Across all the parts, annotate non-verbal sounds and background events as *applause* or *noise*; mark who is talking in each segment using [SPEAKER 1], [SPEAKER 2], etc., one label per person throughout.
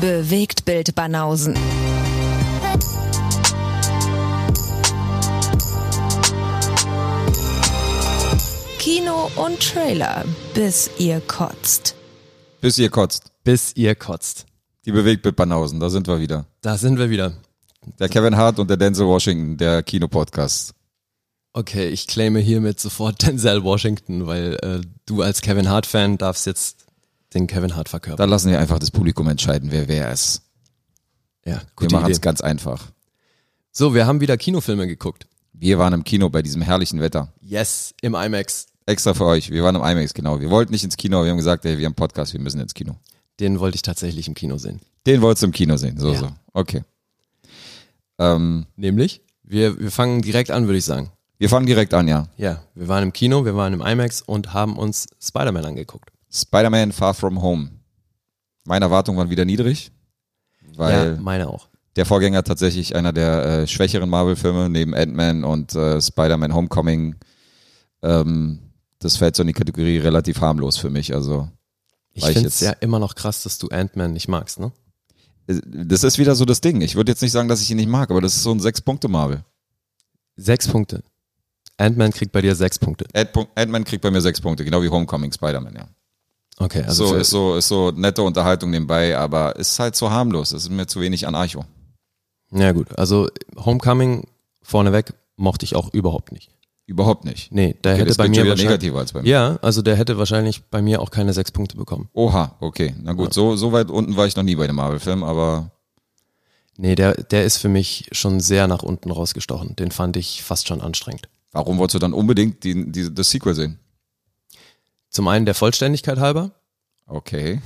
[SPEAKER 1] Bewegt Bild Banausen. Kino und Trailer, bis ihr kotzt.
[SPEAKER 2] Bis ihr kotzt.
[SPEAKER 3] Bis ihr kotzt.
[SPEAKER 2] Die Bewegtbild Banausen, da sind wir wieder.
[SPEAKER 3] Da sind wir wieder.
[SPEAKER 2] Der Kevin Hart und der Denzel Washington, der Kinopodcast.
[SPEAKER 3] Okay, ich claime hiermit sofort *laughs* Denzel Washington, weil äh, du als Kevin Hart-Fan darfst jetzt den Kevin Hart
[SPEAKER 2] Da
[SPEAKER 3] verkörpern.
[SPEAKER 2] lassen wir einfach das Publikum entscheiden, wer wer ist.
[SPEAKER 3] ja,
[SPEAKER 2] Wir
[SPEAKER 3] gute
[SPEAKER 2] machen es
[SPEAKER 3] Idee.
[SPEAKER 2] ganz einfach.
[SPEAKER 3] So, wir haben wieder Kinofilme geguckt.
[SPEAKER 2] Wir waren im Kino bei diesem herrlichen Wetter.
[SPEAKER 3] Yes, im IMAX.
[SPEAKER 2] Extra für euch. Wir waren im IMAX, genau. Wir wollten nicht ins Kino, aber wir haben gesagt, ey, wir haben Podcast, wir müssen ins Kino.
[SPEAKER 3] Den wollte ich tatsächlich im Kino sehen.
[SPEAKER 2] Den wolltest du im Kino sehen. So,
[SPEAKER 3] Ja.
[SPEAKER 2] so. Okay. Ähm,
[SPEAKER 3] Nämlich? Wir, wir fangen direkt an, würde ich sagen.
[SPEAKER 2] wir fangen direkt an, ja.
[SPEAKER 3] Ja, wir waren im Kino, wir waren im IMAX und haben uns Spider-Man angeguckt.
[SPEAKER 2] Spider-Man Far From Home. Meine Erwartungen waren wieder niedrig, weil
[SPEAKER 3] ja, meine auch.
[SPEAKER 2] der Vorgänger tatsächlich einer der äh, schwächeren Marvel-Filme neben Ant-Man und äh, Spider-Man Homecoming. Ähm, das fällt so in die Kategorie relativ harmlos für mich. Also
[SPEAKER 3] Ich
[SPEAKER 2] War ich
[SPEAKER 3] finde es ja
[SPEAKER 2] jetzt-
[SPEAKER 3] immer noch krass, dass du Ant-Man nicht magst, ne?
[SPEAKER 2] äh, das ist wieder so das Ding. Ich würde jetzt nicht sagen, dass ich ihn nicht mag, aber das ist so ein Sechs-Punkte-Marvel.
[SPEAKER 3] Sechs Punkte. Ant-Man kriegt bei dir sechs Punkte.
[SPEAKER 2] Ant- Ant-Man kriegt bei mir sechs Punkte, genau wie Homecoming Spider-Man, ja.
[SPEAKER 3] Okay, also
[SPEAKER 2] so,
[SPEAKER 3] für,
[SPEAKER 2] ist so, ist so nette Unterhaltung nebenbei, aber ist halt so harmlos. Es ist mir zu wenig Anarcho.
[SPEAKER 3] Ja gut, also Homecoming vorneweg mochte ich auch überhaupt nicht.
[SPEAKER 2] Überhaupt nicht.
[SPEAKER 3] Nee, der hätte
[SPEAKER 2] das
[SPEAKER 3] bei
[SPEAKER 2] klingt
[SPEAKER 3] mir
[SPEAKER 2] schon wieder
[SPEAKER 3] wahrscheinlich,
[SPEAKER 2] negativer als bei mir.
[SPEAKER 3] Ja, also der hätte wahrscheinlich bei mir auch keine sechs Punkte bekommen.
[SPEAKER 2] Oha, okay. Na gut, so, so weit unten war ich noch nie bei dem Marvel-Film, aber
[SPEAKER 3] Nee, der, der ist für mich schon sehr nach unten rausgestochen. Den fand ich fast schon anstrengend.
[SPEAKER 2] warum wolltest du dann unbedingt die, die, das Sequel sehen?
[SPEAKER 3] Zum einen der Vollständigkeit halber.
[SPEAKER 2] Okay.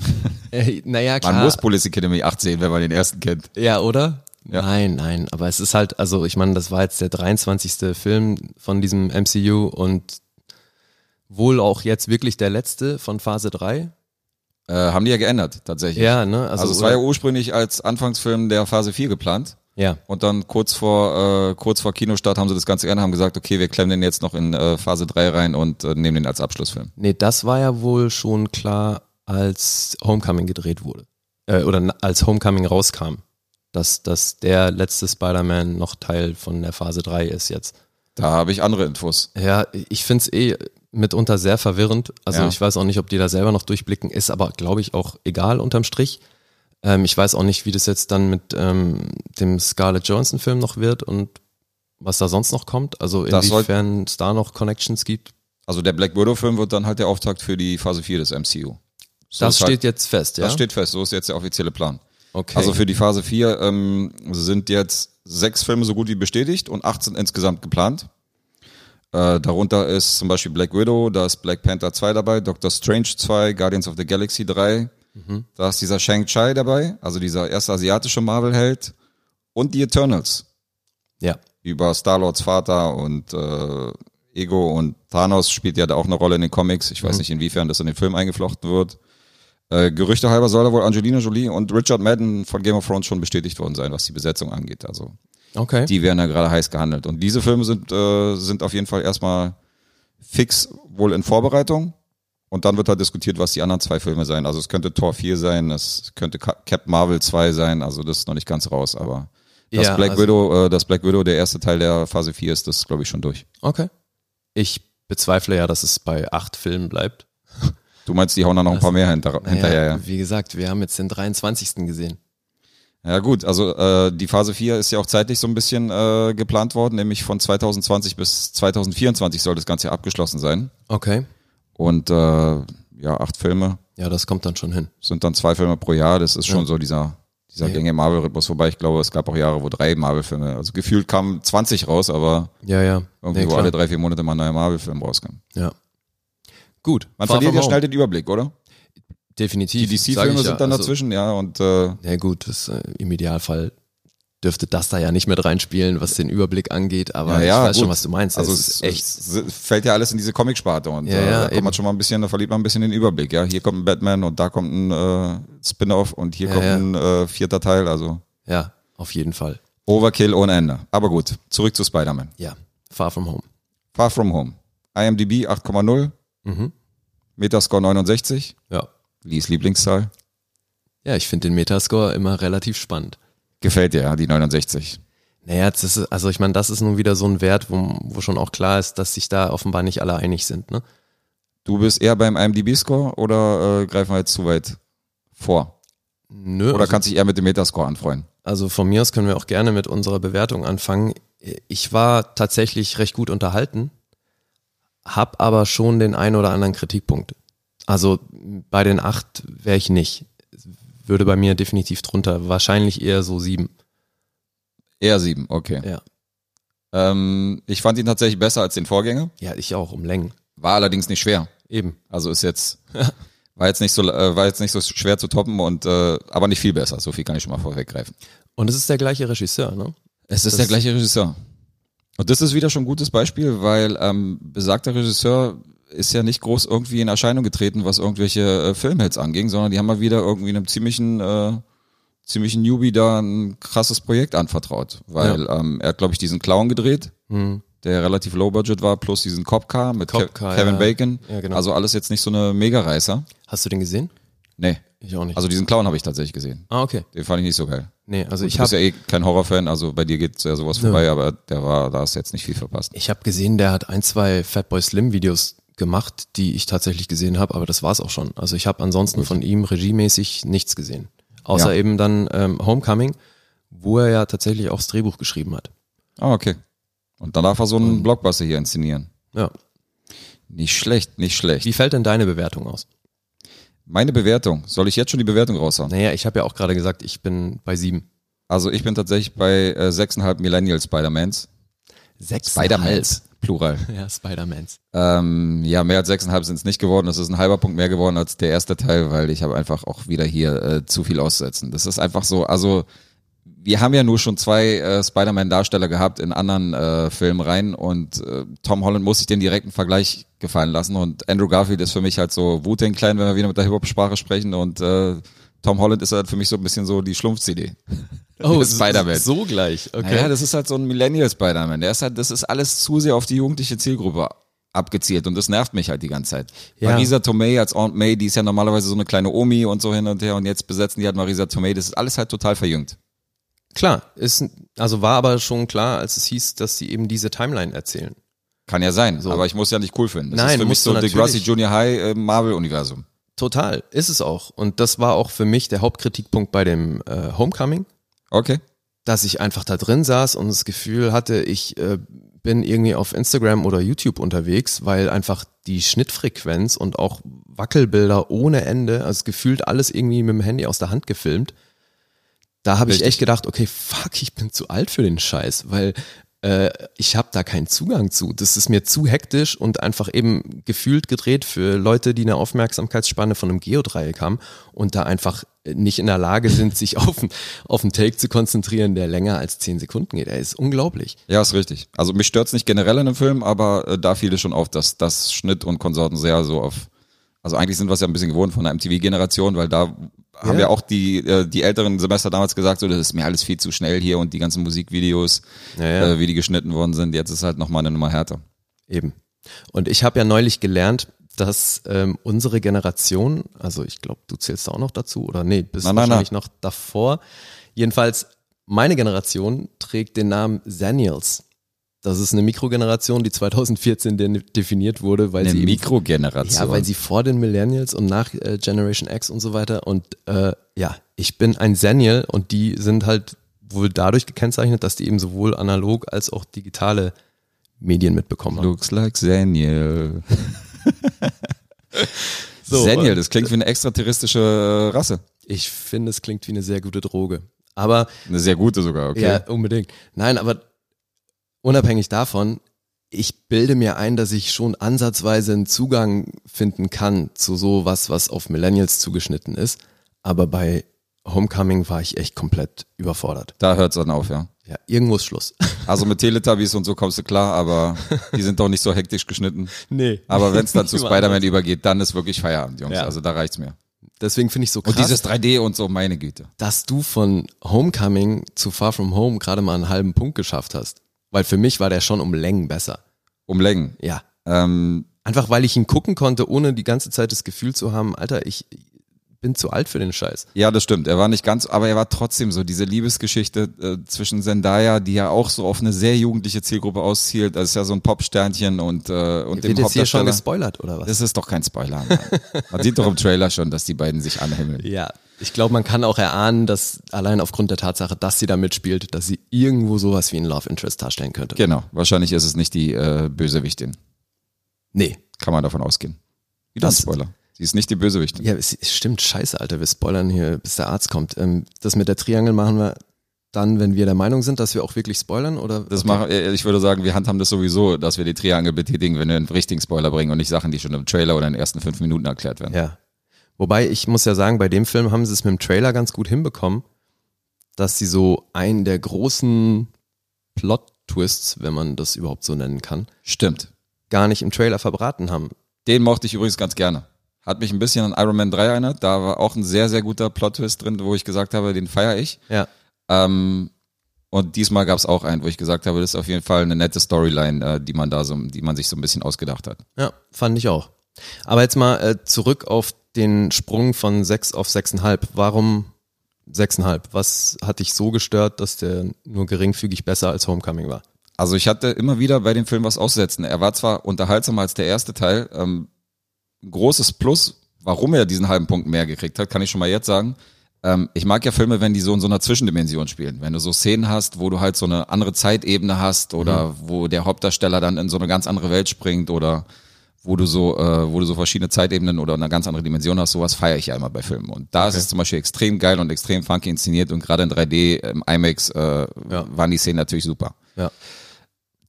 [SPEAKER 3] Äh, naja, klar.
[SPEAKER 2] Man muss Police Academy 8 sehen, wenn man den ersten kennt.
[SPEAKER 3] Ja, oder?
[SPEAKER 2] Ja.
[SPEAKER 3] Nein, nein, aber es ist halt, also ich meine, das war jetzt der 23. Film von diesem MCU und wohl auch jetzt wirklich der letzte von Phase 3.
[SPEAKER 2] Äh, haben die ja geändert, tatsächlich.
[SPEAKER 3] Ja, ne?
[SPEAKER 2] Also, es war ja ursprünglich als Anfangsfilm der Phase 4 geplant.
[SPEAKER 3] ja.
[SPEAKER 2] Und dann kurz vor, äh, kurz vor Kinostart haben sie das Ganze geändert, haben gesagt, okay, wir klemmen den jetzt noch in äh, Phase 3 rein und äh, nehmen den als Abschlussfilm.
[SPEAKER 3] Nee, das war ja wohl schon klar, als Homecoming gedreht wurde. Äh, oder na- als Homecoming rauskam. Dass, dass der letzte Spider-Man noch Teil von der Phase 3 ist jetzt.
[SPEAKER 2] Da habe ich andere Infos.
[SPEAKER 3] Ja, ich find's eh mitunter sehr verwirrend. Also
[SPEAKER 2] Ja.
[SPEAKER 3] ich weiß auch nicht, ob die da selber noch durchblicken. Ist aber, glaube ich, auch egal unterm Strich. Ähm, ich weiß auch nicht, wie das jetzt dann mit ähm, dem Scarlett Johansson-Film noch wird und was da sonst noch kommt. Also
[SPEAKER 2] Das soll-
[SPEAKER 3] inwiefern es da noch Connections gibt.
[SPEAKER 2] Also der Black Widow-Film wird dann halt der Auftakt für die Phase 4 des MCU. So
[SPEAKER 3] Das
[SPEAKER 2] ist halt-
[SPEAKER 3] steht jetzt fest, ja?
[SPEAKER 2] Das steht fest, so ist jetzt der offizielle Plan.
[SPEAKER 3] okay.
[SPEAKER 2] Also für die Phase 4 ähm, sind jetzt sechs Filme so gut wie bestätigt und 18 insgesamt geplant. Äh, darunter ist zum Beispiel Black Widow, da ist Black Panther 2 dabei, Doctor Strange 2, Guardians of the Galaxy 3, da ist dieser Shang-Chi dabei, also dieser erste asiatische Marvel-Held und die Eternals
[SPEAKER 3] ja.
[SPEAKER 2] über Star-Lords Vater und äh, Ego und Thanos spielt ja da auch eine Rolle in den Comics. Ich weiß nicht, inwiefern das in den Film eingeflochten wird. Äh, Gerüchte halber soll da wohl Angelina Jolie und Richard Madden von Game of Thrones schon bestätigt worden sein, was die Besetzung angeht. Also
[SPEAKER 3] Okay.
[SPEAKER 2] die werden da gerade heiß gehandelt. Und diese Filme sind, äh, sind auf jeden Fall erstmal fix wohl in Vorbereitung. Und dann wird da diskutiert, was die anderen zwei Filme sein. Also es könnte Thor 4 sein, es könnte Ka- Captain Marvel 2 sein, also das ist noch nicht ganz raus, aber das
[SPEAKER 3] Ja,
[SPEAKER 2] Black
[SPEAKER 3] also-
[SPEAKER 2] Widow, äh, das Black Widow, der erste Teil der Phase 4 ist, das glaube ich schon durch.
[SPEAKER 3] Okay. Ich bezweifle ja, dass es bei acht Filmen bleibt.
[SPEAKER 2] Du meinst, die hauen da noch
[SPEAKER 3] Also
[SPEAKER 2] ein paar mehr hinter, hinterher, ja.
[SPEAKER 3] Wie gesagt, wir haben jetzt den 23. gesehen.
[SPEAKER 2] Ja gut, also äh, die Phase 4 ist ja auch zeitlich so ein bisschen äh, geplant worden, nämlich von 2020 bis 2024 soll das Ganze abgeschlossen sein.
[SPEAKER 3] Okay.
[SPEAKER 2] Und äh, ja, acht Filme,
[SPEAKER 3] Ja, das kommt dann schon hin.
[SPEAKER 2] sind dann zwei Filme pro Jahr. Das ist schon
[SPEAKER 3] Ja.
[SPEAKER 2] so dieser, dieser
[SPEAKER 3] Ja.
[SPEAKER 2] gängige Marvel-Rhythmus. Wobei ich glaube, es gab auch Jahre, wo drei Marvel-Filme, also gefühlt kamen 20 raus, aber
[SPEAKER 3] Ja, ja.
[SPEAKER 2] irgendwie, wo
[SPEAKER 3] klar.
[SPEAKER 2] alle drei, vier Monate mal ein neuer Marvel-Film rauskam.
[SPEAKER 3] Ja. Gut.
[SPEAKER 2] Man
[SPEAKER 3] Far
[SPEAKER 2] verliert
[SPEAKER 3] From
[SPEAKER 2] ja
[SPEAKER 3] Home.
[SPEAKER 2] schnell den Überblick, oder? Die
[SPEAKER 3] Definitiv. sag
[SPEAKER 2] DC-Filme
[SPEAKER 3] ich ja.
[SPEAKER 2] sind dann
[SPEAKER 3] Also,
[SPEAKER 2] dazwischen, ja, und äh,
[SPEAKER 3] Na gut, das, äh, im Idealfall dürfte das da ja nicht mit reinspielen, was den Überblick angeht,
[SPEAKER 2] Ja,
[SPEAKER 3] aber
[SPEAKER 2] ja,
[SPEAKER 3] ich weiß schon,
[SPEAKER 2] gut.
[SPEAKER 3] was du meinst.
[SPEAKER 2] also
[SPEAKER 3] Also es ist echt.
[SPEAKER 2] es es fällt ja alles in diese Comic-Sparte und
[SPEAKER 3] Ja,
[SPEAKER 2] äh,
[SPEAKER 3] ja,
[SPEAKER 2] da kommt
[SPEAKER 3] eben.
[SPEAKER 2] man schon mal ein bisschen, da verliert man ein bisschen den Überblick, ja. Hier kommt ein Batman und da kommt ein äh, Spin-off und hier
[SPEAKER 3] Ja,
[SPEAKER 2] kommt
[SPEAKER 3] ja.
[SPEAKER 2] ein äh, vierter Teil, also
[SPEAKER 3] Ja, auf jeden Fall.
[SPEAKER 2] Overkill ohne Ende. Aber gut, zurück zu Spider-Man.
[SPEAKER 3] Ja. Far from home.
[SPEAKER 2] Far From Home. IMDb 8,0.
[SPEAKER 3] Mhm.
[SPEAKER 2] Metascore 69.
[SPEAKER 3] Ja.
[SPEAKER 2] Lies Lieblingszahl.
[SPEAKER 3] Ja, ich finde den Metascore immer relativ spannend.
[SPEAKER 2] Gefällt dir, ja, die 69.
[SPEAKER 3] Naja, das ist, also ich meine, das ist nun wieder so ein Wert, wo, wo schon auch klar ist, dass sich da offenbar nicht alle einig sind. Ne?
[SPEAKER 2] Du bist eher beim IMDb-Score oder äh, greifen wir jetzt zu weit vor?
[SPEAKER 3] Nö,
[SPEAKER 2] Oder
[SPEAKER 3] also,
[SPEAKER 2] kannst dich eher mit dem Metascore anfreuen?
[SPEAKER 3] also von mir aus können wir auch gerne mit unserer Bewertung anfangen. Ich war tatsächlich recht gut unterhalten, hab aber schon den einen oder anderen Kritikpunkt. Also bei den acht wäre ich nicht. Würde bei mir definitiv drunter. Wahrscheinlich eher so sieben.
[SPEAKER 2] Eher sieben, okay.
[SPEAKER 3] Ja.
[SPEAKER 2] Ähm, ich fand ihn tatsächlich besser als den Vorgänger.
[SPEAKER 3] Ja, ich auch, um Längen.
[SPEAKER 2] War allerdings nicht schwer.
[SPEAKER 3] Eben.
[SPEAKER 2] Also ist
[SPEAKER 3] *laughs*
[SPEAKER 2] jetzt war jetzt nicht so äh, war jetzt nicht so schwer zu toppen und äh, aber nicht viel besser. So viel kann ich schon mal vorweggreifen.
[SPEAKER 3] Und es ist der gleiche Regisseur, ne?
[SPEAKER 2] Es ist
[SPEAKER 3] Das-
[SPEAKER 2] der gleiche Regisseur. Und das ist wieder schon ein gutes Beispiel, weil ähm, besagter Regisseur ist ja nicht groß irgendwie in Erscheinung getreten, was irgendwelche äh, Filmhits anging, sondern die haben mal wieder irgendwie einem ziemlichen äh, ziemlichen Newbie da ein krasses Projekt anvertraut, weil ähm, er hat glaube ich diesen Clown gedreht, der relativ low budget war, plus diesen Cop Car mit
[SPEAKER 3] Mhm. Cop
[SPEAKER 2] Ke
[SPEAKER 3] Car,
[SPEAKER 2] Kevin
[SPEAKER 3] ja.
[SPEAKER 2] Bacon.
[SPEAKER 3] Ja, genau.
[SPEAKER 2] Also alles jetzt nicht so eine Mega-Reißer.
[SPEAKER 3] Hast du den gesehen?
[SPEAKER 2] Nee.
[SPEAKER 3] Ich auch nicht.
[SPEAKER 2] Also diesen Clown habe ich tatsächlich gesehen.
[SPEAKER 3] ah, okay.
[SPEAKER 2] Den fand ich nicht so geil.
[SPEAKER 3] Nee, also
[SPEAKER 2] du
[SPEAKER 3] ich
[SPEAKER 2] bist ja
[SPEAKER 3] habe
[SPEAKER 2] eh kein Horrorfan, also bei dir geht's ja sowas vorbei, aber der war, da hast du jetzt nicht viel verpasst.
[SPEAKER 3] ich hab gesehen, der hat ein, zwei Fatboy Slim Videos gemacht, die ich tatsächlich gesehen habe, aber das war's auch schon. Also ich habe ansonsten von ihm regiemäßig nichts gesehen. Außer
[SPEAKER 2] Ja.
[SPEAKER 3] eben dann ähm, Homecoming, wo er ja tatsächlich auch das Drehbuch geschrieben hat.
[SPEAKER 2] Ah, okay. Und dann darf er so einen Blockbuster hier inszenieren.
[SPEAKER 3] Ja.
[SPEAKER 2] Nicht schlecht, nicht schlecht.
[SPEAKER 3] Wie fällt denn deine Bewertung aus?
[SPEAKER 2] Meine Bewertung, soll ich jetzt schon die Bewertung raushauen?
[SPEAKER 3] Naja, ich habe ja auch gerade gesagt, ich bin bei sieben.
[SPEAKER 2] Also ich bin tatsächlich bei äh, 6,5 Millennial Spider-Mans.
[SPEAKER 3] Sechs.
[SPEAKER 2] Plural.
[SPEAKER 3] Ja, *laughs* Spider-Mans.
[SPEAKER 2] ähm, ja, mehr als 6,5 sind es nicht geworden. Das ist ein halber Punkt mehr geworden als der erste Teil, weil ich habe einfach auch wieder hier äh, zu viel aussetzen. Das ist einfach so, also wir haben ja nur schon zwei äh, Spider-Man-Darsteller gehabt in anderen äh, Filmen rein und äh, Tom Holland muss sich den direkten Vergleich gefallen lassen und Andrew Garfield ist für mich halt so Wu-Tang Klein, wenn wir wieder mit der Hip-Hop-Sprache sprechen und äh, Tom Holland ist halt für mich so ein bisschen so die Schlumpf-CD.
[SPEAKER 3] Oh,
[SPEAKER 2] Das Spider-Man.
[SPEAKER 3] so so gleich. Okay.
[SPEAKER 2] Ja, das ist halt so ein Millennial-Spider-Man. Der ist halt, das ist alles zu sehr auf die jugendliche Zielgruppe abgezielt und das nervt mich halt die ganze Zeit.
[SPEAKER 3] Ja.
[SPEAKER 2] Marisa Tomei als Aunt May, die ist ja normalerweise so eine kleine Omi und so hin und her und jetzt besetzen die halt Marisa Tomei. Das ist alles halt total verjüngt.
[SPEAKER 3] Klar, ist, also war aber schon klar, als es hieß, dass sie eben diese Timeline erzählen.
[SPEAKER 2] Kann ja sein, aber ich muss ja nicht cool finden. Das
[SPEAKER 3] Nein,
[SPEAKER 2] ist für mich
[SPEAKER 3] musst
[SPEAKER 2] so
[SPEAKER 3] du
[SPEAKER 2] Degrassi
[SPEAKER 3] natürlich.
[SPEAKER 2] Junior High äh, Marvel-Universum.
[SPEAKER 3] Total, ist es auch. Und das war auch für mich der Hauptkritikpunkt bei dem äh, Homecoming,
[SPEAKER 2] Okay.
[SPEAKER 3] dass ich einfach da drin saß und das Gefühl hatte, ich äh, bin irgendwie auf Instagram oder YouTube unterwegs, weil einfach die Schnittfrequenz und auch Wackelbilder ohne Ende, also gefühlt alles irgendwie mit dem Handy aus der Hand gefilmt. Da habe ich
[SPEAKER 2] Richtig.
[SPEAKER 3] echt gedacht, okay, fuck, ich bin zu alt für den Scheiß, weil äh, ich habe da keinen Zugang zu. Das ist mir zu hektisch und einfach eben gefühlt gedreht für Leute, die eine Aufmerksamkeitsspanne von einem Geodreieck haben und da einfach nicht in der Lage sind, sich *laughs* auf, einen- auf einen Take zu konzentrieren, der länger als zehn Sekunden geht. Ey, ist unglaublich.
[SPEAKER 2] Ja, ist richtig. Also mich stört's nicht generell in dem Film, aber äh, da fiel es schon auf, dass das Schnitt und Konsorten sehr so auf. Also eigentlich sind wir es ja ein bisschen gewohnt von der MTV-Generation, weil da haben ja auch die, äh, die älteren Semester damals gesagt, so das ist mir alles viel zu schnell hier und die ganzen Musikvideos,
[SPEAKER 3] Ja, ja.
[SPEAKER 2] Äh, wie die geschnitten worden sind. Jetzt ist halt nochmal eine Nummer härter.
[SPEAKER 3] Eben. Und ich habe ja neulich gelernt, dass ähm, unsere Generation, also ich glaube, du zählst da auch noch dazu, oder nee, bist
[SPEAKER 2] Nein, nein,
[SPEAKER 3] wahrscheinlich noch davor. Jedenfalls, meine Generation trägt den Namen Zenials. Das ist eine Mikrogeneration, die 2014 de definiert wurde, weil
[SPEAKER 2] Eine
[SPEAKER 3] sie eben-
[SPEAKER 2] Mikrogeneration.
[SPEAKER 3] ja, weil sie vor den Millennials und nach äh, Generation X und so weiter und äh, ja, ich bin ein Zenial und die sind halt wohl dadurch gekennzeichnet, dass die eben sowohl analog als auch digitale Medien mitbekommen haben.
[SPEAKER 2] Looks like Zeniel.
[SPEAKER 3] So, äh,
[SPEAKER 2] Zeniel, das klingt wie eine extraterrestrische äh, Rasse.
[SPEAKER 3] Ich finde, es klingt wie eine sehr gute Droge. Aber
[SPEAKER 2] Eine sehr gute sogar, okay.
[SPEAKER 3] ja, unbedingt. Nein, aber unabhängig davon, ich bilde mir ein, dass ich schon ansatzweise einen Zugang finden kann zu sowas, was auf Millennials zugeschnitten ist. Aber bei Homecoming war ich echt komplett überfordert.
[SPEAKER 2] Da hört's dann auf, ja.
[SPEAKER 3] Ja, irgendwo ist Schluss.
[SPEAKER 2] Also mit Teletubbies und so kommst du klar, aber die sind doch nicht so hektisch geschnitten.
[SPEAKER 3] *laughs* nee.
[SPEAKER 2] Aber wenn es
[SPEAKER 3] *laughs*
[SPEAKER 2] dann zu
[SPEAKER 3] Niemand
[SPEAKER 2] Spider-Man
[SPEAKER 3] anders.
[SPEAKER 2] übergeht, dann ist wirklich Feierabend, Jungs.
[SPEAKER 3] Ja.
[SPEAKER 2] Also da reicht's mir.
[SPEAKER 3] Deswegen finde ich so krass,
[SPEAKER 2] Und dieses 3D und so, meine Güte.
[SPEAKER 3] dass du von Homecoming zu Far From Home gerade mal einen halben Punkt geschafft hast. Weil für mich war der schon um Längen besser.
[SPEAKER 2] Um Längen.
[SPEAKER 3] Ja,
[SPEAKER 2] Ähm,
[SPEAKER 3] Einfach weil ich ihn gucken konnte, ohne die ganze Zeit das Gefühl zu haben, Alter, ich bin zu alt für den Scheiß.
[SPEAKER 2] Ja, das stimmt. Er war nicht ganz, aber er war trotzdem so. Diese Liebesgeschichte äh, zwischen Zendaya, die ja auch so auf eine sehr jugendliche Zielgruppe auszielt. Das ist ja so ein Popsternchen und, äh, und dem
[SPEAKER 3] Wird jetzt hier schon
[SPEAKER 2] Hauptdarsteller.
[SPEAKER 3] gespoilert oder was?
[SPEAKER 2] Das ist doch kein Spoiler. Mann. Man sieht doch im Trailer schon, dass die beiden sich anhimmeln.
[SPEAKER 3] *laughs* Ja, ich glaube, man kann auch erahnen, dass allein aufgrund der Tatsache, dass sie da mitspielt, dass sie irgendwo sowas wie ein Love Interest darstellen könnte.
[SPEAKER 2] Genau. Wahrscheinlich ist es nicht die äh, Bösewichtin.
[SPEAKER 3] nee.
[SPEAKER 2] Kann man davon ausgehen. Wieder ein
[SPEAKER 3] Das-
[SPEAKER 2] Spoiler. Sie ist nicht die Bösewichtin.
[SPEAKER 3] Ja, es, es stimmt, scheiße, Alter, wir spoilern hier, bis der Arzt kommt. Ähm, das mit der Triangel machen wir dann, wenn wir der Meinung sind, dass wir auch wirklich spoilern oder?
[SPEAKER 2] Das machen, äh, ich würde sagen, wir handhaben das sowieso, dass wir die Triangel betätigen, wenn wir einen richtigen Spoiler bringen und nicht Sachen, die schon im Trailer oder in den ersten fünf Minuten erklärt werden.
[SPEAKER 3] Ja. Wobei ich muss ja sagen, bei dem Film haben sie es mit dem Trailer ganz gut hinbekommen, dass sie so einen der großen Plot-Twists, wenn man das überhaupt so nennen kann,
[SPEAKER 2] Stimmt.
[SPEAKER 3] gar nicht im Trailer verbraten haben.
[SPEAKER 2] Den mochte ich übrigens ganz gerne. Hat mich ein bisschen an Iron Man 3 erinnert. Da war auch ein sehr, sehr guter Plot-Twist drin, wo ich gesagt habe, den feiere ich.
[SPEAKER 3] Ja.
[SPEAKER 2] Ähm, und diesmal gab es auch einen, wo ich gesagt habe, das ist auf jeden Fall eine nette Storyline, äh, die man da so, die man sich so ein bisschen ausgedacht hat.
[SPEAKER 3] Ja, fand ich auch. Aber jetzt mal äh, zurück auf den Sprung von 6 auf 6,5. Warum 6,5? Was hat dich so gestört, dass der nur geringfügig besser als Homecoming war?
[SPEAKER 2] Also ich hatte immer wieder bei dem Film was aussetzen. Er war zwar unterhaltsamer als der erste Teil, ähm, ein großes Plus, warum er diesen halben Punkt mehr gekriegt hat, kann ich schon mal jetzt sagen. Ähm, ich mag ja Filme, wenn die so in so einer Zwischendimension spielen. Wenn du so Szenen hast, wo du halt so eine andere Zeitebene hast oder wo der Hauptdarsteller dann in so eine ganz andere Welt springt oder wo du so, äh, wo du so verschiedene Zeitebenen oder eine ganz andere Dimension hast, sowas feiere ich ja immer bei Filmen. Und da ist es zum Beispiel extrem geil und extrem funky inszeniert und gerade in 3D im IMAX äh, waren die Szenen natürlich super.
[SPEAKER 3] Ja.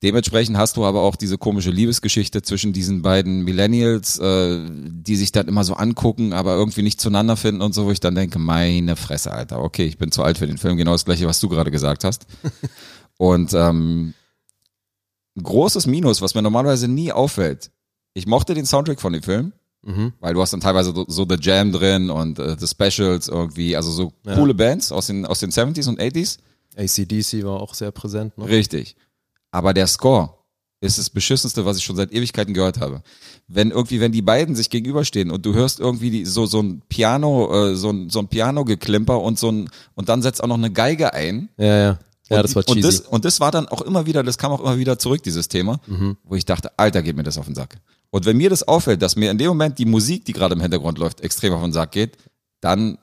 [SPEAKER 2] Dementsprechend hast du aber auch diese komische Liebesgeschichte zwischen diesen beiden Millennials, äh, die sich dann immer so angucken, aber irgendwie nicht zueinander finden und so, wo ich dann denke, meine Fresse, Alter, okay, ich bin zu alt für den Film, genau das gleiche, was du gerade gesagt
[SPEAKER 3] *laughs*
[SPEAKER 2] hast. und ähm, ein großes Minus, was mir normalerweise nie auffällt. Ich mochte den Soundtrack von dem Film,
[SPEAKER 3] Mhm.
[SPEAKER 2] weil du hast dann teilweise so- so The Jam drin und äh, The Specials irgendwie, also so
[SPEAKER 3] Ja.
[SPEAKER 2] coole Bands aus den, aus den 70s und 80s.
[SPEAKER 3] ACDC war auch sehr präsent. Ne?
[SPEAKER 2] Richtig. Aber der Score ist das beschissenste, was ich schon seit Ewigkeiten gehört habe. Wenn irgendwie, wenn die beiden sich gegenüberstehen und du hörst irgendwie die, so so ein Piano, äh, so ein so ein Pianogeklimper und so ein und dann setzt auch noch eine Geige ein.
[SPEAKER 3] Ja, ja. Ja,
[SPEAKER 2] und,
[SPEAKER 3] das war
[SPEAKER 2] und
[SPEAKER 3] cheesy.
[SPEAKER 2] das, und das war dann auch immer wieder, das kam auch immer wieder zurück, dieses Thema,
[SPEAKER 3] Mhm.
[SPEAKER 2] wo ich dachte, Alter, geht mir das auf den Sack. Und wenn mir das auffällt, dass mir in dem Moment die Musik, die gerade im Hintergrund läuft, extrem auf den Sack geht, dann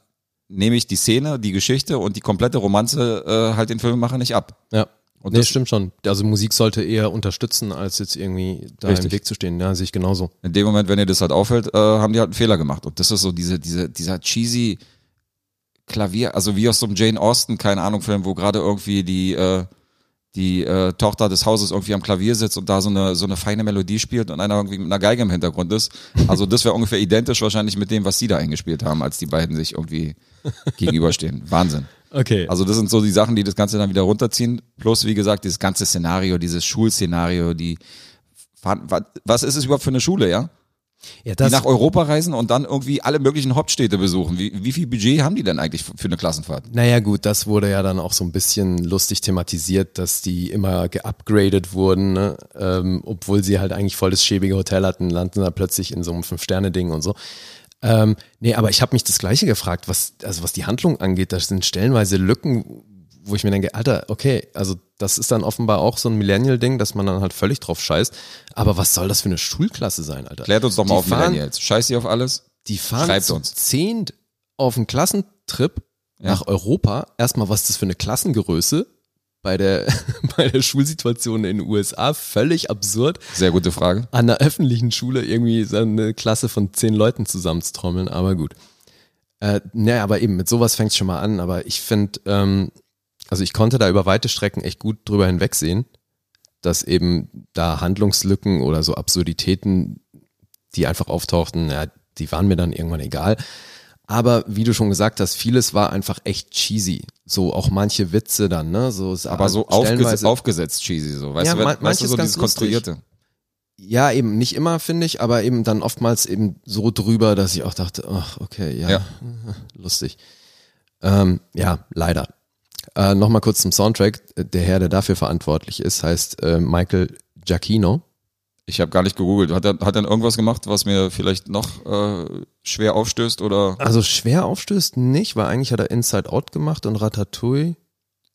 [SPEAKER 2] nehme ich die Szene, die Geschichte und die komplette Romanze äh, halt den Filmemacher nicht ab.
[SPEAKER 3] ja.
[SPEAKER 2] Und
[SPEAKER 3] nee,
[SPEAKER 2] das-
[SPEAKER 3] stimmt schon. Also Musik sollte eher unterstützen, als jetzt irgendwie da im
[SPEAKER 2] Richtig.
[SPEAKER 3] Weg zu stehen. Ja, sehe ich genauso.
[SPEAKER 2] In dem Moment, wenn dir das halt auffällt, äh, haben die halt einen Fehler gemacht. Und das ist so diese, diese, dieser cheesy Klavier, also wie aus so einem Jane Austen, keine Ahnung, Film, wo gerade irgendwie die, äh, die äh, Tochter des Hauses irgendwie am Klavier sitzt und da so eine, so eine feine Melodie spielt und einer irgendwie mit einer Geige im Hintergrund ist. Also das wäre ungefähr identisch wahrscheinlich mit dem, was sie da eingespielt haben, als die beiden sich irgendwie gegenüberstehen. Wahnsinn.
[SPEAKER 3] Okay.
[SPEAKER 2] Also das sind so die Sachen, die das Ganze dann wieder runterziehen. Plus, wie gesagt, dieses ganze Szenario, dieses Schulszenario, die was ist es überhaupt für eine Schule, ja?
[SPEAKER 3] ja,
[SPEAKER 2] die
[SPEAKER 3] das,
[SPEAKER 2] nach Europa reisen und dann irgendwie alle möglichen Hauptstädte besuchen. Wie, wie viel Budget haben die denn eigentlich für eine Klassenfahrt?
[SPEAKER 3] Naja gut, das wurde ja dann auch so ein bisschen lustig thematisiert, dass die immer geupgradet wurden, ne? ähm, obwohl sie halt eigentlich voll das schäbige Hotel hatten, landen da plötzlich in so einem Fünf-Sterne-Ding und so. Ähm, nee, aber ich habe mich das Gleiche gefragt, was, also was die Handlung angeht, da sind stellenweise Lücken, wo ich mir denke, Alter, okay, also das ist dann offenbar auch so ein Millennial-Ding, dass man dann halt völlig drauf scheißt, aber was soll das für eine Schulklasse sein, Alter?
[SPEAKER 2] Klärt uns doch mal
[SPEAKER 3] Die
[SPEAKER 2] auf,
[SPEAKER 3] fahren-
[SPEAKER 2] Millennials. Scheiß ihr auf alles?
[SPEAKER 3] die fahren
[SPEAKER 2] Schreibt
[SPEAKER 3] zu
[SPEAKER 2] uns.
[SPEAKER 3] zehnt auf einen Klassentrip
[SPEAKER 2] Ja.
[SPEAKER 3] nach Europa. Erstmal, was ist das für eine Klassengröße? Bei der, *laughs* bei der Schulsituation in den USA völlig absurd,
[SPEAKER 2] Sehr gute Frage.
[SPEAKER 3] an einer öffentlichen Schule irgendwie so eine Klasse von zehn Leuten zusammenzutrommeln, aber gut. Äh, naja, aber eben, mit sowas fängt es schon mal an, aber ich finde, ähm, also ich konnte da über weite Strecken echt gut drüber hinwegsehen, dass eben da Handlungslücken oder so Absurditäten, die einfach auftauchten, ja, die waren mir dann irgendwann egal. Aber wie du schon gesagt hast, vieles war einfach echt cheesy. So auch manche Witze dann, ne? So, es-
[SPEAKER 2] Aber so aufges
[SPEAKER 3] stellenweise-
[SPEAKER 2] aufgesetzt cheesy, so. Weißt
[SPEAKER 3] Ja,
[SPEAKER 2] du, wenn-
[SPEAKER 3] man-
[SPEAKER 2] weißt du
[SPEAKER 3] manches
[SPEAKER 2] so
[SPEAKER 3] ganz
[SPEAKER 2] dieses
[SPEAKER 3] lustig.
[SPEAKER 2] Konstruierte?
[SPEAKER 3] Ja, eben nicht immer, finde ich, aber eben dann oftmals eben so drüber, dass ich auch dachte, ach, okay, ja,
[SPEAKER 2] Ja.
[SPEAKER 3] *laughs* lustig. Ähm, ja, leider. Äh, Nochmal kurz zum Soundtrack. Der Herr, der dafür verantwortlich ist, heißt äh, Michael Giacchino.
[SPEAKER 2] Ich habe gar nicht gegoogelt. Hat er, hat er irgendwas gemacht, was mir vielleicht noch äh, schwer aufstößt oder
[SPEAKER 3] Also schwer aufstößt nicht, weil eigentlich hat er Inside Out gemacht und Ratatouille.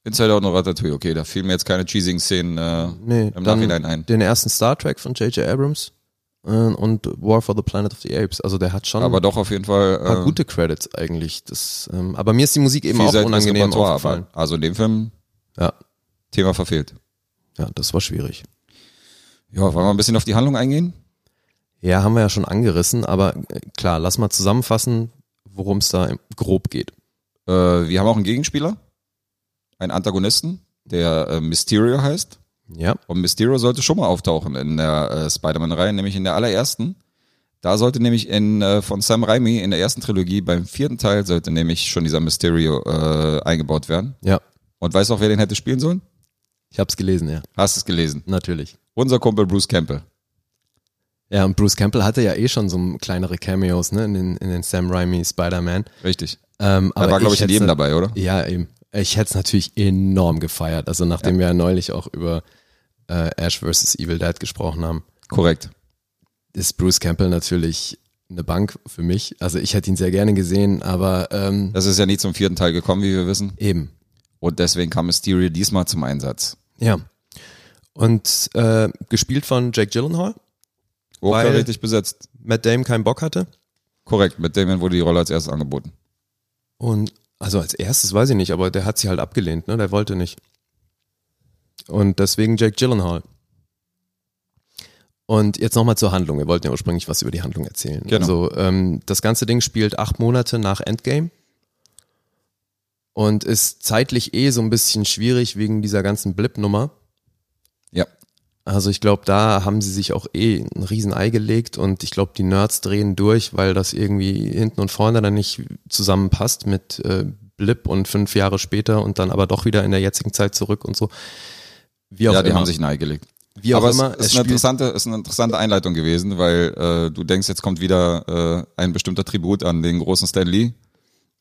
[SPEAKER 2] Inside Out und Ratatouille. Okay, da fielen mir jetzt keine cheesigen-Szenen äh,
[SPEAKER 3] Nee,
[SPEAKER 2] im
[SPEAKER 3] dann
[SPEAKER 2] Nachhinein ein.
[SPEAKER 3] den ersten Star Trek von J.J. Abrams äh, und War for the Planet of the Apes. Also der hat schon
[SPEAKER 2] Aber doch auf jeden Fall
[SPEAKER 3] ein paar
[SPEAKER 2] äh,
[SPEAKER 3] gute Credits eigentlich. Das, ähm, aber mir ist die Musik eben auch
[SPEAKER 2] vielseitiges
[SPEAKER 3] unangenehm
[SPEAKER 2] Repertoire,
[SPEAKER 3] aufgefallen.
[SPEAKER 2] aber- Also in dem Film
[SPEAKER 3] Ja,
[SPEAKER 2] Thema verfehlt.
[SPEAKER 3] ja, das war schwierig.
[SPEAKER 2] Ja, wollen wir ein bisschen auf die Handlung eingehen?
[SPEAKER 3] Ja, haben wir ja schon angerissen, aber äh, klar, lass mal zusammenfassen, worum es da im- grob geht.
[SPEAKER 2] Äh, wir haben auch einen Gegenspieler, einen Antagonisten, der äh, Mysterio heißt.
[SPEAKER 3] Ja,
[SPEAKER 2] Und Mysterio sollte schon mal auftauchen in der äh, Spider-Man-Reihe, nämlich in der allerersten. Da sollte nämlich in, äh, von Sam Raimi in der ersten Trilogie, beim vierten Teil, sollte nämlich schon dieser Mysterio äh, eingebaut werden.
[SPEAKER 3] ja,
[SPEAKER 2] Und weißt du auch, wer den hätte spielen sollen?
[SPEAKER 3] ich hab's gelesen, ja,
[SPEAKER 2] Hast es gelesen.
[SPEAKER 3] natürlich.
[SPEAKER 2] Unser Kumpel Bruce Campbell.
[SPEAKER 3] Ja, und Bruce Campbell hatte ja eh schon so kleinere Cameos, ne, in den, in den Sam Raimi Spider-Man.
[SPEAKER 2] Richtig.
[SPEAKER 3] Ähm,
[SPEAKER 2] Er
[SPEAKER 3] aber
[SPEAKER 2] war, glaube ich, in
[SPEAKER 3] hätt's
[SPEAKER 2] jedem
[SPEAKER 3] na-
[SPEAKER 2] dabei, oder?
[SPEAKER 3] Ja, eben. Ich hätte es natürlich enorm gefeiert. Also nachdem wir ja neulich auch über äh, Ash vs. Evil Dead gesprochen haben,
[SPEAKER 2] Korrekt.
[SPEAKER 3] ist Bruce Campbell natürlich eine Bank für mich. Also ich hätte ihn sehr gerne gesehen, aber ähm,
[SPEAKER 2] Das ist ja nie zum vierten Teil gekommen, wie wir wissen.
[SPEAKER 3] eben.
[SPEAKER 2] Und deswegen kam Mysterio diesmal zum Einsatz.
[SPEAKER 3] Ja. Und äh, gespielt von Jake Gyllenhaal, Weil-
[SPEAKER 2] Hochkarätig besetzt.
[SPEAKER 3] Matt Dame keinen Bock hatte.
[SPEAKER 2] Korrekt. Mit Damien wurde die Rolle als erstes angeboten.
[SPEAKER 3] Und also als erstes weiß ich nicht, aber der hat sie halt abgelehnt, ne? Der wollte nicht. Und deswegen Jake Gyllenhaal. Und jetzt nochmal zur Handlung. Wir wollten ja ursprünglich was über die Handlung erzählen.
[SPEAKER 2] Genau.
[SPEAKER 3] Also ähm, das ganze Ding spielt acht Monate nach Endgame und ist zeitlich eh so ein bisschen schwierig wegen dieser ganzen Blip-Nummer.
[SPEAKER 2] Ja.
[SPEAKER 3] Also ich glaube, da haben sie sich auch eh ein Riesenei gelegt und ich glaube, die Nerds drehen durch, weil das irgendwie hinten und vorne dann nicht zusammenpasst mit äh, Blip und fünf Jahre später und dann aber doch wieder in der jetzigen Zeit zurück und so. Wie auch
[SPEAKER 2] Ja, die
[SPEAKER 3] immer.
[SPEAKER 2] haben sich nahegelegt.
[SPEAKER 3] Wie auch
[SPEAKER 2] Aber es
[SPEAKER 3] immer, es
[SPEAKER 2] ist, eine
[SPEAKER 3] spielt-
[SPEAKER 2] interessante, ist eine interessante Einleitung gewesen, weil äh, du denkst, jetzt kommt wieder äh, ein bestimmter Tribut an den großen Stan Lee.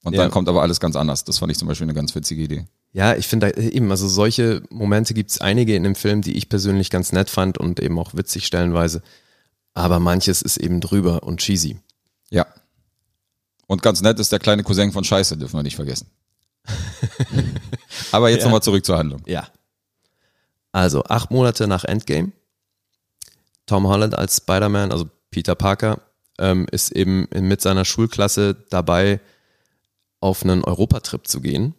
[SPEAKER 2] Und
[SPEAKER 3] Ja.
[SPEAKER 2] dann kommt aber alles ganz anders. Das fand ich zum Beispiel eine ganz witzige Idee.
[SPEAKER 3] Ja, ich finde da- eben, also solche Momente gibt's einige in dem Film, die ich persönlich ganz nett fand und eben auch witzig stellenweise. Aber manches ist eben drüber und cheesy.
[SPEAKER 2] Ja. Und ganz nett ist der kleine Cousin von Scheiße, dürfen wir nicht vergessen. aber jetzt nochmal zurück zur Handlung.
[SPEAKER 3] Ja. Also acht Monate nach Endgame, Tom Holland als Spider-Man, also Peter Parker, ähm, ist eben in- mit seiner Schulklasse dabei, auf einen Europatrip zu gehen.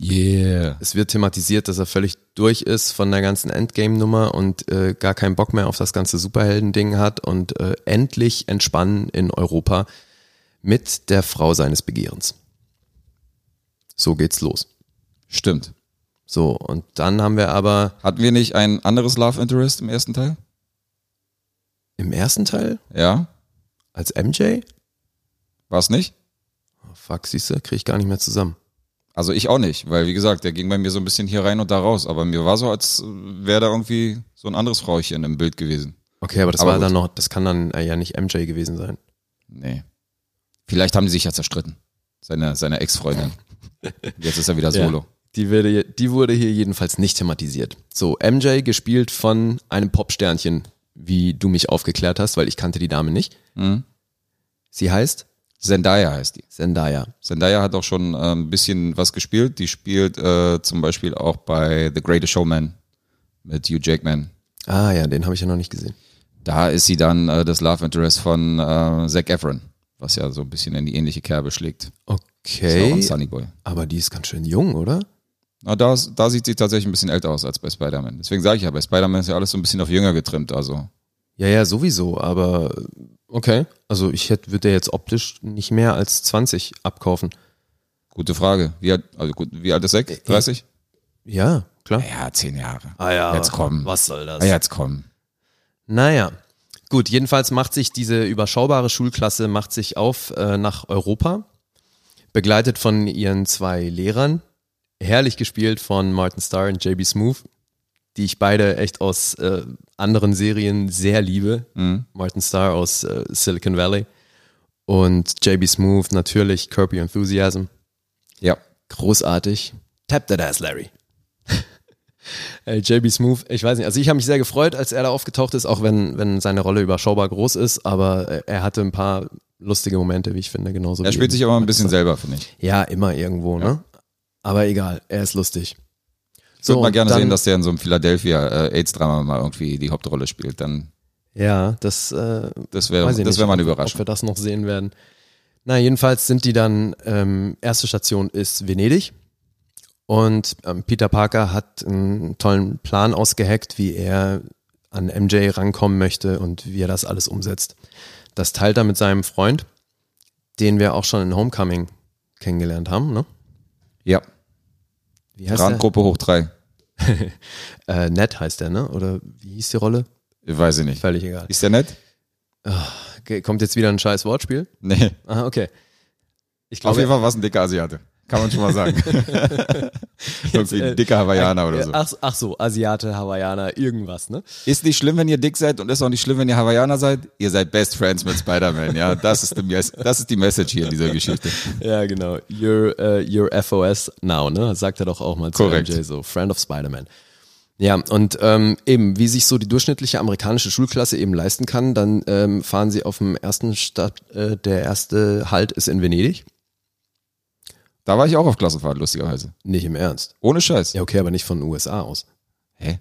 [SPEAKER 2] Yeah.
[SPEAKER 3] Es wird thematisiert, dass er völlig durch ist von der ganzen Endgame-Nummer und äh, gar keinen Bock mehr auf das ganze Superhelden-Ding hat und äh, endlich entspannen in Europa mit der Frau seines Begehrens. So geht's los.
[SPEAKER 2] Stimmt.
[SPEAKER 3] So, und dann haben wir aber
[SPEAKER 2] Hatten wir nicht ein anderes Love Interest im ersten Teil?
[SPEAKER 3] Im ersten Teil?
[SPEAKER 2] Ja.
[SPEAKER 3] Als MJ?
[SPEAKER 2] War es nicht?
[SPEAKER 3] Oh, fuck, siehste, krieg ich gar nicht mehr zusammen.
[SPEAKER 2] Also ich auch nicht, weil wie gesagt, der ging bei mir so ein bisschen hier rein und da raus. Aber mir war so, als wäre da irgendwie so ein anderes Frauchen im Bild gewesen.
[SPEAKER 3] Okay, aber das
[SPEAKER 2] Aber
[SPEAKER 3] war
[SPEAKER 2] gut.
[SPEAKER 3] dann noch, das kann dann äh, ja nicht MJ gewesen sein.
[SPEAKER 2] Nee. Vielleicht haben die sich ja zerstritten. Seine, seine Ex-Freundin. Jetzt ist er wieder solo.
[SPEAKER 3] Die, werde, die wurde hier jedenfalls nicht thematisiert. So, MJ gespielt von einem Popsternchen, wie du mich aufgeklärt hast, weil ich kannte die Dame nicht. Sie heißt
[SPEAKER 2] Zendaya heißt die.
[SPEAKER 3] Zendaya.
[SPEAKER 2] Zendaya hat auch schon äh, ein bisschen was gespielt. Die spielt äh, zum Beispiel auch bei The Greatest Showman mit Hugh Jackman.
[SPEAKER 3] Ah ja, den habe ich ja noch nicht gesehen.
[SPEAKER 2] Da ist sie dann äh, das Love Interest von äh, Zac Efron, was ja so ein bisschen in die ähnliche Kerbe schlägt. Ist ja auch ein
[SPEAKER 3] Okay,
[SPEAKER 2] Sunny Boy.
[SPEAKER 3] aber die ist ganz schön jung, oder?
[SPEAKER 2] Na, da, ist- da sieht sie tatsächlich ein bisschen älter aus als bei Spider-Man. Deswegen sage ich ja, bei Spider-Man ist ja alles so ein bisschen auf jünger getrimmt. Also
[SPEAKER 3] Ja, ja, sowieso, aber äh, okay. Also ich hätte, würde der jetzt optisch nicht mehr als 20 abkaufen.
[SPEAKER 2] gute Frage. Wie alt, also gut, wie alt ist Zack? 30?
[SPEAKER 3] Ja, klar.
[SPEAKER 2] Ja, zehn Jahre.
[SPEAKER 3] Ah ja.
[SPEAKER 2] Jetzt komm.
[SPEAKER 3] Was soll das?
[SPEAKER 2] Ah, jetzt komm.
[SPEAKER 3] Naja. Gut, jedenfalls macht sich diese überschaubare Schulklasse macht sich auf äh, nach Europa, begleitet von ihren zwei Lehrern, herrlich gespielt von Martin Starr und JB Smooth, die ich beide echt aus äh, anderen Serien sehr liebe.
[SPEAKER 2] Mhm.
[SPEAKER 3] Martin Starr aus äh, Silicon Valley und JB Smooth natürlich Curb Your Enthusiasm.
[SPEAKER 2] Ja.
[SPEAKER 3] Großartig. Tap that ass, Larry. *laughs* Ey, JB Smooth, ich weiß nicht. Also ich habe mich sehr gefreut, als er da aufgetaucht ist, auch wenn, wenn seine Rolle überschaubar groß ist, aber äh, er hatte ein paar lustige Momente, wie ich finde, genauso.
[SPEAKER 2] Er
[SPEAKER 3] wie
[SPEAKER 2] spielt
[SPEAKER 3] eben
[SPEAKER 2] sich um- aber ein
[SPEAKER 3] Max
[SPEAKER 2] bisschen
[SPEAKER 3] sagt.
[SPEAKER 2] selber, finde ich.
[SPEAKER 3] Ja, immer irgendwo, ne? Aber egal, er ist lustig.
[SPEAKER 2] Ich würde
[SPEAKER 3] So,
[SPEAKER 2] mal gerne
[SPEAKER 3] dann-
[SPEAKER 2] sehen, dass der in so einem Philadelphia äh, AIDS-Drama mal irgendwie die Hauptrolle spielt. Dann,
[SPEAKER 3] Ja, das, äh,
[SPEAKER 2] das wäre
[SPEAKER 3] weiß ich
[SPEAKER 2] das
[SPEAKER 3] nicht,
[SPEAKER 2] wäre mal eine
[SPEAKER 3] ob- Ob wir
[SPEAKER 2] Überraschung.
[SPEAKER 3] das noch sehen werden. Na, jedenfalls sind die dann, ähm, erste Station ist Venedig. Und ähm, Peter Parker hat einen tollen Plan ausgeheckt, wie er an MJ rankommen möchte und wie er das alles umsetzt. Das teilt er mit seinem Freund, den wir auch schon in Homecoming kennengelernt haben, ne?
[SPEAKER 2] Ja,
[SPEAKER 3] Wie heißt er?
[SPEAKER 2] Randgruppe hoch drei.
[SPEAKER 3] Äh, Ned heißt er, ne? Oder wie hieß die Rolle?
[SPEAKER 2] Weiß ich nicht.
[SPEAKER 3] Völlig egal.
[SPEAKER 2] Ist der nett?
[SPEAKER 3] Okay, kommt jetzt wieder ein scheiß Wortspiel?
[SPEAKER 2] Nee.
[SPEAKER 3] Ah, okay. Ich
[SPEAKER 2] Auf
[SPEAKER 3] glaube,
[SPEAKER 2] jeden Fall war es ein dicker Asiate. Kann man schon mal
[SPEAKER 3] *laughs*
[SPEAKER 2] sagen. *laughs* Irgendwie
[SPEAKER 3] äh,
[SPEAKER 2] ein dicker Hawaiianer oder so.
[SPEAKER 3] Ach, ach so, Asiate, Hawaiianer, irgendwas, ne?
[SPEAKER 2] Ist nicht schlimm, wenn ihr dick seid und ist auch nicht schlimm, wenn ihr Hawaiianer seid. Ihr seid Best Friends mit Spider-Man, ja. Das ist, die Mes- das ist die Message hier in dieser Geschichte.
[SPEAKER 3] Ja, genau. Your, äh, your FOS now, ne? Sagt er doch auch mal zu
[SPEAKER 2] Korrekt.
[SPEAKER 3] MJ so. Friend of Spider-Man. Ja, und ähm, eben, wie sich so die durchschnittliche amerikanische Schulklasse eben leisten kann, dann ähm, fahren sie auf dem ersten Stadt, äh, der erste Halt ist in Venedig.
[SPEAKER 2] Da war ich auch auf Klassenfahrt, lustigerweise.
[SPEAKER 3] Nicht im Ernst.
[SPEAKER 2] Ohne Scheiß.
[SPEAKER 3] Ja, okay, aber nicht von den USA aus.
[SPEAKER 2] Hä?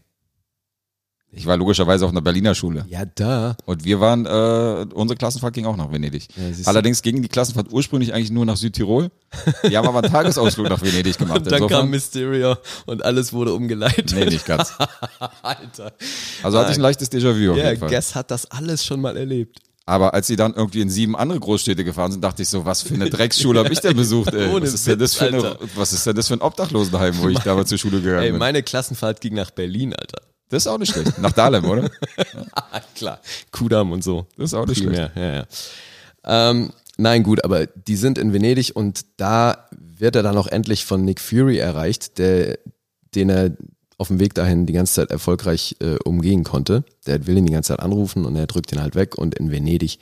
[SPEAKER 2] Ich war logischerweise auf einer Berliner Schule.
[SPEAKER 3] Ja, da.
[SPEAKER 2] Und wir waren, äh, unsere Klassenfahrt ging auch nach Venedig.
[SPEAKER 3] Ja, siehst du.
[SPEAKER 2] Allerdings ging die Klassenfahrt ursprünglich eigentlich nur nach Südtirol. Die haben aber einen Tagesausflug nach Venedig gemacht.
[SPEAKER 3] Und *laughs* dann kam
[SPEAKER 2] Insofern-
[SPEAKER 3] Mysterio und alles wurde umgeleitet.
[SPEAKER 2] nee, nicht ganz.
[SPEAKER 3] *laughs* Alter.
[SPEAKER 2] Also hatte ich ein leichtes Déjà-vu auf
[SPEAKER 3] Ja,
[SPEAKER 2] jeden Fall.
[SPEAKER 3] Guess hat das alles schon mal erlebt.
[SPEAKER 2] Aber als sie dann irgendwie in sieben andere Großstädte gefahren sind, dachte ich so, was für eine Drecksschule habe ich denn besucht, ey?
[SPEAKER 3] Ohne
[SPEAKER 2] Was ist denn das
[SPEAKER 3] Witz,
[SPEAKER 2] für, eine,
[SPEAKER 3] Alter.
[SPEAKER 2] was ist denn das für ein Obdachlosenheim, wo ich damals zur Schule gegangen
[SPEAKER 3] Ey,
[SPEAKER 2] bin?
[SPEAKER 3] meine Klassenfahrt ging nach Berlin, Alter. *laughs*
[SPEAKER 2] Das ist auch nicht schlecht. Nach Dahlem, oder?
[SPEAKER 3] Ah, klar. Kudamm und so.
[SPEAKER 2] Das ist auch nicht schlecht.
[SPEAKER 3] Primär, ja, ja. Ähm, nein, gut, aber die sind in Venedig und da wird er dann auch endlich von Nick Fury erreicht, der, den er auf dem Weg dahin die ganze Zeit erfolgreich äh, umgehen konnte. Der will ihn die ganze Zeit anrufen und er drückt ihn halt weg und in Venedig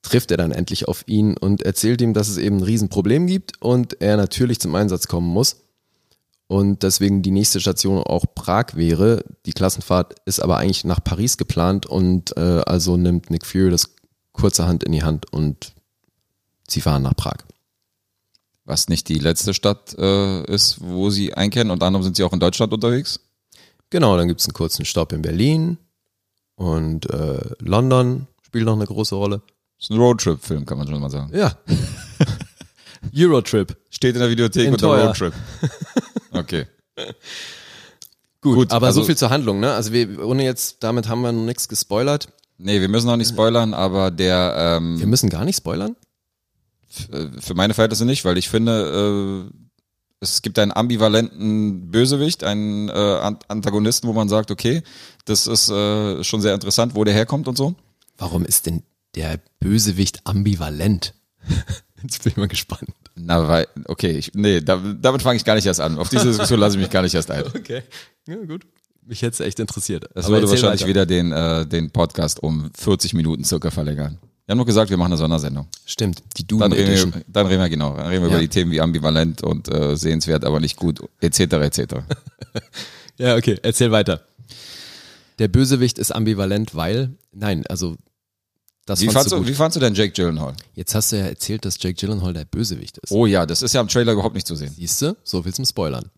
[SPEAKER 3] trifft er dann endlich auf ihn und erzählt ihm, dass es eben ein Riesenproblem gibt und er natürlich zum Einsatz kommen muss und deswegen die nächste Station auch Prag wäre. Die Klassenfahrt ist aber eigentlich nach Paris geplant und äh, also nimmt Nick Fury das kurzerhand in die Hand und sie fahren nach Prag.
[SPEAKER 2] Was nicht die letzte Stadt äh, ist, wo sie einkehren. Unter anderem sind sie auch in Deutschland unterwegs.
[SPEAKER 3] Genau, dann gibt's einen kurzen Stopp in Berlin und äh, London spielt noch eine große Rolle.
[SPEAKER 2] Ist ein Roadtrip-Film, kann man schon mal sagen.
[SPEAKER 3] Ja. *laughs* Eurotrip.
[SPEAKER 2] Steht in der Videothek
[SPEAKER 3] In
[SPEAKER 2] unter
[SPEAKER 3] teuer. *laughs*
[SPEAKER 2] Roadtrip. Okay.
[SPEAKER 3] Gut,
[SPEAKER 2] Gut,
[SPEAKER 3] aber
[SPEAKER 2] also-
[SPEAKER 3] so viel zur Handlung, ne? Also wir, ohne jetzt, damit haben wir noch nichts gespoilert.
[SPEAKER 2] Nee, wir müssen noch nicht spoilern, aber der, ähm,
[SPEAKER 3] Wir müssen gar nicht spoilern.
[SPEAKER 2] äh, für meine Verhältnisse nicht, weil ich finde, äh, es gibt einen ambivalenten Bösewicht, einen äh, An- Antagonisten, wo man sagt, okay, das ist äh, schon sehr interessant, wo der herkommt und so.
[SPEAKER 3] Warum ist denn der Bösewicht ambivalent? *laughs* Jetzt bin ich mal gespannt.
[SPEAKER 2] Na, weil, okay, ich, nee, da, damit fange ich gar nicht erst an. Auf diese Diskussion lasse ich mich gar nicht erst ein.
[SPEAKER 3] Okay, ja, gut. Mich hätte es echt interessiert.
[SPEAKER 2] Das
[SPEAKER 3] Aber
[SPEAKER 2] würde
[SPEAKER 3] erzähl
[SPEAKER 2] wahrscheinlich
[SPEAKER 3] weiter.
[SPEAKER 2] wieder den, äh, den Podcast um 40 Minuten circa verlängern. Wir haben noch gesagt, wir machen eine Sondersendung.
[SPEAKER 3] Stimmt, die Duden
[SPEAKER 2] Dann reden,
[SPEAKER 3] Edition.
[SPEAKER 2] wir, dann reden wir genau, dann reden wir
[SPEAKER 3] Ja.
[SPEAKER 2] über die Themen wie ambivalent und äh, sehenswert, aber nicht gut, etc. etc.
[SPEAKER 3] Ja, okay, erzähl weiter. Der Bösewicht ist ambivalent, weil. Nein, also. Das
[SPEAKER 2] Wie
[SPEAKER 3] fandst
[SPEAKER 2] fandst,
[SPEAKER 3] du
[SPEAKER 2] du,
[SPEAKER 3] gut.
[SPEAKER 2] wie fandst du denn Jake Gyllenhaal?
[SPEAKER 3] Jetzt hast du ja erzählt, dass Jake Gyllenhaal der Bösewicht ist.
[SPEAKER 2] Oh ja, das ist ja im Trailer überhaupt nicht zu sehen.
[SPEAKER 3] Siehst du? So viel zum Spoilern.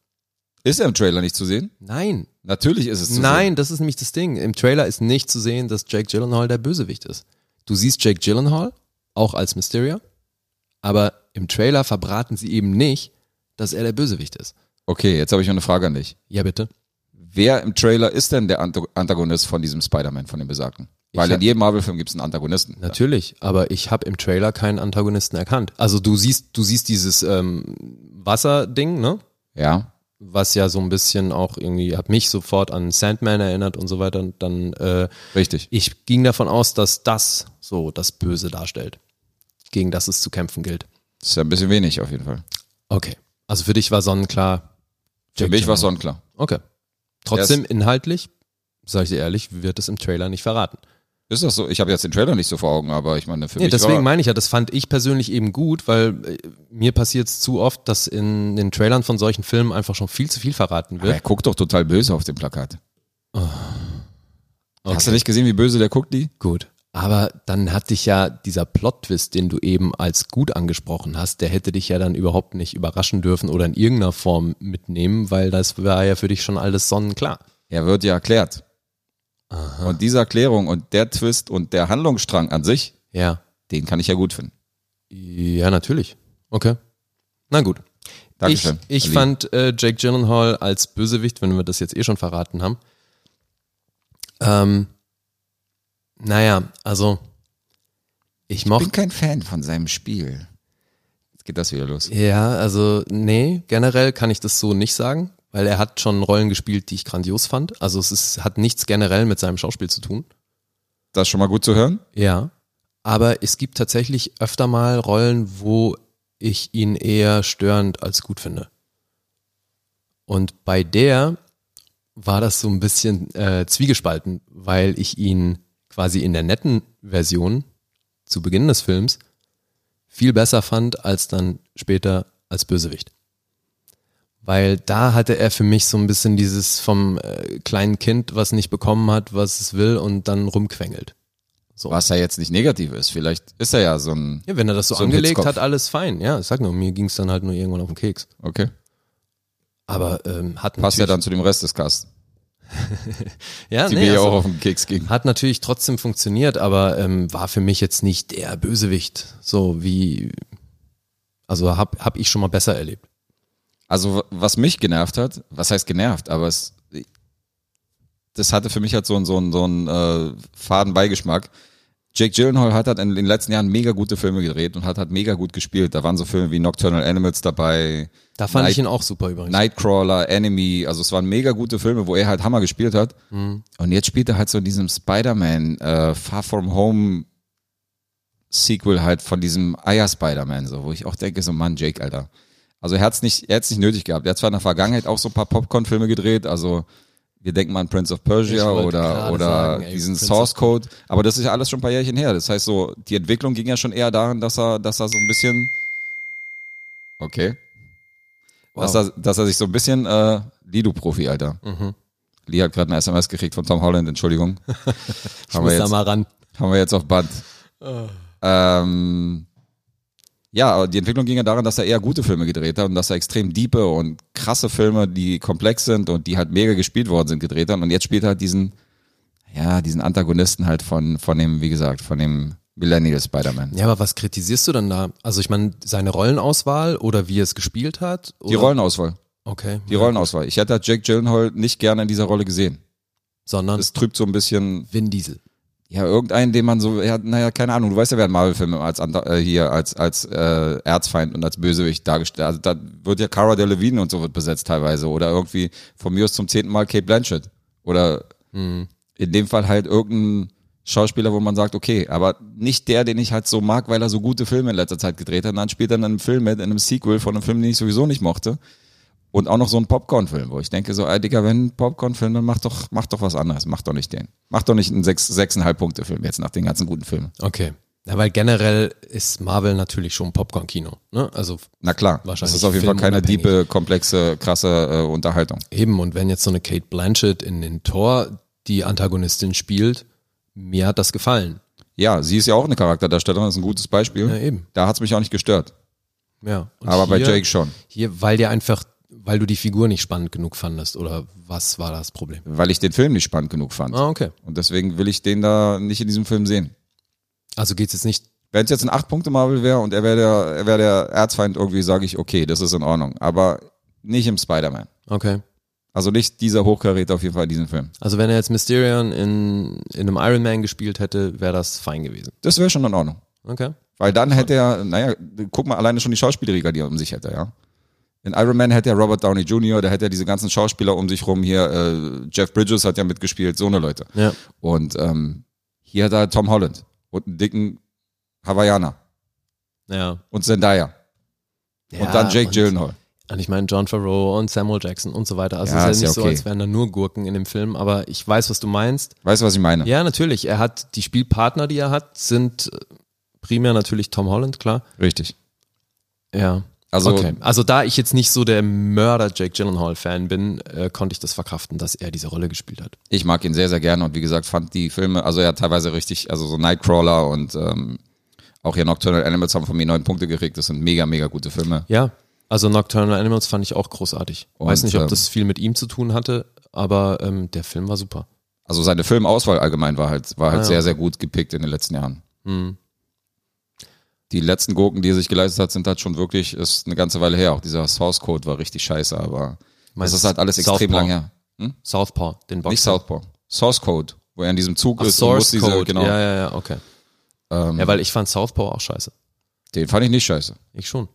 [SPEAKER 2] Ist er im Trailer nicht zu sehen?
[SPEAKER 3] Nein,
[SPEAKER 2] Natürlich ist es zu
[SPEAKER 3] nein, das ist nämlich das Ding. Im Trailer ist nicht zu sehen, dass Jake Gyllenhaal der Bösewicht ist. Du siehst Jake Gyllenhaal, auch als Mysterio, aber im Trailer verbraten sie eben nicht, dass er der Bösewicht ist.
[SPEAKER 2] sehen. Okay, jetzt habe ich noch eine Frage an dich.
[SPEAKER 3] Ja, bitte.
[SPEAKER 2] Wer im Trailer ist denn der Ant- Antagonist von diesem Spider-Man, von dem Besagten? Weil
[SPEAKER 3] hab-
[SPEAKER 2] in jedem Marvel-Film gibt es einen Antagonisten.
[SPEAKER 3] Natürlich, aber ich habe im Trailer keinen Antagonisten erkannt. Also du siehst, du siehst dieses ähm, Wasserding, ne?
[SPEAKER 2] Ja.
[SPEAKER 3] Was ja so ein bisschen auch irgendwie, hat mich sofort an Sandman erinnert und so weiter. Und dann, äh,
[SPEAKER 2] Richtig.
[SPEAKER 3] ich ging davon aus, dass das so das Böse darstellt, gegen das es zu kämpfen gilt.
[SPEAKER 2] Das ist ja ein bisschen wenig auf jeden Fall.
[SPEAKER 3] Okay. Also für dich war sonnenklar.
[SPEAKER 2] Für
[SPEAKER 3] Jack
[SPEAKER 2] mich war es
[SPEAKER 3] Gyllenhaal.
[SPEAKER 2] unklar.
[SPEAKER 3] Okay. Trotzdem inhaltlich, sage ich dir ehrlich, wird es im Trailer nicht verraten.
[SPEAKER 2] Ist das so? Ich habe jetzt den Trailer nicht so vor Augen, aber ich meine, für
[SPEAKER 3] Nee,
[SPEAKER 2] mich
[SPEAKER 3] deswegen
[SPEAKER 2] war
[SPEAKER 3] meine ich ja, das fand ich persönlich eben gut, weil äh, mir passiert es zu oft, dass in den Trailern von solchen Filmen einfach schon viel zu viel verraten
[SPEAKER 2] aber
[SPEAKER 3] wird.
[SPEAKER 2] er guckt doch total böse auf dem Plakat.
[SPEAKER 3] Okay.
[SPEAKER 2] Hast du nicht gesehen, wie böse der guckt, die?
[SPEAKER 3] Gut. Aber dann hat dich ja dieser Plot-Twist, den du eben als gut angesprochen hast, der hätte dich ja dann überhaupt nicht überraschen dürfen oder in irgendeiner Form mitnehmen, weil das war ja für dich schon alles sonnenklar.
[SPEAKER 2] Er wird ja erklärt. Und diese Erklärung und der Twist und der Handlungsstrang an sich,
[SPEAKER 3] Ja.
[SPEAKER 2] den kann ich ja gut finden.
[SPEAKER 3] Ja, natürlich. Okay. Na gut.
[SPEAKER 2] Dankeschön,
[SPEAKER 3] Ich, ich
[SPEAKER 2] Ali.
[SPEAKER 3] fand äh, Jake Gyllenhaal als Bösewicht, wenn wir das jetzt eh schon verraten haben. Ähm, naja, also ich
[SPEAKER 2] Ich bin
[SPEAKER 3] mochte.
[SPEAKER 2] kein Fan von seinem Spiel. Jetzt geht das wieder los.
[SPEAKER 3] Ja, also nee, generell kann ich das so nicht sagen, weil er hat schon Rollen gespielt, die ich grandios fand. Also es ist, hat nichts generell mit seinem Schauspiel zu tun.
[SPEAKER 2] Das ist schon mal gut zu hören.
[SPEAKER 3] Ja, aber es gibt tatsächlich öfter mal Rollen, wo ich ihn eher störend als gut finde. Und bei der war das so ein bisschen äh, zwiegespalten, weil ich ihn quasi in der netten Version zu Beginn des Films viel besser fand als dann später als Bösewicht. Weil da hatte er für mich so ein bisschen dieses vom äh, kleinen Kind, was nicht bekommen hat, was es will und dann rumquengelt.
[SPEAKER 2] Was ja jetzt nicht negativ ist. Vielleicht ist er ja so ein.
[SPEAKER 3] Ja, wenn er das so,
[SPEAKER 2] So ein
[SPEAKER 3] angelegt
[SPEAKER 2] Hitzkopf.
[SPEAKER 3] hat, alles fein. Ja, ich sag nur, mir ging's dann halt nur irgendwann auf den Keks.
[SPEAKER 2] Okay.
[SPEAKER 3] Aber ähm, hat
[SPEAKER 2] Passt ja
[SPEAKER 3] natürlich,
[SPEAKER 2] dann zu dem Rest des Casts.
[SPEAKER 3] ja,
[SPEAKER 2] Die
[SPEAKER 3] nee,
[SPEAKER 2] mir ja
[SPEAKER 3] also,
[SPEAKER 2] auch auf den Keks ging.
[SPEAKER 3] hat natürlich trotzdem funktioniert, aber ähm, war für mich jetzt nicht der Bösewicht. So wie, also hab, hab ich schon mal besser erlebt.
[SPEAKER 2] Also w- was mich genervt hat, was heißt genervt, aber es, das hatte für mich halt so einen so einen- so einen, äh, faden Beigeschmack. Jake Gyllenhaal hat halt in den letzten Jahren mega gute Filme gedreht und hat halt mega gut gespielt. Da waren so Filme wie Nocturnal Animals dabei,
[SPEAKER 3] Da fand
[SPEAKER 2] Nein.
[SPEAKER 3] ich ihn auch super übrigens.
[SPEAKER 2] Nightcrawler, Enemy, also es waren mega gute Filme, wo er halt Hammer gespielt hat.
[SPEAKER 3] Mhm.
[SPEAKER 2] Und jetzt spielt er halt so in diesem Spider-Man äh, Far From Home Sequel halt von diesem Eier Spider-Man, so, wo ich auch denke, so Mann, Jake, Alter. Also er hat's nicht, er hat's nicht nötig gehabt. Er hat zwar in der Vergangenheit auch so ein paar Popcorn-Filme gedreht, also wir denken mal an Prince of
[SPEAKER 3] Ich
[SPEAKER 2] Persia
[SPEAKER 3] wollte
[SPEAKER 2] oder,
[SPEAKER 3] gerade
[SPEAKER 2] oder
[SPEAKER 3] sagen, ey,
[SPEAKER 2] diesen
[SPEAKER 3] Prince of-
[SPEAKER 2] Source Code, aber das ist ja alles schon ein paar Jährchen her. Das heißt so, die Entwicklung ging ja schon eher darin, dass er, dass er so ein bisschen. Okay. Dass, er, dass er sich so ein bisschen äh, Lido-Profi, Alter. Lee hat gerade eine SMS gekriegt von Tom Holland, Entschuldigung.
[SPEAKER 3] ich
[SPEAKER 2] haben, wir
[SPEAKER 3] muss da
[SPEAKER 2] jetzt,
[SPEAKER 3] mal ran.
[SPEAKER 2] haben wir jetzt auf Band. Ähm, ja, aber die Entwicklung ging ja daran, dass er eher gute Filme gedreht hat und dass er extrem diepe und krasse Filme, die komplex sind und die halt mega gespielt worden sind, gedreht hat. Und jetzt spielt er halt diesen, ja, diesen Antagonisten halt von, von dem, wie gesagt, von dem Millennial Spider-Man.
[SPEAKER 3] Ja, aber was kritisierst du dann da? Also ich meine, seine Rollenauswahl oder wie er es gespielt hat? Oder?
[SPEAKER 2] Die Rollenauswahl.
[SPEAKER 3] Okay.
[SPEAKER 2] Die Rollenauswahl. Ich hätte halt Jack Gyllenhaal nicht gerne in dieser Rolle gesehen.
[SPEAKER 3] Sondern
[SPEAKER 2] Das trübt so ein bisschen
[SPEAKER 3] Vin Diesel.
[SPEAKER 2] Ja, irgendeinen, den man so, ja, naja, keine Ahnung, du weißt ja, wer in Marvel-Filmen als, Anta- äh, hier als, als äh, Erzfeind und als Bösewicht dargestellt Also da wird ja Cara Delevingne und so wird besetzt teilweise oder irgendwie von mir aus zum zehnten Mal Kate Blanchett oder in dem Fall halt irgendein Schauspieler, wo man sagt, okay, aber nicht der, den ich halt so mag, weil er so gute Filme in letzter Zeit gedreht hat und dann spielt er in einem Film mit, in einem Sequel von einem Film, den ich sowieso nicht mochte und auch noch so ein Popcorn-Film, wo ich denke so, ey, Digga, wenn ein Popcorn-Film, dann mach doch, mach doch was anderes, mach doch nicht den. Mach doch nicht einen sechs- 6,5-Punkte-Film jetzt nach den ganzen guten Filmen.
[SPEAKER 3] Okay. Ja, weil generell ist Marvel natürlich schon Popcorn-Kino. Ne? Also
[SPEAKER 2] Na klar,
[SPEAKER 3] Wahrscheinlich
[SPEAKER 2] das ist auf jeden Fall keine
[SPEAKER 3] filmunabhängig.
[SPEAKER 2] diepe, komplexe, krasse äh, Unterhaltung.
[SPEAKER 3] Eben, und wenn jetzt so eine Kate Blanchett in den Tor die Antagonistin spielt, mir hat das gefallen.
[SPEAKER 2] Ja, sie ist ja auch eine Charakterdarstellerin, ist ein gutes Beispiel.
[SPEAKER 3] Ja, eben.
[SPEAKER 2] Da hat's mich auch nicht gestört.
[SPEAKER 3] Ja. Und
[SPEAKER 2] Aber bei
[SPEAKER 3] hier-
[SPEAKER 2] Jake schon.
[SPEAKER 3] Hier, weil dir einfach, weil du die Figur nicht spannend genug fandest, oder was war das Problem?
[SPEAKER 2] Weil ich den Film nicht spannend genug fand.
[SPEAKER 3] Ah, okay.
[SPEAKER 2] Und deswegen will ich den da nicht in diesem Film sehen.
[SPEAKER 3] Also geht's jetzt nicht,
[SPEAKER 2] Wenn es jetzt ein 8-Punkte-Marvel wäre und er wäre der, er wäre der Erzfeind irgendwie, sage ich, okay, das ist in Ordnung. Aber nicht im Spider-Man.
[SPEAKER 3] okay.
[SPEAKER 2] Also nicht dieser Hochkaräter auf jeden Fall in diesem Film.
[SPEAKER 3] Also wenn er jetzt Mysterion in, in einem Iron Man gespielt hätte, wäre das fein gewesen.
[SPEAKER 2] Das wäre schon in Ordnung.
[SPEAKER 3] Okay.
[SPEAKER 2] Weil dann hätte er, naja, guck mal alleine schon die Schauspielriger, die er um sich hätte, ja. In Iron Man hätte er Robert Downey Jr., da hätte er diese ganzen Schauspieler um sich rum hier, äh, Jeff Bridges hat ja mitgespielt, so eine Leute.
[SPEAKER 3] Ja.
[SPEAKER 2] Und ähm, hier hat er Tom Holland und einen dicken Hawaiianer
[SPEAKER 3] Ja.
[SPEAKER 2] und Zendaya
[SPEAKER 3] ja,
[SPEAKER 2] und dann Jake Gyllenhaal.
[SPEAKER 3] Und ich meine, John Favreau und Samuel Jackson und so weiter. Also
[SPEAKER 2] Ja,
[SPEAKER 3] es ist
[SPEAKER 2] ist
[SPEAKER 3] ja
[SPEAKER 2] ja
[SPEAKER 3] nicht so,
[SPEAKER 2] okay.
[SPEAKER 3] als wären da nur Gurken in dem Film, aber ich weiß, was du meinst.
[SPEAKER 2] Weißt du, was ich meine?
[SPEAKER 3] Ja, natürlich. Er hat die Spielpartner, äh, die er hat, sind primär natürlich Tom Holland, klar.
[SPEAKER 2] Richtig.
[SPEAKER 3] Ja.
[SPEAKER 2] Also,
[SPEAKER 3] Okay, also da ich jetzt nicht so der Mörder-Jake Gyllenhaal-Fan bin, äh, konnte ich das verkraften, dass er diese Rolle gespielt hat.
[SPEAKER 2] ich mag ihn sehr, sehr gerne und wie gesagt, fand die Filme, also ja, teilweise richtig, also so Nightcrawler und ähm, auch hier Nocturnal Animals haben von mir neun Punkte gekriegt. Das sind mega, mega gute Filme.
[SPEAKER 3] Ja, also Nocturnal Animals fand ich auch großartig.
[SPEAKER 2] Und,
[SPEAKER 3] Weiß nicht,
[SPEAKER 2] ähm,
[SPEAKER 3] ob das viel mit ihm zu tun hatte, aber ähm, der Film war super.
[SPEAKER 2] Also seine Filmauswahl allgemein war halt, war halt
[SPEAKER 3] Ah, ja. Hm.
[SPEAKER 2] sehr, sehr gut gepickt in den letzten Jahren. Die letzten Gurken, die er sich geleistet hat, sind halt schon wirklich, ist eine ganze Weile her. Auch dieser Source Code war richtig scheiße, aber
[SPEAKER 3] Meinst
[SPEAKER 2] das ist halt alles extrem
[SPEAKER 3] Southpaw?
[SPEAKER 2] lang her.
[SPEAKER 3] Southpaw, den Boxer.
[SPEAKER 2] Nicht Southpaw. Source Code, wo er in diesem Zug
[SPEAKER 3] Ach,
[SPEAKER 2] ist und muss
[SPEAKER 3] Source
[SPEAKER 2] diese,
[SPEAKER 3] Code,
[SPEAKER 2] genau.
[SPEAKER 3] ja, ja, ja, okay.
[SPEAKER 2] Ähm,
[SPEAKER 3] Ja, weil ich fand Southpaw auch scheiße.
[SPEAKER 2] Den fand ich nicht scheiße.
[SPEAKER 3] Ich schon.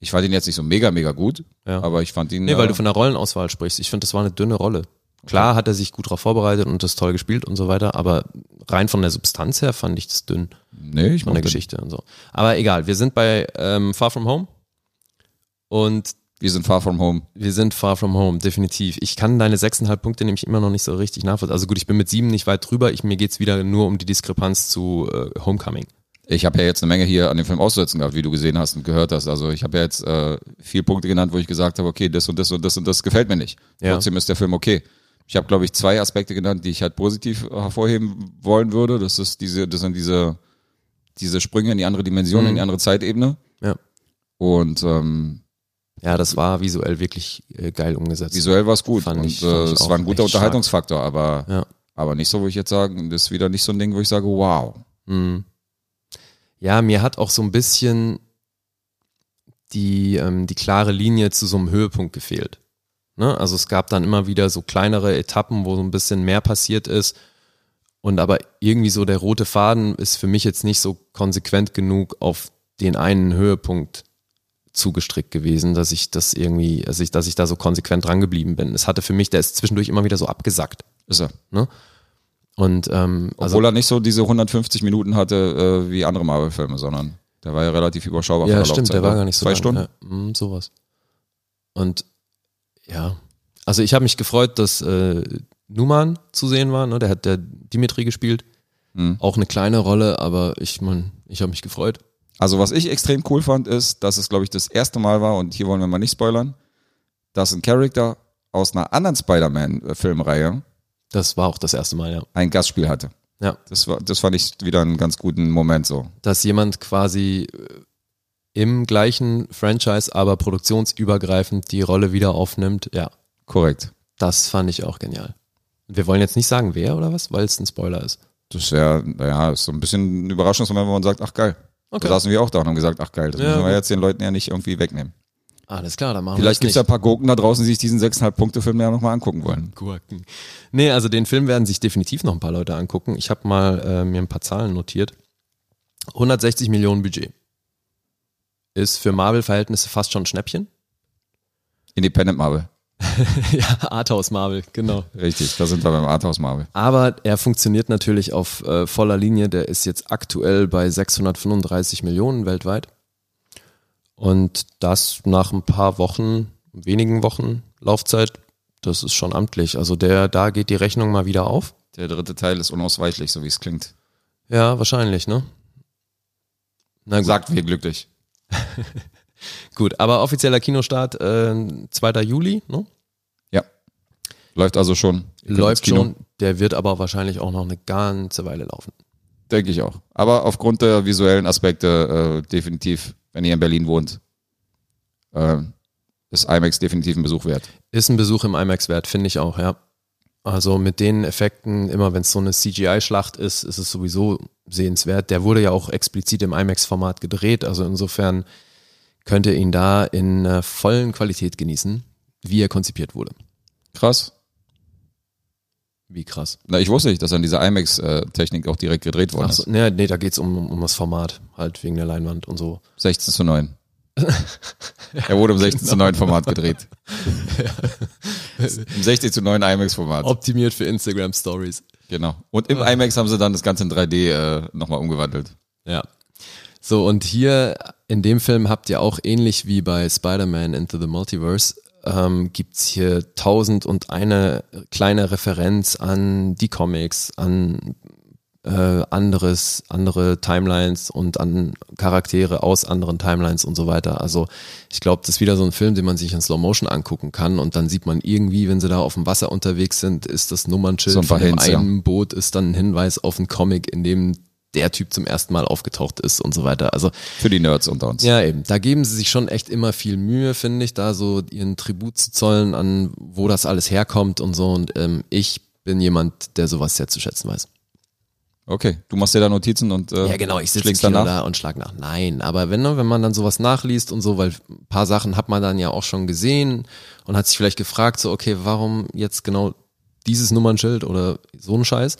[SPEAKER 2] Ich fand ihn jetzt nicht so mega, mega gut,
[SPEAKER 3] Ja.
[SPEAKER 2] aber ich fand ihn.
[SPEAKER 3] Nee,
[SPEAKER 2] äh,
[SPEAKER 3] weil du von der Rollenauswahl sprichst. Ich finde, das war eine dünne Rolle. Klar hat er sich gut drauf vorbereitet und das toll gespielt und so weiter, aber rein von der Substanz her fand ich das dünn.
[SPEAKER 2] nee, ich
[SPEAKER 3] von
[SPEAKER 2] mochte ihn.
[SPEAKER 3] der Geschichte und so. Aber egal, wir sind bei ähm, Far From Home und
[SPEAKER 2] Wir sind far from home.
[SPEAKER 3] wir sind Far From Home, definitiv. Ich kann deine 6,5 Punkte nämlich immer noch nicht so richtig nachvollziehen. Also gut, ich bin mit sieben nicht weit drüber. Ich, mir geht's wieder nur um die Diskrepanz zu äh, Homecoming.
[SPEAKER 2] Ich habe ja jetzt eine Menge hier an dem Film auszusetzen gehabt, wie du gesehen hast und gehört hast. Also ich habe ja jetzt äh, vier Punkte genannt, wo ich gesagt habe, okay, das und das und das und das gefällt mir nicht.
[SPEAKER 3] Ja.
[SPEAKER 2] Trotzdem ist der Film okay. Ich habe, glaube ich, zwei Aspekte genannt, die ich halt positiv hervorheben wollen würde. Das ist diese, das sind diese, diese Sprünge in die andere Dimension, in die andere Zeitebene.
[SPEAKER 3] Mhm. Ja.
[SPEAKER 2] Und ähm,
[SPEAKER 3] Ja, das war visuell wirklich äh, geil umgesetzt.
[SPEAKER 2] visuell war es gut.
[SPEAKER 3] Fand
[SPEAKER 2] und
[SPEAKER 3] ich-
[SPEAKER 2] äh,
[SPEAKER 3] fand ich
[SPEAKER 2] es
[SPEAKER 3] auch
[SPEAKER 2] war ein guter
[SPEAKER 3] echt stark.
[SPEAKER 2] Unterhaltungsfaktor, aber,
[SPEAKER 3] Ja.
[SPEAKER 2] aber nicht so, wo ich jetzt sagen, das ist wieder nicht so ein Ding, wo ich sage, wow.
[SPEAKER 3] Mm. Ja, mir hat auch so ein bisschen die, ähm, die klare Linie zu so einem Höhepunkt gefehlt. Ne? Also es gab dann immer wieder so kleinere Etappen, wo so ein bisschen mehr passiert ist. Und aber irgendwie so der rote Faden ist für mich jetzt nicht so konsequent genug auf den einen Höhepunkt zugestrickt gewesen, dass ich das irgendwie, also ich, dass ich da so konsequent dran geblieben bin. Es hatte für mich, der ist zwischendurch immer wieder so abgesackt.
[SPEAKER 2] Ist er.
[SPEAKER 3] Und ähm, also
[SPEAKER 2] Obwohl er nicht so diese 150 Minuten hatte äh, wie andere Marvel-Filme, sondern der war ja relativ überschaubar. von
[SPEAKER 3] Ja,
[SPEAKER 2] der
[SPEAKER 3] stimmt,
[SPEAKER 2] Laufzeit,
[SPEAKER 3] der war
[SPEAKER 2] ne?
[SPEAKER 3] gar nicht so
[SPEAKER 2] Zwei
[SPEAKER 3] lang,
[SPEAKER 2] Stunden.
[SPEAKER 3] Ja, mm, sowas. Und ja, also ich habe mich gefreut, dass äh, Numan zu sehen war, ne? der hat der Dimitri gespielt. Auch eine kleine Rolle, aber ich mein, ich habe mich gefreut.
[SPEAKER 2] Also was ich extrem cool fand, ist, dass es, glaube ich, das erste Mal war, und hier wollen wir mal nicht spoilern, dass ein Charakter aus einer anderen Spider-Man-Filmreihe
[SPEAKER 3] Das war auch das erste Mal, ja.
[SPEAKER 2] ein Gastspiel hatte.
[SPEAKER 3] Ja,
[SPEAKER 2] Das, war, das fand ich wieder einen ganz guten Moment so.
[SPEAKER 3] dass jemand quasi äh, im gleichen Franchise, aber produktionsübergreifend die Rolle wieder aufnimmt, ja,
[SPEAKER 2] Korrekt.
[SPEAKER 3] das fand ich auch genial. Wir wollen jetzt nicht sagen, wer oder was, weil es ein Spoiler ist.
[SPEAKER 2] Das wäre, naja, ist so ein bisschen ein Überraschungsmoment, wo man sagt, ach geil.
[SPEAKER 3] Okay.
[SPEAKER 2] Da saßen wir auch da und haben gesagt, ach geil, das
[SPEAKER 3] Ja,
[SPEAKER 2] müssen wir
[SPEAKER 3] gut.
[SPEAKER 2] jetzt den Leuten ja nicht irgendwie wegnehmen.
[SPEAKER 3] Alles klar, dann machen
[SPEAKER 2] Vielleicht
[SPEAKER 3] wir
[SPEAKER 2] gibt es ja ein paar Gurken da draußen, die sich diesen 6,5-Punkte-Film ja nochmal angucken wollen.
[SPEAKER 3] Gurken. Nee, also den Film werden sich definitiv noch ein paar Leute angucken. Ich habe mal äh, mir ein paar Zahlen notiert. 160 Millionen Budget. Ist für Marvel-Verhältnisse fast schon ein Schnäppchen. *laughs*
[SPEAKER 2] Independent Marvel.
[SPEAKER 3] ja, Arthouse Marvel, genau.
[SPEAKER 2] Richtig, da sind wir beim Arthouse Marvel.
[SPEAKER 3] Aber er funktioniert natürlich auf äh, voller Linie. Der ist jetzt aktuell bei 635 Millionen weltweit. Und das nach ein paar Wochen, wenigen Wochen Laufzeit, das ist schon amtlich. Also der, da geht die Rechnung mal wieder auf.
[SPEAKER 2] Der dritte Teil ist unausweichlich, so wie es klingt.
[SPEAKER 3] Ja, wahrscheinlich, ne? Na gut,
[SPEAKER 2] Sagt wir glücklich.
[SPEAKER 3] gut. aber offizieller Kinostart äh, 2. Juli, ne?
[SPEAKER 2] Ja. Läuft also schon. Ihr könnt ins
[SPEAKER 3] Läuft
[SPEAKER 2] Kino.
[SPEAKER 3] schon. Der wird aber wahrscheinlich auch noch eine ganze Weile laufen.
[SPEAKER 2] Denke ich auch. Aber aufgrund der visuellen Aspekte äh, definitiv, wenn ihr in Berlin wohnt, äh, ist IMAX definitiv ein Besuch wert.
[SPEAKER 3] Ist ein Besuch im IMAX wert, finde ich auch, ja. Also mit den Effekten, immer wenn es so eine CGI-Schlacht ist, ist es sowieso sehenswert. Der wurde ja auch explizit im IMAX-Format gedreht, also insofern könnt ihr ihn da in äh, vollen Qualität genießen, wie er konzipiert wurde.
[SPEAKER 2] Krass.
[SPEAKER 3] Wie krass.
[SPEAKER 2] Na, ich wusste nicht, dass an dieser IMAX-Technik auch direkt gedreht worden
[SPEAKER 3] Ach so,
[SPEAKER 2] ist.
[SPEAKER 3] nee, nee, da geht's um, um das Format, halt wegen der Leinwand und so.
[SPEAKER 2] 16 zu 9.
[SPEAKER 3] *laughs*
[SPEAKER 2] er wurde im 16 zu 9 Format gedreht. Im 16 zu 9 IMAX-Format.
[SPEAKER 3] Optimiert für Instagram Stories.
[SPEAKER 2] Genau. Und
[SPEAKER 3] Ah.
[SPEAKER 2] im IMAX haben sie dann das Ganze in 3D äh, nochmal umgewandelt.
[SPEAKER 3] Ja. So, und hier in dem Film habt ihr auch ähnlich wie bei Spider-Man Into the Multiverse, ähm, gibt's hier tausend und eine kleine Referenz an die Comics, an äh, anderes, andere Timelines und an Charaktere aus anderen Timelines und so weiter. Also ich glaube, das ist wieder so ein Film, den man sich in Slow Motion angucken kann und dann sieht man irgendwie, wenn sie da auf dem Wasser unterwegs sind, ist das Nummernschild
[SPEAKER 2] So ein paar
[SPEAKER 3] von dem
[SPEAKER 2] Hints, ja.
[SPEAKER 3] einen Boot, ist dann ein Hinweis auf einen Comic, in dem der Typ zum ersten Mal aufgetaucht ist und so weiter. Also
[SPEAKER 2] Für die Nerds unter uns.
[SPEAKER 3] ja, eben. Da geben sie sich schon echt immer viel Mühe, finde ich, da so ihren Tribut zu zollen an, wo das alles herkommt und so. Und ähm, ich bin jemand, der sowas sehr zu schätzen weiß.
[SPEAKER 2] Okay, du machst dir da Notizen und äh,
[SPEAKER 3] Ja, genau, ich sitze
[SPEAKER 2] schlägst
[SPEAKER 3] danach
[SPEAKER 2] danach.
[SPEAKER 3] da und schlag nach. Nein, aber wenn, ne, wenn man dann sowas nachliest und so, weil ein paar Sachen hat man dann ja auch schon gesehen und hat sich vielleicht gefragt, so, okay, warum jetzt genau dieses Nummernschild oder so ein Scheiß?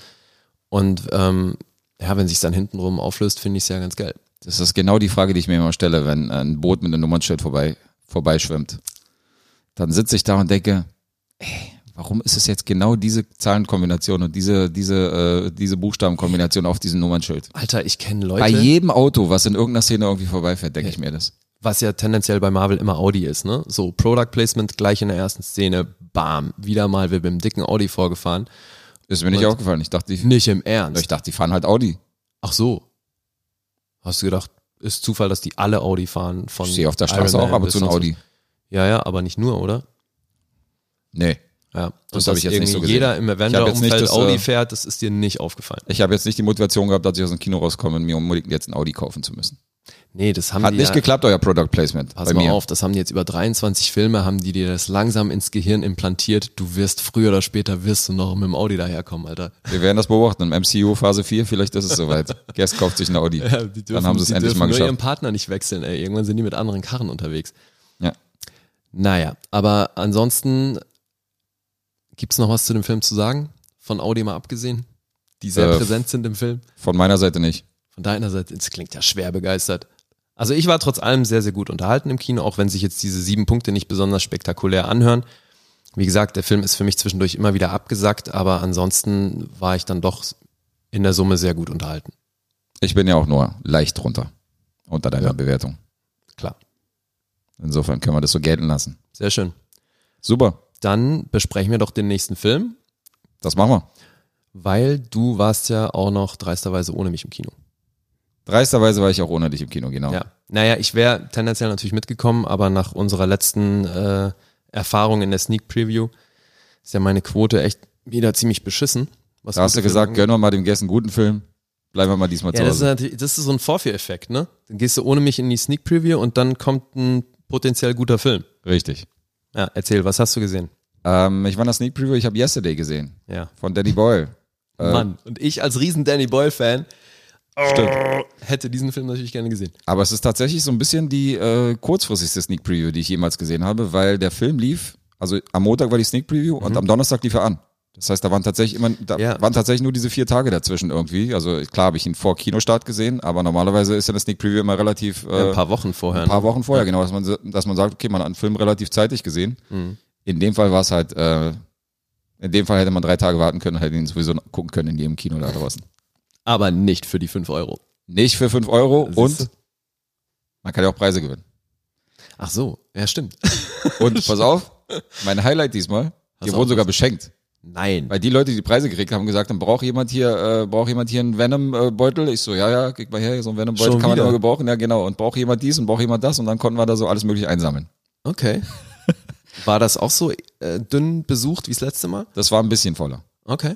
[SPEAKER 3] Und ähm, ja, wenn sich dann hintenrum auflöst, finde ich es ja ganz geil.
[SPEAKER 2] Das ist genau die Frage, die ich mir immer stelle, wenn äh, ein Boot mit einem Nummernschild vorbei, vorbeischwimmt. Dann sitze ich da und denke, ey, warum ist es jetzt genau diese Zahlenkombination und diese, diese, äh, diese Buchstabenkombination auf diesem Nummernschild?
[SPEAKER 3] Alter, ich kenne
[SPEAKER 2] Bei
[SPEAKER 3] Leute,
[SPEAKER 2] jedem Auto, was in irgendeiner Szene irgendwie vorbeifährt, denke ich mir das.
[SPEAKER 3] was ja tendenziell bei Marvel immer Audi ist, ne? So Product Placement gleich in der ersten Szene, bam, wieder mal wir mit dem dicken Audi vorgefahren.
[SPEAKER 2] Ist mir nicht
[SPEAKER 3] Und-
[SPEAKER 2] aufgefallen. Ich dachte, die,
[SPEAKER 3] Nicht im Ernst.
[SPEAKER 2] ich dachte, die fahren halt Audi.
[SPEAKER 3] Ach so. Hast du gedacht, ist Zufall, dass die alle Audi fahren von
[SPEAKER 2] Ich sehe auf der
[SPEAKER 3] Iron
[SPEAKER 2] Straße
[SPEAKER 3] Man
[SPEAKER 2] auch ab und
[SPEAKER 3] bis
[SPEAKER 2] zu ein
[SPEAKER 3] sonst was?
[SPEAKER 2] Audi.
[SPEAKER 3] Ja, ja, aber nicht nur, oder?
[SPEAKER 2] Nee.
[SPEAKER 3] Ja.
[SPEAKER 2] Das habe ich
[SPEAKER 3] dass
[SPEAKER 2] jetzt nicht so
[SPEAKER 3] irgendwie
[SPEAKER 2] gesehen.
[SPEAKER 3] Jeder im
[SPEAKER 2] jetzt nicht
[SPEAKER 3] Avenger-Umfeld
[SPEAKER 2] das,
[SPEAKER 3] Audi
[SPEAKER 2] äh,
[SPEAKER 3] fährt, das ist dir nicht aufgefallen.
[SPEAKER 2] Ich habe jetzt nicht die Motivation gehabt, dass ich aus dem Kino rauskomme und mir unbedingt jetzt ein Audi kaufen zu müssen.
[SPEAKER 3] Nee, das haben
[SPEAKER 2] Hat
[SPEAKER 3] die
[SPEAKER 2] nicht
[SPEAKER 3] ja,
[SPEAKER 2] geklappt, euer Product Placement.
[SPEAKER 3] Pass
[SPEAKER 2] bei
[SPEAKER 3] mal
[SPEAKER 2] mir.
[SPEAKER 3] auf, das haben die jetzt über 23 Filme, haben die dir das langsam ins Gehirn implantiert. Du wirst früher oder später wirst du noch mit dem Audi daherkommen, Alter. *laughs*
[SPEAKER 2] Wir werden das beobachten. Im MCU Phase 4, vielleicht ist es soweit. Guest kauft sich eine Audi.
[SPEAKER 3] Die dürfen,
[SPEAKER 2] Dann haben sie es
[SPEAKER 3] die
[SPEAKER 2] endlich
[SPEAKER 3] dürfen
[SPEAKER 2] mal
[SPEAKER 3] nur ihren
[SPEAKER 2] geschafft.
[SPEAKER 3] Partner nicht wechseln, ey. Irgendwann sind die mit anderen Karren unterwegs.
[SPEAKER 2] Ja.
[SPEAKER 3] Naja, aber ansonsten gibt's noch was zu dem Film zu sagen? Von Audi mal abgesehen, die sehr
[SPEAKER 2] Äh,
[SPEAKER 3] präsent sind im Film.
[SPEAKER 2] Von meiner Seite nicht.
[SPEAKER 3] Von deiner Seite, es klingt ja schwer begeistert. Also ich war trotz allem sehr, sehr gut unterhalten im Kino, auch wenn sich jetzt diese sieben Punkte nicht besonders spektakulär anhören. Wie gesagt, der Film ist für mich zwischendurch immer wieder abgesackt, aber ansonsten war ich dann doch in der Summe sehr gut unterhalten.
[SPEAKER 2] Ich bin ja auch nur leicht drunter unter deiner
[SPEAKER 3] Ja.
[SPEAKER 2] Bewertung.
[SPEAKER 3] Klar.
[SPEAKER 2] Insofern können wir das so gelten lassen.
[SPEAKER 3] Sehr schön.
[SPEAKER 2] Super,
[SPEAKER 3] Dann besprechen wir doch den nächsten Film,
[SPEAKER 2] das machen wir.
[SPEAKER 3] weil du warst ja auch noch dreisterweise ohne mich im Kino.
[SPEAKER 2] Dreisterweise war ich auch ohne dich im Kino, genau.
[SPEAKER 3] Ja. Naja, ich wäre tendenziell natürlich mitgekommen, aber nach unserer letzten äh, Erfahrung in der Sneak Preview ist ja meine Quote echt wieder ziemlich beschissen. Was
[SPEAKER 2] Da hast du
[SPEAKER 3] gute
[SPEAKER 2] gesagt,
[SPEAKER 3] Filme
[SPEAKER 2] gönnen wir mal dem Gästen einen guten Film. Bleiben wir mal diesmal
[SPEAKER 3] angeht.
[SPEAKER 2] zu
[SPEAKER 3] ja, das ist
[SPEAKER 2] Hause.
[SPEAKER 3] natürlich, das ist so ein Vorführeffekt, ne? Dann gehst du ohne mich in die Sneak Preview und dann kommt ein potenziell guter Film.
[SPEAKER 2] Richtig.
[SPEAKER 3] Ja, erzähl, was hast du gesehen?
[SPEAKER 2] Ähm, ich war in der Sneak Preview, ich habe Yesterday gesehen.
[SPEAKER 3] Ja.
[SPEAKER 2] Von Danny Boyle. Äh,
[SPEAKER 3] Mann, und ich als riesen Danny Boyle Fan
[SPEAKER 2] Stimmt.
[SPEAKER 3] hätte diesen Film natürlich gerne gesehen.
[SPEAKER 2] Aber es ist tatsächlich so ein bisschen die äh, kurzfristigste Sneak Preview, die ich jemals gesehen habe, weil der Film lief, also am Montag war die Sneak Preview und am Donnerstag lief er an. Das heißt, da waren tatsächlich immer, da
[SPEAKER 3] Mhm. Ja.
[SPEAKER 2] waren tatsächlich nur diese vier Tage dazwischen irgendwie. Also klar habe ich ihn vor Kinostart gesehen, aber normalerweise ist ja eine Sneak Preview immer relativ äh,
[SPEAKER 3] Ja, ein paar Wochen vorher.
[SPEAKER 2] ein paar Wochen vorher, genau, dass man, dass man sagt, okay, man hat einen Film relativ zeitig gesehen.
[SPEAKER 3] Mhm.
[SPEAKER 2] In dem Fall war es halt, äh, in dem Fall hätte man drei Tage warten können und hätte ihn sowieso noch gucken können in jedem Kino da draußen.
[SPEAKER 3] Aber nicht für die 5 Euro.
[SPEAKER 2] Nicht für fünf Euro
[SPEAKER 3] Siehst
[SPEAKER 2] und man kann ja auch Preise gewinnen.
[SPEAKER 3] Ach so, ja, stimmt.
[SPEAKER 2] Und pass auf, mein Highlight diesmal,
[SPEAKER 3] Hast
[SPEAKER 2] die
[SPEAKER 3] du auch
[SPEAKER 2] wurden sogar beschenkt.
[SPEAKER 3] Nein.
[SPEAKER 2] Weil die Leute, die die Preise gekriegt haben, gesagt haben, braucht jemand hier, äh, braucht jemand hier einen Venom-Beutel? Ich so, ja, ja, krieg mal her, so einen Venom-Beutel
[SPEAKER 3] Schon
[SPEAKER 2] kann man
[SPEAKER 3] wieder?
[SPEAKER 2] immer gebrauchen, ja genau. Und braucht jemand dies und braucht jemand das und dann konnten wir da so alles mögliche einsammeln. *laughs*
[SPEAKER 3] Okay. War das auch so äh, dünn besucht wie das letzte Mal?
[SPEAKER 2] Das war ein bisschen voller.
[SPEAKER 3] Okay.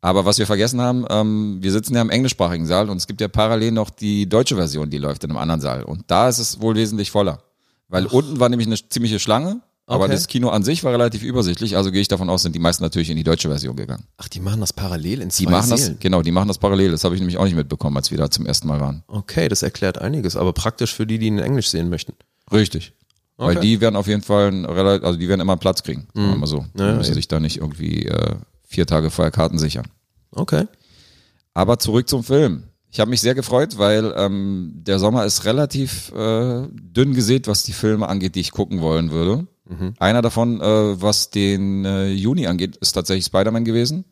[SPEAKER 2] Aber was wir vergessen haben, ähm, wir sitzen ja im englischsprachigen Saal und es gibt ja parallel noch die deutsche Version, die läuft in einem anderen Saal. Und da ist es wohl wesentlich voller. Weil unten war nämlich eine ziemliche Schlange, aber
[SPEAKER 3] Okay.
[SPEAKER 2] das Kino an sich war relativ übersichtlich, also gehe ich davon aus, sind die meisten natürlich in die deutsche Version gegangen.
[SPEAKER 3] Ach, die machen das parallel in zwei
[SPEAKER 2] Die machen das,
[SPEAKER 3] Sälen.
[SPEAKER 2] genau, die machen das parallel. Das habe ich nämlich auch nicht mitbekommen, als wir da zum ersten Mal waren.
[SPEAKER 3] Okay, das erklärt einiges, aber praktisch für die, die ihn in Englisch sehen möchten.
[SPEAKER 2] Richtig. Weil
[SPEAKER 3] Okay.
[SPEAKER 2] die werden auf jeden Fall, ein rela- also die werden immer Platz kriegen, sagen wir mal so. Die
[SPEAKER 3] Ja,
[SPEAKER 2] müssen
[SPEAKER 3] eben.
[SPEAKER 2] sich da nicht irgendwie äh, vier Tage vorher Karten sichern.
[SPEAKER 3] Okay.
[SPEAKER 2] Aber zurück zum Film. Ich habe mich sehr gefreut, weil ähm, der Sommer ist relativ äh, dünn gesät, was die Filme angeht, die ich gucken wollen würde. Einer davon, äh, was den äh, Juni angeht, ist tatsächlich Spider-Man gewesen,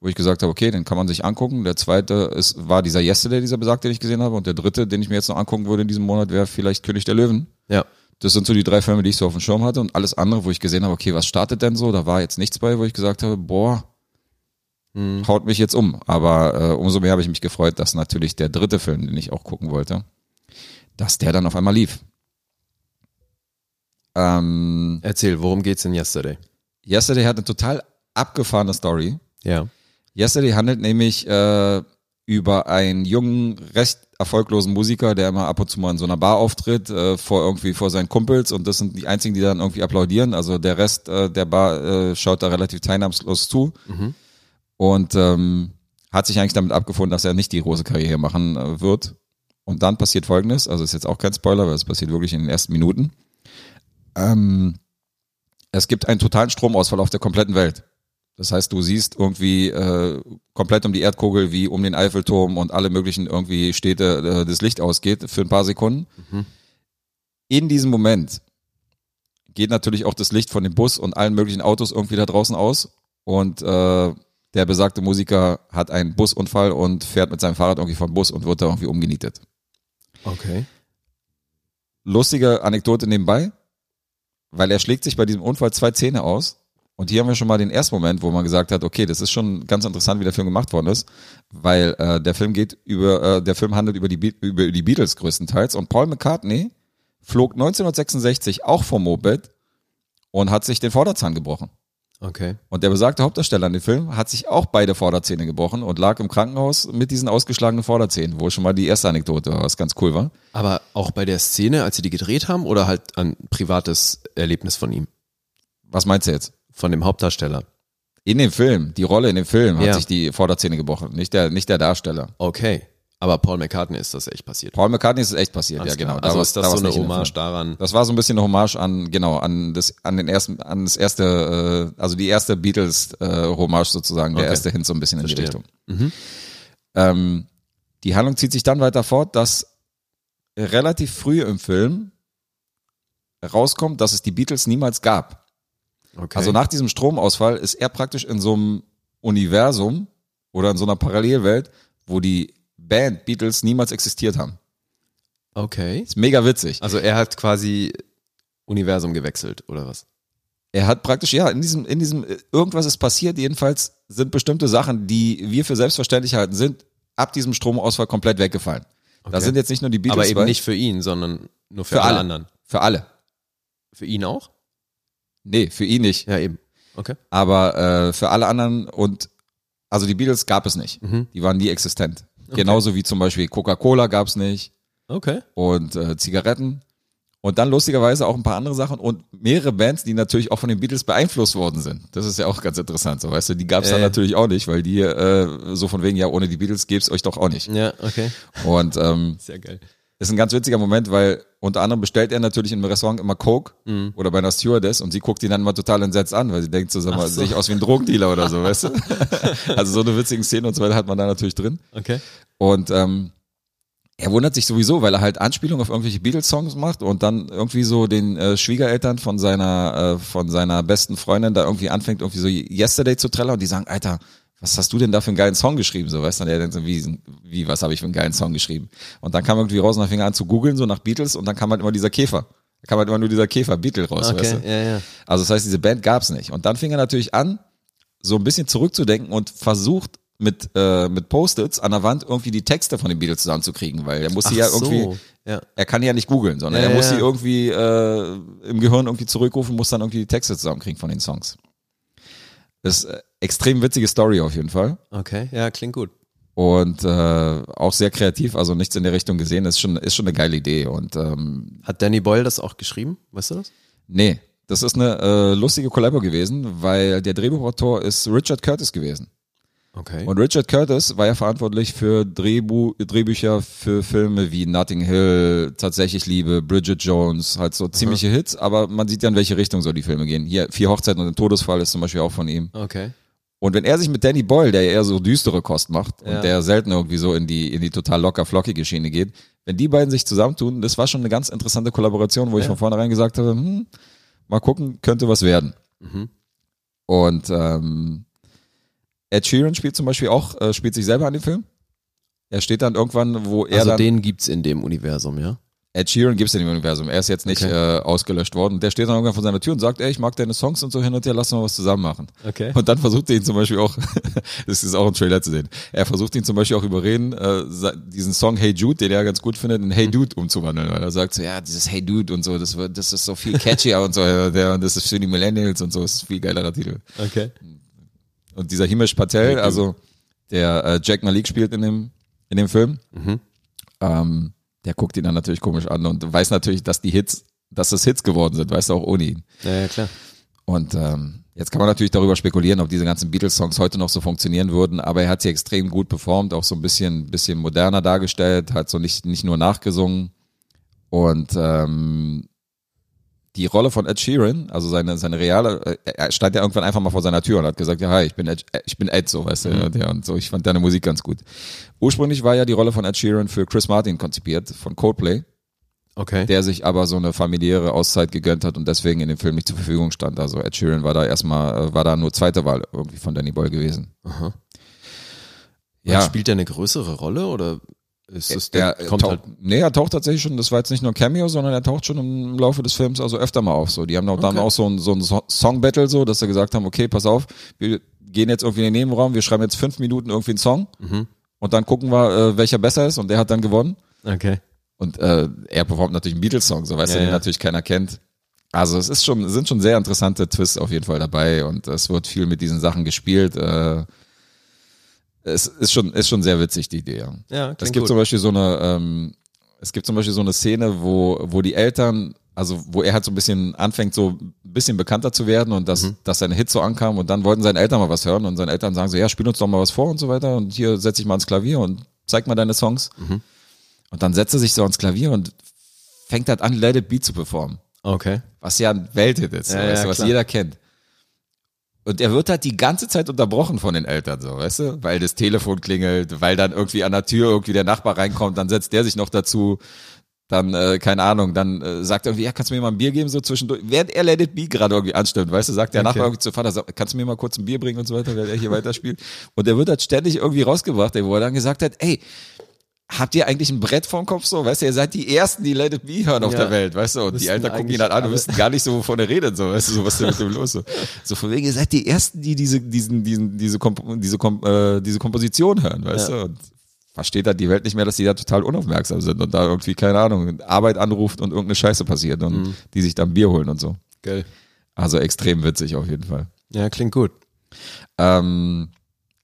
[SPEAKER 2] wo ich gesagt habe, okay, den kann man sich angucken. Der zweite ist, war dieser Yesterday, dieser besagte, den ich gesehen habe. Und der dritte, den ich mir jetzt noch angucken würde in diesem Monat, wäre vielleicht König der Löwen.
[SPEAKER 3] Ja.
[SPEAKER 2] Das sind so die drei Filme, die ich so auf dem Schirm hatte. Und alles andere, wo ich gesehen habe, okay, was startet denn so? Da war jetzt nichts bei, wo ich gesagt habe, boah, haut mich jetzt um. Aber äh, umso mehr habe ich mich gefreut, dass natürlich der dritte Film, den ich auch gucken wollte, dass der dann auf einmal lief. Ähm,
[SPEAKER 3] Erzähl, worum geht's in Yesterday?
[SPEAKER 2] Yesterday hat eine total abgefahrene Story.
[SPEAKER 3] Ja.
[SPEAKER 2] Yesterday handelt nämlich äh, über einen jungen, recht erfolglosen Musiker, der immer ab und zu mal in so einer Bar auftritt, äh, vor irgendwie vor seinen Kumpels und das sind die einzigen, die dann irgendwie applaudieren. Also der Rest äh, der Bar äh, schaut da relativ teilnahmslos zu und ähm, hat sich eigentlich damit abgefunden, dass er nicht die große Karriere machen äh, wird. Und dann passiert Folgendes, also ist jetzt auch kein Spoiler, weil es passiert wirklich in den ersten Minuten. Ähm, es gibt einen totalen Stromausfall auf der kompletten Welt. Das heißt, du siehst irgendwie äh, komplett um die Erdkugel wie um den Eiffelturm und alle möglichen irgendwie Städte äh, das Licht ausgeht für ein paar Sekunden. In diesem Moment geht natürlich auch das Licht von dem Bus und allen möglichen Autos irgendwie da draußen aus und äh, der besagte Musiker hat einen Busunfall und fährt mit seinem Fahrrad irgendwie vom Bus und wird da irgendwie umgenietet.
[SPEAKER 3] Okay.
[SPEAKER 2] Lustige Anekdote nebenbei, weil er schlägt sich bei diesem Unfall zwei Zähne aus. Und hier haben wir schon mal den ersten Moment, wo man gesagt hat, okay, das ist schon ganz interessant, wie der Film gemacht worden ist, weil äh, der Film geht über, äh, der Film handelt über die, Be über die Beatles größtenteils und Paul McCartney flog 1966 auch vom Moped und hat sich den Vorderzahn gebrochen.
[SPEAKER 3] Okay.
[SPEAKER 2] Und der besagte Hauptdarsteller in dem Film hat sich auch beide Vorderzähne gebrochen und lag im Krankenhaus mit diesen ausgeschlagenen Vorderzähnen, wo schon mal die erste Anekdote war, was ganz cool war.
[SPEAKER 3] Aber auch bei der Szene, als sie die gedreht haben, oder halt ein privates Erlebnis von ihm,
[SPEAKER 2] Was meinst du jetzt?
[SPEAKER 3] von dem Hauptdarsteller?
[SPEAKER 2] In dem Film, die Rolle in dem Film
[SPEAKER 3] Ja.
[SPEAKER 2] hat sich die Vorderzähne gebrochen, nicht der, nicht der Darsteller.
[SPEAKER 3] Okay. Aber Paul McCartney ist das echt passiert.
[SPEAKER 2] Paul McCartney ist es echt passiert,
[SPEAKER 3] Alles
[SPEAKER 2] ja genau.
[SPEAKER 3] klar.
[SPEAKER 2] Da
[SPEAKER 3] Also
[SPEAKER 2] war's-
[SPEAKER 3] ist das
[SPEAKER 2] da
[SPEAKER 3] so
[SPEAKER 2] war's
[SPEAKER 3] eine
[SPEAKER 2] nicht in dem
[SPEAKER 3] Hommage
[SPEAKER 2] Film.
[SPEAKER 3] daran?
[SPEAKER 2] Das war so ein bisschen eine Hommage an, genau, an das, an den ersten, an das erste, äh, also die erste Beatles-Hommage sozusagen, der
[SPEAKER 3] Okay.
[SPEAKER 2] erste Hint so ein bisschen in
[SPEAKER 3] Verstehe. Mhm.
[SPEAKER 2] die Richtung. Ähm, die Handlung zieht sich dann weiter fort, dass relativ früh im Film rauskommt, dass es die Beatles niemals gab.
[SPEAKER 3] Okay.
[SPEAKER 2] Also nach diesem Stromausfall ist er praktisch in so einem Universum oder in so einer Parallelwelt, wo die Band Beatles niemals existiert haben.
[SPEAKER 3] okay.
[SPEAKER 2] Ist mega witzig.
[SPEAKER 3] Also er hat quasi Universum gewechselt, oder was?
[SPEAKER 2] Er hat praktisch, ja, in diesem, in diesem, irgendwas ist passiert. Jedenfalls sind bestimmte Sachen, die wir für selbstverständlich halten, sind ab diesem Stromausfall komplett weggefallen. Da
[SPEAKER 3] Okay.
[SPEAKER 2] sind jetzt nicht nur die Beatles,
[SPEAKER 3] Aber eben
[SPEAKER 2] bei-
[SPEAKER 3] nicht für ihn, sondern nur für,
[SPEAKER 2] für
[SPEAKER 3] alle
[SPEAKER 2] alle
[SPEAKER 3] anderen.
[SPEAKER 2] Für alle.
[SPEAKER 3] Für ihn auch?
[SPEAKER 2] Nee, für ihn nicht.
[SPEAKER 3] Ja, eben. Okay.
[SPEAKER 2] Aber äh, für alle anderen und also die Beatles gab es nicht.
[SPEAKER 3] Mhm.
[SPEAKER 2] Die waren nie existent. Genauso wie zum Beispiel Coca-Cola gab es nicht
[SPEAKER 3] Okay.
[SPEAKER 2] und äh, Zigaretten. Und dann lustigerweise auch ein paar andere Sachen und mehrere Bands, die natürlich auch von den Beatles beeinflusst worden sind. Das ist ja auch ganz interessant, so weißt du, die gab es dann
[SPEAKER 3] Äh.
[SPEAKER 2] natürlich auch nicht, weil die äh, so von wegen, ja, ohne die Beatles gäbe es euch doch auch nicht.
[SPEAKER 3] Ja, okay.
[SPEAKER 2] Und ähm,
[SPEAKER 3] Sehr geil.
[SPEAKER 2] ist ein ganz witziger Moment, weil unter anderem bestellt er natürlich im Restaurant immer Coke
[SPEAKER 3] Mhm.
[SPEAKER 2] oder bei einer Stewardess und sie guckt ihn dann mal total entsetzt an, weil sie denkt, so, sag mal,
[SPEAKER 3] so.
[SPEAKER 2] sehe ich aus wie ein Drogendealer oder so,
[SPEAKER 3] *laughs*
[SPEAKER 2] weißt du? also so eine witzige Szene und so weiter hat man da natürlich drin.
[SPEAKER 3] Okay.
[SPEAKER 2] Und ähm, er wundert sich sowieso, weil er halt Anspielungen auf irgendwelche Beatles-Songs macht und dann irgendwie so den äh, Schwiegereltern von seiner, äh, von seiner besten Freundin da irgendwie anfängt, irgendwie so Yesterday zu trällern und die sagen, Alter, was hast du denn da für einen geilen Song geschrieben? So, weißt du, und er denkt so, wie, wie was habe ich für einen geilen Song geschrieben? Und dann kam irgendwie raus und dann fing er an zu googeln, so nach Beatles und dann kam halt immer dieser Käfer. Da kam halt immer nur dieser Käfer, Beatle raus, weißt du?
[SPEAKER 3] Okay. Ja, ja.
[SPEAKER 2] Also das heißt, diese Band gab's nicht. Und dann fing er natürlich an, so ein bisschen zurückzudenken und versucht mit, äh, mit Post-its an der Wand irgendwie die Texte von den Beatles zusammenzukriegen, weil er muss sie ja irgendwie,
[SPEAKER 3] Ja.
[SPEAKER 2] er kann die ja nicht googeln, sondern
[SPEAKER 3] Ja,
[SPEAKER 2] er muss
[SPEAKER 3] ja.
[SPEAKER 2] sie irgendwie äh, im Gehirn irgendwie zurückrufen, muss dann irgendwie die Texte zusammenkriegen von den Songs. Das ist äh, extrem witzige Story auf jeden Fall
[SPEAKER 3] Okay. Ja, klingt gut.
[SPEAKER 2] und äh, auch sehr kreativ, also nichts in der Richtung gesehen, ist schon, ist schon eine geile Idee und ähm,
[SPEAKER 3] Hat Danny Boyle das auch geschrieben? Weißt du das?
[SPEAKER 2] Nee, das ist eine äh, lustige Kollabo gewesen, weil der Drehbuchautor ist Richard Curtis gewesen.
[SPEAKER 3] Okay.
[SPEAKER 2] Und Richard Curtis war ja verantwortlich für Drehbu Drehbücher für Filme wie Notting Hill, Tatsächlich Liebe, Bridget Jones, halt so ziemliche Hits, aber man sieht ja, in welche Richtung so die Filme gehen. Hier, Vier Hochzeiten und ein Todesfall ist zum Beispiel auch von ihm.
[SPEAKER 3] okay.
[SPEAKER 2] Und wenn er sich mit Danny Boyle, der ja eher so düstere Kost macht
[SPEAKER 3] Ja.
[SPEAKER 2] und der selten irgendwie so in die, in die total locker flockige Schiene geht, wenn die beiden sich zusammentun, das war schon eine ganz interessante Kollaboration, wo ich von vornherein gesagt habe, hm, mal gucken, könnte was werden.
[SPEAKER 3] Mhm.
[SPEAKER 2] Und ähm, Ed Sheeran spielt zum Beispiel auch, äh, spielt sich selber an dem Film. Er steht dann irgendwann, wo er
[SPEAKER 3] also
[SPEAKER 2] dann,
[SPEAKER 3] den gibt's in dem Universum, ja?
[SPEAKER 2] Ed Sheeran gibt es in dem Universum. Er ist jetzt nicht
[SPEAKER 3] Okay.
[SPEAKER 2] äh, ausgelöscht worden. Der steht dann irgendwann vor seiner Tür und sagt, ey, ich mag deine Songs und so hin und her, lass uns mal was zusammen machen.
[SPEAKER 3] Okay.
[SPEAKER 2] Und dann versucht er ihn zum Beispiel auch, *laughs* das ist auch im Trailer zu sehen, er versucht ihn zum Beispiel auch überreden, äh, sa- diesen Song Hey Jude, den er ganz gut findet, in
[SPEAKER 3] Mhm.
[SPEAKER 2] Hey Dude umzuwandeln. Weil er sagt so, ja, dieses Hey Dude und so, das, wird- das ist so viel catchier und so, *laughs* äh, der, das ist für die Millennials und so, das ist ein viel geilerer Titel.
[SPEAKER 3] Okay.
[SPEAKER 2] Und dieser Himesh Patel, also der äh, Jack Malik spielt in dem, in dem Film, ähm, der guckt ihn dann natürlich komisch an und weiß natürlich, dass die Hits, dass das Hits geworden sind, weißt du, auch ohne ihn.
[SPEAKER 3] Ja, ja, klar.
[SPEAKER 2] Und ähm, jetzt kann man natürlich darüber spekulieren, ob diese ganzen Beatles-Songs heute noch so funktionieren würden, aber er hat sie extrem gut performt, auch so ein bisschen, bisschen moderner dargestellt, hat so nicht, nicht nur nachgesungen. Und ähm, die Rolle von Ed Sheeran, also seine, seine reale, äh, er stand ja irgendwann einfach mal vor seiner Tür und hat gesagt, ja, hi, ich bin Ed, äh, ich bin Ed so, weißt du, ja, und so, ich fand deine Musik ganz gut. Ursprünglich war ja die Rolle von Ed Sheeran für Chris Martin konzipiert, von Coldplay
[SPEAKER 3] Okay.
[SPEAKER 2] der sich aber so eine familiäre Auszeit gegönnt hat und deswegen in dem Film nicht zur Verfügung stand. Also Ed Sheeran war da erstmal, äh, war da nur zweite Wahl irgendwie von Danny Boyle gewesen.
[SPEAKER 3] Aha.
[SPEAKER 2] Ja.
[SPEAKER 3] Spielt der eine größere Rolle oder ist es der,
[SPEAKER 2] er
[SPEAKER 3] kommt
[SPEAKER 2] taucht,
[SPEAKER 3] halt,
[SPEAKER 2] nee, er taucht tatsächlich schon, das war jetzt nicht nur ein Cameo, sondern er taucht schon im Laufe des Films also öfter mal auf. So. Die haben auch dann
[SPEAKER 3] Okay.
[SPEAKER 2] auch so ein, so ein so Song-Battle, so, dass sie gesagt haben, okay, pass auf, wir gehen jetzt irgendwie in den Nebenraum, wir schreiben jetzt fünf Minuten irgendwie einen Song
[SPEAKER 3] Mhm.
[SPEAKER 2] und dann gucken wir, äh, welcher besser ist und der hat dann gewonnen.
[SPEAKER 3] halt- okay.
[SPEAKER 2] Und äh, er performt natürlich einen Beatles-Song, so weißt
[SPEAKER 3] Ja,
[SPEAKER 2] du, den
[SPEAKER 3] ja.
[SPEAKER 2] natürlich keiner kennt. Also es ist schon, es sind schon sehr interessante Twists auf jeden Fall dabei und es wird viel mit diesen Sachen gespielt. Äh, es ist schon, ist schon sehr witzig, die Idee. ja.
[SPEAKER 3] Ja,
[SPEAKER 2] Es
[SPEAKER 3] klingt
[SPEAKER 2] gibt
[SPEAKER 3] gut.
[SPEAKER 2] zum Beispiel so eine, ähm, es gibt zum Beispiel so eine Szene, wo, wo die Eltern, also wo er halt so ein bisschen anfängt, so ein bisschen bekannter zu werden und dass, dass seine Hits so ankamen und dann wollten seine Eltern mal was hören und seine Eltern sagen so, ja, spiel uns doch mal was vor und so weiter und hier setz dich mal ans Klavier und zeig mal deine Songs. Und dann setzt er sich so ans Klavier und fängt halt an, Let It Be zu performen
[SPEAKER 3] Okay.
[SPEAKER 2] was ja ein Welthit ist, so,
[SPEAKER 3] Ja, ja,
[SPEAKER 2] weißt du, was
[SPEAKER 3] klar.
[SPEAKER 2] jeder kennt. Und er wird halt die ganze Zeit unterbrochen von den Eltern, so, weißt du? Weil das Telefon klingelt, weil dann irgendwie an der Tür irgendwie der Nachbar reinkommt, dann setzt der sich noch dazu, dann, äh, keine Ahnung, dann äh, sagt er irgendwie, ja, kannst du mir mal ein Bier geben, so zwischendurch. Während er Let It Be gerade irgendwie anstimmt, weißt du, sagt der
[SPEAKER 3] Okay.
[SPEAKER 2] Nachbar irgendwie zu Vater, sag, kannst du mir mal kurz ein Bier bringen und so weiter, während er hier weiterspielt. Und er wird halt ständig irgendwie rausgebracht, ey, wo er dann gesagt hat, ey, habt ihr eigentlich ein Brett vorm Kopf so? Weißt du, ihr seid die Ersten, die Let It Be hören auf
[SPEAKER 3] Ja.
[SPEAKER 2] der Welt, weißt du? Und die
[SPEAKER 3] Müssten
[SPEAKER 2] Eltern gucken ihn
[SPEAKER 3] eigentlich
[SPEAKER 2] halt an und
[SPEAKER 3] alle-
[SPEAKER 2] wissen gar nicht so, wovon er redet, so, weißt du, so, was ist denn mit dem los? So, *laughs* so von wegen, ihr seid die Ersten, die diese, diesen, diesen, diese, Komp diese, Komp äh, diese Komposition hören, weißt
[SPEAKER 3] Ja.
[SPEAKER 2] du? Und versteht halt die Welt nicht mehr, dass die da total unaufmerksam sind und da irgendwie, keine Ahnung, Arbeit anruft und irgendeine Scheiße passiert und die sich dann Bier holen und so.
[SPEAKER 3] Geil.
[SPEAKER 2] Also extrem witzig auf jeden Fall.
[SPEAKER 3] Ja, klingt gut.
[SPEAKER 2] Ähm,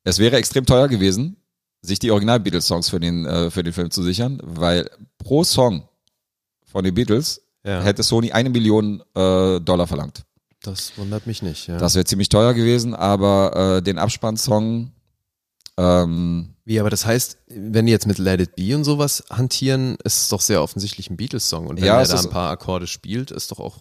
[SPEAKER 2] es wäre extrem teuer gewesen, sich die Original-Beatles-Songs für den, äh, für den Film zu sichern, weil pro Song von den Beatles
[SPEAKER 3] Ja.
[SPEAKER 2] hätte Sony eine Million äh, Dollar verlangt.
[SPEAKER 3] Das wundert mich nicht. Ja.
[SPEAKER 2] Das wäre ziemlich teuer gewesen, aber äh, den Abspannsong, ähm,
[SPEAKER 3] Wie, aber das heißt, wenn die jetzt mit Let It Be und sowas hantieren, ist es doch sehr offensichtlich ein Beatles-Song. Und wenn
[SPEAKER 2] Ja,
[SPEAKER 3] er
[SPEAKER 2] es
[SPEAKER 3] da
[SPEAKER 2] ist-
[SPEAKER 3] ein paar Akkorde spielt, ist doch auch.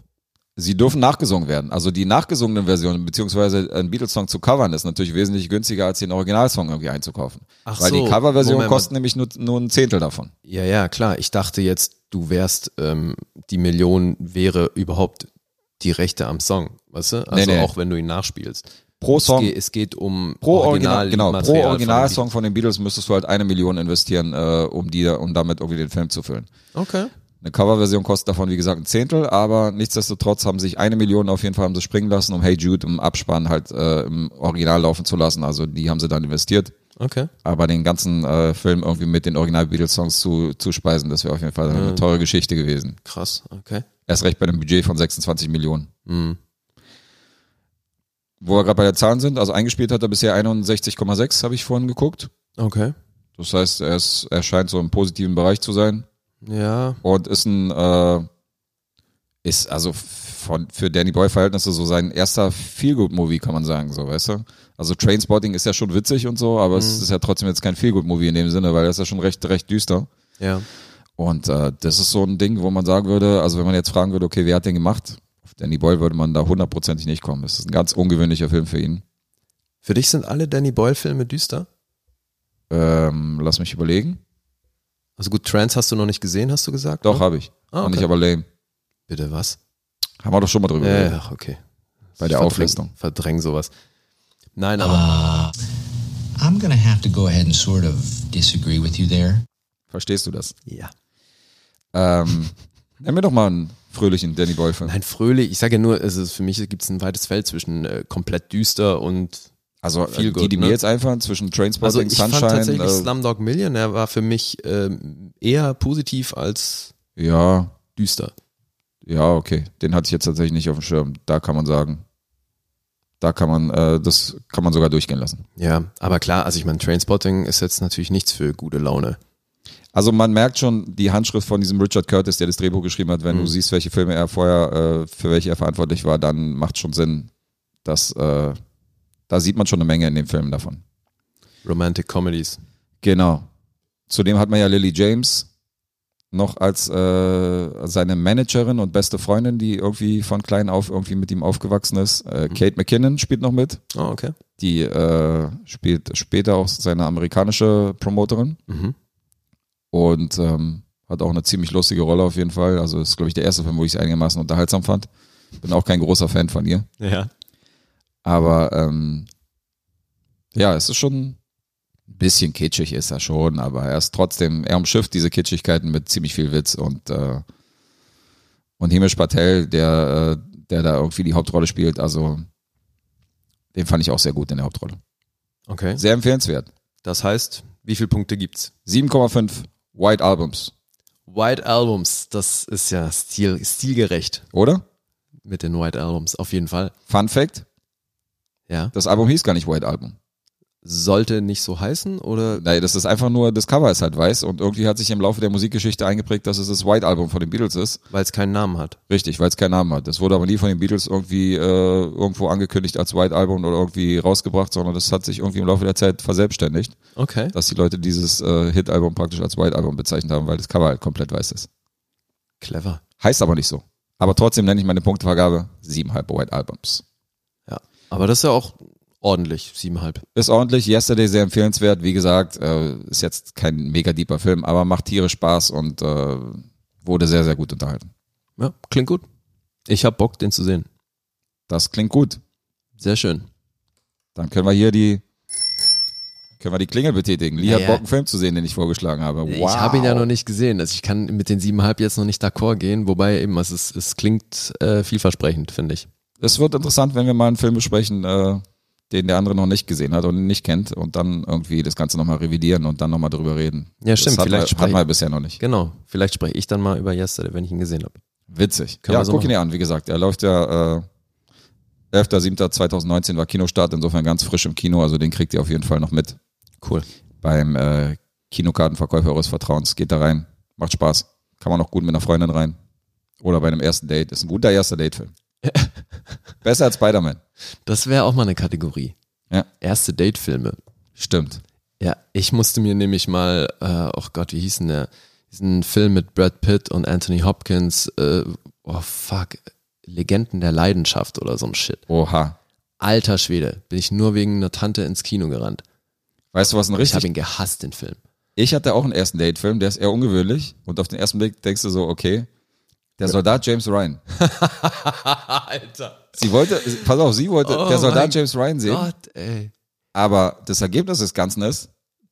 [SPEAKER 2] sie dürfen nachgesungen werden. Also die nachgesungenen Versionen, beziehungsweise einen Beatles-Song zu covern, ist natürlich wesentlich günstiger, als den Originalsong irgendwie einzukaufen.
[SPEAKER 3] Ach
[SPEAKER 2] weil
[SPEAKER 3] so,
[SPEAKER 2] die Coverversion
[SPEAKER 3] Moment mal.
[SPEAKER 2] kosten nämlich nur, nur ein Zehntel davon.
[SPEAKER 3] Ja, ja, klar. Ich dachte jetzt, du wärst, ähm, die Million wäre überhaupt die Rechte am Song. Weißt du? Also
[SPEAKER 2] Nee, nee.
[SPEAKER 3] auch wenn du ihn nachspielst.
[SPEAKER 2] Pro
[SPEAKER 3] Es
[SPEAKER 2] Song.
[SPEAKER 3] geht- Es geht um
[SPEAKER 2] Pro Original, genau, pro
[SPEAKER 3] Material von den
[SPEAKER 2] Originalsong von den Beatles müsstest du halt eine Million investieren, äh, um die, um damit irgendwie den Film zu füllen.
[SPEAKER 3] Beatles. Okay.
[SPEAKER 2] Eine Coverversion kostet davon, wie gesagt, ein Zehntel, aber nichtsdestotrotz haben sich eine Million auf jeden Fall haben sie springen lassen, um Hey Jude im Abspann halt äh, im Original laufen zu lassen. Also die haben sie dann investiert.
[SPEAKER 3] Okay.
[SPEAKER 2] Aber den ganzen äh, Film irgendwie mit den Original Beatles-Songs zu, zu speisen, das wäre auf jeden Fall eine teure Geschichte gewesen.
[SPEAKER 3] Krass. Okay.
[SPEAKER 2] Erst recht bei einem Budget von 26 Millionen. Wo wir gerade bei der Zahlen sind, also eingespielt hat er bisher 61,6, habe ich vorhin geguckt.
[SPEAKER 3] Okay.
[SPEAKER 2] Das heißt, er, ist, er scheint so im positiven Bereich zu sein
[SPEAKER 3] Ja.
[SPEAKER 2] und ist ein, äh, ist also von, für Danny Boy-Verhältnisse so sein erster Feelgood-Movie, kann man sagen, so, weißt du? Also Trainspotting ist ja schon witzig und so, aber
[SPEAKER 3] Mhm.
[SPEAKER 2] es ist ja trotzdem jetzt kein Feelgood-Movie in dem Sinne, weil das ist ja schon recht, recht düster.
[SPEAKER 3] Ja.
[SPEAKER 2] Und äh, das ist so ein Ding, wo man sagen würde, also wenn man jetzt fragen würde, okay, wer hat den gemacht? Auf Danny Boyle würde man da hundertprozentig nicht kommen. Das ist ein ganz ungewöhnlicher Film für ihn.
[SPEAKER 3] Für dich sind alle Danny Boyle-Filme düster?
[SPEAKER 2] Ähm, lass mich überlegen.
[SPEAKER 3] Also gut, Trans hast du noch nicht gesehen, hast du gesagt?
[SPEAKER 2] Doch,
[SPEAKER 3] ne?
[SPEAKER 2] habe ich.
[SPEAKER 3] Ah,
[SPEAKER 2] Fand ich
[SPEAKER 3] okay.
[SPEAKER 2] aber lame.
[SPEAKER 3] Bitte was?
[SPEAKER 2] Haben wir doch schon mal drüber
[SPEAKER 3] Äh,
[SPEAKER 2] geredet.
[SPEAKER 3] ach, okay.
[SPEAKER 2] Bei der
[SPEAKER 3] Verdräng-
[SPEAKER 2] Auflistung. Ah.
[SPEAKER 3] Verdräng sowas. Nein, aber
[SPEAKER 4] I'm going to have to go ahead and sort of disagree with you there.
[SPEAKER 2] Verstehst du das?
[SPEAKER 3] ja.
[SPEAKER 2] Ähm, *laughs* nenn mir doch mal einen fröhlichen Danny Boyle-Film.
[SPEAKER 3] Nein, fröhlich. Ich sage ja nur, also für mich gibt es ein weites Feld zwischen äh, komplett düster und.
[SPEAKER 2] Also äh,
[SPEAKER 3] Feel
[SPEAKER 2] die,
[SPEAKER 3] good,
[SPEAKER 2] die mir
[SPEAKER 3] ne?
[SPEAKER 2] jetzt einfallen, zwischen
[SPEAKER 3] Also
[SPEAKER 2] Trainspotting,
[SPEAKER 3] ich fand
[SPEAKER 2] Sunshine,
[SPEAKER 3] tatsächlich
[SPEAKER 2] äh,
[SPEAKER 3] Slumdog Millionaire war für mich ähm, eher positiv als
[SPEAKER 2] ja,
[SPEAKER 3] düster.
[SPEAKER 2] ja, okay. Den hatte ich jetzt tatsächlich nicht auf dem Schirm. Da kann man sagen, da kann man, äh, das kann man sogar durchgehen lassen.
[SPEAKER 3] Ja, aber klar, also ich meine, Trainspotting ist jetzt natürlich nichts für gute Laune.
[SPEAKER 2] Also man merkt schon die Handschrift von diesem Richard Curtis, der das Drehbuch geschrieben hat. Wenn
[SPEAKER 3] Mhm.
[SPEAKER 2] du siehst, welche Filme er vorher, äh, für welche er verantwortlich war, dann macht schon Sinn, dass äh, da sieht man schon eine Menge in den Filmen davon.
[SPEAKER 3] Romantic Comedies.
[SPEAKER 2] Genau. Zudem hat man ja Lily James noch als äh, seine Managerin und beste Freundin, die irgendwie von klein auf irgendwie mit ihm aufgewachsen ist. Äh, Kate McKinnon spielt noch mit.
[SPEAKER 3] Oh, okay.
[SPEAKER 2] Die äh, spielt später auch seine amerikanische Promoterin
[SPEAKER 3] Mhm.
[SPEAKER 2] und ähm, hat auch eine ziemlich lustige Rolle auf jeden Fall. Also ist, glaube ich, der erste Film, wo ich es einigermaßen unterhaltsam fand. Bin auch kein großer Fan von ihr.
[SPEAKER 3] Ja.
[SPEAKER 2] Aber ähm, ja, es ist schon ein bisschen kitschig, ist er schon, aber er ist trotzdem, er umschifft diese Kitschigkeiten mit ziemlich viel Witz und, äh, und Himesh Patel, der, äh, der da irgendwie die Hauptrolle spielt, also den fand ich auch sehr gut in der Hauptrolle.
[SPEAKER 3] Okay.
[SPEAKER 2] Sehr empfehlenswert.
[SPEAKER 3] Das heißt, wie viele Punkte gibt's?
[SPEAKER 2] 7,5 White Albums,
[SPEAKER 3] White Albums, das ist ja stil, stilgerecht
[SPEAKER 2] oder?
[SPEAKER 3] mit den White Albums, auf jeden Fall.
[SPEAKER 2] Fun Fact,
[SPEAKER 3] Ja.
[SPEAKER 2] das Album hieß gar nicht White Album.
[SPEAKER 3] Sollte nicht so heißen oder?
[SPEAKER 2] Nein, das ist einfach nur, das Cover ist halt weiß und irgendwie hat sich im Laufe der Musikgeschichte eingeprägt, dass es das White Album von den Beatles ist.
[SPEAKER 3] Weil es keinen Namen hat.
[SPEAKER 2] Richtig, weil es keinen Namen hat. Das wurde aber nie von den Beatles irgendwie äh, irgendwo angekündigt als White Album oder irgendwie rausgebracht, sondern das hat sich irgendwie im Laufe der Zeit verselbstständigt,
[SPEAKER 3] Okay.
[SPEAKER 2] dass die Leute dieses äh, Hit-Album praktisch als White Album bezeichnet haben, weil das Cover halt komplett weiß ist.
[SPEAKER 3] Clever.
[SPEAKER 2] Heißt aber nicht so. Aber trotzdem nenne ich meine Punktevergabe siebenhalb White Albums.
[SPEAKER 3] Ja. Aber das ist ja auch ordentlich, siebeneinhalb.
[SPEAKER 2] Ist ordentlich, Yesterday sehr empfehlenswert. Wie gesagt, äh, ist jetzt kein mega deeper Film, aber macht Tiere Spaß und äh, wurde sehr, sehr gut unterhalten.
[SPEAKER 3] Ja, klingt gut. Ich hab Bock, den zu sehen.
[SPEAKER 2] Das klingt gut.
[SPEAKER 3] Sehr schön.
[SPEAKER 2] Dann können wir hier die können wir die Klingel betätigen. Lee hat
[SPEAKER 3] Ja.
[SPEAKER 2] Bock, einen Film zu sehen, den ich vorgeschlagen habe. Wow.
[SPEAKER 3] Ich habe ihn ja noch nicht gesehen. Also ich kann mit den siebeneinhalb jetzt noch nicht d'accord gehen, wobei eben, also es, ist, es klingt äh, vielversprechend, finde ich.
[SPEAKER 2] Es wird interessant, wenn wir mal einen Film besprechen, äh, den der andere noch nicht gesehen hat und nicht kennt und dann irgendwie das Ganze nochmal revidieren und dann nochmal drüber reden.
[SPEAKER 3] Ja, stimmt,
[SPEAKER 2] Das
[SPEAKER 3] vielleicht
[SPEAKER 2] hat man, hat
[SPEAKER 3] sprechen-
[SPEAKER 2] man bisher noch nicht.
[SPEAKER 3] Genau. Vielleicht spreche ich dann mal über Yesterday, wenn ich ihn gesehen habe.
[SPEAKER 2] Witzig.
[SPEAKER 3] Können
[SPEAKER 2] ja,
[SPEAKER 3] wir so
[SPEAKER 2] guck ihn
[SPEAKER 3] machen.
[SPEAKER 2] dir an. Wie gesagt, er läuft ja äh, 11.07.2019 war Kinostart, insofern ganz frisch im Kino. Also den kriegt ihr auf jeden Fall noch mit.
[SPEAKER 3] Cool.
[SPEAKER 2] Beim äh, Kinokartenverkäufer eures Vertrauens. Geht da rein. Macht Spaß. Kann man auch gut mit einer Freundin rein. Oder bei einem ersten Date. Ist ein guter erster
[SPEAKER 3] *laughs*
[SPEAKER 2] Date-Film. Besser als Spider-Man.
[SPEAKER 3] Das wäre auch mal eine Kategorie.
[SPEAKER 2] Ja.
[SPEAKER 3] Erste Date-Filme.
[SPEAKER 2] Stimmt.
[SPEAKER 3] Ja, ich musste mir nämlich mal, äh, oh Gott, wie hieß denn der? Diesen Film mit Brad Pitt und Anthony Hopkins, äh, oh fuck, Legenden der Leidenschaft oder so ein Shit.
[SPEAKER 2] Oha.
[SPEAKER 3] Alter Schwede, bin ich nur wegen einer Tante ins Kino gerannt.
[SPEAKER 2] Weißt du, was ein
[SPEAKER 3] Ich
[SPEAKER 2] richtig
[SPEAKER 3] habe ihn gehasst, den Film.
[SPEAKER 2] Ich hatte auch einen ersten Date-Film, der ist eher ungewöhnlich. Und auf den ersten Blick denkst du so, okay, der Soldat James Ryan.
[SPEAKER 3] Alter.
[SPEAKER 2] Sie wollte, pass auf, sie wollte
[SPEAKER 3] Oh
[SPEAKER 2] der
[SPEAKER 3] mein
[SPEAKER 2] Soldat James Ryan sehen,
[SPEAKER 3] Gott, ey.
[SPEAKER 2] aber das Ergebnis des Ganzen ist,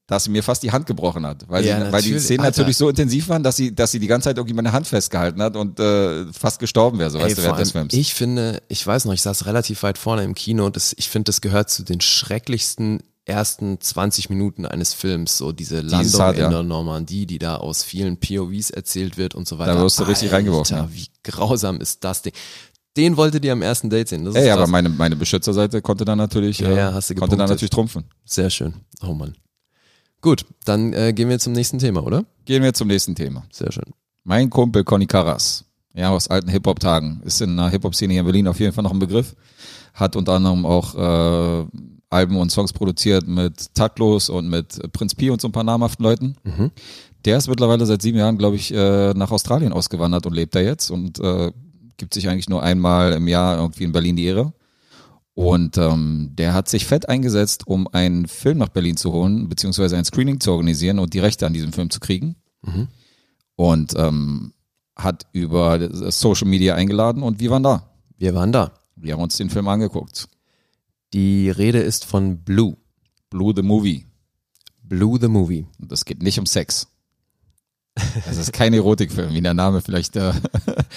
[SPEAKER 2] dass sie mir fast die Hand gebrochen hat, weil,
[SPEAKER 3] Ja,
[SPEAKER 2] sie, weil die
[SPEAKER 3] natürlich,
[SPEAKER 2] Szenen
[SPEAKER 3] Alter.
[SPEAKER 2] natürlich so intensiv waren, dass sie, dass sie die ganze Zeit irgendwie meine Hand festgehalten hat und äh, fast gestorben wäre, so
[SPEAKER 3] Ey,
[SPEAKER 2] weißt du,
[SPEAKER 3] vor
[SPEAKER 2] während des
[SPEAKER 3] allem,
[SPEAKER 2] Films.
[SPEAKER 3] ich finde, ich weiß noch, ich saß relativ weit vorne im Kino und das, ich finde, das gehört zu den schrecklichsten ersten 20 Minuten eines Films, so diese Landung
[SPEAKER 2] hart,
[SPEAKER 3] in
[SPEAKER 2] ja.
[SPEAKER 3] der Normandie, die da aus vielen POVs erzählt wird und so weiter.
[SPEAKER 2] wirst du richtig
[SPEAKER 3] Alter,
[SPEAKER 2] reingeworfen, ja.
[SPEAKER 3] wie grausam ist das Ding. Den wolltet ihr am ersten Date sehen. Das ist
[SPEAKER 2] Ey, aber
[SPEAKER 3] krass.
[SPEAKER 2] meine, meine Beschützerseite konnte dann natürlich,
[SPEAKER 3] Ja,
[SPEAKER 2] äh,
[SPEAKER 3] ja, hast du
[SPEAKER 2] konnte dann
[SPEAKER 3] gepunktet.
[SPEAKER 2] natürlich trumpfen.
[SPEAKER 3] Sehr schön. Oh Mann. Gut, dann äh, gehen wir zum nächsten Thema, oder?
[SPEAKER 2] Gehen wir zum nächsten Thema.
[SPEAKER 3] Sehr schön.
[SPEAKER 2] Mein Kumpel Conny Karras, ja, aus alten Hip-Hop-Tagen, ist in der Hip-Hop-Szene hier in Berlin auf jeden Fall noch ein Begriff. Hat unter anderem auch äh, Alben und Songs produziert mit Taktlos und mit Prinz Pi und so ein paar namhaften Leuten. Der ist mittlerweile seit sieben Jahren, glaube ich, äh, nach Australien ausgewandert und lebt da jetzt und äh, gibt sich eigentlich nur einmal im Jahr irgendwie in Berlin die Ehre. Und ähm, der hat sich fett eingesetzt, um einen Film nach Berlin zu holen, beziehungsweise ein Screening zu organisieren und die Rechte an diesem Film zu kriegen und ähm, hat über das Social Media eingeladen und wir waren da.
[SPEAKER 3] Wir waren da.
[SPEAKER 2] Wir haben uns den Film angeguckt.
[SPEAKER 3] Die Rede ist von Blue.
[SPEAKER 2] Blue the Movie.
[SPEAKER 3] Blue the Movie.
[SPEAKER 2] Und es geht nicht um Sex. Das ist kein Erotikfilm, wie der Name vielleicht. Äh, *laughs*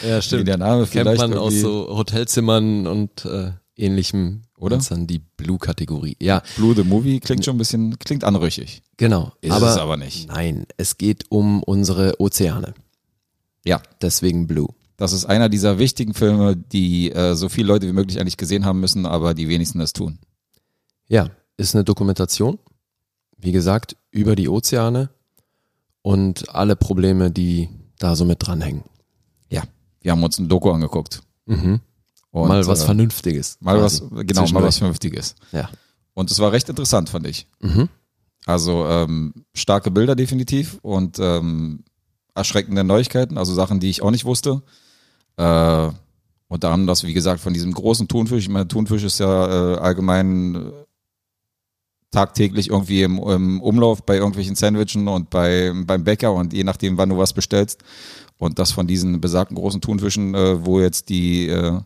[SPEAKER 3] Ja,
[SPEAKER 2] Wie der Name
[SPEAKER 3] Kennt
[SPEAKER 2] vielleicht
[SPEAKER 3] man aus
[SPEAKER 2] irgendwie-
[SPEAKER 3] so Hotelzimmern und äh, ähnlichem.
[SPEAKER 2] Oder?
[SPEAKER 3] Das ist dann die Blue-Kategorie. Ja,
[SPEAKER 2] Blue the Movie klingt schon ein bisschen, klingt anrüchig.
[SPEAKER 3] genau.
[SPEAKER 2] Ist es aber nicht.
[SPEAKER 3] Nein, es geht um unsere Ozeane.
[SPEAKER 2] Ja.
[SPEAKER 3] Deswegen Blue.
[SPEAKER 2] Das ist einer dieser wichtigen Filme, die äh, so viele Leute wie möglich eigentlich gesehen haben müssen, aber die wenigsten das tun.
[SPEAKER 3] Ja, ist eine Dokumentation. Wie gesagt, über die Ozeane und alle Probleme, die da so mit dranhängen.
[SPEAKER 2] Ja. Wir haben uns ein Doku angeguckt.
[SPEAKER 3] Mhm.
[SPEAKER 2] Und,
[SPEAKER 3] mal was
[SPEAKER 2] äh,
[SPEAKER 3] Vernünftiges.
[SPEAKER 2] Mal was,
[SPEAKER 3] quasi.
[SPEAKER 2] genau, mal was Vernünftiges.
[SPEAKER 3] Zwischendurch. Ja.
[SPEAKER 2] Und es war recht interessant, fand ich.
[SPEAKER 3] Mhm.
[SPEAKER 2] Also ähm, starke Bilder definitiv und ähm, erschreckende Neuigkeiten, also Sachen, die ich auch nicht wusste. Äh, unter anderem das, wie gesagt, von diesem großen Thunfisch. Ich meine, Thunfisch ist ja äh, allgemein äh, tagtäglich irgendwie im, im Umlauf bei irgendwelchen Sandwichen und bei, beim Bäcker und je nachdem, wann du was bestellst. Und das von diesen besagten großen Thunfischen, äh, wo jetzt die, äh,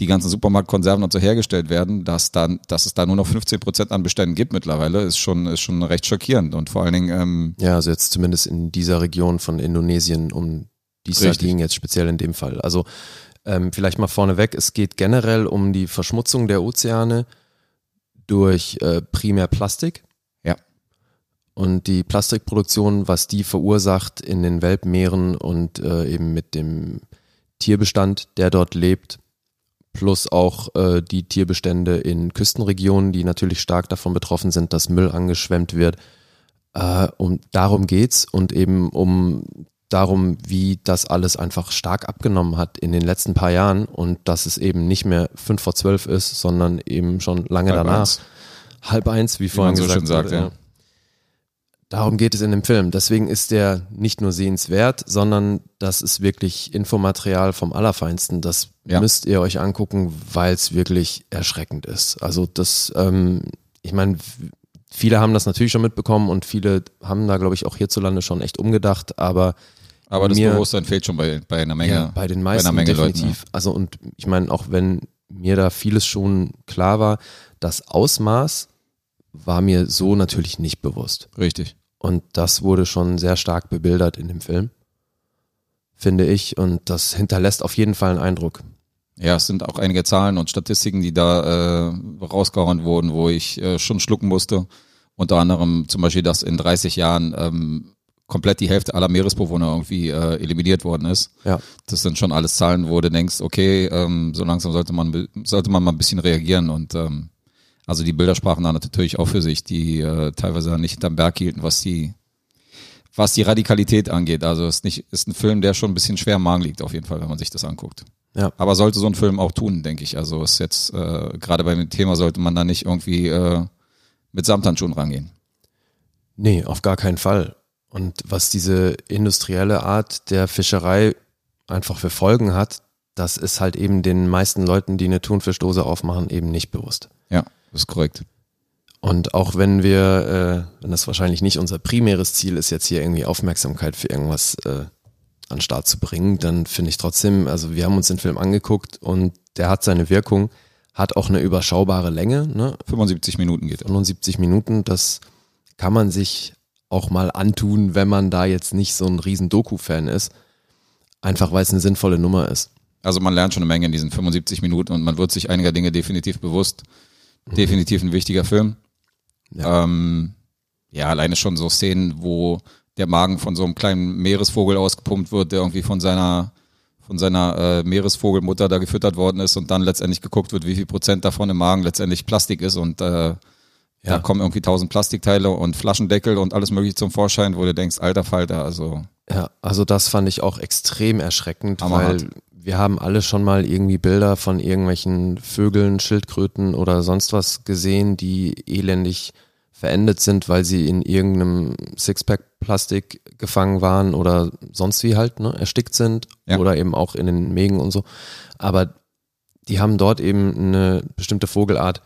[SPEAKER 2] die ganzen Supermarktkonserven und so hergestellt werden, dass, dann, dass es da nur noch 15 Prozent an Beständen gibt mittlerweile, ist schon, ist schon recht schockierend. Und vor allen Dingen, ähm,
[SPEAKER 3] Ja, also jetzt zumindest in dieser Region von Indonesien, um die es da
[SPEAKER 2] Richtig.
[SPEAKER 3] ging, jetzt speziell in dem Fall. Also ähm, vielleicht mal vorneweg, es geht generell um die Verschmutzung der Ozeane durch äh, primär Plastik.
[SPEAKER 2] Ja.
[SPEAKER 3] Und die Plastikproduktion, was die verursacht in den Weltmeeren und äh, eben mit dem Tierbestand, der dort lebt, plus auch äh, die Tierbestände in Küstenregionen, die natürlich stark davon betroffen sind, dass Müll angeschwemmt wird. Äh, um, darum geht's und eben um darum, wie das alles einfach stark abgenommen hat in den letzten paar Jahren und dass es eben nicht mehr fünf vor zwölf ist, sondern eben schon lange
[SPEAKER 2] halb
[SPEAKER 3] danach.
[SPEAKER 2] eins.
[SPEAKER 3] Halb eins, wie vorhin
[SPEAKER 2] man so
[SPEAKER 3] gesagt.
[SPEAKER 2] schön sagt,
[SPEAKER 3] wurde,
[SPEAKER 2] ja.
[SPEAKER 3] Darum geht es in dem Film. Deswegen ist der nicht nur sehenswert, sondern das ist wirklich Infomaterial vom Allerfeinsten. Das
[SPEAKER 2] Ja.
[SPEAKER 3] müsst ihr euch angucken, weil es wirklich erschreckend ist. Also das, ähm, ich meine, w- viele haben das natürlich schon mitbekommen und viele haben da, glaube ich, auch hierzulande schon echt umgedacht, aber
[SPEAKER 2] Aber das
[SPEAKER 3] Mir-
[SPEAKER 2] Bewusstsein fehlt schon bei, bei einer Menge.
[SPEAKER 3] ja, bei den meisten
[SPEAKER 2] einer Menge
[SPEAKER 3] definitiv.
[SPEAKER 2] Leuten, ja.
[SPEAKER 3] Also und ich meine, auch wenn mir da vieles schon klar war, das Ausmaß war mir so natürlich nicht bewusst.
[SPEAKER 2] Richtig.
[SPEAKER 3] Und das wurde schon sehr stark bebildert in dem Film, finde ich. Und das hinterlässt auf jeden Fall einen Eindruck.
[SPEAKER 2] Ja, es sind auch einige Zahlen und Statistiken, die da äh, rausgehauen wurden, wo ich äh, schon schlucken musste. Unter anderem zum Beispiel, dass in 30 Jahren ähm, komplett die Hälfte aller Meeresbewohner irgendwie äh, eliminiert worden ist.
[SPEAKER 3] Ja.
[SPEAKER 2] Das sind schon alles Zahlen, wo du denkst, okay, ähm, so langsam sollte man be- sollte man mal ein bisschen reagieren und ähm, also die Bilder sprachen da natürlich auch für sich, die äh, teilweise nicht hinterm Berg hielten, was die was die Radikalität angeht. Also ist nicht ist ein Film, der schon ein bisschen schwer im Magen liegt auf jeden Fall, wenn man sich das anguckt.
[SPEAKER 3] Ja.
[SPEAKER 2] Aber sollte so ein Film auch tun, denke ich. Also ist jetzt äh, gerade bei dem Thema sollte man da nicht irgendwie äh, mit Samthandschuhen rangehen.
[SPEAKER 3] Nee, auf gar keinen Fall. Und was diese industrielle Art der Fischerei einfach für Folgen hat, das ist halt eben den meisten Leuten, die eine Thunfischdose aufmachen, eben nicht bewusst.
[SPEAKER 2] Ja, ist korrekt.
[SPEAKER 3] Und auch wenn wir, äh, wenn das wahrscheinlich nicht unser primäres Ziel ist, jetzt hier irgendwie Aufmerksamkeit für irgendwas äh, an den Start zu bringen, dann finde ich trotzdem, also wir haben uns den Film angeguckt und der hat seine Wirkung, hat auch eine überschaubare Länge, ne?
[SPEAKER 2] 75 Minuten geht. er.
[SPEAKER 3] 75 Minuten, das kann man sich auch mal antun, wenn man da jetzt nicht so ein riesen Doku-Fan ist, einfach weil es eine sinnvolle Nummer ist.
[SPEAKER 2] Also man lernt schon eine Menge in diesen 75 Minuten und man wird sich einiger Dinge definitiv bewusst. Definitiv ein wichtiger Film.
[SPEAKER 3] Ja.
[SPEAKER 2] Ähm, ja, alleine schon so Szenen, wo der Magen von so einem kleinen Meeresvogel ausgepumpt wird, der irgendwie von seiner von seiner äh, Meeresvogelmutter da gefüttert worden ist und dann letztendlich geguckt wird, wie viel Prozent davon im Magen letztendlich Plastik ist und äh, da kommen irgendwie tausend Plastikteile und Flaschendeckel und alles mögliche zum Vorschein, wo du denkst, alter Falter, also
[SPEAKER 3] Ja, also das fand ich auch extrem erschreckend,
[SPEAKER 2] Hammerhart.
[SPEAKER 3] weil wir haben alle schon mal irgendwie Bilder von irgendwelchen Vögeln, Schildkröten oder sonst was gesehen, die elendig verendet sind, weil sie in irgendeinem Sixpack Plastik gefangen waren oder sonst wie halt, ne, erstickt sind
[SPEAKER 2] Ja.
[SPEAKER 3] oder eben auch in den Mägen und so. Aber die haben dort eben eine bestimmte Vogelart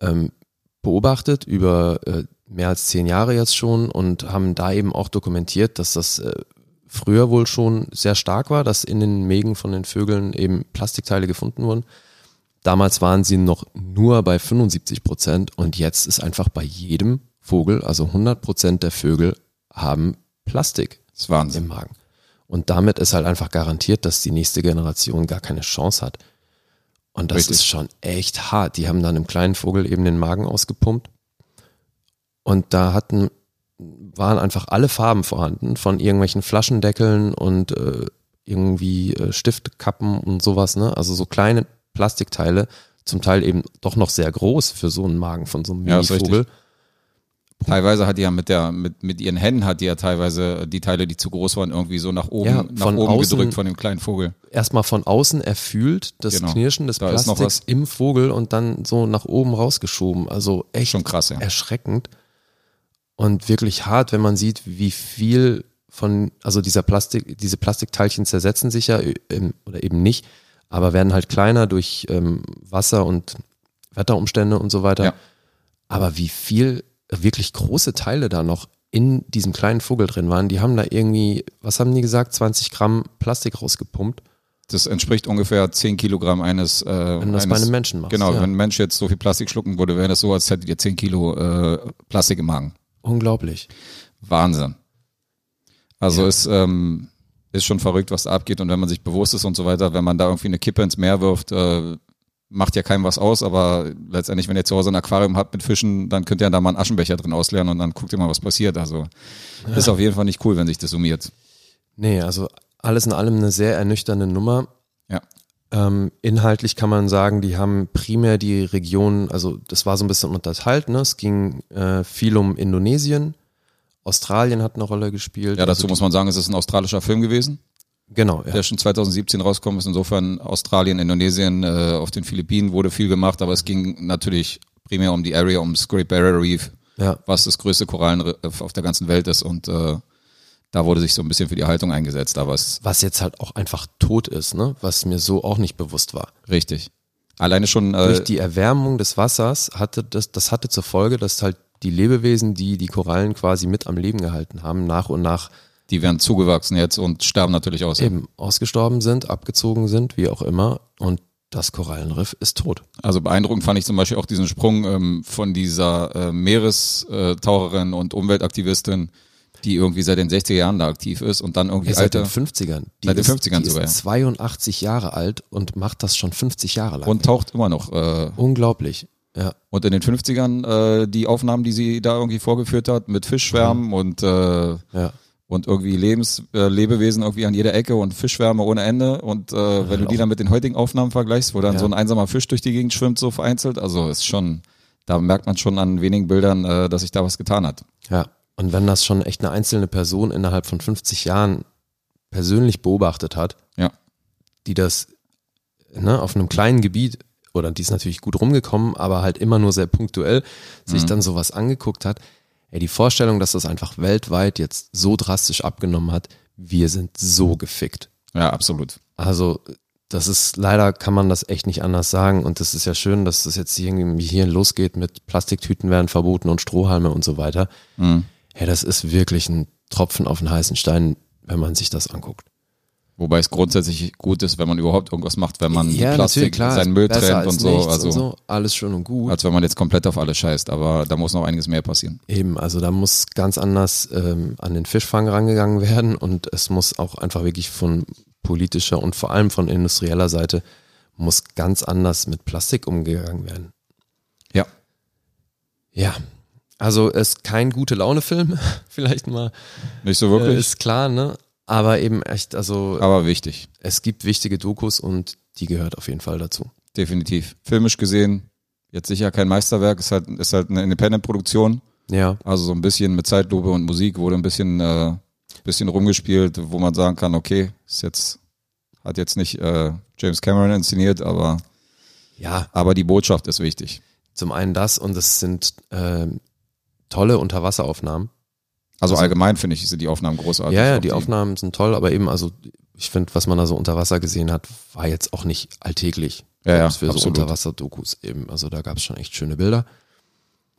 [SPEAKER 3] ähm, beobachtet über äh, mehr als zehn Jahre jetzt schon und haben da eben auch dokumentiert, dass das äh, früher wohl schon sehr stark war, dass in den Mägen von den Vögeln eben Plastikteile gefunden wurden. Damals waren sie noch nur bei 75 Prozent und jetzt ist einfach bei jedem Vogel, also 100 Prozent der Vögel haben Plastik
[SPEAKER 2] Das ist Wahnsinn.
[SPEAKER 3] im Magen. Und damit ist halt einfach garantiert, dass die nächste Generation gar keine Chance hat. Und das
[SPEAKER 2] Richtig.
[SPEAKER 3] ist schon echt hart. Die haben dann einem kleinen Vogel eben den Magen ausgepumpt. Und da hatten, waren einfach alle Farben vorhanden, von irgendwelchen Flaschendeckeln und äh, irgendwie äh, Stiftkappen und sowas, ne? Also so kleine Plastikteile, zum Teil eben doch noch sehr groß für so einen Magen von so einem
[SPEAKER 2] Ja, ist richtig.
[SPEAKER 3] Mini-Vogel.
[SPEAKER 2] Teilweise hat die ja mit der, mit, mit ihren Händen hat die ja teilweise die Teile, die zu groß waren, irgendwie so nach oben,
[SPEAKER 3] Ja,
[SPEAKER 2] nach
[SPEAKER 3] von
[SPEAKER 2] oben
[SPEAKER 3] außen-
[SPEAKER 2] gedrückt von dem kleinen Vogel.
[SPEAKER 3] erstmal von außen erfühlt, das
[SPEAKER 2] Genau.
[SPEAKER 3] Knirschen des
[SPEAKER 2] Da ist noch
[SPEAKER 3] Plastiks im Vogel und dann so nach oben rausgeschoben. Also echt
[SPEAKER 2] Schon krass, ja.
[SPEAKER 3] erschreckend und wirklich hart, wenn man sieht, wie viel von, also dieser Plastik, diese Plastikteilchen zersetzen sich ja ähm, oder eben nicht, aber werden halt kleiner durch ähm, Wasser und Wetterumstände und so weiter.
[SPEAKER 2] Ja.
[SPEAKER 3] Aber wie viel wirklich große Teile da noch in diesem kleinen Vogel drin waren, die haben da irgendwie, was haben die gesagt, 20 Gramm Plastik rausgepumpt.
[SPEAKER 2] Das entspricht ungefähr 10 Kilogramm eines. Äh,
[SPEAKER 3] Wenn du das
[SPEAKER 2] eines,
[SPEAKER 3] bei einem Menschen machst.
[SPEAKER 2] Genau,
[SPEAKER 3] ja.
[SPEAKER 2] wenn ein Mensch jetzt so viel Plastik schlucken würde, wäre das so, als hättet ihr 10 Kilo äh, Plastik im Magen.
[SPEAKER 3] Unglaublich.
[SPEAKER 2] Wahnsinn. Also ist, ähm, ist schon verrückt, was da abgeht. Und wenn man sich bewusst ist und so weiter, wenn man da irgendwie eine Kippe ins Meer wirft, äh, macht ja keinem was aus. Aber letztendlich, wenn ihr zu Hause ein Aquarium habt mit Fischen, dann könnt ihr da mal einen Aschenbecher drin ausleeren und dann guckt ihr mal, was passiert. Also ist auf jeden Fall nicht cool, wenn sich das summiert.
[SPEAKER 3] Nee, also alles in allem eine sehr ernüchternde Nummer.
[SPEAKER 2] Ja.
[SPEAKER 3] Ähm, inhaltlich kann man sagen, die haben primär die Region, also das war so ein bisschen unterteilt, ne? Es ging äh, viel um Indonesien, Australien hat eine Rolle gespielt.
[SPEAKER 2] Ja, dazu
[SPEAKER 3] also,
[SPEAKER 2] muss man sagen, es ist ein australischer Film gewesen,
[SPEAKER 3] Genau, ja.
[SPEAKER 2] der schon 2017 rausgekommen ist. Insofern Australien, Indonesien, äh, auf den Philippinen wurde viel gemacht, aber es ging natürlich primär um die Area, ums Great Barrier Reef.
[SPEAKER 3] ja.
[SPEAKER 2] was das größte Korallenriff auf der ganzen Welt ist und äh, da wurde sich so ein bisschen für die Haltung eingesetzt, aber es ist
[SPEAKER 3] Was jetzt halt auch einfach tot ist, ne? Was mir so auch nicht bewusst war.
[SPEAKER 2] richtig. Alleine schon äh,
[SPEAKER 3] Durch die Erwärmung des Wassers hatte das, das hatte zur Folge, dass halt die Lebewesen, die die Korallen quasi mit am Leben gehalten haben, nach und nach
[SPEAKER 2] die werden zugewachsen jetzt und sterben natürlich aus.
[SPEAKER 3] eben ausgestorben sind, abgezogen sind, wie auch immer. Und das Korallenriff ist tot.
[SPEAKER 2] Also beeindruckend fand ich zum Beispiel auch diesen Sprung ähm, von dieser äh, Meerestaucherin und Umweltaktivistin, die irgendwie seit den 60er Jahren da aktiv ist und dann irgendwie
[SPEAKER 3] Ja, seit den
[SPEAKER 2] alte
[SPEAKER 3] 50ern. Die
[SPEAKER 2] Seit den
[SPEAKER 3] ist,
[SPEAKER 2] 50ern
[SPEAKER 3] die
[SPEAKER 2] sogar, ja.
[SPEAKER 3] ist 82 Jahre alt und macht das schon 50 Jahre lang.
[SPEAKER 2] und taucht immer noch. Äh,
[SPEAKER 3] Unglaublich. Ja,
[SPEAKER 2] und in den 50ern äh, die Aufnahmen, die sie da irgendwie vorgeführt hat mit
[SPEAKER 3] Mhm.
[SPEAKER 2] Fischschwärmen und äh,
[SPEAKER 3] ja.
[SPEAKER 2] und irgendwie Lebens, äh, Lebewesen irgendwie an jeder Ecke und Fischwärme ohne Ende. Und äh, wenn du die dann mit den heutigen Aufnahmen vergleichst, wo dann
[SPEAKER 3] Ja.
[SPEAKER 2] so ein einsamer Fisch durch die Gegend schwimmt, so vereinzelt, also ist schon, da merkt man schon an wenigen Bildern, äh, dass sich da was getan hat.
[SPEAKER 3] Ja. Und wenn das schon echt eine einzelne Person innerhalb von 50 Jahren persönlich beobachtet hat,
[SPEAKER 2] Ja.
[SPEAKER 3] die das ne, auf einem kleinen Gebiet oder die ist natürlich gut rumgekommen, aber halt immer nur sehr punktuell sich dann sowas angeguckt hat. Ey, die Vorstellung, dass das einfach weltweit jetzt so drastisch abgenommen hat, wir sind so gefickt.
[SPEAKER 2] Ja, absolut.
[SPEAKER 3] Also das ist leider kann man das echt nicht anders sagen und das ist ja schön, dass das jetzt irgendwie hier losgeht mit Plastiktüten werden verboten und Strohhalme und so weiter.
[SPEAKER 2] Mhm.
[SPEAKER 3] Hey, das ist wirklich ein Tropfen auf den heißen Stein, wenn man sich das anguckt.
[SPEAKER 2] Wobei es grundsätzlich gut ist, wenn man überhaupt irgendwas macht, wenn man
[SPEAKER 3] natürlich,
[SPEAKER 2] Plastik, seinen
[SPEAKER 3] ist
[SPEAKER 2] Müll
[SPEAKER 3] besser
[SPEAKER 2] trennt
[SPEAKER 3] als
[SPEAKER 2] und so,
[SPEAKER 3] nichts
[SPEAKER 2] also
[SPEAKER 3] und so. Alles schön und gut.
[SPEAKER 2] als wenn man jetzt komplett auf alles scheißt. Aber da muss noch einiges mehr passieren.
[SPEAKER 3] Eben, also da muss ganz anders ähm, an den Fischfang rangegangen werden und es muss auch einfach wirklich von politischer und vor allem von industrieller Seite muss ganz anders mit Plastik umgegangen werden.
[SPEAKER 2] Ja.
[SPEAKER 3] Ja, also ist kein gute Laune-Film, *laughs* vielleicht mal.
[SPEAKER 2] Nicht so
[SPEAKER 3] Äh,
[SPEAKER 2] wirklich,
[SPEAKER 3] ist klar, ne? Aber eben echt, also
[SPEAKER 2] aber wichtig.
[SPEAKER 3] es gibt wichtige Dokus und die gehört auf jeden Fall dazu.
[SPEAKER 2] Definitiv. Filmisch gesehen, jetzt sicher kein Meisterwerk, ist halt, ist halt eine Independent-Produktion.
[SPEAKER 3] Ja,
[SPEAKER 2] Also so ein bisschen mit Zeitlupe und Musik wurde ein bisschen, äh, bisschen rumgespielt, wo man sagen kann, okay, ist jetzt, hat jetzt nicht äh, James Cameron inszeniert, aber,
[SPEAKER 3] ja,
[SPEAKER 2] aber die Botschaft ist wichtig.
[SPEAKER 3] zum einen das und es sind ähm, tolle Unterwasseraufnahmen.
[SPEAKER 2] Also,
[SPEAKER 3] Also-
[SPEAKER 2] allgemein finde ich, sind die Aufnahmen großartig.
[SPEAKER 3] Ja, ja,
[SPEAKER 2] Auch
[SPEAKER 3] die Aufnahmen sind toll, aber eben, also ich finde, was man da so unter Wasser gesehen hat, war jetzt auch nicht alltäglich.
[SPEAKER 2] Ja, ja,
[SPEAKER 3] Selbst für so
[SPEAKER 2] absolut.
[SPEAKER 3] Unterwasser-Dokus eben. Also da gab es schon echt schöne Bilder.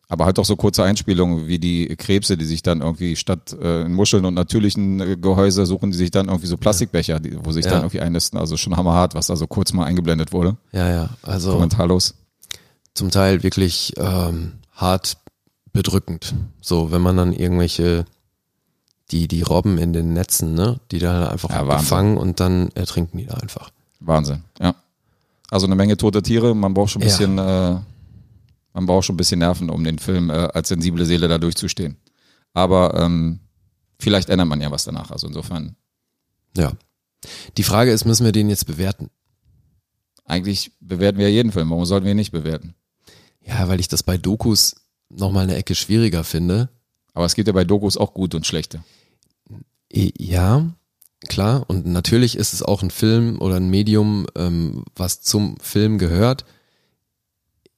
[SPEAKER 2] Aber halt auch so kurze Einspielungen wie die Krebse, die sich dann irgendwie statt äh, in Muscheln und natürlichen äh, Gehäuse suchen, die sich dann irgendwie so Plastikbecher, die, wo sich
[SPEAKER 3] Ja.
[SPEAKER 2] dann irgendwie einnisten. Also schon hammerhart, was da so kurz mal eingeblendet wurde.
[SPEAKER 3] Ja, ja, also
[SPEAKER 2] Kommentarlos.
[SPEAKER 3] zum Teil wirklich ähm, hart bedrückend. So, wenn man dann irgendwelche die, die Robben in den Netzen, ne? Die da einfach
[SPEAKER 2] Ja, Wahnsinn.
[SPEAKER 3] gefangen und dann ertrinken die da einfach.
[SPEAKER 2] Wahnsinn, ja. Also eine Menge toter Tiere, man braucht schon ein
[SPEAKER 3] Ja.
[SPEAKER 2] bisschen, äh, man braucht schon ein bisschen Nerven, um den Film äh, als sensible Seele da durchzustehen. Aber ähm, vielleicht ändert man ja was danach. Also insofern,
[SPEAKER 3] Ja. Die Frage ist, müssen wir den jetzt bewerten?
[SPEAKER 2] eigentlich bewerten wir jeden Film. Warum sollten wir ihn nicht bewerten?
[SPEAKER 3] Ja, weil ich das bei Dokus nochmal eine Ecke schwieriger finde.
[SPEAKER 2] Aber es gibt ja bei Dokus auch gute und schlechte.
[SPEAKER 3] Eh, Ja, klar. Und natürlich ist es auch ein Film oder ein Medium, ähm, was zum Film gehört.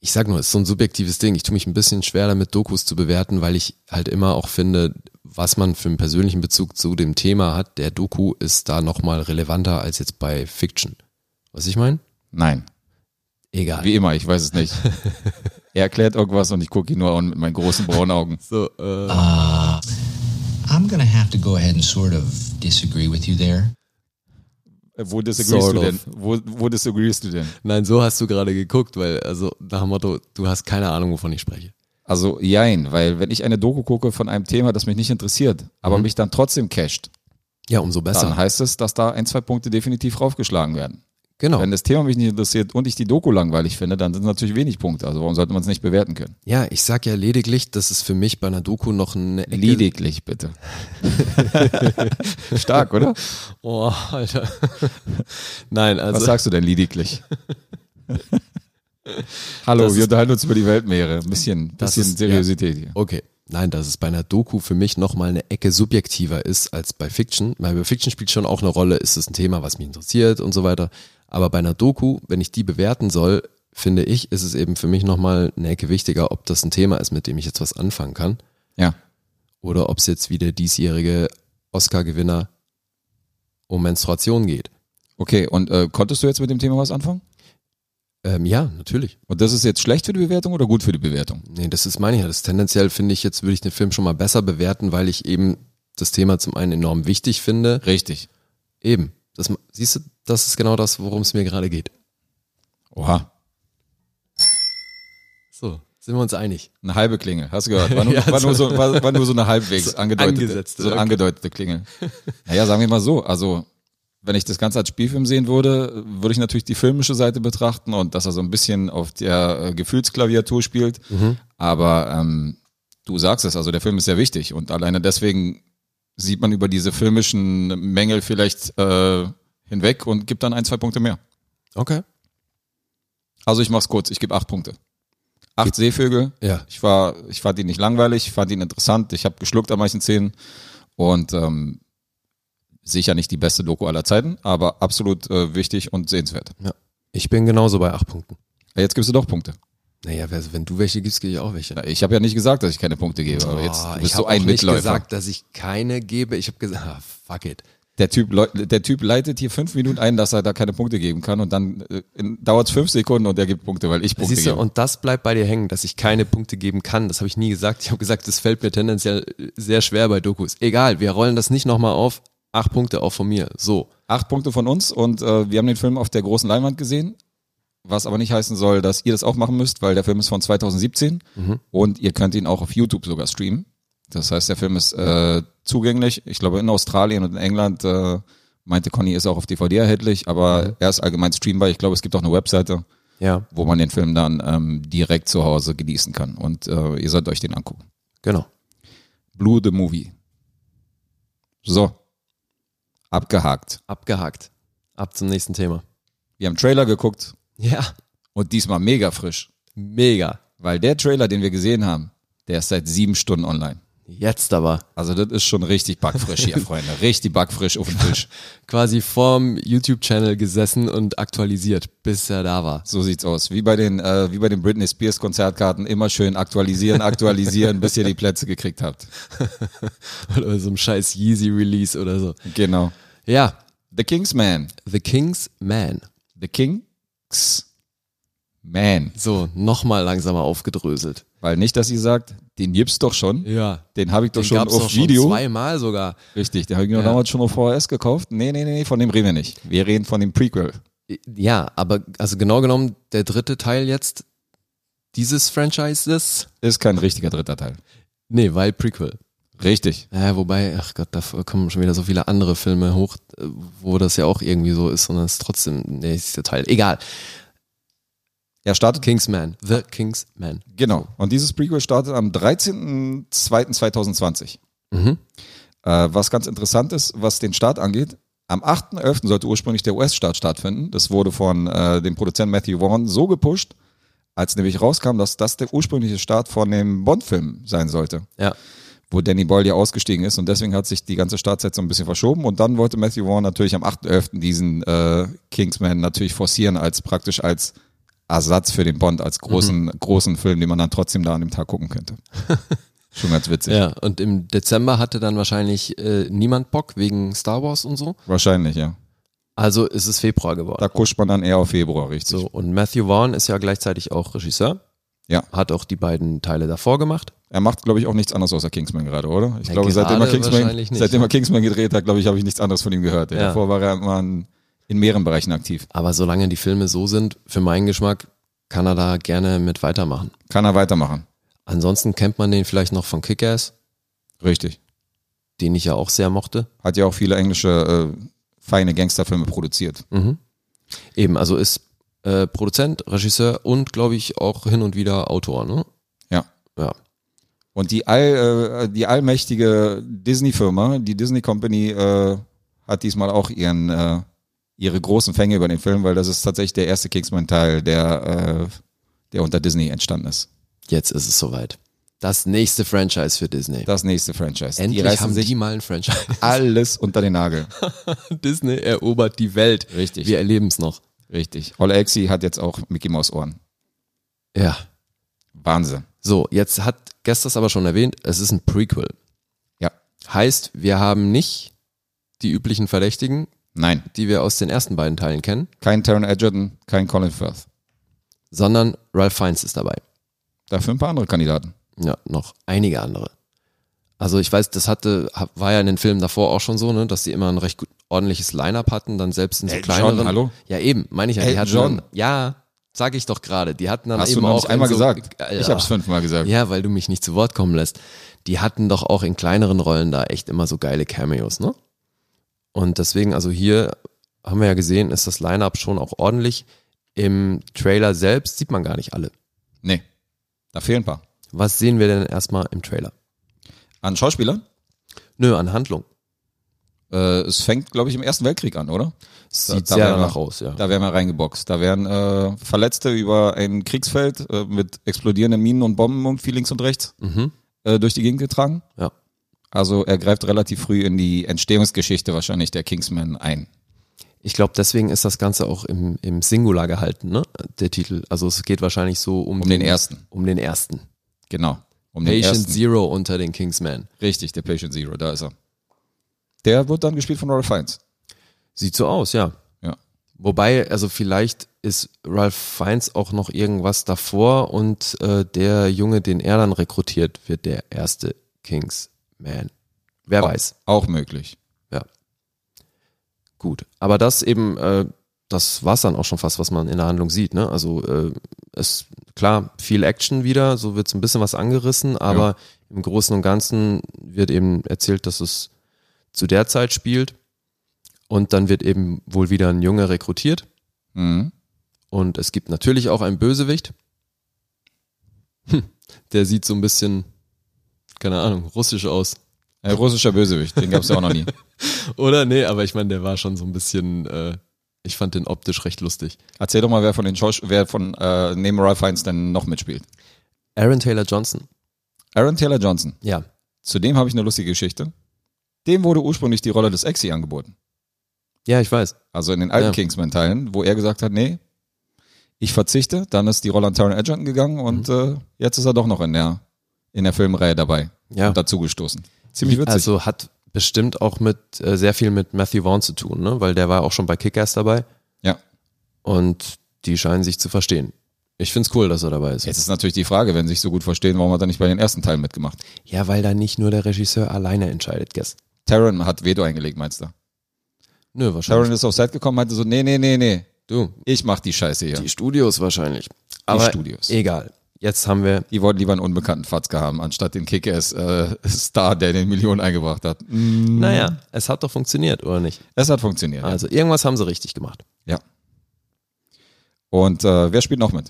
[SPEAKER 3] Ich sag nur, es ist so ein subjektives Ding. Ich tue mich ein bisschen schwer damit, Dokus zu bewerten, weil ich halt immer auch finde, was man für einen persönlichen Bezug zu dem Thema hat, der Doku ist da nochmal relevanter als jetzt bei Fiction. Was ich meine?
[SPEAKER 2] Nein,
[SPEAKER 3] Egal.
[SPEAKER 2] wie immer, ich weiß es
[SPEAKER 3] *laughs*
[SPEAKER 2] nicht. er erklärt irgendwas und ich gucke ihn nur an mit meinen großen braunen Augen.
[SPEAKER 3] so, äh,
[SPEAKER 4] I'm going to have to go ahead and sort of disagree with you there.
[SPEAKER 2] Äh, Wo disagreest
[SPEAKER 3] Sort
[SPEAKER 2] du
[SPEAKER 3] of.
[SPEAKER 2] denn? Wo, wo disagreest du denn?
[SPEAKER 3] nein, so hast du gerade geguckt, weil, also nach dem Motto, du hast keine Ahnung, wovon ich spreche.
[SPEAKER 2] Also jein, weil wenn ich eine Doku gucke von einem Thema, das mich nicht interessiert, aber
[SPEAKER 3] Mhm.
[SPEAKER 2] mich dann trotzdem casht,
[SPEAKER 3] Ja, umso
[SPEAKER 2] dann
[SPEAKER 3] besser.
[SPEAKER 2] heißt es, dass da ein, zwei Punkte definitiv raufgeschlagen werden.
[SPEAKER 3] Genau.
[SPEAKER 2] Wenn das Thema mich nicht interessiert und ich die Doku langweilig finde, dann sind es natürlich wenig Punkte. Also warum sollte man es nicht bewerten können?
[SPEAKER 3] Ja, ich sag ja lediglich, dass es für mich bei einer Doku noch eine Ecke
[SPEAKER 2] Lediglich
[SPEAKER 3] *laughs*
[SPEAKER 2] bitte. Stark, oder?
[SPEAKER 3] Oh, Alter. *laughs* Nein,
[SPEAKER 2] Was
[SPEAKER 3] also
[SPEAKER 2] sagst du denn
[SPEAKER 3] *laughs*
[SPEAKER 2] lediglich? Hallo,
[SPEAKER 3] Das
[SPEAKER 2] wir
[SPEAKER 3] ist-
[SPEAKER 2] unterhalten uns über die Weltmeere. Ein bisschen,
[SPEAKER 3] Das
[SPEAKER 2] bisschen
[SPEAKER 3] ist-
[SPEAKER 2] Seriosität hier.
[SPEAKER 3] okay. Nein, dass es bei einer Doku für mich noch mal eine Ecke subjektiver ist als bei Fiction. Weil bei Fiction spielt schon auch eine Rolle, ist es ein Thema, was mich interessiert und so weiter. Aber bei einer Doku, wenn ich die bewerten soll, finde ich, ist es eben für mich noch mal eine Ecke wichtiger, ob das ein Thema ist, mit dem ich jetzt was anfangen kann.
[SPEAKER 2] Ja.
[SPEAKER 3] Oder ob es jetzt wie der diesjährige Oscar-Gewinner um Menstruation geht.
[SPEAKER 2] Okay, und äh, konntest du jetzt mit dem Thema was anfangen?
[SPEAKER 3] Ähm, ja, natürlich.
[SPEAKER 2] Und das ist jetzt schlecht für die Bewertung oder gut für die Bewertung?
[SPEAKER 3] Nee, das ist meine ich ja. Das tendenziell finde ich, jetzt würde ich den Film schon mal besser bewerten, weil ich eben das Thema zum einen enorm wichtig finde.
[SPEAKER 2] Richtig.
[SPEAKER 3] Eben. Das, siehst du, das ist genau das, worum es mir gerade geht.
[SPEAKER 2] Oha.
[SPEAKER 3] So, sind wir uns einig.
[SPEAKER 2] Eine halbe Klingel, hast du gehört?
[SPEAKER 3] *laughs*
[SPEAKER 2] War nur,
[SPEAKER 3] Ja,
[SPEAKER 2] war nur, so, war, war nur so eine halbwegs
[SPEAKER 3] *laughs* So
[SPEAKER 2] angedeutete,
[SPEAKER 3] angesetzte,
[SPEAKER 2] so eine
[SPEAKER 3] okay.
[SPEAKER 2] angedeutete Klingel. Naja, sagen wir mal so, also wenn ich das Ganze als Spielfilm sehen würde, würde ich natürlich die filmische Seite betrachten und dass er so ein bisschen auf der äh, Gefühlsklaviatur spielt.
[SPEAKER 3] Mhm.
[SPEAKER 2] Aber ähm, du sagst es, also der Film ist sehr wichtig und alleine deswegen sieht man über diese filmischen Mängel vielleicht äh, hinweg und gibt dann ein, zwei Punkte mehr.
[SPEAKER 3] Okay.
[SPEAKER 2] Also ich mach's kurz, ich gebe acht Punkte. Acht Seevögel,
[SPEAKER 3] Ja.
[SPEAKER 2] ich war, ich fand ihn nicht langweilig, ich fand ihn interessant, ich habe geschluckt an manchen Szenen und ähm, sicher nicht die beste Doku aller Zeiten, aber absolut äh, wichtig und sehenswert.
[SPEAKER 3] Ich bin genauso bei acht Punkten.
[SPEAKER 2] Ja, Jetzt gibst du doch Punkte.
[SPEAKER 3] Naja, wer- wenn du welche gibst, gebe ich auch welche.
[SPEAKER 2] Na, Ich habe ja nicht gesagt, dass ich keine Punkte gebe, aber jetzt
[SPEAKER 3] Oh,
[SPEAKER 2] du
[SPEAKER 3] ich
[SPEAKER 2] bist du
[SPEAKER 3] habe
[SPEAKER 2] so ein
[SPEAKER 3] auch nicht
[SPEAKER 2] Mitläufer.
[SPEAKER 3] gesagt, dass ich keine gebe. Ich habe gesagt, ah, fuck it.
[SPEAKER 2] Der typ, leu- der typ leitet hier fünf Minuten ein, dass er da keine Punkte geben kann und dann äh, dauert es fünf Sekunden und er gibt Punkte, weil ich Punkte
[SPEAKER 3] Siehst du,
[SPEAKER 2] gebe.
[SPEAKER 3] und das bleibt bei dir hängen, dass ich keine Punkte geben kann. Das habe ich nie gesagt. Ich habe gesagt, das fällt mir tendenziell äh, sehr schwer bei Dokus. Egal, wir rollen das nicht nochmal auf. Acht Punkte auch von mir. So.
[SPEAKER 2] Acht Punkte von uns und äh, wir haben den Film auf der großen Leinwand gesehen, was aber nicht heißen soll, dass ihr das auch machen müsst, weil der Film ist von 2017 und ihr könnt ihn auch auf YouTube sogar streamen. Das heißt, der Film ist äh, zugänglich. Ich glaube, in Australien und in England äh, meinte Conny ist auch auf DVD erhältlich, aber er ist allgemein streambar. Ich glaube, es gibt auch eine Webseite,
[SPEAKER 3] Ja,
[SPEAKER 2] wo man den Film dann ähm, direkt zu Hause genießen kann und äh, ihr sollt euch den angucken.
[SPEAKER 3] genau.
[SPEAKER 2] Blue the Movie. So. Abgehakt.
[SPEAKER 3] Abgehakt. Ab zum nächsten Thema.
[SPEAKER 2] Wir haben Trailer geguckt.
[SPEAKER 3] Ja.
[SPEAKER 2] Und diesmal mega frisch.
[SPEAKER 3] Mega.
[SPEAKER 2] Weil der Trailer, den wir gesehen haben, der ist seit sieben Stunden online.
[SPEAKER 3] Jetzt aber.
[SPEAKER 2] Also das ist schon richtig backfrisch
[SPEAKER 3] *laughs*
[SPEAKER 2] hier, Freunde. Richtig backfrisch auf den Tisch.
[SPEAKER 3] Quasi vorm YouTube-Channel gesessen und aktualisiert, bis er da war. *laughs*
[SPEAKER 2] So sieht's aus. Wie bei den, äh, wie bei den Britney Spears Konzertkarten immer schön aktualisieren, aktualisieren, bis ihr die Plätze gekriegt habt.
[SPEAKER 3] Oder so ein scheiß Yeezy-Release oder so.
[SPEAKER 2] Genau.
[SPEAKER 3] Ja.
[SPEAKER 2] The Kingsman.
[SPEAKER 3] The King's Man.
[SPEAKER 2] The Kings Man.
[SPEAKER 3] So, nochmal langsamer aufgedröselt.
[SPEAKER 2] Weil nicht, dass ihr sagt, den gibt's doch schon.
[SPEAKER 3] Ja.
[SPEAKER 2] Den habe ich doch
[SPEAKER 3] Den
[SPEAKER 2] schon
[SPEAKER 3] gab's
[SPEAKER 2] auf
[SPEAKER 3] auch
[SPEAKER 2] Video.
[SPEAKER 3] schon zweimal sogar.
[SPEAKER 2] Richtig, den habe ich mir
[SPEAKER 3] Ja.
[SPEAKER 2] damals schon auf VHS gekauft. Nee, nee, nee, nee, von dem reden wir nicht. Wir reden von dem Prequel.
[SPEAKER 3] Ja, aber also genau genommen der dritte Teil jetzt dieses Franchises?
[SPEAKER 2] Ist kein richtiger dritter Teil.
[SPEAKER 3] Nee, weil Prequel.
[SPEAKER 2] Richtig.
[SPEAKER 3] Ja, wobei, ach Gott, da kommen schon wieder so viele andere Filme hoch, äh, wo das ja auch irgendwie so ist, sondern es ist trotzdem, nee, es ist der Teil. Egal.
[SPEAKER 2] Er startet,
[SPEAKER 3] Kingsman. The Kingsman.
[SPEAKER 2] genau. Und dieses Prequel startet am 13.02.2020.
[SPEAKER 3] Mhm.
[SPEAKER 2] Äh, was ganz interessant ist, was den Start angeht, am 8.11. sollte ursprünglich der US-Start stattfinden. Das wurde von äh, dem Produzenten Matthew Vaughn so gepusht, als nämlich rauskam, dass das der ursprüngliche Start von dem Bond-Film sein sollte,
[SPEAKER 3] Ja.
[SPEAKER 2] wo Danny Boyle ja ausgestiegen ist. Und deswegen hat sich die ganze Startzeit so ein bisschen verschoben. Und dann wollte Matthew Vaughn natürlich am 8.11. diesen äh, Kingsman natürlich forcieren, als praktisch als Ersatz für den Bond, als großen,
[SPEAKER 3] Mhm.
[SPEAKER 2] großen Film, den man dann trotzdem da an dem Tag gucken
[SPEAKER 3] *laughs*
[SPEAKER 2] könnte. Schon ganz witzig.
[SPEAKER 3] Ja, und im Dezember hatte dann wahrscheinlich äh, niemand Bock wegen Star Wars und so.
[SPEAKER 2] Wahrscheinlich, ja.
[SPEAKER 3] Also ist es Februar geworden.
[SPEAKER 2] Da kuscht man dann eher auf Februar, richtig.
[SPEAKER 3] So, und Matthew Vaughn ist ja gleichzeitig auch Regisseur.
[SPEAKER 2] Ja.
[SPEAKER 3] Hat auch die beiden Teile davor gemacht.
[SPEAKER 2] Er macht, glaube ich, auch nichts anderes außer Kingsman gerade, oder? Ich
[SPEAKER 3] Ja,
[SPEAKER 2] glaube, seitdem er,
[SPEAKER 3] gerade
[SPEAKER 2] Kingsman,
[SPEAKER 3] wahrscheinlich nicht,
[SPEAKER 2] seitdem
[SPEAKER 3] ja.
[SPEAKER 2] er Kingsman gedreht hat, glaube ich, habe ich nichts anderes von ihm gehört.
[SPEAKER 3] Ja.
[SPEAKER 2] Davor war er immer in, in mehreren Bereichen aktiv.
[SPEAKER 3] Aber solange die Filme so sind, für meinen Geschmack, kann er da gerne mit weitermachen.
[SPEAKER 2] Kann er weitermachen.
[SPEAKER 3] Ansonsten kennt man den vielleicht noch von Kick-Ass,
[SPEAKER 2] Richtig.
[SPEAKER 3] den ich ja auch sehr mochte.
[SPEAKER 2] Hat ja auch viele englische äh, feine Gangsterfilme produziert.
[SPEAKER 3] Eben, also ist äh, Produzent, Regisseur und, glaube ich, auch hin und wieder Autor, ne?
[SPEAKER 2] Ja.
[SPEAKER 3] Ja.
[SPEAKER 2] Und die, all, äh, die allmächtige Disney-Firma, die Disney Company, äh, hat diesmal auch ihren, äh, ihre großen Fänge über den Film, weil das ist tatsächlich der erste Kingsman-Teil, der, äh, der unter Disney entstanden ist.
[SPEAKER 3] Jetzt ist es soweit. Das nächste Franchise für Disney.
[SPEAKER 2] Das nächste Franchise. die
[SPEAKER 3] Endlich
[SPEAKER 2] reißen
[SPEAKER 3] haben
[SPEAKER 2] sich
[SPEAKER 3] die mal ein Franchise. *laughs*
[SPEAKER 2] alles unter den Nagel.
[SPEAKER 3] Disney erobert die Welt.
[SPEAKER 2] Richtig.
[SPEAKER 3] Wir erleben es noch.
[SPEAKER 2] Richtig. Olle Exi hat jetzt auch Mickey Maus Ohren.
[SPEAKER 3] Ja.
[SPEAKER 2] Wahnsinn.
[SPEAKER 3] So, jetzt hat Gesters aber schon erwähnt, es ist ein Prequel.
[SPEAKER 2] Ja.
[SPEAKER 3] Heißt, wir haben nicht die üblichen Verdächtigen,
[SPEAKER 2] Nein,
[SPEAKER 3] die wir aus den ersten beiden Teilen kennen,
[SPEAKER 2] kein Taron Edgerton, kein Colin Firth.
[SPEAKER 3] sondern Ralph Fiennes ist dabei.
[SPEAKER 2] Dafür ein paar andere Kandidaten.
[SPEAKER 3] Ja, noch einige andere. Also ich weiß, das hatte, hab- war ja in den Filmen davor auch schon so, ne, dass die immer ein recht gut, ordentliches Line-Up hatten, dann selbst in so
[SPEAKER 2] Elton John,
[SPEAKER 3] kleineren.
[SPEAKER 2] hallo?
[SPEAKER 3] Ja, eben, meine ich ja.
[SPEAKER 2] Elton
[SPEAKER 3] hatten
[SPEAKER 2] John.
[SPEAKER 3] Dann, ja, sag ich doch gerade. Die hatten dann
[SPEAKER 2] Hast
[SPEAKER 3] eben
[SPEAKER 2] du noch
[SPEAKER 3] auch
[SPEAKER 2] nicht
[SPEAKER 3] in
[SPEAKER 2] einmal
[SPEAKER 3] so, äh,
[SPEAKER 2] gesagt.
[SPEAKER 3] Ja,
[SPEAKER 2] Ich habe es fünfmal gesagt.
[SPEAKER 3] Ja, weil du mich nicht zu Wort kommen lässt. Die hatten doch auch in kleineren Rollen da echt immer so geile Cameos, ne? Und deswegen, also hier haben wir ja gesehen, ist das Line-Up schon auch ordentlich. Im Trailer selbst sieht man gar nicht alle.
[SPEAKER 2] Nee, da fehlen ein paar.
[SPEAKER 3] Was sehen wir denn erstmal im Trailer?
[SPEAKER 2] An Schauspielern?
[SPEAKER 3] Nö, an Handlung.
[SPEAKER 2] Äh, es fängt, glaube ich, im Ersten Weltkrieg an, oder?
[SPEAKER 3] Sieht
[SPEAKER 2] da
[SPEAKER 3] sehr
[SPEAKER 2] wären wir-
[SPEAKER 3] danach aus, ja.
[SPEAKER 2] Da werden wir reingeboxt. Da werden äh, Verletzte über ein Kriegsfeld äh, mit explodierenden Minen und Bomben irgendwie links und rechts
[SPEAKER 3] Mhm.
[SPEAKER 2] äh, durch die Gegend getragen.
[SPEAKER 3] Ja.
[SPEAKER 2] Also er greift relativ früh in die Entstehungsgeschichte wahrscheinlich der Kingsman ein.
[SPEAKER 3] Ich glaube, deswegen ist das Ganze auch im, im Singular gehalten, ne? Der Titel. Also es geht wahrscheinlich so um,
[SPEAKER 2] Um den ersten.
[SPEAKER 3] Um den ersten.
[SPEAKER 2] Genau. Um den
[SPEAKER 3] Patient
[SPEAKER 2] ersten.
[SPEAKER 3] Zero unter den Kingsman.
[SPEAKER 2] Richtig, der Patient Zero, da ist er. Der wird dann gespielt von Ralph Fiennes.
[SPEAKER 3] Sieht so aus, ja.
[SPEAKER 2] Ja.
[SPEAKER 3] Wobei, also vielleicht ist Ralph Fiennes auch noch irgendwas davor und äh, der Junge, den er dann rekrutiert, wird der erste Kingsman. Wer weiß.
[SPEAKER 2] Auch möglich.
[SPEAKER 3] Ja. Gut. Aber das eben, äh, das war's dann auch schon fast, was man in der Handlung sieht. Ne? Also äh, es klar, viel Action wieder, so wird's ein bisschen was angerissen, aber im Großen und Ganzen wird eben erzählt, dass es zu der Zeit spielt. Und dann wird eben wohl wieder ein Junge rekrutiert.
[SPEAKER 2] Mhm.
[SPEAKER 3] Und es gibt natürlich auch einen Bösewicht. Hm, Der sieht so ein bisschen, keine Ahnung, russisch aus.
[SPEAKER 2] Ein russischer Bösewicht, den gab es ja auch noch nie.
[SPEAKER 3] Oder? Nee, aber ich meine, der war schon so ein bisschen, äh, ich fand den optisch recht lustig.
[SPEAKER 2] Erzähl doch mal, wer von den Schausch wer von äh, neben Ralph Fiennes denn noch mitspielt.
[SPEAKER 3] Aaron Taylor Johnson.
[SPEAKER 2] Aaron Taylor Johnson.
[SPEAKER 3] Ja.
[SPEAKER 2] Zu dem habe ich eine lustige Geschichte. Dem wurde ursprünglich die Rolle des Exi angeboten.
[SPEAKER 3] Ja, ich weiß.
[SPEAKER 2] Also in den alten
[SPEAKER 3] Ja.
[SPEAKER 2] Kingsman-Teilen, wo er gesagt hat, nee, ich verzichte. Dann ist die Rolle an Taron Edgerton gegangen und
[SPEAKER 3] Mhm.
[SPEAKER 2] äh, jetzt ist er doch noch in der, in der Filmreihe dabei.
[SPEAKER 3] Ja.
[SPEAKER 2] Und dazugestoßen. Ziemlich witzig.
[SPEAKER 3] Also hat bestimmt auch mit äh, sehr viel mit Matthew Vaughn zu tun, ne? Weil der war auch schon bei Kickers dabei
[SPEAKER 2] ja.
[SPEAKER 3] und die scheinen sich zu verstehen. Ich find's cool, dass er dabei ist.
[SPEAKER 2] Jetzt ist natürlich die Frage, wenn sie sich so gut verstehen, warum hat er nicht bei den ersten Teilen mitgemacht?
[SPEAKER 3] Ja, weil da nicht nur der Regisseur alleine entscheidet, Guess.
[SPEAKER 2] Taron hat Veto eingelegt, meinst du?
[SPEAKER 3] Nö,
[SPEAKER 2] Taron
[SPEAKER 3] wahrscheinlich.
[SPEAKER 2] ist auf Set gekommen, meinte so, nee, nee, nee, nee,
[SPEAKER 3] Du,
[SPEAKER 2] ich mach die Scheiße hier.
[SPEAKER 3] die Studios wahrscheinlich. Aber
[SPEAKER 2] Studios.
[SPEAKER 3] Egal. Jetzt haben wir
[SPEAKER 2] Die wollten lieber einen unbekannten Fatzke haben, anstatt den Kick-Ass-Star, der den Millionen eingebracht hat. Mm.
[SPEAKER 3] Naja, es hat doch funktioniert, oder nicht?
[SPEAKER 2] Es hat funktioniert.
[SPEAKER 3] Also irgendwas haben sie richtig gemacht.
[SPEAKER 2] Ja. Und äh, wer spielt noch mit?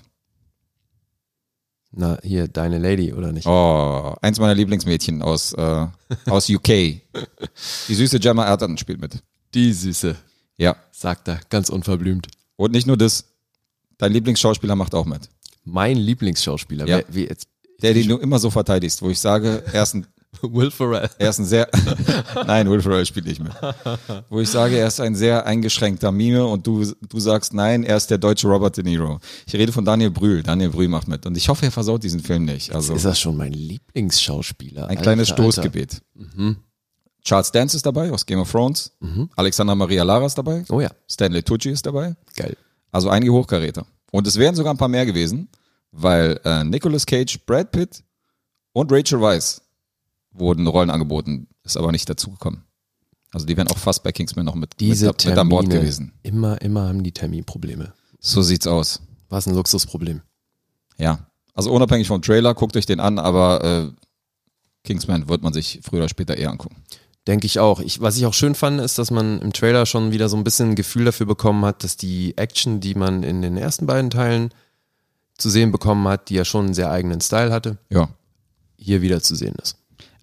[SPEAKER 3] Na, hier, deine Lady, oder nicht?
[SPEAKER 2] Oh, eins meiner Lieblingsmädchen aus, äh, aus UK.
[SPEAKER 3] *laughs*
[SPEAKER 2] Die süße Gemma Erdan spielt mit.
[SPEAKER 3] Die Süße,
[SPEAKER 2] Ja.
[SPEAKER 3] sagt er, ganz unverblümt.
[SPEAKER 2] Und nicht nur das, dein Lieblingsschauspieler macht auch mit.
[SPEAKER 3] Mein Lieblingsschauspieler.
[SPEAKER 2] Ja.
[SPEAKER 3] Wer,
[SPEAKER 2] *laughs*
[SPEAKER 3] wie jetzt?
[SPEAKER 2] Der, den du immer so verteidigst, wo ich sage, er ist ein,
[SPEAKER 3] Will Ferrell.
[SPEAKER 2] er ist ein sehr. *laughs* Nein, Will Ferrell spielt nicht mit. Wo ich sage, er ist ein sehr eingeschränkter Mime und du, du sagst, nein, er ist der deutsche Robert De Niro. Ich rede von Daniel Brühl. Daniel Brühl macht mit. Und ich hoffe, er versaut diesen Film nicht. Also
[SPEAKER 3] Ist das schon mein Lieblingsschauspieler?
[SPEAKER 2] ein kleines
[SPEAKER 3] Alter, Alter. Mhm.
[SPEAKER 2] Stoßgebet. Charles Dance ist dabei aus Game of Thrones. Alexander Maria Lara ist dabei.
[SPEAKER 3] Oh ja,
[SPEAKER 2] Stanley Tucci ist dabei.
[SPEAKER 3] geil.
[SPEAKER 2] Also einige Hochkaräter. Und es wären sogar ein paar mehr gewesen, weil äh, Nicolas Cage, Brad Pitt und Rachel Weisz wurden Rollen angeboten, ist aber nicht dazugekommen. Also die wären auch fast bei Kingsman noch mit,
[SPEAKER 3] Diese
[SPEAKER 2] mit,
[SPEAKER 3] Termine,
[SPEAKER 2] mit an Bord gewesen.
[SPEAKER 3] Immer, immer haben die Terminprobleme.
[SPEAKER 2] So sieht's aus.
[SPEAKER 3] Was ein Luxusproblem.
[SPEAKER 2] Ja. Also unabhängig vom Trailer, guckt euch den an, aber äh, Kingsman wird man sich früher oder später eher angucken.
[SPEAKER 3] Denke ich auch. Ich, was ich auch schön fand, ist, dass man im Trailer schon wieder so ein bisschen ein Gefühl dafür bekommen hat, dass die Action, die man in den ersten beiden Teilen zu sehen bekommen hat, die ja schon einen sehr eigenen Style hatte,
[SPEAKER 2] Ja.
[SPEAKER 3] hier wieder zu sehen ist.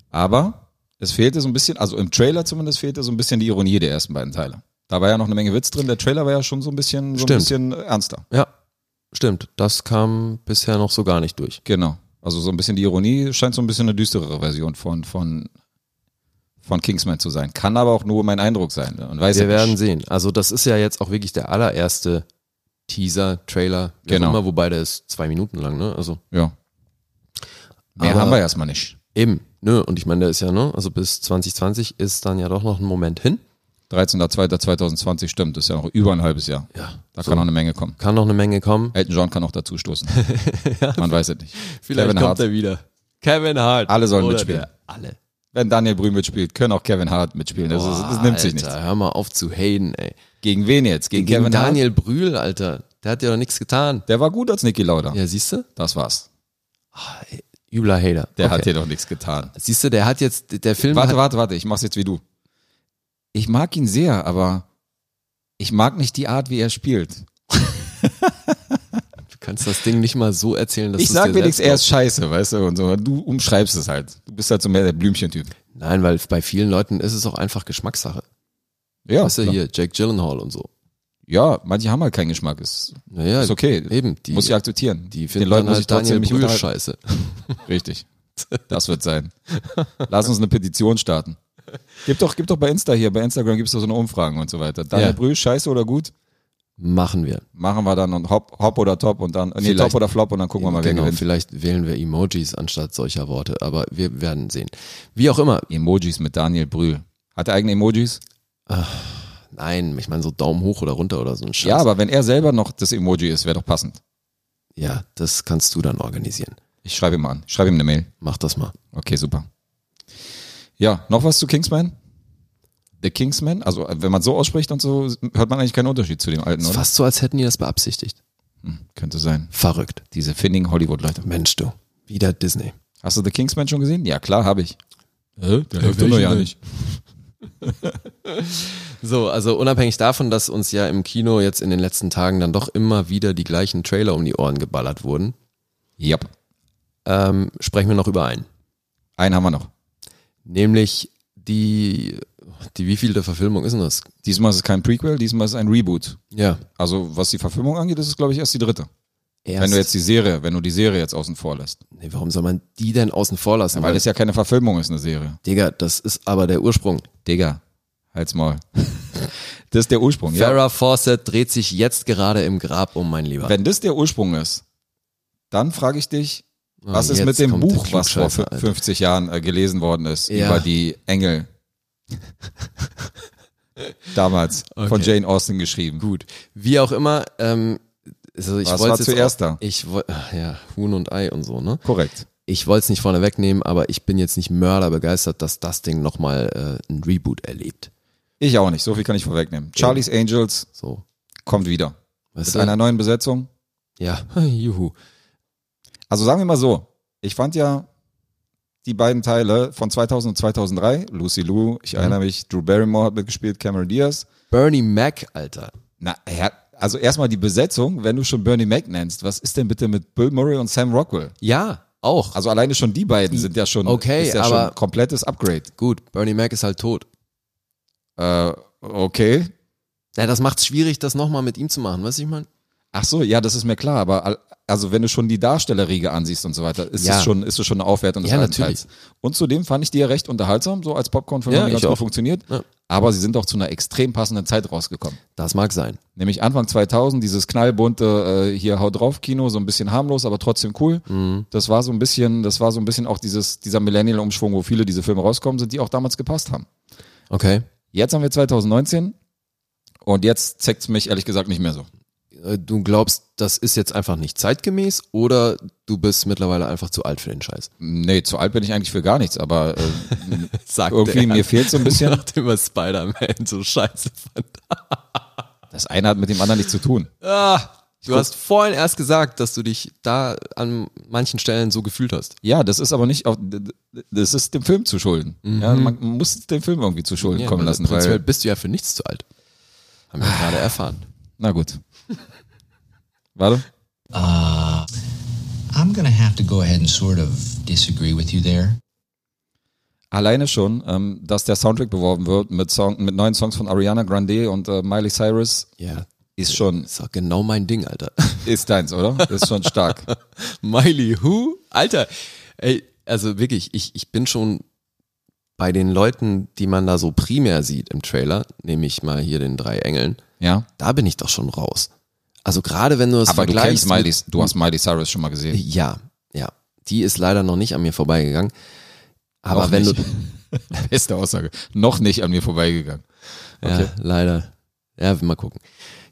[SPEAKER 2] Aber es fehlte so ein bisschen, also im Trailer zumindest fehlte so ein bisschen die Ironie der ersten beiden Teile. Da war ja noch eine Menge Witz drin. Der Trailer war ja schon so ein bisschen, so ein
[SPEAKER 3] Stimmt.
[SPEAKER 2] bisschen ernster.
[SPEAKER 3] Ja, stimmt. Das kam bisher noch so gar nicht durch.
[SPEAKER 2] Genau. Also so ein bisschen die Ironie scheint so ein bisschen eine düsterere Version von, von, von Kingsman zu sein. Kann aber auch nur mein Eindruck sein. ne? Und weiß
[SPEAKER 3] Wir
[SPEAKER 2] ja
[SPEAKER 3] werden
[SPEAKER 2] nicht.
[SPEAKER 3] sehen. Also das ist ja jetzt auch wirklich der allererste Teaser, Trailer, wie auch
[SPEAKER 2] Genau.
[SPEAKER 3] immer, wobei der ist zwei Minuten lang, ne? Also
[SPEAKER 2] Ja. Mehr
[SPEAKER 3] Aber-
[SPEAKER 2] haben wir erstmal nicht.
[SPEAKER 3] eben, ne? Und ich meine, der ist ja, ne? Also bis 2020 ist dann ja doch noch ein Moment hin.
[SPEAKER 2] 13.02.2020 stimmt, das ist ja noch über ein halbes Jahr.
[SPEAKER 3] Ja.
[SPEAKER 2] Da kann noch eine Menge kommen.
[SPEAKER 3] Kann noch eine Menge kommen.
[SPEAKER 2] Elton John kann auch dazu
[SPEAKER 3] *laughs*
[SPEAKER 2] stoßen. Man weiß es nicht.
[SPEAKER 3] Vielleicht
[SPEAKER 2] Kevin
[SPEAKER 3] kommt
[SPEAKER 2] Hart.
[SPEAKER 3] er wieder. Kevin Hart.
[SPEAKER 2] Alle sollen
[SPEAKER 3] Oder
[SPEAKER 2] mitspielen.
[SPEAKER 3] der- Alle.
[SPEAKER 2] Wenn Daniel Brühl mitspielt, können auch Kevin Hart mitspielen. Also Das, ist, das
[SPEAKER 3] Boah,
[SPEAKER 2] nimmt sich
[SPEAKER 3] Alter,
[SPEAKER 2] nichts.
[SPEAKER 3] Hör mal auf zu haten, ey.
[SPEAKER 2] Gegen wen jetzt? Gegen,
[SPEAKER 3] Gegen
[SPEAKER 2] Kevin Hart?
[SPEAKER 3] Daniel Brühl, Alter. Der hat ja doch nichts getan.
[SPEAKER 2] Der war gut als Niki Lauda.
[SPEAKER 3] Ja, siehst du?
[SPEAKER 2] Das war's.
[SPEAKER 3] Übler Hater.
[SPEAKER 2] Der hat
[SPEAKER 3] Okay.
[SPEAKER 2] hier doch nichts getan.
[SPEAKER 3] Siehst du, der hat jetzt, der Film
[SPEAKER 2] Warte,
[SPEAKER 3] hat,
[SPEAKER 2] warte, warte, ich mach's jetzt wie du. Ich mag ihn sehr, aber ich mag nicht die Art, wie er spielt.
[SPEAKER 3] du kannst das Ding nicht mal so erzählen, dass
[SPEAKER 2] ich
[SPEAKER 3] du's
[SPEAKER 2] sag
[SPEAKER 3] dir
[SPEAKER 2] wenigstens,
[SPEAKER 3] selbst
[SPEAKER 2] er ist scheiße, weißt du, und so. Du umschreibst es halt. Du bist halt so mehr der Blümchentyp.
[SPEAKER 3] Nein, weil bei vielen Leuten ist es auch einfach Geschmackssache.
[SPEAKER 2] Ja,
[SPEAKER 3] weißt du,
[SPEAKER 2] klar.
[SPEAKER 3] hier, Jack Gyllenhaal und so.
[SPEAKER 2] ja, manche haben halt keinen Geschmack. Ist,
[SPEAKER 3] Naja,
[SPEAKER 2] ist okay.
[SPEAKER 3] Eben, die,
[SPEAKER 2] muss ich akzeptieren.
[SPEAKER 3] die
[SPEAKER 2] Den
[SPEAKER 3] finden
[SPEAKER 2] Leuten
[SPEAKER 3] dann
[SPEAKER 2] muss ich
[SPEAKER 3] halt Daniel
[SPEAKER 2] trotzdem mich
[SPEAKER 3] Brühl
[SPEAKER 2] unterhalten.
[SPEAKER 3] scheiße.
[SPEAKER 2] Richtig.
[SPEAKER 3] *laughs*
[SPEAKER 2] Das wird sein. Lass uns eine Petition starten. Gib doch, gib doch bei Insta hier, bei Instagram gibt's doch so eine Umfragen und so weiter. Daniel
[SPEAKER 3] Ja.
[SPEAKER 2] Brühl, scheiße oder gut?
[SPEAKER 3] Machen wir.
[SPEAKER 2] Machen wir dann und hopp, hopp oder top und dann, nee,
[SPEAKER 3] Vielleicht.
[SPEAKER 2] top oder flop und dann gucken wir mal, wer
[SPEAKER 3] genau,
[SPEAKER 2] gewinnt.
[SPEAKER 3] vielleicht wählen wir Emojis anstatt solcher Worte, aber wir werden sehen. Wie auch immer.
[SPEAKER 2] Emojis mit Daniel Brühl. Hat er eigene Emojis?
[SPEAKER 3] Nein, ich meine so Daumen hoch oder runter oder so ein Scheiß.
[SPEAKER 2] Ja, aber wenn er selber noch das Emoji ist, wäre doch passend.
[SPEAKER 3] ja, das kannst du dann organisieren.
[SPEAKER 2] Ich schreibe ihm mal an. Ich schreibe ihm eine Mail.
[SPEAKER 3] Mach das mal.
[SPEAKER 2] Okay, super. Ja, noch was zu Kingsman? The Kingsman? Also, äh, wenn man so ausspricht und so, hört man eigentlich keinen Unterschied zu dem alten,
[SPEAKER 3] Ist
[SPEAKER 2] oder? Hm,
[SPEAKER 3] fast so, als hätten die das beabsichtigt.
[SPEAKER 2] Könnte sein.
[SPEAKER 3] Verrückt.
[SPEAKER 2] Diese findigen Hollywood-Leute.
[SPEAKER 3] Mensch, du. Wieder Disney.
[SPEAKER 2] Hast du The Kingsman schon gesehen? Ja, klar, habe ich.
[SPEAKER 3] Hä?
[SPEAKER 2] Der läuft doch noch ja nicht.
[SPEAKER 3] So, also unabhängig davon, dass uns ja im Kino jetzt in den letzten Tagen dann doch immer wieder die gleichen Trailer um die Ohren geballert wurden,
[SPEAKER 2] Ja. Yep.
[SPEAKER 3] ähm, sprechen wir noch über einen.
[SPEAKER 2] Einen haben wir noch.
[SPEAKER 3] Nämlich die, die wievielte Verfilmung ist denn das?
[SPEAKER 2] Diesmal ist es kein Prequel, diesmal ist es ein Reboot.
[SPEAKER 3] Ja.
[SPEAKER 2] Also, was die Verfilmung angeht, ist es, glaube ich, erst die dritte.
[SPEAKER 3] Erst,
[SPEAKER 2] Wenn du jetzt die Serie, wenn du die Serie jetzt außen vor lässt.
[SPEAKER 3] nee, warum soll man die denn außen vor lassen?
[SPEAKER 2] Weil es ja keine Verfilmung ist, eine Serie.
[SPEAKER 3] Digga, das ist aber der Ursprung.
[SPEAKER 2] Digga, halt's Maul. *laughs* Das ist der Ursprung, ja.
[SPEAKER 3] Farrah Fawcett dreht sich jetzt gerade im Grab um, mein Lieber.
[SPEAKER 2] Wenn das der Ursprung ist, dann frage ich dich,
[SPEAKER 3] Ah,
[SPEAKER 2] was ist
[SPEAKER 3] jetzt
[SPEAKER 2] mit dem
[SPEAKER 3] kommt der
[SPEAKER 2] Buch, was vor
[SPEAKER 3] Klugscheißer,
[SPEAKER 2] fün-
[SPEAKER 3] Alter.
[SPEAKER 2] 50 Jahren äh, gelesen worden ist,
[SPEAKER 3] Ja.
[SPEAKER 2] über die
[SPEAKER 3] *laughs*
[SPEAKER 2] Engel? Damals von Jane Austen geschrieben.
[SPEAKER 3] Gut. Wie auch immer, ähm, also ich
[SPEAKER 2] Was
[SPEAKER 3] wollte
[SPEAKER 2] war
[SPEAKER 3] jetzt
[SPEAKER 2] zuerst
[SPEAKER 3] auch,
[SPEAKER 2] da?
[SPEAKER 3] Ich wollte, ja, Huhn und Ei und so, ne?
[SPEAKER 2] Korrekt.
[SPEAKER 3] Ich wollte es nicht vorne wegnehmen, aber ich bin jetzt nicht mörderbegeistert, dass das Ding nochmal äh, ein Reboot erlebt.
[SPEAKER 2] Ich auch nicht, so viel kann ich vorwegnehmen. Charlie's Angels
[SPEAKER 3] So.
[SPEAKER 2] kommt wieder.
[SPEAKER 3] Weißt *laughs*
[SPEAKER 2] Mit einer neuen Besetzung.
[SPEAKER 3] Ja, juhu.
[SPEAKER 2] Also sagen wir mal so, ich fand ja die beiden Teile von 2000 und 2003, Lucy Lou,
[SPEAKER 3] Mhm.
[SPEAKER 2] ich erinnere mich, Drew Barrymore hat mitgespielt, Cameron Diaz.
[SPEAKER 3] Bernie Mac, Alter.
[SPEAKER 2] Na, ja, also erstmal die Besetzung, wenn du schon Bernie Mac nennst, was ist denn bitte mit Bill Murray und Sam Rockwell?
[SPEAKER 3] Ja, auch.
[SPEAKER 2] Also alleine schon die beiden sind ja schon,
[SPEAKER 3] Okay,
[SPEAKER 2] ist ja
[SPEAKER 3] aber-
[SPEAKER 2] schon ein komplettes Upgrade.
[SPEAKER 3] Gut, Bernie Mac ist halt tot.
[SPEAKER 2] Äh, okay.
[SPEAKER 3] Ja, das macht es schwierig, das nochmal mit ihm zu machen, weißt du, ich meine?
[SPEAKER 2] Ach so, ja, das ist mir klar, aber al- also wenn du schon die Darstellerriege ansiehst und so weiter, ist
[SPEAKER 3] Ja.
[SPEAKER 2] es schon, ist es schon eine Aufwertung des
[SPEAKER 3] Ja,
[SPEAKER 2] alten
[SPEAKER 3] natürlich.
[SPEAKER 2] Teils. Und zudem fand ich die ja recht unterhaltsam, so als Popcorn-Film
[SPEAKER 3] Ja,
[SPEAKER 2] haben die
[SPEAKER 3] ich
[SPEAKER 2] ganz gut
[SPEAKER 3] auch.
[SPEAKER 2] funktioniert.
[SPEAKER 3] Ja.
[SPEAKER 2] Aber sie sind auch zu einer extrem passenden Zeit rausgekommen.
[SPEAKER 3] Das mag sein.
[SPEAKER 2] Nämlich Anfang 2000, dieses knallbunte äh, hier haut drauf Kino, so ein bisschen harmlos, aber trotzdem cool.
[SPEAKER 3] Mhm.
[SPEAKER 2] Das war so ein bisschen, das war so ein bisschen auch dieses dieser Millennial Umschwung, wo viele diese Filme rauskommen sind, die auch damals gepasst haben.
[SPEAKER 3] Okay.
[SPEAKER 2] Jetzt haben wir 2019 und jetzt zeckt's mich ehrlich gesagt nicht mehr so.
[SPEAKER 3] Äh, Du glaubst, das ist jetzt einfach nicht zeitgemäß oder du bist mittlerweile einfach zu alt für den Scheiß.
[SPEAKER 2] Nee, zu alt bin ich eigentlich für gar nichts, aber äh,
[SPEAKER 3] Sagt
[SPEAKER 2] irgendwie
[SPEAKER 3] *laughs*
[SPEAKER 2] mir fehlt so ein bisschen.
[SPEAKER 3] Nachdem er Spider-Man so scheiße fand.
[SPEAKER 2] Das eine hat mit dem anderen nichts zu tun.
[SPEAKER 3] Du hast vorhin erst gesagt, dass du dich da an manchen Stellen so gefühlt hast.
[SPEAKER 2] Ja, das ist aber nicht auch, das ist dem Film zu schulden. Ja, man muss den Film irgendwie zu Schulden kommen
[SPEAKER 3] Mhm. weil
[SPEAKER 2] lassen,
[SPEAKER 3] Prinzipiell
[SPEAKER 2] weil, Ah.
[SPEAKER 3] bist du ja für nichts zu alt. Haben wir gerade erfahren.
[SPEAKER 2] na gut. Warte.
[SPEAKER 4] I'm going to have to go ahead and sort of disagree with you there.
[SPEAKER 2] Alleine schon, ähm, dass der Soundtrack beworben wird mit, Song, mit neuen Songs von Ariana Grande und äh, Miley Cyrus,
[SPEAKER 3] Ja,
[SPEAKER 2] ist schon,
[SPEAKER 3] ist doch genau mein Ding, Alter. *laughs*
[SPEAKER 2] ist deins, oder? Ist schon stark.
[SPEAKER 3] Miley Who? Alter, ey, also wirklich, ich, ich bin schon bei den Leuten, die man da so primär sieht im Trailer, nehme ich mal hier den drei Engeln,
[SPEAKER 2] Ja.
[SPEAKER 3] da bin ich doch schon raus. Also gerade wenn du es
[SPEAKER 2] Aber du kennst
[SPEAKER 3] vergleichst.
[SPEAKER 2] Miley,
[SPEAKER 3] mit-
[SPEAKER 2] du hast Miley Cyrus schon mal gesehen.
[SPEAKER 3] Ja, ja. Die ist leider noch nicht an mir vorbeigegangen. Aber
[SPEAKER 2] Noch
[SPEAKER 3] wenn
[SPEAKER 2] nicht.
[SPEAKER 3] du.
[SPEAKER 2] Beste Aussage. Noch nicht an mir vorbeigegangen.
[SPEAKER 3] Ja, leider. Ja, mal gucken.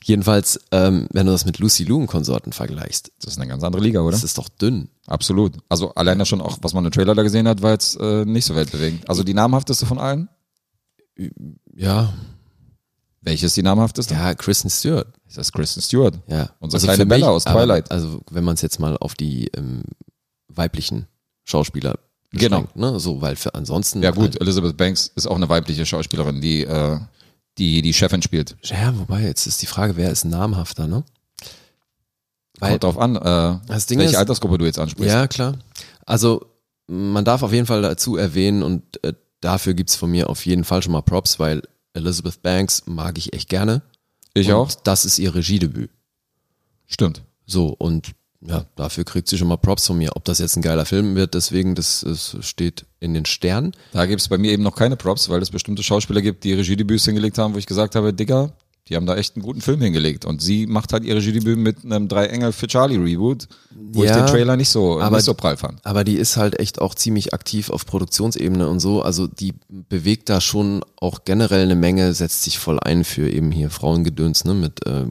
[SPEAKER 3] Jedenfalls, ähm, wenn du das mit Lucy Lou und Konsorten vergleichst,
[SPEAKER 2] Das ist eine ganz andere Liga, oder?
[SPEAKER 3] das ist doch dünn.
[SPEAKER 2] Absolut. Also alleine schon auch, was man im Trailer da gesehen hat, war jetzt äh, nicht so weltbewegend. Also die namhafteste von allen?
[SPEAKER 3] Ja.
[SPEAKER 2] Welche ist die namhafteste?
[SPEAKER 3] Ja, Kristen Stewart.
[SPEAKER 2] Das ist Kristen Stewart.
[SPEAKER 3] Ja. Also
[SPEAKER 2] Unsere kleine Bella aus
[SPEAKER 3] aber-
[SPEAKER 2] Twilight.
[SPEAKER 3] also, wenn man es jetzt mal auf die ähm, weiblichen Schauspieler
[SPEAKER 2] Genau.
[SPEAKER 3] beschränkt, Ne? So, weil für ansonsten. äh,
[SPEAKER 2] Ja gut, Elizabeth Banks ist auch eine weibliche Schauspielerin, die äh, die, die Chefin spielt.
[SPEAKER 3] ja, wobei, jetzt ist die Frage, wer ist namhafter, ne? Weil,
[SPEAKER 2] Kommt drauf an, äh,
[SPEAKER 3] Das Ding
[SPEAKER 2] welche
[SPEAKER 3] ist-
[SPEAKER 2] Altersgruppe du jetzt ansprichst.
[SPEAKER 3] Ja, klar. Also man darf auf jeden Fall dazu erwähnen und äh, dafür gibt's von mir auf jeden Fall schon mal Props, weil Elizabeth Banks mag ich echt gerne.
[SPEAKER 2] Ich
[SPEAKER 3] und
[SPEAKER 2] auch.
[SPEAKER 3] Das ist ihr Regiedebüt.
[SPEAKER 2] Stimmt.
[SPEAKER 3] So, und ja, dafür kriegt sie schon mal Props von mir. Ob das jetzt ein geiler Film wird, deswegen, das, es steht in den Sternen.
[SPEAKER 2] Da gibt's bei mir eben noch keine Props, weil es bestimmte Schauspieler gibt, die Regiedebüts hingelegt haben, wo ich gesagt habe, Digga, die haben da echt einen guten Film hingelegt. Und sie macht halt ihr Regiedebüt mit einem Drei Engel für Charlie Reboot, wo ich
[SPEAKER 3] Ja,
[SPEAKER 2] den Trailer nicht so,
[SPEAKER 3] aber-
[SPEAKER 2] nicht so prall fand.
[SPEAKER 3] Aber die ist halt echt auch ziemlich aktiv auf Produktionsebene und so. Also die bewegt da schon auch generell eine Menge, setzt sich voll ein für eben hier Frauengedöns, ne, mit äh,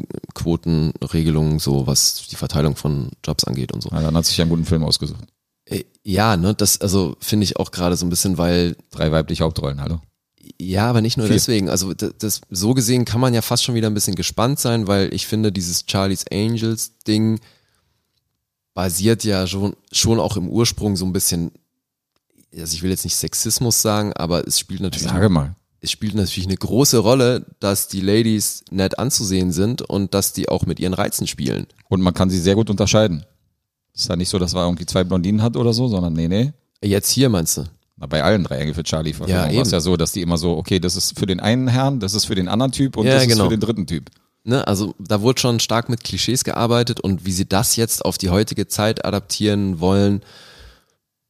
[SPEAKER 3] Quotenregelungen, so was die Verteilung von Jobs angeht und so.
[SPEAKER 2] Na, dann hat sich ja einen guten Film ausgesucht.
[SPEAKER 3] Äh, Ja, ne, das also finde ich auch gerade so ein bisschen, weil
[SPEAKER 2] Drei weibliche Hauptrollen, hallo.
[SPEAKER 3] ja, aber nicht nur
[SPEAKER 2] Viel.
[SPEAKER 3] deswegen. Also d- das so gesehen kann man ja fast schon wieder ein bisschen gespannt sein, weil ich finde dieses Charlie's Angels Ding basiert ja schon schon auch im Ursprung so ein bisschen also ich will jetzt nicht Sexismus sagen, aber es spielt natürlich
[SPEAKER 2] Sage mal.
[SPEAKER 3] es spielt natürlich eine große Rolle, dass die Ladies nett anzusehen sind und dass die auch mit ihren Reizen spielen.
[SPEAKER 2] Und man kann sie sehr gut unterscheiden. Ist ja nicht so, dass man irgendwie zwei Blondinen hat oder so, sondern nee, nee.
[SPEAKER 3] Jetzt hier meinst du?
[SPEAKER 2] Na, bei allen drei Engel für Charlie
[SPEAKER 3] Ja,
[SPEAKER 2] war es
[SPEAKER 3] eben.
[SPEAKER 2] ja so, dass die immer so, okay, das ist für den einen Herrn, das ist für den anderen Typ und
[SPEAKER 3] Ja,
[SPEAKER 2] das
[SPEAKER 3] genau.
[SPEAKER 2] ist für den dritten Typ.
[SPEAKER 3] ne, also da wurde schon stark mit Klischees gearbeitet und wie sie das jetzt auf die heutige Zeit adaptieren wollen,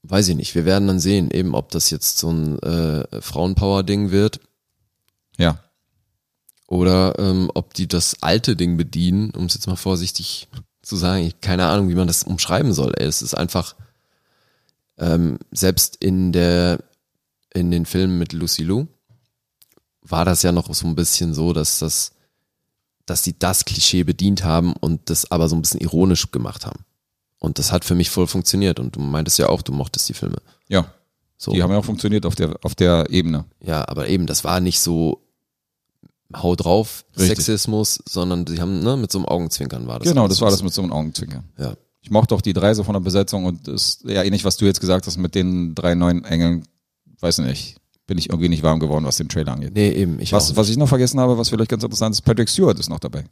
[SPEAKER 3] weiß ich nicht. Wir werden dann sehen, eben ob das jetzt so ein äh, Frauenpower-Ding wird
[SPEAKER 2] Ja.
[SPEAKER 3] oder ähm, ob die das alte Ding bedienen, um es jetzt mal vorsichtig zu sagen. Ich, keine Ahnung, wie man das umschreiben soll. Ey, es ist einfach ähm, selbst in der in den Filmen mit Lucy Lou war das ja noch so ein bisschen so, dass das dass die das Klischee bedient haben und das aber so ein bisschen ironisch gemacht haben. Und das hat für mich voll funktioniert. Und du meintest ja auch, du mochtest die Filme.
[SPEAKER 2] Ja.
[SPEAKER 3] So.
[SPEAKER 2] Die haben ja auch funktioniert auf der, auf der Ebene.
[SPEAKER 3] Ja, aber eben, das war nicht so Hau drauf
[SPEAKER 2] Richtig.
[SPEAKER 3] Sexismus, sondern die haben, ne, mit so einem Augenzwinkern war das.
[SPEAKER 2] genau, das war das mit so einem Augenzwinkern.
[SPEAKER 3] Ja.
[SPEAKER 2] Ich mochte auch die drei so von der Besetzung und das ist ja ähnlich, was du jetzt gesagt hast mit den drei neuen Engeln. Weiß nicht. Bin ich irgendwie nicht warm geworden, was den Trailer angeht.
[SPEAKER 3] Nee, eben. Ich auch
[SPEAKER 2] was,
[SPEAKER 3] nicht.
[SPEAKER 2] was ich noch vergessen habe, was vielleicht ganz interessant ist, Patrick Stewart ist noch dabei.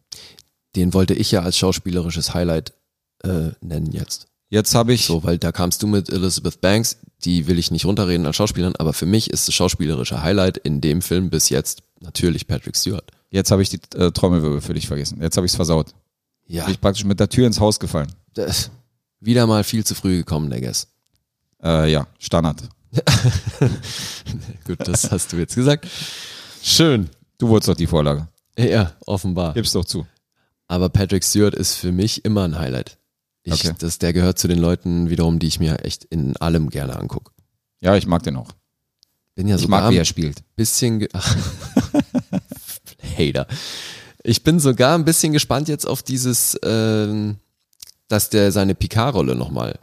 [SPEAKER 3] Den wollte ich ja als schauspielerisches Highlight äh, nennen jetzt.
[SPEAKER 2] Jetzt habe ich,
[SPEAKER 3] So, weil da kamst du mit Elizabeth Banks, die will ich nicht runterreden als Schauspielerin, aber für mich ist das schauspielerische Highlight in dem Film bis jetzt natürlich Patrick Stewart.
[SPEAKER 2] jetzt habe ich die äh, Trommelwirbel für dich vergessen. Jetzt habe ich es versaut.
[SPEAKER 3] Ja,
[SPEAKER 2] Bin ich praktisch mit der Tür ins Haus gefallen.
[SPEAKER 3] das, äh, wieder mal viel zu früh gekommen, der Guess.
[SPEAKER 2] Äh, ja, Standard.
[SPEAKER 3] Gut, das hast du jetzt gesagt. Schön. Genau.
[SPEAKER 2] Du wolltest doch die Vorlage.
[SPEAKER 3] Ja, offenbar.
[SPEAKER 2] Gib's doch zu.
[SPEAKER 3] Aber Patrick Stewart ist für mich immer ein Highlight. Ich,
[SPEAKER 2] Okay.
[SPEAKER 3] das, der gehört zu den Leuten wiederum, die ich mir echt in allem gerne angucke.
[SPEAKER 2] Ja, ich mag den auch.
[SPEAKER 3] Bin ja
[SPEAKER 2] Ich
[SPEAKER 3] sogar
[SPEAKER 2] mag, wie
[SPEAKER 3] ein
[SPEAKER 2] er spielt. *laughs*
[SPEAKER 3] bisschen. Ge Ach. Hater. Ich bin sogar ein bisschen gespannt jetzt auf dieses, ähm, dass der seine Picard-Rolle nochmal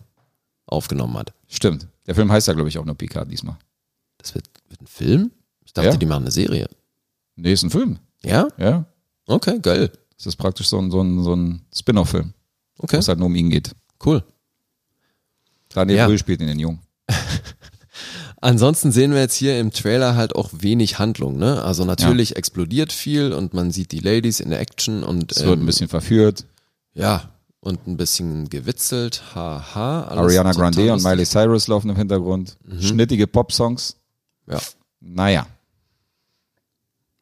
[SPEAKER 3] aufgenommen hat.
[SPEAKER 2] Stimmt. Der Film heißt ja, glaube ich, auch nur Picard diesmal.
[SPEAKER 3] Das wird, wird ein Film? Ich dachte,
[SPEAKER 2] Ja.
[SPEAKER 3] die machen eine Serie.
[SPEAKER 2] Nee, ist ein Film.
[SPEAKER 3] Ja?
[SPEAKER 2] Ja.
[SPEAKER 3] Okay, geil.
[SPEAKER 2] Es ist praktisch so ein, so ein, so ein Spin-off-Film, wo
[SPEAKER 3] Okay,
[SPEAKER 2] es halt nur um ihn geht.
[SPEAKER 3] cool.
[SPEAKER 2] Daniel
[SPEAKER 3] Ja.
[SPEAKER 2] Brühl spielt in den Jungen.
[SPEAKER 3] Ansonsten sehen wir jetzt hier im Trailer halt auch wenig Handlung, ne? Also natürlich explodiert viel und man sieht die Ladies in der Action und ähm,
[SPEAKER 2] Es wird ein bisschen verführt.
[SPEAKER 3] ja und ein bisschen gewitzelt, haha. alles Mhm.
[SPEAKER 2] Ariana
[SPEAKER 3] total
[SPEAKER 2] Grande und
[SPEAKER 3] lustig.
[SPEAKER 2] Miley Cyrus laufen im Hintergrund. Schnittige Popsongs.
[SPEAKER 3] Ja.
[SPEAKER 2] Naja.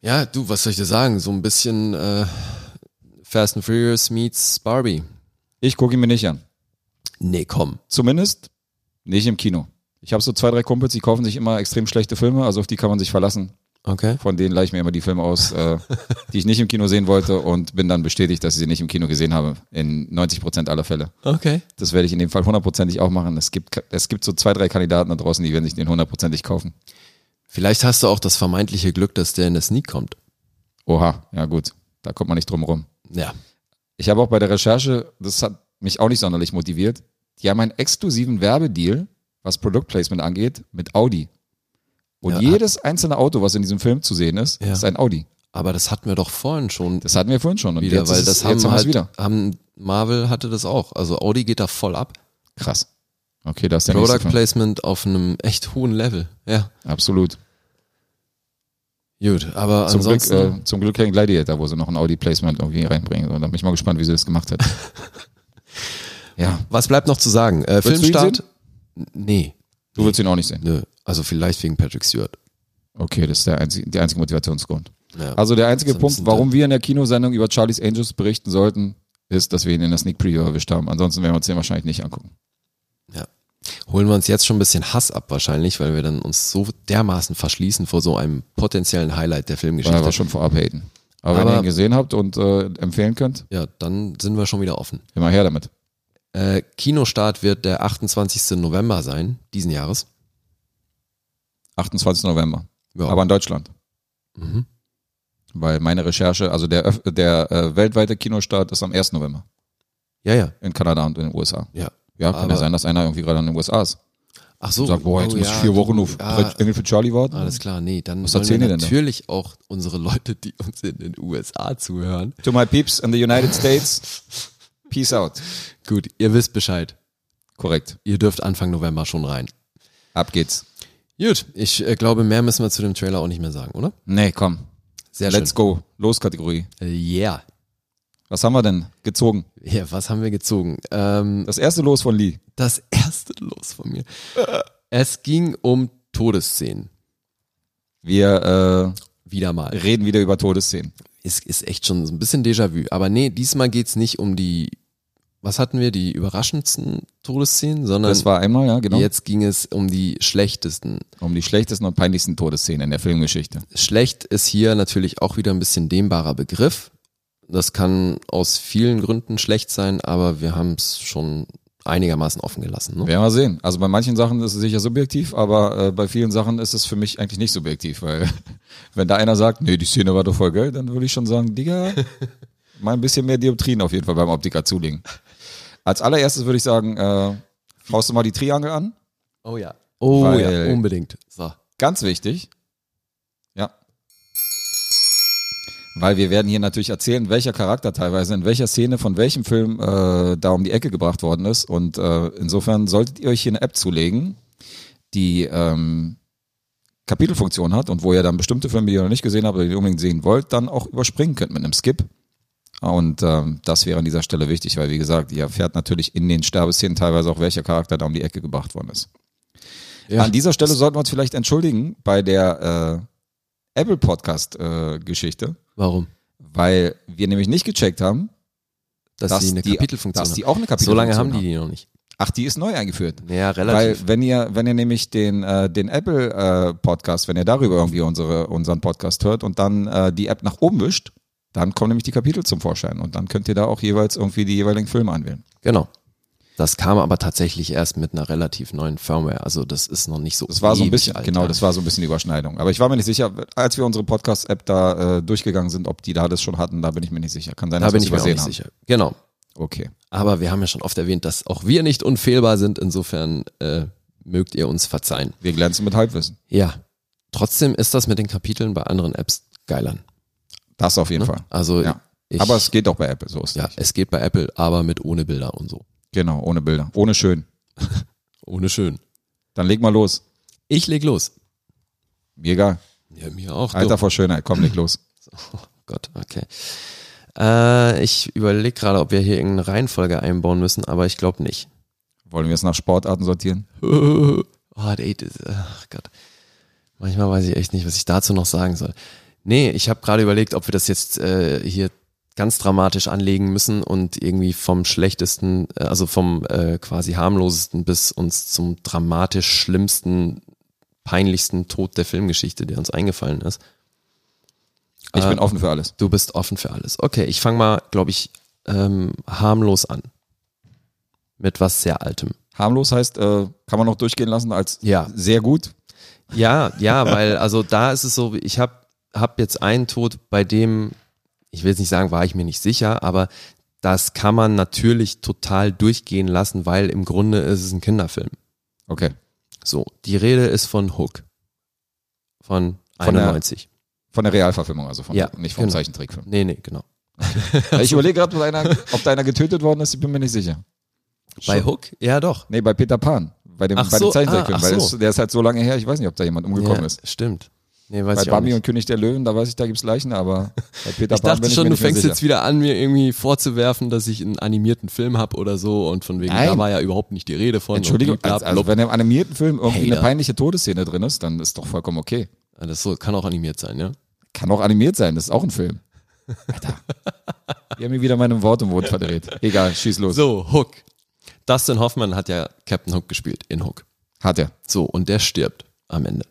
[SPEAKER 3] ja, du, was soll ich dir sagen? So ein bisschen äh, Fast and Furious meets Barbie.
[SPEAKER 2] Ich gucke ihn mir nicht an.
[SPEAKER 3] Nee, komm.
[SPEAKER 2] Zumindest nicht im Kino. Ich habe so zwei, drei Kumpels, die kaufen sich immer extrem schlechte Filme, also auf die kann man sich verlassen.
[SPEAKER 3] Okay.
[SPEAKER 2] Von denen leihe ich mir immer die Filme aus, äh, die ich nicht im Kino sehen wollte und bin dann bestätigt, dass ich sie nicht im Kino gesehen habe. In 90 Prozent aller Fälle.
[SPEAKER 3] Okay.
[SPEAKER 2] Das werde ich in dem Fall hundertprozentig auch machen. Es gibt, es gibt so zwei, drei Kandidaten da draußen, die werden sich den hundertprozentig kaufen.
[SPEAKER 3] Vielleicht hast du auch das vermeintliche Glück, dass der in der Sneak kommt.
[SPEAKER 2] Oha, ja gut, da kommt man nicht drum rum.
[SPEAKER 3] Ja.
[SPEAKER 2] Ich habe auch bei der Recherche, das hat mich auch nicht sonderlich motiviert, die haben einen exklusiven Werbedeal, was Produktplacement angeht, mit Audi. Und
[SPEAKER 3] Ja,
[SPEAKER 2] jedes einzelne Auto, was in diesem Film zu sehen ist,
[SPEAKER 3] Ja.
[SPEAKER 2] ist ein Audi.
[SPEAKER 3] Aber das hatten wir doch vorhin schon
[SPEAKER 2] Das hatten wir vorhin schon. Und
[SPEAKER 3] wieder,
[SPEAKER 2] jetzt
[SPEAKER 3] weil
[SPEAKER 2] ist,
[SPEAKER 3] das
[SPEAKER 2] es-
[SPEAKER 3] haben
[SPEAKER 2] jetzt wir es
[SPEAKER 3] halt,
[SPEAKER 2] wieder.
[SPEAKER 3] haben Marvel hatte das auch. Also Audi geht da voll ab.
[SPEAKER 2] Krass. Okay, das ist der nächste
[SPEAKER 3] Product
[SPEAKER 2] Film.
[SPEAKER 3] Placement auf einem echt hohen Level. Ja,
[SPEAKER 2] Absolut.
[SPEAKER 3] gut, aber
[SPEAKER 2] Zum Glück,
[SPEAKER 3] ansonsten
[SPEAKER 2] äh, zum Glück kein Gladiator, wo sie noch ein Audi-Placement irgendwie reinbringen. Und da bin ich mal gespannt, wie sie das gemacht
[SPEAKER 3] *laughs*
[SPEAKER 2] hat. ja,
[SPEAKER 3] was bleibt noch zu sagen? Äh,
[SPEAKER 2] du ihn
[SPEAKER 3] Filmstart?
[SPEAKER 2] sehen?
[SPEAKER 3] Nee,
[SPEAKER 2] du willst ihn auch nicht sehen.
[SPEAKER 3] nö, also vielleicht wegen Patrick Stewart.
[SPEAKER 2] Okay, das ist der einzige, der einzige Motivationsgrund.
[SPEAKER 3] Ja.
[SPEAKER 2] Also der einzige
[SPEAKER 3] Sonst
[SPEAKER 2] Punkt,
[SPEAKER 3] sind
[SPEAKER 2] warum wir in der Kinosendung über Charlie's Angels berichten sollten, ist, dass wir ihn in der Sneak Preview erwischt haben. Ansonsten werden wir uns den wahrscheinlich nicht angucken.
[SPEAKER 3] Holen wir uns jetzt schon ein bisschen Hass ab wahrscheinlich, weil wir dann uns so dermaßen verschließen vor so einem potenziellen Highlight der
[SPEAKER 2] Weil wir
[SPEAKER 3] Filmgeschichte.
[SPEAKER 2] schon vorab haten. Aber, wenn
[SPEAKER 3] Aber-
[SPEAKER 2] ihr ihn gesehen habt und äh, empfehlen könnt,
[SPEAKER 3] Ja, dann sind wir schon wieder offen.
[SPEAKER 2] immer her damit.
[SPEAKER 3] Äh, Kinostart wird der 28. November sein, diesen Jahres.
[SPEAKER 2] 28. November.
[SPEAKER 3] Ja.
[SPEAKER 2] Aber in Deutschland.
[SPEAKER 3] Mhm.
[SPEAKER 2] Weil meine Recherche, also der, öff- der äh, weltweite Kinostart ist am 1. November
[SPEAKER 3] Ja, ja,
[SPEAKER 2] in Kanada und in den USA.
[SPEAKER 3] ja.
[SPEAKER 2] Ja, kann
[SPEAKER 3] Aber-
[SPEAKER 2] ja sein, dass einer irgendwie gerade in den USA ist.
[SPEAKER 3] Ach so. Oh
[SPEAKER 2] Und sagt, boah, jetzt muss ich vier Wochen auf
[SPEAKER 3] ja, ah,
[SPEAKER 2] Engel für Charlie warten.
[SPEAKER 3] Alles klar, nee, dann
[SPEAKER 2] Was
[SPEAKER 3] wollen wir
[SPEAKER 2] erzählen die denn da?
[SPEAKER 3] natürlich auch unsere Leute, die uns in den USA zuhören.
[SPEAKER 2] To my peeps in the United States, peace
[SPEAKER 3] *laughs*
[SPEAKER 2] out.
[SPEAKER 3] Gut, ihr wisst Bescheid.
[SPEAKER 2] Korrekt.
[SPEAKER 3] Ihr dürft Anfang November schon rein.
[SPEAKER 2] Ab geht's.
[SPEAKER 3] Gut, ich äh, glaube, mehr müssen wir zu dem Trailer auch nicht mehr sagen, oder?
[SPEAKER 2] Nee, komm.
[SPEAKER 3] Sehr
[SPEAKER 2] Let's go. Los, Kategorie.
[SPEAKER 3] schön. Äh, Yeah.
[SPEAKER 2] Was haben wir denn gezogen?
[SPEAKER 3] Ja, was haben wir gezogen? Ähm,
[SPEAKER 2] Das erste Los von Lee.
[SPEAKER 3] das *laughs* erste Los von mir. Es ging um Todesszenen.
[SPEAKER 2] Wir
[SPEAKER 3] Wieder mal.
[SPEAKER 2] äh, reden wieder über Todesszenen.
[SPEAKER 3] ist, ist echt schon so ein bisschen Déjà-vu. Aber nee, diesmal geht's nicht um die, was hatten wir, die überraschendsten Todesszenen, sondern
[SPEAKER 2] Das war einmal, ja, genau.
[SPEAKER 3] Ähm, jetzt ging es um die schlechtesten.
[SPEAKER 2] Um die schlechtesten und peinlichsten Todesszenen in der Filmgeschichte.
[SPEAKER 3] Schlecht ist hier natürlich auch wieder ein bisschen dehnbarer Begriff. Das kann aus vielen Gründen schlecht sein, aber wir haben es schon einigermaßen offen gelassen. Ne?
[SPEAKER 2] Werden wir sehen. Also bei manchen Sachen ist es sicher subjektiv, aber äh, bei vielen Sachen ist es für mich eigentlich nicht subjektiv, weil *laughs* wenn da einer sagt, nee, die Szene war doch voll geil, dann würde ich schon sagen,
[SPEAKER 3] *laughs*
[SPEAKER 2] Digga, mal ein bisschen mehr Dioptrien auf jeden Fall beim Optiker zulegen. Als allererstes würde ich sagen, äh, haust du mal die Triangel an.
[SPEAKER 3] Oh ja. Oh
[SPEAKER 2] Weil-
[SPEAKER 3] ja, unbedingt. So.
[SPEAKER 2] Ganz wichtig. Ja. Weil wir werden hier natürlich erzählen, welcher Charakter teilweise in welcher Szene von welchem Film äh, da um die Ecke gebracht worden ist. Und äh, insofern solltet ihr euch hier eine App zulegen, die ähm, Kapitelfunktion hat und wo ihr dann bestimmte Filme, die ihr noch nicht gesehen habt oder die ihr unbedingt sehen wollt, dann auch überspringen könnt mit einem Skip. Und ähm, das wäre an dieser Stelle wichtig, weil wie gesagt, ihr erfährt natürlich in den Sterbeszenen teilweise auch, welcher Charakter da um die Ecke gebracht worden ist.
[SPEAKER 3] Ja.
[SPEAKER 2] An dieser Stelle sollten wir uns vielleicht entschuldigen bei der äh, Apple Podcast äh, Geschichte,
[SPEAKER 3] Warum?
[SPEAKER 2] weil wir nämlich nicht gecheckt haben,
[SPEAKER 3] Dass,
[SPEAKER 2] dass
[SPEAKER 3] sie eine
[SPEAKER 2] die-
[SPEAKER 3] Kapitelfunktion
[SPEAKER 2] dass die
[SPEAKER 3] haben.
[SPEAKER 2] auch eine
[SPEAKER 3] So lange haben
[SPEAKER 2] Kapitelfunktion
[SPEAKER 3] die die noch nicht.
[SPEAKER 2] ach, die ist neu eingeführt.
[SPEAKER 3] Ja,
[SPEAKER 2] Weil wenn ihr, wenn ihr nämlich den, äh, den Apple äh, Podcast, wenn ihr darüber irgendwie unsere, unseren Podcast hört und dann äh, die App nach oben wischt, dann kommen nämlich die Kapitel zum Vorschein und dann könnt ihr da auch jeweils irgendwie die jeweiligen Filme anwählen.
[SPEAKER 3] genau. Das kam aber tatsächlich erst mit einer relativ neuen Firmware. Also das ist noch nicht so.
[SPEAKER 2] Das war so ein
[SPEAKER 3] ewig
[SPEAKER 2] bisschen,
[SPEAKER 3] alt,
[SPEAKER 2] genau,
[SPEAKER 3] ja.
[SPEAKER 2] das war so ein bisschen die Überschneidung. Aber ich war mir nicht sicher, als wir unsere Podcast-App da äh, durchgegangen sind, ob die da das schon hatten, da bin ich mir nicht sicher. Kann sein,
[SPEAKER 3] Da
[SPEAKER 2] dass wir
[SPEAKER 3] bin
[SPEAKER 2] es
[SPEAKER 3] ich mir auch
[SPEAKER 2] übersehen
[SPEAKER 3] nicht
[SPEAKER 2] haben.
[SPEAKER 3] sicher. Genau.
[SPEAKER 2] Okay.
[SPEAKER 3] Aber wir haben ja schon oft erwähnt, dass auch wir nicht unfehlbar sind. Insofern äh, mögt ihr uns verzeihen.
[SPEAKER 2] Wir glänzen mit Halbwissen.
[SPEAKER 3] Ja. Trotzdem ist das mit den Kapiteln bei anderen Apps geilern.
[SPEAKER 2] Das auf jeden
[SPEAKER 3] Ne?
[SPEAKER 2] Fall.
[SPEAKER 3] Also
[SPEAKER 2] Ja.
[SPEAKER 3] ich,
[SPEAKER 2] Aber es geht auch bei Apple, so ist
[SPEAKER 3] ja,
[SPEAKER 2] nicht.
[SPEAKER 3] es geht bei Apple, aber mit ohne Bilder und so.
[SPEAKER 2] Genau, ohne Bilder. Ohne schön.
[SPEAKER 3] Ohne schön.
[SPEAKER 2] Dann leg mal los.
[SPEAKER 3] Ich leg los.
[SPEAKER 2] Mir egal.
[SPEAKER 3] Ja, mir auch. du.
[SPEAKER 2] Alter vor Schönheit, komm, leg los.
[SPEAKER 3] Gott, okay. Äh, ich überlege gerade, ob wir hier irgendeine Reihenfolge einbauen müssen, aber ich glaube nicht.
[SPEAKER 2] Wollen wir es nach Sportarten sortieren?
[SPEAKER 3] Oh, ey, das- ach Gott. Manchmal weiß ich echt nicht, was ich dazu noch sagen soll. Nee, ich habe gerade überlegt, ob wir das jetzt äh, hier ganz dramatisch anlegen müssen und irgendwie vom schlechtesten, äh, also vom äh, quasi harmlosesten bis uns zum dramatisch schlimmsten, peinlichsten Tod der Filmgeschichte, der uns eingefallen ist.
[SPEAKER 2] Ich
[SPEAKER 3] Äh,
[SPEAKER 2] bin offen für alles.
[SPEAKER 3] Du bist offen für alles. Okay, ich fange mal, glaube ich, ähm, harmlos an. Mit was sehr Altem.
[SPEAKER 2] Harmlos heißt, äh, kann man noch durchgehen lassen als
[SPEAKER 3] Ja.
[SPEAKER 2] sehr gut.
[SPEAKER 3] Ja, ja, weil also da ist es so, ich habe hab jetzt einen Tod, bei dem, ich will jetzt nicht sagen, war ich mir nicht sicher, aber das kann man natürlich total durchgehen lassen, weil im Grunde ist es ein Kinderfilm.
[SPEAKER 2] Okay.
[SPEAKER 3] So, die Rede ist von Hook. Von
[SPEAKER 2] Von der-
[SPEAKER 3] 91.
[SPEAKER 2] Von der Realverfilmung, also von,
[SPEAKER 3] Ja,
[SPEAKER 2] nicht vom
[SPEAKER 3] genau.
[SPEAKER 2] Zeichentrickfilm.
[SPEAKER 3] nee, nee, genau.
[SPEAKER 2] Ich überlege gerade, ob einer, ob da einer getötet worden ist, ich bin mir nicht sicher.
[SPEAKER 3] Bei
[SPEAKER 2] Schon.
[SPEAKER 3] Hook? Ja, doch.
[SPEAKER 2] Nee, bei Peter Pan. Bei dem,
[SPEAKER 3] Ach
[SPEAKER 2] bei
[SPEAKER 3] so,
[SPEAKER 2] dem Zeichentrickfilm.
[SPEAKER 3] ah, ach
[SPEAKER 2] weil
[SPEAKER 3] so.
[SPEAKER 2] es, der ist halt so lange her, ich weiß nicht, ob da jemand umgekommen
[SPEAKER 3] ja,
[SPEAKER 2] ist.
[SPEAKER 3] Stimmt. Nee, weiß
[SPEAKER 2] Bei
[SPEAKER 3] ich auch
[SPEAKER 2] Bambi
[SPEAKER 3] nicht.
[SPEAKER 2] und König der Löwen, da weiß ich, da gibt's Leichen,
[SPEAKER 3] *laughs*
[SPEAKER 2] aber bei Peter
[SPEAKER 3] Ich
[SPEAKER 2] Pan
[SPEAKER 3] dachte
[SPEAKER 2] bin
[SPEAKER 3] schon,
[SPEAKER 2] ich mir nicht
[SPEAKER 3] du
[SPEAKER 2] mehr
[SPEAKER 3] fängst
[SPEAKER 2] sicher.
[SPEAKER 3] jetzt wieder an, mir irgendwie vorzuwerfen, dass ich einen animierten Film habe oder so und von wegen, da
[SPEAKER 2] Nein.
[SPEAKER 3] war ja überhaupt nicht die Rede von. und
[SPEAKER 2] Entschuldigung,
[SPEAKER 3] bliblablub.
[SPEAKER 2] also, also wenn im animierten Film irgendwie
[SPEAKER 3] Hater.
[SPEAKER 2] eine peinliche Todesszene drin ist, dann ist doch vollkommen okay.
[SPEAKER 3] Das so, kann auch animiert sein, ja?
[SPEAKER 2] Kann auch animiert sein, das ist auch ein Film.
[SPEAKER 3] *laughs*
[SPEAKER 2] Alter. Die haben mir wieder meine Worte im Mund verdreht. Egal, schieß los.
[SPEAKER 3] So, Hook. Dustin Hoffmann hat ja Captain Hook gespielt in Hook.
[SPEAKER 2] Hat er.
[SPEAKER 3] So, und der stirbt am Ende.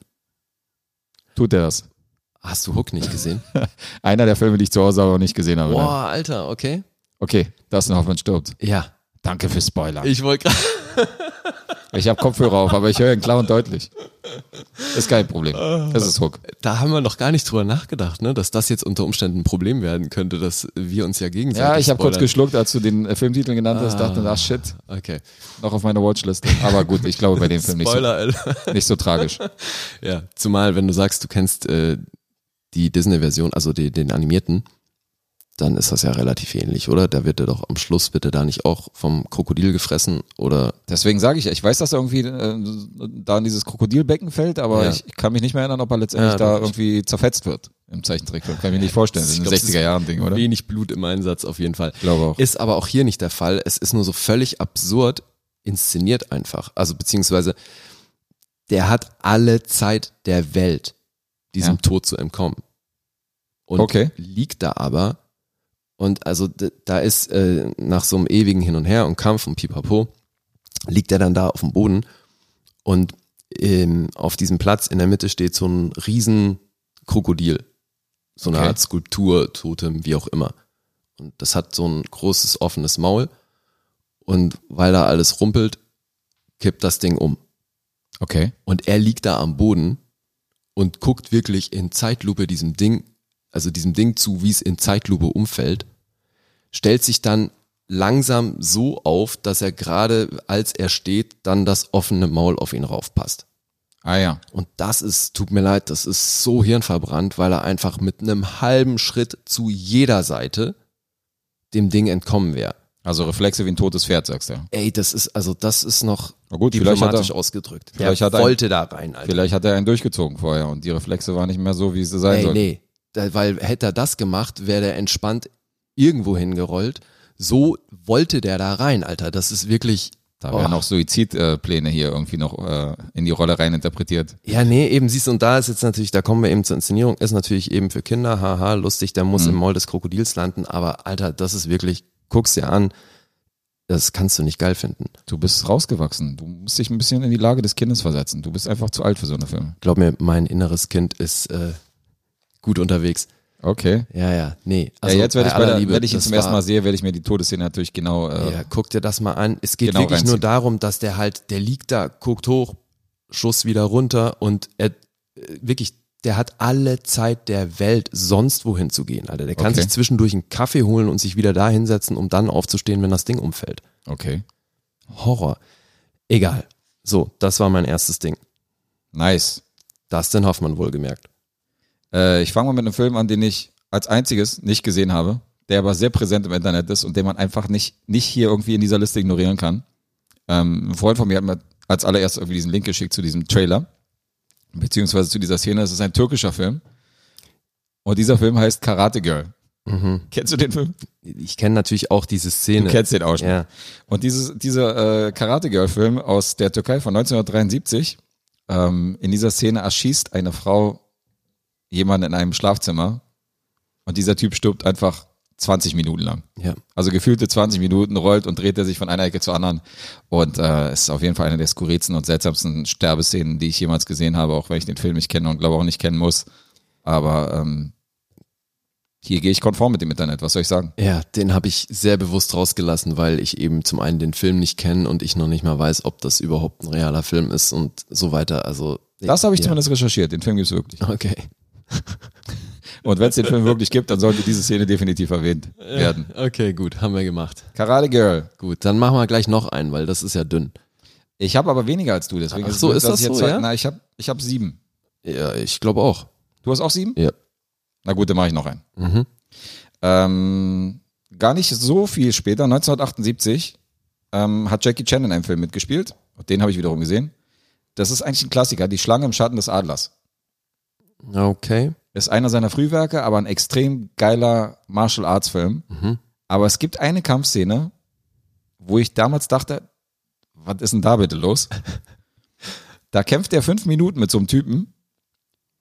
[SPEAKER 2] Tut er das. *laughs*
[SPEAKER 3] Hast du Hook nicht gesehen?
[SPEAKER 2] Einer der Filme, die ich zu Hause aber noch nicht gesehen habe. nein.
[SPEAKER 3] Boah, Alter, okay.
[SPEAKER 2] Okay, Dustin Hoffmann stirbt.
[SPEAKER 3] Ja,
[SPEAKER 2] Danke für Spoiler. Ich,
[SPEAKER 3] ich wollte gerade.
[SPEAKER 2] habe Kopfhörer auf, aber ich höre ihn klar und deutlich. Ist kein Problem. Das ist Hook.
[SPEAKER 3] *laughs* Da haben wir noch gar nicht drüber nachgedacht, ne? dass das jetzt unter Umständen ein Problem werden könnte, dass wir uns ja gegenseitig.
[SPEAKER 2] Ja, ich habe kurz
[SPEAKER 3] spoilern.
[SPEAKER 2] geschluckt, als du den äh, Filmtitel genannt hast,
[SPEAKER 3] Ah.
[SPEAKER 2] dachte, ach shit,
[SPEAKER 3] Okay.
[SPEAKER 2] noch auf meiner Watchlist. Aber gut, ich glaube bei dem Film nicht so,
[SPEAKER 3] Spoiler, Alter.
[SPEAKER 2] nicht so tragisch.
[SPEAKER 3] *laughs* Ja, zumal wenn du sagst, du kennst äh, die Disney-Version, also die, den animierten, dann ist das ja relativ ähnlich, oder? Da wird er doch am Schluss, wird er da nicht auch vom Krokodil gefressen oder
[SPEAKER 2] Deswegen sage ich, ja, ich weiß, dass er irgendwie äh, da in dieses Krokodilbecken fällt, aber
[SPEAKER 3] Ja.
[SPEAKER 2] ich kann mich nicht mehr erinnern, ob er letztendlich
[SPEAKER 3] Ja,
[SPEAKER 2] da
[SPEAKER 3] doch.
[SPEAKER 2] irgendwie zerfetzt wird im Zeichentrickfilm. Kann ich mir nicht vorstellen. Das
[SPEAKER 3] Ich
[SPEAKER 2] ist ein
[SPEAKER 3] glaub, das ist
[SPEAKER 2] 60er-Jahren-Ding, oder?
[SPEAKER 3] wenig Blut im Einsatz auf jeden Fall.
[SPEAKER 2] Glaube auch.
[SPEAKER 3] Ist aber auch hier nicht der Fall. Es ist nur so völlig absurd inszeniert einfach. Also beziehungsweise der hat alle Zeit der Welt, diesem
[SPEAKER 2] Ja.
[SPEAKER 3] Tod zu entkommen. Und
[SPEAKER 2] Okay.
[SPEAKER 3] liegt da aber. Und also d- da ist äh, nach so einem ewigen Hin und Her und Kampf und Pipapo, liegt er dann da auf dem Boden und ähm, auf diesem Platz in der Mitte steht so ein riesen Krokodil. So eine
[SPEAKER 2] Okay.
[SPEAKER 3] Art Skulptur, Totem, wie auch immer. Und das hat so ein großes offenes Maul. Und weil da alles rumpelt, kippt das Ding um.
[SPEAKER 2] Okay.
[SPEAKER 3] Und er liegt da am Boden und guckt wirklich in Zeitlupe diesem Ding, also diesem Ding zu, wie es in Zeitlupe umfällt, stellt sich dann langsam so auf, dass er gerade, als er steht, dann das offene Maul auf ihn raufpasst.
[SPEAKER 2] Ah ja.
[SPEAKER 3] Und das ist, tut mir leid, das ist so hirnverbrannt, weil er einfach mit einem halben Schritt zu jeder Seite dem Ding entkommen wäre.
[SPEAKER 2] Also Reflexe wie ein totes Pferd, sagst du.
[SPEAKER 3] Ey, das ist, also das ist noch
[SPEAKER 2] Na gut, vielleicht hat er-
[SPEAKER 3] diplomatisch ausgedrückt.
[SPEAKER 2] vielleicht
[SPEAKER 3] er
[SPEAKER 2] hat er-
[SPEAKER 3] wollte da rein, Alter.
[SPEAKER 2] Vielleicht hat er einen durchgezogen vorher und die Reflexe waren nicht mehr so, wie sie sein
[SPEAKER 3] Ey,
[SPEAKER 2] sollten.
[SPEAKER 3] nee. Da, weil hätte er das gemacht, wäre der entspannt irgendwo hingerollt. So wollte der da rein, Alter. Das ist wirklich.
[SPEAKER 2] Da werden
[SPEAKER 3] Boah.
[SPEAKER 2] auch Suizidpläne hier irgendwie noch äh, in die Rolle rein interpretiert.
[SPEAKER 3] Ja, nee, eben siehst du, und da ist jetzt natürlich, da kommen wir eben zur Inszenierung, ist natürlich eben für Kinder, haha, lustig, der
[SPEAKER 2] Mhm.
[SPEAKER 3] muss im Maul des Krokodils landen, aber Alter, das ist wirklich, guck's dir an, das kannst du nicht geil finden.
[SPEAKER 2] Du bist rausgewachsen. Du musst dich ein bisschen in die Lage des Kindes versetzen. Du bist einfach zu alt für so eine Filme.
[SPEAKER 3] Glaub mir, mein inneres Kind ist äh, gut unterwegs.
[SPEAKER 2] Okay.
[SPEAKER 3] Ja, ja, nee. Also,
[SPEAKER 2] ja, jetzt werde ich, bei
[SPEAKER 3] aller
[SPEAKER 2] der,
[SPEAKER 3] Liebe,
[SPEAKER 2] wenn ich ihn
[SPEAKER 3] das
[SPEAKER 2] zum ersten
[SPEAKER 3] war-
[SPEAKER 2] Mal sehe, werde ich mir die Todesszene natürlich genau. Äh,
[SPEAKER 3] Ja, guck dir das mal an. Es geht
[SPEAKER 2] Genau
[SPEAKER 3] wirklich nur
[SPEAKER 2] reinziehen.
[SPEAKER 3] darum, dass der halt, der liegt da, guckt hoch, Schuss wieder runter und er äh, wirklich, der hat alle Zeit der Welt, sonst wohin zu gehen, Alter. Der kann
[SPEAKER 2] Okay.
[SPEAKER 3] sich zwischendurch einen Kaffee holen und sich wieder da hinsetzen, um dann aufzustehen, wenn das Ding umfällt.
[SPEAKER 2] Okay.
[SPEAKER 3] Horror. Egal. So, das war mein erstes Ding.
[SPEAKER 2] Nice.
[SPEAKER 3] Dustin Hoffmann wohlgemerkt.
[SPEAKER 2] Äh, ich fange mal mit einem Film an, den ich als einziges nicht gesehen habe, der aber sehr präsent im Internet ist und den man einfach nicht, nicht hier irgendwie in dieser Liste ignorieren kann. Ähm, ein Freund von mir hat mir als allererst irgendwie diesen Link geschickt zu diesem Trailer, beziehungsweise zu dieser Szene. Es ist ein türkischer Film. Und dieser Film heißt Karate Girl. Kennst du den Film?
[SPEAKER 3] Ich kenne natürlich auch diese
[SPEAKER 2] Du
[SPEAKER 3] Szene.
[SPEAKER 2] kennst den auch schon.
[SPEAKER 3] ja.
[SPEAKER 2] Und dieses, dieser äh, Karate Girl Film aus der Türkei von 1973, ähm, in dieser Szene erschießt eine Frau jemanden in einem Schlafzimmer und dieser Typ stirbt einfach 20 Minuten lang.
[SPEAKER 3] ja.
[SPEAKER 2] Also gefühlte 20 Minuten rollt und dreht er sich von einer Ecke zur anderen. Und äh, ist auf jeden Fall eine der skurrilsten und seltsamsten Sterbeszenen, die ich jemals gesehen habe, auch wenn ich den Film nicht kenne und glaube auch nicht kennen muss. Aber ähm, hier gehe ich konform mit dem Internet, was soll ich sagen?
[SPEAKER 3] Ja, den habe ich sehr bewusst rausgelassen, weil ich eben zum einen den Film nicht kenne und ich noch nicht mal weiß, ob das überhaupt ein realer Film ist und so weiter. Also
[SPEAKER 2] Das habe ich
[SPEAKER 3] ja.
[SPEAKER 2] zumindest recherchiert, den Film gibt's wirklich.
[SPEAKER 3] *laughs* Okay.
[SPEAKER 2] Und wenn es den Film wirklich gibt, dann sollte diese Szene definitiv erwähnt werden.
[SPEAKER 3] Okay, gut, haben wir gemacht.
[SPEAKER 2] Karate Girl.
[SPEAKER 3] Gut, dann machen wir gleich noch einen, weil das ist ja dünn.
[SPEAKER 2] Ich habe aber weniger als du, deswegen
[SPEAKER 3] Ach so,
[SPEAKER 2] blöd,
[SPEAKER 3] ist
[SPEAKER 2] dass
[SPEAKER 3] das
[SPEAKER 2] ich jetzt
[SPEAKER 3] so,
[SPEAKER 2] sag-
[SPEAKER 3] ja?
[SPEAKER 2] Na, ich habe ich hab sieben.
[SPEAKER 3] Ja, ich glaube auch.
[SPEAKER 2] Du hast auch sieben?
[SPEAKER 3] Ja.
[SPEAKER 2] Na gut, dann mache ich noch einen.
[SPEAKER 3] Mhm.
[SPEAKER 2] Ähm, gar nicht so viel später, 1978, ähm, hat Jackie Chan in einem Film mitgespielt. Und den habe ich wiederum gesehen. Das ist eigentlich ein Klassiker, Die Schlange im Schatten des Adlers.
[SPEAKER 3] Okay.
[SPEAKER 2] Ist einer seiner Frühwerke, aber ein extrem geiler Martial Arts Film.
[SPEAKER 3] Mhm.
[SPEAKER 2] Aber es gibt eine Kampfszene, wo ich damals dachte, was ist denn da bitte los? Da kämpft er fünf Minuten mit so einem Typen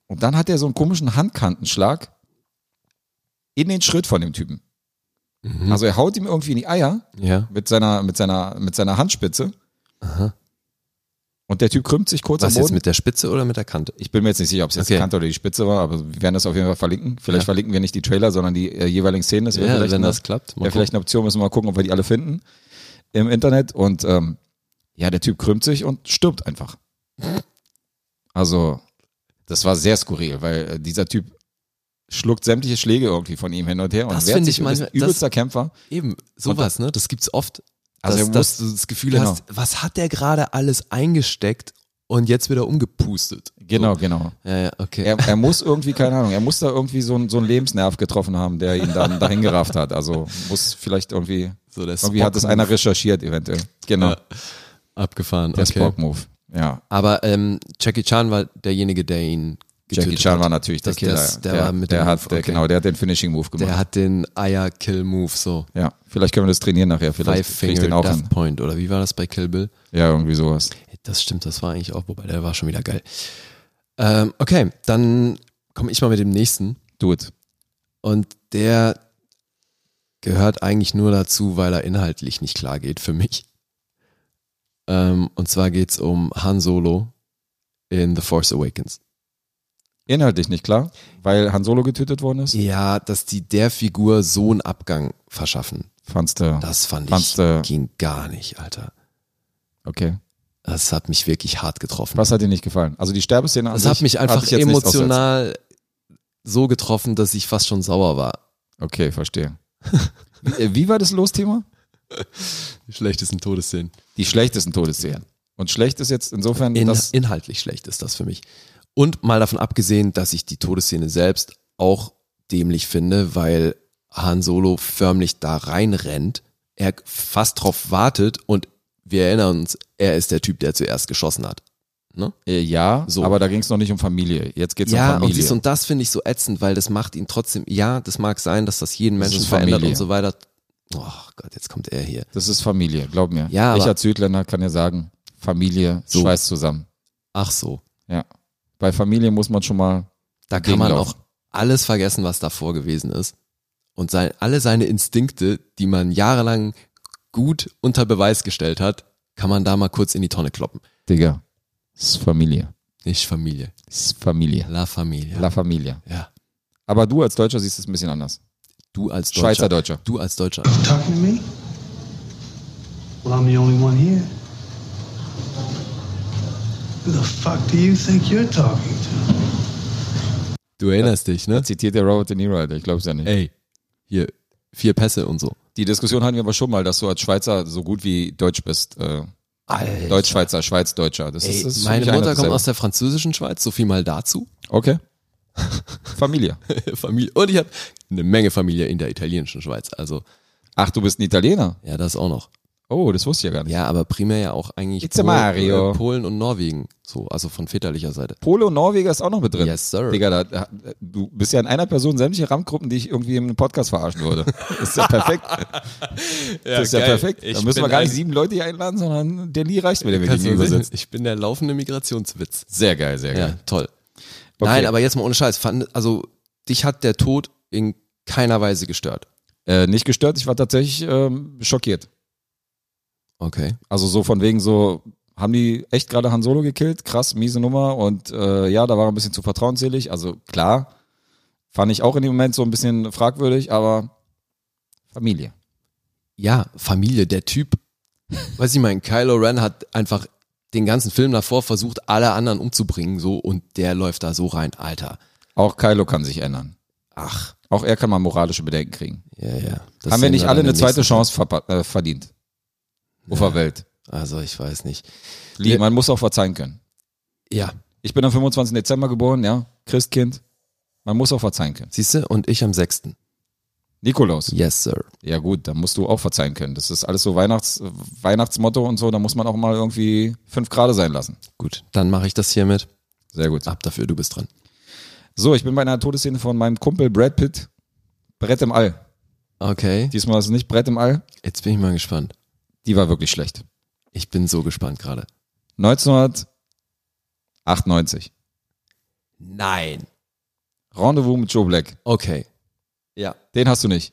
[SPEAKER 2] und dann hat er so einen komischen Handkantenschlag in den Schritt von dem Typen.
[SPEAKER 3] Mhm.
[SPEAKER 2] Also er haut ihm irgendwie in die Eier
[SPEAKER 3] Ja.
[SPEAKER 2] mit seiner, mit seiner, mit seiner Handspitze. Und der Typ krümmt sich kurz
[SPEAKER 3] Was
[SPEAKER 2] am
[SPEAKER 3] jetzt
[SPEAKER 2] Boden.
[SPEAKER 3] mit der Spitze oder mit der Kante?
[SPEAKER 2] Ich bin mir jetzt nicht sicher, ob es jetzt
[SPEAKER 3] Okay.
[SPEAKER 2] die Kante oder die Spitze war, aber wir werden das auf jeden Fall verlinken. Vielleicht verlinken wir nicht die Trailer, sondern die äh, jeweiligen Szenen. Das wäre
[SPEAKER 3] Ja,
[SPEAKER 2] vielleicht,
[SPEAKER 3] wenn
[SPEAKER 2] eine,
[SPEAKER 3] das klappt. Mal
[SPEAKER 2] wäre vielleicht eine Option, müssen wir mal gucken, ob wir die alle finden im Internet. Und ähm, ja, der Typ krümmt sich und stirbt einfach. Also, das war sehr skurril, weil äh, dieser Typ schluckt sämtliche Schläge irgendwie von ihm hin und her und
[SPEAKER 3] Das
[SPEAKER 2] wehrt
[SPEAKER 3] finde
[SPEAKER 2] sich
[SPEAKER 3] ich
[SPEAKER 2] und ist
[SPEAKER 3] manchmal- das-
[SPEAKER 2] übelster Kämpfer.
[SPEAKER 3] Eben, sowas, ne? Das gibt's oft.
[SPEAKER 2] Also
[SPEAKER 3] dass,
[SPEAKER 2] er
[SPEAKER 3] dass du das Gefühl
[SPEAKER 2] genau.
[SPEAKER 3] hast, was hat der gerade alles eingesteckt und jetzt wieder umgepustet?
[SPEAKER 2] Genau, genau.
[SPEAKER 3] So. Ja, ja, okay.
[SPEAKER 2] Er, er muss irgendwie, keine Ahnung, er muss da irgendwie so einen so einen Lebensnerv getroffen haben, der ihn dann dahin gerafft hat. Also muss vielleicht irgendwie
[SPEAKER 3] so, der
[SPEAKER 2] Irgendwie hat das
[SPEAKER 3] Spock-Move.
[SPEAKER 2] einer recherchiert, eventuell. Genau.
[SPEAKER 3] Ja, Abgefahren,
[SPEAKER 2] der
[SPEAKER 3] okay.
[SPEAKER 2] Spock-Move. Ja.
[SPEAKER 3] Aber ähm, Jackie Chan war derjenige, der ihn getötet
[SPEAKER 2] Jackie Chan
[SPEAKER 3] hat.
[SPEAKER 2] war natürlich der
[SPEAKER 3] Das-
[SPEAKER 2] Killer.
[SPEAKER 3] das- der
[SPEAKER 2] der
[SPEAKER 3] war mit
[SPEAKER 2] der
[SPEAKER 3] dem
[SPEAKER 2] hat,
[SPEAKER 3] Move,
[SPEAKER 2] der,
[SPEAKER 3] okay.
[SPEAKER 2] Genau, der hat den Finishing-Move gemacht.
[SPEAKER 3] Der hat den Eier-Kill-Move, so
[SPEAKER 2] ja, vielleicht können wir das trainieren nachher. Vielleicht krieg ich den auch hin.
[SPEAKER 3] Five-Finger-Death-Point oder wie war das bei Kill Bill?
[SPEAKER 2] Ja, irgendwie sowas.
[SPEAKER 3] Das stimmt, das war eigentlich auch, wobei der war schon wieder geil. Ähm, okay, dann komme ich mal mit dem nächsten
[SPEAKER 2] Do it.
[SPEAKER 3] und der gehört eigentlich nur dazu, weil er inhaltlich nicht klar geht für mich. Ähm, und zwar geht's um Han Solo in The Force Awakens.
[SPEAKER 2] Inhaltlich nicht klar, weil Han Solo getötet worden ist.
[SPEAKER 3] Ja, dass die der Figur so einen Abgang verschaffen,
[SPEAKER 2] Fandst du.
[SPEAKER 3] das fand
[SPEAKER 2] Fandst
[SPEAKER 3] ich
[SPEAKER 2] du-
[SPEAKER 3] ging gar nicht, Alter.
[SPEAKER 2] Okay.
[SPEAKER 3] Das hat mich wirklich hart getroffen.
[SPEAKER 2] Was hat dir nicht gefallen? Also die Sterbeszene an
[SPEAKER 3] das
[SPEAKER 2] sich
[SPEAKER 3] hat mich
[SPEAKER 2] hatte
[SPEAKER 3] einfach
[SPEAKER 2] ich jetzt nichts aussetzen.
[SPEAKER 3] emotional so getroffen, dass ich fast schon sauer war.
[SPEAKER 2] Okay, verstehe. wie, äh, wie war das Losthema?
[SPEAKER 3] Die schlechtesten Todesszenen.
[SPEAKER 2] Die schlechtesten Todesszenen. Und schlecht ist jetzt insofern,
[SPEAKER 3] In,
[SPEAKER 2] dass
[SPEAKER 3] inhaltlich schlecht ist das für mich. Und mal davon abgesehen, dass ich die Todesszene selbst auch dämlich finde, weil Han Solo förmlich da reinrennt, er fast drauf wartet und wir erinnern uns, er ist der Typ, der zuerst geschossen hat.
[SPEAKER 2] äh, ja,
[SPEAKER 3] So.
[SPEAKER 2] aber da ging es noch nicht um Familie. Jetzt geht es um
[SPEAKER 3] ja, und,
[SPEAKER 2] Familie.
[SPEAKER 3] siehst, du, und das finde ich so ätzend, weil das macht ihn trotzdem, ja, das mag sein, dass das jeden
[SPEAKER 2] Das
[SPEAKER 3] Menschen
[SPEAKER 2] ist
[SPEAKER 3] verändert
[SPEAKER 2] Familie.
[SPEAKER 3] und so weiter. Oh Gott, jetzt kommt er hier.
[SPEAKER 2] das ist Familie, glaub mir.
[SPEAKER 3] Ja,
[SPEAKER 2] ich
[SPEAKER 3] aber-
[SPEAKER 2] als Südländer kann ja sagen, Familie
[SPEAKER 3] So.
[SPEAKER 2] schweißt zusammen.
[SPEAKER 3] Ach so,
[SPEAKER 2] Ja. Bei Familie muss man schon mal
[SPEAKER 3] da kann man
[SPEAKER 2] Gegenlauf.
[SPEAKER 3] auch alles vergessen, was davor gewesen ist. Und sein, alle seine Instinkte, die man jahrelang gut unter Beweis gestellt hat, kann man da mal kurz in die Tonne kloppen.
[SPEAKER 2] Digga, ist Familie.
[SPEAKER 3] Nicht Familie.
[SPEAKER 2] Ist Familie.
[SPEAKER 3] La Familia.
[SPEAKER 2] La Familie.
[SPEAKER 3] ja.
[SPEAKER 2] Aber du als Deutscher siehst es ein bisschen anders.
[SPEAKER 3] Du als Deutscher.
[SPEAKER 2] Schweizer Deutscher.
[SPEAKER 3] Du als Deutscher.
[SPEAKER 5] Talking to me? Well, I'm the only one here. Who the fuck do you think you're talking to?
[SPEAKER 3] Du erinnerst dich, ne?
[SPEAKER 2] Zitiert der Robert De Niro, Alter. Ich glaub's ja nicht.
[SPEAKER 3] Ey, hier, vier Pässe und so.
[SPEAKER 2] Die Diskussion hatten wir aber schon mal, dass du als Schweizer so gut wie Deutsch bist. Äh,
[SPEAKER 3] Alter.
[SPEAKER 2] Deutschschweizer, Schweizdeutscher. Das
[SPEAKER 3] Ey,
[SPEAKER 2] ist, das ist für
[SPEAKER 3] meine
[SPEAKER 2] mich einer
[SPEAKER 3] Mutter kommt
[SPEAKER 2] dasselbe.
[SPEAKER 3] aus der französischen Schweiz, so viel mal dazu.
[SPEAKER 2] *laughs* Okay. Familie.
[SPEAKER 3] Familie. Und ich habe eine Menge Familie in der italienischen Schweiz. Also,
[SPEAKER 2] Ach, du bist ein Italiener?
[SPEAKER 3] ja, das auch noch.
[SPEAKER 2] Oh, das wusste ich ja gar nicht.
[SPEAKER 3] Ja, aber primär ja auch eigentlich
[SPEAKER 2] It's a Mario.
[SPEAKER 3] äh, Polen und Norwegen. So, also von väterlicher Seite.
[SPEAKER 2] Pole und Norweger ist auch noch mit drin.
[SPEAKER 3] Yes, sir.
[SPEAKER 2] Digga, da, da, du bist ja in einer Person sämtliche Randgruppen, die ich irgendwie im Podcast verarschen würde. Das ist ja perfekt. das ist ja perfekt. Da müssen wir gar nicht sieben Leute hier einladen, sondern der Lee reicht mir, der mir gegenüber sitzt.
[SPEAKER 3] Ich bin der laufende Migrationswitz.
[SPEAKER 2] Sehr geil, sehr
[SPEAKER 3] Ja,
[SPEAKER 2] geil.
[SPEAKER 3] toll. Nein, aber jetzt mal ohne Scheiß. Fand, also, dich hat der Tod in keiner Weise gestört.
[SPEAKER 2] Äh, nicht gestört, ich war tatsächlich ähm, schockiert.
[SPEAKER 3] Okay.
[SPEAKER 2] Also so von wegen so, haben die echt gerade Han Solo gekillt? Krass, miese Nummer. Und äh, ja, da war er ein bisschen zu vertrauensselig. Also klar, fand ich auch in dem Moment so ein bisschen fragwürdig, aber Familie.
[SPEAKER 3] Ja, Familie, der Typ. Weiß ich mein, Kylo Ren hat einfach den ganzen Film davor versucht, alle anderen umzubringen, so, und der läuft da so rein. Alter.
[SPEAKER 2] Auch Kylo kann sich ändern.
[SPEAKER 3] Ach.
[SPEAKER 2] Auch er kann mal moralische Bedenken kriegen.
[SPEAKER 3] Ja, ja. Das
[SPEAKER 2] haben wir nicht
[SPEAKER 3] sehen
[SPEAKER 2] alle
[SPEAKER 3] dann
[SPEAKER 2] eine
[SPEAKER 3] im
[SPEAKER 2] zweite
[SPEAKER 3] nächsten-
[SPEAKER 2] Chance verpa- äh, verdient? Ufer Welt.
[SPEAKER 3] Also, ich weiß nicht.
[SPEAKER 2] Lee, man muss auch verzeihen können.
[SPEAKER 3] Ja,
[SPEAKER 2] Ich bin am 25. Dezember geboren, ja, Christkind. Man muss auch verzeihen können.
[SPEAKER 3] siehst du? Und ich am 6.
[SPEAKER 2] Nikolaus.
[SPEAKER 3] Yes, sir.
[SPEAKER 2] Ja gut, da musst du auch verzeihen können. Das ist alles so Weihnachts Weihnachtsmotto und so, da muss man auch mal irgendwie fünf Grade sein lassen.
[SPEAKER 3] Gut, dann mache ich das hiermit.
[SPEAKER 2] Sehr gut.
[SPEAKER 3] Ab dafür, du bist dran.
[SPEAKER 2] So, ich bin bei einer Todesszene von meinem Kumpel Brad Pitt. Brett im All.
[SPEAKER 3] Okay,
[SPEAKER 2] Diesmal ist es nicht Brett im All.
[SPEAKER 3] jetzt bin ich mal gespannt.
[SPEAKER 2] Die war wirklich schlecht.
[SPEAKER 3] Ich bin so gespannt gerade.
[SPEAKER 2] 1998.
[SPEAKER 3] Nein.
[SPEAKER 2] Rendezvous mit Joe Black.
[SPEAKER 3] Okay. Ja.
[SPEAKER 2] Den hast du nicht.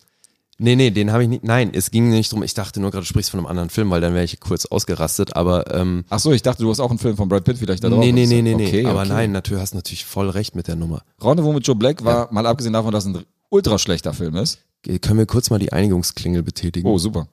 [SPEAKER 3] Nee, nee, den habe ich nicht. Nein, es ging nicht drum. Ich dachte nur gerade, du sprichst von einem anderen Film, weil dann wäre ich kurz ausgerastet. Aber ähm,
[SPEAKER 2] Ach so, ich dachte, du hast auch einen Film von Brad Pitt vielleicht da drauf.
[SPEAKER 3] nee, nee,
[SPEAKER 2] Und
[SPEAKER 3] nee,
[SPEAKER 2] so,
[SPEAKER 3] nee, nee.
[SPEAKER 2] okay,
[SPEAKER 3] aber
[SPEAKER 2] okay.
[SPEAKER 3] nein, natürlich hast natürlich voll recht mit der Nummer.
[SPEAKER 2] Rendezvous mit Joe Black war, mal abgesehen davon, dass es ein ultra schlechter Film ist.
[SPEAKER 3] Ge- Können wir kurz mal die Einigungsklingel betätigen?
[SPEAKER 2] Oh, super.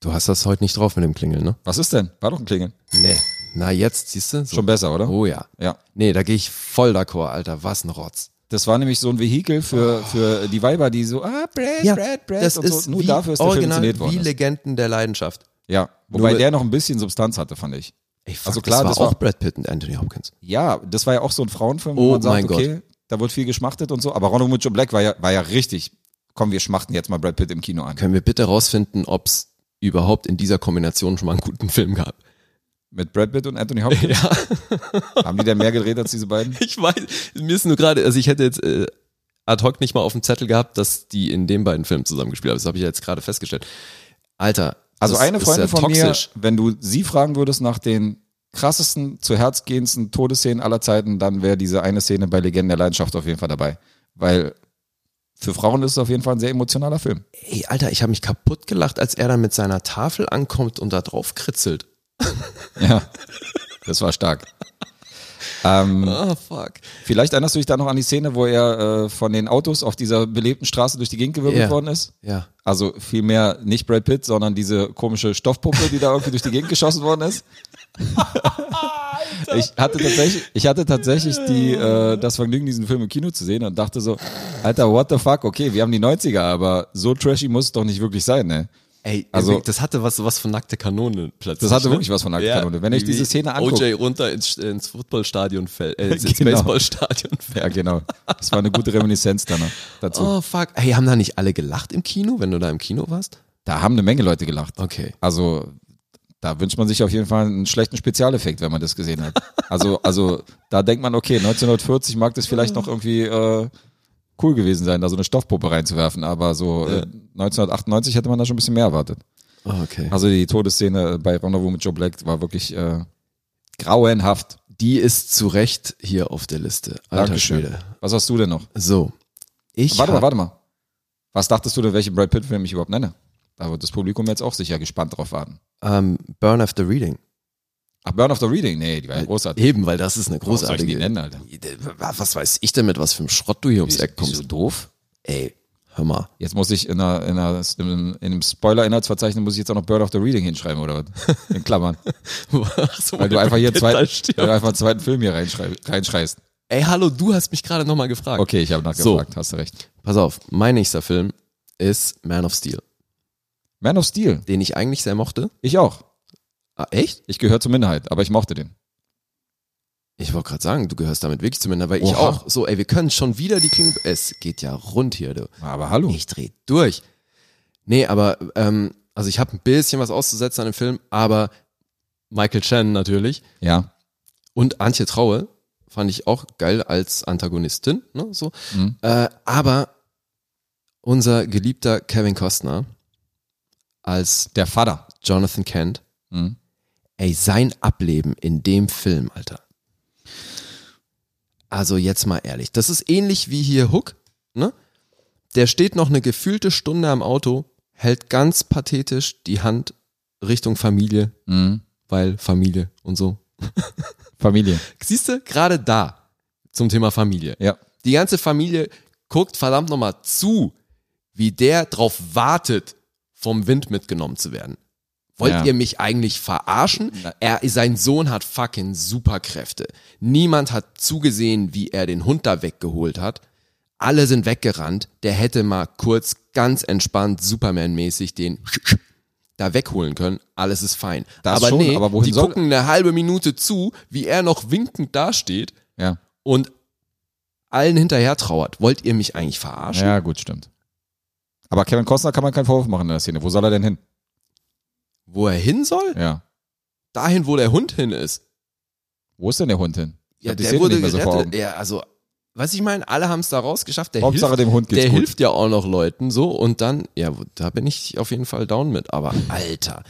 [SPEAKER 3] Du hast das heute nicht drauf mit dem Klingeln, ne?
[SPEAKER 2] Was ist denn? War doch ein Klingeln.
[SPEAKER 3] Nee. Na, jetzt, siehst du? So.
[SPEAKER 2] Schon besser, oder?
[SPEAKER 3] Oh ja.
[SPEAKER 2] Ja.
[SPEAKER 3] Nee, da gehe ich voll d'accord, Alter. Was ein Rotz.
[SPEAKER 2] Das war nämlich so ein Vehikel für, für die Weiber, die so, ah, Brad, Brad, Brad.
[SPEAKER 3] Oh. das
[SPEAKER 2] und
[SPEAKER 3] ist
[SPEAKER 2] so. Nur
[SPEAKER 3] wie
[SPEAKER 2] dafür ist der Film
[SPEAKER 3] original,
[SPEAKER 2] inszeniert
[SPEAKER 3] wie
[SPEAKER 2] worden. Ist.
[SPEAKER 3] Legenden der Leidenschaft.
[SPEAKER 2] Ja, wobei
[SPEAKER 3] Nur-
[SPEAKER 2] der noch ein bisschen Substanz hatte, fand ich.
[SPEAKER 3] Ey, fuck,
[SPEAKER 2] Also klar,
[SPEAKER 3] das
[SPEAKER 2] das
[SPEAKER 3] war auch
[SPEAKER 2] war-
[SPEAKER 3] Brad Pitt und Anthony Hopkins.
[SPEAKER 2] Ja, das war ja auch so ein Frauenfilm,
[SPEAKER 3] Oh
[SPEAKER 2] wo man sagt,
[SPEAKER 3] mein Gott.
[SPEAKER 2] okay, da wird viel geschmachtet und so. Aber Ronald Mucho Black war ja, war ja richtig. Komm, wir schmachten jetzt mal Brad Pitt im Kino an.
[SPEAKER 3] Können wir bitte rausfinden, ob es überhaupt in dieser Kombination schon mal einen guten Film gab?
[SPEAKER 2] Mit Brad Pitt und Anthony Hopkins.
[SPEAKER 3] Ja,
[SPEAKER 2] *laughs* Haben die denn mehr gedreht als diese beiden?
[SPEAKER 3] ich weiß. Mir ist nur gerade, also ich hätte jetzt äh, ad hoc nicht mal auf dem Zettel gehabt, dass die in den beiden Filmen zusammengespielt haben. Das habe ich ja jetzt gerade festgestellt. Alter,
[SPEAKER 2] Also
[SPEAKER 3] das
[SPEAKER 2] eine
[SPEAKER 3] ist
[SPEAKER 2] Freundin
[SPEAKER 3] ja
[SPEAKER 2] von
[SPEAKER 3] toxisch.
[SPEAKER 2] mir, wenn du sie fragen würdest nach den krassesten, zu herzgehendsten Todesszenen aller Zeiten, dann wäre diese eine Szene bei Legenden der Leidenschaft auf jeden Fall dabei. Weil für Frauen ist es auf jeden Fall ein sehr emotionaler
[SPEAKER 3] *laughs*
[SPEAKER 2] Film.
[SPEAKER 3] Ey, Alter, ich habe mich kaputt gelacht, als er dann mit seiner Tafel ankommt und da drauf kritzelt.
[SPEAKER 2] Ja, das war stark. ähm,
[SPEAKER 3] Oh, fuck.
[SPEAKER 2] vielleicht erinnerst du dich da noch an die Szene, wo er äh, von den Autos auf dieser belebten Straße durch die Gegend gewirbelt
[SPEAKER 3] Ja.
[SPEAKER 2] worden ist?
[SPEAKER 3] Ja.
[SPEAKER 2] Also vielmehr nicht Brad Pitt, sondern diese komische Stoffpuppe, die da irgendwie durch die Gegend geschossen worden ist. ich hatte tatsächlich, ich hatte tatsächlich die, äh, das Vergnügen, diesen Film im Kino zu sehen und dachte so, Alter, what the fuck, okay, wir haben die 90er, aber so trashy muss es doch nicht wirklich sein, ne?
[SPEAKER 3] Ey,
[SPEAKER 2] Also-
[SPEAKER 3] das hatte was, was von nackte Kanone plötzlich.
[SPEAKER 2] Das hatte
[SPEAKER 3] ne?
[SPEAKER 2] wirklich was von nackte Kanone. Wenn ich
[SPEAKER 3] wie-
[SPEAKER 2] diese
[SPEAKER 3] wie
[SPEAKER 2] Szene anguck-
[SPEAKER 3] OJ runter ins, ins Footballstadion fällt, äh, ins,
[SPEAKER 2] *laughs*
[SPEAKER 3] ins
[SPEAKER 2] Genau.
[SPEAKER 3] Baseballstadion fällt.
[SPEAKER 2] Ja, genau. Das war eine gute Reminiszenz danach, dazu.
[SPEAKER 3] Oh fuck. Hey, haben da nicht alle gelacht im Kino, wenn du da im Kino warst?
[SPEAKER 2] Da haben eine Menge Leute gelacht.
[SPEAKER 3] Okay.
[SPEAKER 2] Also da wünscht man sich auf jeden Fall einen schlechten Spezialeffekt, wenn man das gesehen hat. Also, also da denkt man, okay, 1940 mag das vielleicht noch irgendwie äh, cool gewesen sein, da so eine Stoffpuppe reinzuwerfen, aber so äh, 1998 hätte man da schon ein bisschen mehr erwartet.
[SPEAKER 3] Oh, okay.
[SPEAKER 2] Also die Todesszene bei Rendezvous mit Joe Black war wirklich äh, grauenhaft.
[SPEAKER 3] die ist zu Recht hier auf der Liste. Alter
[SPEAKER 2] Dankeschön.
[SPEAKER 3] Schwede.
[SPEAKER 2] Was hast du denn noch?
[SPEAKER 3] So. Ich
[SPEAKER 2] warte mal,
[SPEAKER 3] hab-
[SPEAKER 2] warte mal. Was dachtest du denn, welchen Brad Pitt-Film ich überhaupt nenne? Da wird das Publikum jetzt auch sicher gespannt drauf warten.
[SPEAKER 3] Ähm, Burn After Reading.
[SPEAKER 2] Ach, Burn of the Reading? Nee, die war
[SPEAKER 3] Äh,
[SPEAKER 2] ja großartig.
[SPEAKER 3] Eben, weil das ist eine
[SPEAKER 2] Warum soll ich die
[SPEAKER 3] großartige.
[SPEAKER 2] nennen, Alter?
[SPEAKER 3] Was weiß ich denn mit was für einem Schrott du hier ums Eck kommst?
[SPEAKER 2] Wieso doof?
[SPEAKER 3] Ey, hör *laughs* mal.
[SPEAKER 2] Jetzt muss ich in, einer, in, einer, in einem Spoiler-Inhaltsverzeichnis muss ich jetzt auch noch Bird of the Reading hinschreiben, oder
[SPEAKER 3] *laughs*
[SPEAKER 2] was? In Klammern.
[SPEAKER 3] So,
[SPEAKER 2] Weil du einfach
[SPEAKER 3] *laughs*
[SPEAKER 2] hier zwei,
[SPEAKER 3] da
[SPEAKER 2] weil
[SPEAKER 3] stirbt.
[SPEAKER 2] du einfach einen zweiten Film hier reinschrei reinschreist.
[SPEAKER 3] Ey, hallo, du hast mich gerade nochmal gefragt.
[SPEAKER 2] Okay, ich habe nachgefragt, hast du recht.
[SPEAKER 3] Pass auf, mein nächster Film ist Man of Steel,
[SPEAKER 2] Man of Steel,
[SPEAKER 3] den ich eigentlich sehr mochte.
[SPEAKER 2] ich auch.
[SPEAKER 3] Ah, echt?
[SPEAKER 2] Ich gehöre zur Minderheit, aber ich mochte den.
[SPEAKER 3] Ich wollte gerade sagen, du gehörst damit wirklich zu Männern, weil ich
[SPEAKER 2] Oha.
[SPEAKER 3] auch. So, ey, wir können schon wieder die Klinge. Es geht ja rund hier, du.
[SPEAKER 2] Aber hallo.
[SPEAKER 3] Ich dreh durch. Nee, aber, ähm, also ich habe ein bisschen was auszusetzen an dem Film, aber Michael Chen natürlich
[SPEAKER 2] Ja.
[SPEAKER 3] und Antje Traue fand ich auch geil als Antagonistin, ne, so. Äh, aber unser geliebter Kevin Costner als
[SPEAKER 2] Der Vater.
[SPEAKER 3] Jonathan Kent,
[SPEAKER 2] Mhm.
[SPEAKER 3] ey, sein Ableben in dem Film, Alter. Also jetzt mal ehrlich, das ist ähnlich wie hier Hook, ne? Der steht noch eine gefühlte Stunde am Auto, hält ganz pathetisch die Hand Richtung Familie,
[SPEAKER 2] Mhm.
[SPEAKER 3] weil Familie und so. *laughs*
[SPEAKER 2] Familie.
[SPEAKER 3] Siehst du, gerade da zum Thema Familie.
[SPEAKER 2] Ja.
[SPEAKER 3] Die ganze Familie guckt verdammt nochmal zu, wie der drauf wartet, vom Wind mitgenommen zu werden. Wollt
[SPEAKER 2] Ja.
[SPEAKER 3] ihr mich eigentlich verarschen? Er, sein Sohn hat fucking Superkräfte. Niemand hat zugesehen, wie er den Hund da weggeholt hat. Alle sind weggerannt. Der hätte mal kurz ganz entspannt Superman-mäßig den da wegholen können. Alles ist fein.
[SPEAKER 2] Das
[SPEAKER 3] aber
[SPEAKER 2] schon,
[SPEAKER 3] nee,
[SPEAKER 2] aber wohin
[SPEAKER 3] die
[SPEAKER 2] soll-
[SPEAKER 3] gucken eine halbe Minute zu, wie er noch winkend dasteht
[SPEAKER 2] Ja.
[SPEAKER 3] und allen hinterher trauert. Wollt ihr mich eigentlich verarschen?
[SPEAKER 2] Ja, gut, stimmt. Aber Kevin Costner kann man keinen Vorwurf machen in der Szene. Wo soll er denn hin?
[SPEAKER 3] Wo er hin soll?
[SPEAKER 2] Ja.
[SPEAKER 3] Dahin, wo der Hund hin ist.
[SPEAKER 2] Wo ist denn der Hund hin? Ich
[SPEAKER 3] Ja,
[SPEAKER 2] hab die
[SPEAKER 3] der
[SPEAKER 2] Szene
[SPEAKER 3] wurde
[SPEAKER 2] nicht mehr so vor
[SPEAKER 3] gerettet. ja, also, was ich meine, alle haben es da rausgeschafft. Der
[SPEAKER 2] Hauptsache,
[SPEAKER 3] hilft,
[SPEAKER 2] dem Hund geht's
[SPEAKER 3] Der
[SPEAKER 2] gut.
[SPEAKER 3] hilft ja auch noch Leuten so und dann, ja, wo- da bin ich auf jeden Fall down mit. Aber Alter,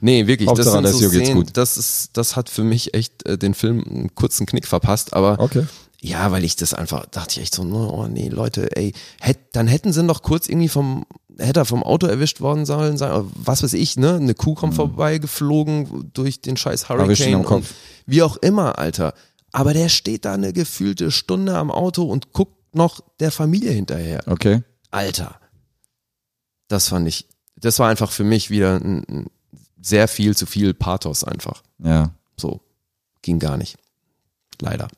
[SPEAKER 3] nee, wirklich,
[SPEAKER 2] Hauptsache,
[SPEAKER 3] das
[SPEAKER 2] das
[SPEAKER 3] sind so
[SPEAKER 2] hier geht's
[SPEAKER 3] Szenen,
[SPEAKER 2] gut.
[SPEAKER 3] das ist, das hat für mich echt äh, den Film einen kurzen Knick verpasst. Aber
[SPEAKER 2] Okay.
[SPEAKER 3] Ja, weil ich das einfach dachte ich echt so, oh nee, Leute, ey, hätt, dann hätten sie ihn doch kurz irgendwie vom hätte er vom Auto erwischt worden sollen, sein, oder was weiß ich, ne, eine Kuh kommt vorbei geflogen durch den scheiß
[SPEAKER 2] Mhm. Erwischt ihn
[SPEAKER 3] Hurricane
[SPEAKER 2] am Kopf.
[SPEAKER 3] und wie auch immer, Alter. Aber der steht da eine gefühlte Stunde am Auto und guckt noch der Familie hinterher.
[SPEAKER 2] Okay.
[SPEAKER 3] Alter. Das fand ich, das war einfach für mich wieder ein, ein sehr viel zu viel Pathos einfach.
[SPEAKER 2] Ja.
[SPEAKER 3] So. Ging gar nicht. Leider.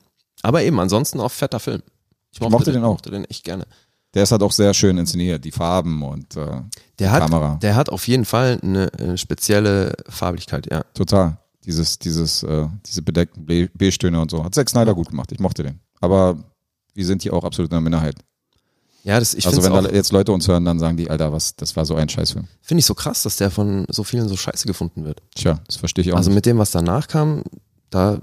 [SPEAKER 3] Aber eben, ansonsten auch fetter Film. Ich
[SPEAKER 2] mochte den auch.
[SPEAKER 3] mochte den echt gerne.
[SPEAKER 2] Der ist halt auch sehr schön inszeniert, die Farben und äh,
[SPEAKER 3] Der hat,
[SPEAKER 2] Kamera.
[SPEAKER 3] der hat auf jeden Fall eine äh, spezielle Farblichkeit, ja.
[SPEAKER 2] total. Dieses, dieses, äh, diese bedeckten Be- Beige-Töne und so. Hat Zack Snyder gut gemacht. Ich mochte den. Aber wir sind hier auch absolut in der Minderheit.
[SPEAKER 3] Ja, das, ich
[SPEAKER 2] also
[SPEAKER 3] finde
[SPEAKER 2] wenn da
[SPEAKER 3] auch
[SPEAKER 2] jetzt Leute uns hören, dann sagen die, Alter, was, das war so ein Scheißfilm.
[SPEAKER 3] finde ich so krass, dass der von so vielen so scheiße gefunden wird.
[SPEAKER 2] Tja, das verstehe ich auch.
[SPEAKER 3] Also
[SPEAKER 2] nicht.
[SPEAKER 3] mit dem, was danach kam, da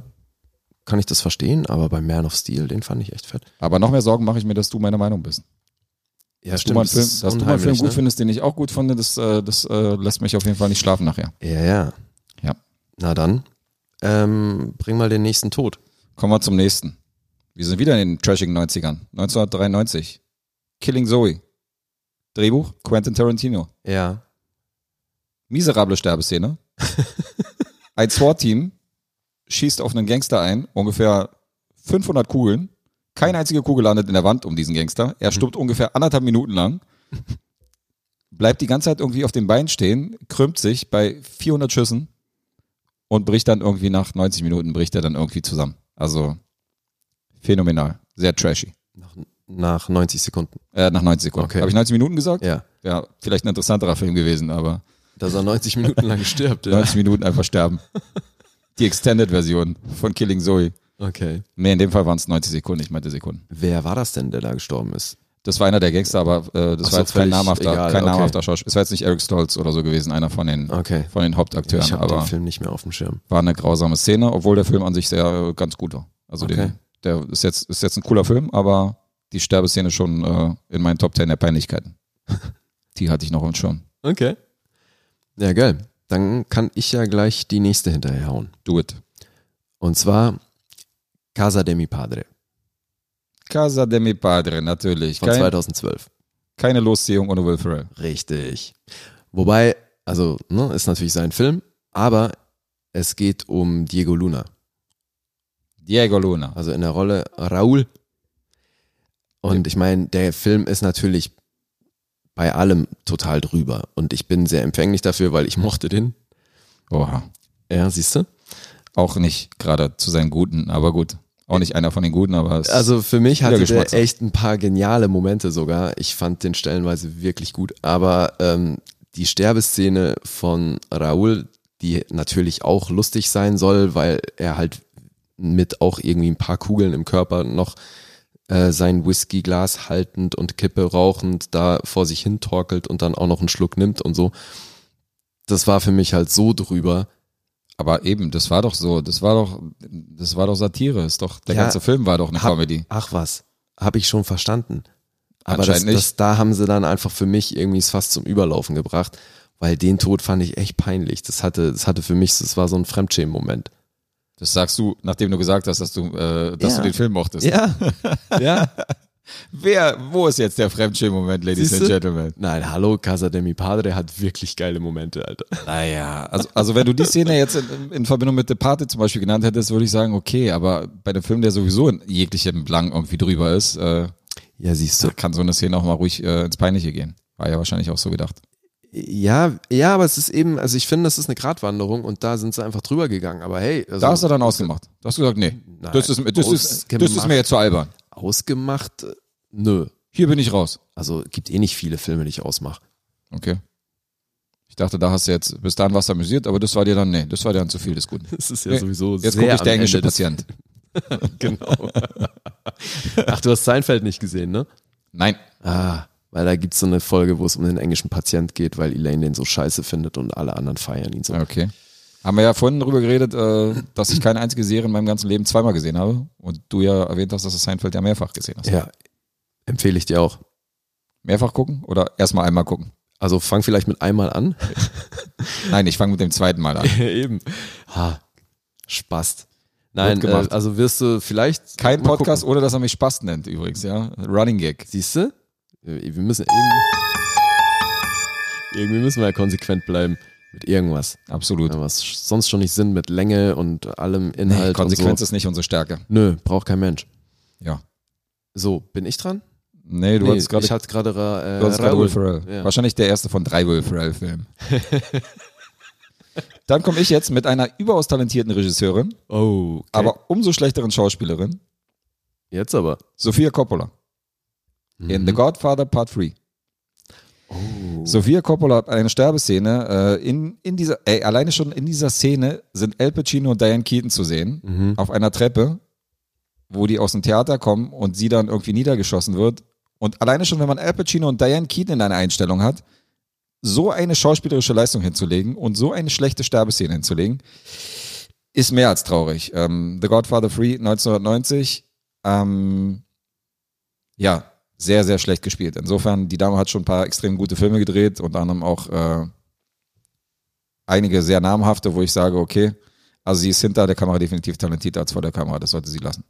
[SPEAKER 3] kann ich das verstehen, aber bei Man of Steel, den fand ich echt fett.
[SPEAKER 2] Aber noch mehr Sorgen mache ich mir, dass du meiner Meinung bist.
[SPEAKER 3] Ja,
[SPEAKER 2] dass du mal einen
[SPEAKER 3] das
[SPEAKER 2] Film,
[SPEAKER 3] ist
[SPEAKER 2] dass du mal einen Film
[SPEAKER 3] unheimlich,
[SPEAKER 2] gut
[SPEAKER 3] ne?
[SPEAKER 2] findest, den ich auch gut finde, das, äh, das äh, lässt mich auf jeden Fall nicht schlafen nachher.
[SPEAKER 3] Ja, ja.
[SPEAKER 2] Ja.
[SPEAKER 3] Na dann, ähm, bring mal den nächsten Tod.
[SPEAKER 2] Kommen wir zum nächsten. Wir sind wieder in den trashigen 90ern. 1993. Killing Zoe. Drehbuch Quentin Tarantino.
[SPEAKER 3] Ja.
[SPEAKER 2] Miserable
[SPEAKER 3] *laughs*
[SPEAKER 2] Sterbeszene. Ein SWAT-Team schießt auf einen Gangster ein, ungefähr 500 Kugeln. Keine einzige Kugel landet in der Wand um diesen Gangster.
[SPEAKER 3] Mhm.
[SPEAKER 2] Er stirbt ungefähr anderthalb Minuten lang. Bleibt die ganze Zeit irgendwie auf den Beinen stehen, krümmt sich bei 400 Schüssen und bricht dann irgendwie nach 90 Minuten bricht er dann irgendwie zusammen. Also phänomenal. Sehr trashy.
[SPEAKER 3] Nach, nach 90 Sekunden.
[SPEAKER 2] Äh, nach 90 Sekunden.
[SPEAKER 3] Okay.
[SPEAKER 2] Habe ich 90 Minuten gesagt?
[SPEAKER 3] Ja.
[SPEAKER 2] Ja, vielleicht ein interessanterer Film gewesen, aber
[SPEAKER 3] Dass er 90 Minuten lang stirbt. Ja.
[SPEAKER 2] 90 Minuten einfach sterben. Die Extended-Version von Killing Zoe.
[SPEAKER 3] Okay.
[SPEAKER 2] Nee, in dem Fall waren es 90 Sekunden, ich meinte Sekunden.
[SPEAKER 3] Wer war das denn, der da gestorben ist?
[SPEAKER 2] Das war einer der Gangster, aber äh, das war
[SPEAKER 3] Ach so,
[SPEAKER 2] jetzt kein
[SPEAKER 3] völlig
[SPEAKER 2] namhafter,
[SPEAKER 3] egal,
[SPEAKER 2] kein
[SPEAKER 3] okay.
[SPEAKER 2] namhafter Schauspieler. Es war jetzt nicht Eric Stolz oder so gewesen, einer von den,
[SPEAKER 3] Okay.
[SPEAKER 2] von den Hauptakteuren,
[SPEAKER 3] Ich habe den
[SPEAKER 2] aber
[SPEAKER 3] Film nicht mehr auf dem Schirm.
[SPEAKER 2] war eine grausame Szene, obwohl der Film an sich sehr äh, ganz gut war. Also
[SPEAKER 3] Okay.
[SPEAKER 2] den, der ist jetzt, ist jetzt ein cooler Film, aber die Sterbeszene schon äh, in meinen Top 10 der Peinlichkeiten. *laughs* die hatte ich noch im Schirm.
[SPEAKER 3] Okay. Ja, geil. Dann kann ich ja gleich die nächste hinterherhauen.
[SPEAKER 2] Do it.
[SPEAKER 3] Und zwar Casa de mi Padre
[SPEAKER 2] Casa de mi Padre, natürlich.
[SPEAKER 3] von
[SPEAKER 2] Kein,
[SPEAKER 3] 2012.
[SPEAKER 2] keine Losziehung ohne Will Ferrell.
[SPEAKER 3] Richtig. Wobei, also, ne, ist natürlich sein Film, aber es geht um Diego Luna.
[SPEAKER 2] Diego Luna.
[SPEAKER 3] also in der Rolle Raoul. Und ich meine, der Film ist natürlich bei allem total drüber. Und ich bin sehr empfänglich dafür, weil ich mochte den.
[SPEAKER 2] Oha.
[SPEAKER 3] Ja, siehst du?
[SPEAKER 2] Auch nicht gerade zu seinen Guten, aber gut. Auch nicht einer von den Guten, aber es
[SPEAKER 3] Also für mich
[SPEAKER 2] Wieder
[SPEAKER 3] hatte der
[SPEAKER 2] Geschmatze.
[SPEAKER 3] echt ein paar geniale Momente sogar. Ich fand den stellenweise wirklich gut. Aber ähm, die Sterbeszene von Raoul, die natürlich auch lustig sein soll, weil er halt mit auch irgendwie ein paar Kugeln im Körper noch äh, sein Whiskyglas haltend und Kippe rauchend da vor sich hin torkelt und dann auch noch einen Schluck nimmt und so. Das war für mich halt so drüber.
[SPEAKER 2] Aber eben, das war doch so, das war doch, das war doch Satire, ist doch, der
[SPEAKER 3] Ja.
[SPEAKER 2] ganze Film war doch eine
[SPEAKER 3] Hab-
[SPEAKER 2] Comedy.
[SPEAKER 3] Ach was, habe ich schon verstanden. Aber das,
[SPEAKER 2] Anscheinend nicht.
[SPEAKER 3] das, da haben sie dann einfach für mich irgendwie es fast zum Überlaufen gebracht, weil den Tod fand ich echt peinlich. Das hatte, das hatte für mich, das war so ein Fremdschämen-Moment.
[SPEAKER 2] Das sagst du, nachdem du gesagt hast, dass du, äh, dass
[SPEAKER 3] Ja.
[SPEAKER 2] du den Film mochtest.
[SPEAKER 3] Ja, ja.
[SPEAKER 2] Wer, wo ist jetzt der Fremdschirm-Moment, Ladies
[SPEAKER 3] Siehste?
[SPEAKER 2] and Gentlemen?
[SPEAKER 3] *laughs* Nein, hallo, Casa de mi Padre hat wirklich geile Momente, Alter.
[SPEAKER 2] Naja, also, also wenn du die Szene jetzt in, in Verbindung mit The Party zum Beispiel genannt hättest, würde ich sagen, okay, aber bei einem Film, der sowieso in jeglichem Lang irgendwie drüber ist, äh,
[SPEAKER 3] Ja, siehst du.
[SPEAKER 2] da kann so eine Szene auch mal ruhig äh, ins Peinliche gehen. War ja wahrscheinlich auch so gedacht.
[SPEAKER 3] Ja, ja, aber es ist eben, also ich finde, das ist eine Gratwanderung und da sind sie einfach drüber gegangen. Aber hey, also
[SPEAKER 2] Da hast du dann ausgemacht. Da hast du gesagt, nee,
[SPEAKER 3] Nein.
[SPEAKER 2] das, ist, das, ist, das ist
[SPEAKER 3] Ausgemacht.
[SPEAKER 2] mir jetzt zu albern.
[SPEAKER 3] ausgemacht, äh, nö.
[SPEAKER 2] Hier bin ich raus.
[SPEAKER 3] Also gibt eh nicht viele Filme, die ich ausmache. *laughs*
[SPEAKER 2] Okay. Ich dachte, da hast du jetzt, bis dahin warst du amüsiert, aber das war dir dann, nee, das war dir dann zu viel des Guten.
[SPEAKER 3] *laughs* Das ist
[SPEAKER 2] ja
[SPEAKER 3] sowieso
[SPEAKER 2] Jetzt gucke ich der englische Patient.
[SPEAKER 3] Genau. *laughs* Ach, du hast Seinfeld nicht gesehen, ne? *laughs*
[SPEAKER 2] Nein.
[SPEAKER 3] Ah, weil da gibt's so eine Folge, wo es um den englischen Patient geht, weil Elaine den so scheiße findet und alle anderen feiern ihn so.
[SPEAKER 2] Okay. Haben wir ja vorhin darüber geredet, äh, dass ich keine einzige Serie in meinem ganzen Leben zweimal gesehen habe. Und du ja erwähnt hast, dass du Seinfeld ja mehrfach gesehen hast.
[SPEAKER 3] Ja, empfehle ich dir auch.
[SPEAKER 2] Mehrfach gucken oder erstmal einmal gucken?
[SPEAKER 3] Also fang vielleicht mit einmal
[SPEAKER 2] *laughs*
[SPEAKER 3] an.
[SPEAKER 2] Nein, ich fange mit dem zweiten Mal an.
[SPEAKER 3] Eben. Ha, Spaß. Nein,
[SPEAKER 2] Gut
[SPEAKER 3] äh,
[SPEAKER 2] gemacht.
[SPEAKER 3] also wirst du vielleicht.
[SPEAKER 2] Kein
[SPEAKER 3] *laughs* mal
[SPEAKER 2] Podcast,
[SPEAKER 3] gucken.
[SPEAKER 2] ohne dass er mich Spaß nennt übrigens, ja. Running Gag.
[SPEAKER 3] Siehst du? Wir müssen irgendwie, irgendwie müssen wir ja konsequent bleiben mit irgendwas.
[SPEAKER 2] Absolut.
[SPEAKER 3] Ja, was sonst schon nicht Sinn mit Länge und allem Inhalt.
[SPEAKER 2] Konsequenz
[SPEAKER 3] und so.
[SPEAKER 2] ist nicht unsere Stärke.
[SPEAKER 3] Nö, braucht kein Mensch.
[SPEAKER 2] Ja.
[SPEAKER 3] So, bin ich dran?
[SPEAKER 2] Nee, du hattest gerade
[SPEAKER 3] ich hatte gerade Ra- äh,
[SPEAKER 2] Du hast gerade
[SPEAKER 3] Raoul.
[SPEAKER 2] Will Ferrell.
[SPEAKER 3] Ja.
[SPEAKER 2] Wahrscheinlich der erste von drei Will
[SPEAKER 3] *laughs*
[SPEAKER 2] Ferrell-Filmen. Dann komme ich jetzt mit einer überaus talentierten Regisseurin,
[SPEAKER 3] Oh, okay.
[SPEAKER 2] aber umso schlechteren Schauspielerin,
[SPEAKER 3] jetzt aber.
[SPEAKER 2] Sofia Coppola. In The Godfather Part 3. Sofia Coppola hat eine Sterbeszene. Äh, in, in dieser, ey, alleine schon in dieser Szene sind Al Pacino und Diane Keaton zu sehen, auf einer Treppe, wo die aus dem Theater kommen und sie dann irgendwie niedergeschossen wird. Und alleine schon, wenn man Al Pacino und Diane Keaton in einer Einstellung hat, so eine schauspielerische Leistung hinzulegen und so eine schlechte Sterbeszene hinzulegen, ist mehr als traurig. Ähm, The Godfather Free 1990, ähm, ja, sehr, sehr schlecht gespielt. Insofern, die Dame hat schon ein paar extrem gute Filme gedreht, unter anderem auch äh, einige sehr namhafte, wo ich sage, okay, also sie ist hinter der Kamera definitiv talentierter als vor der Kamera, das sollte sie lassen.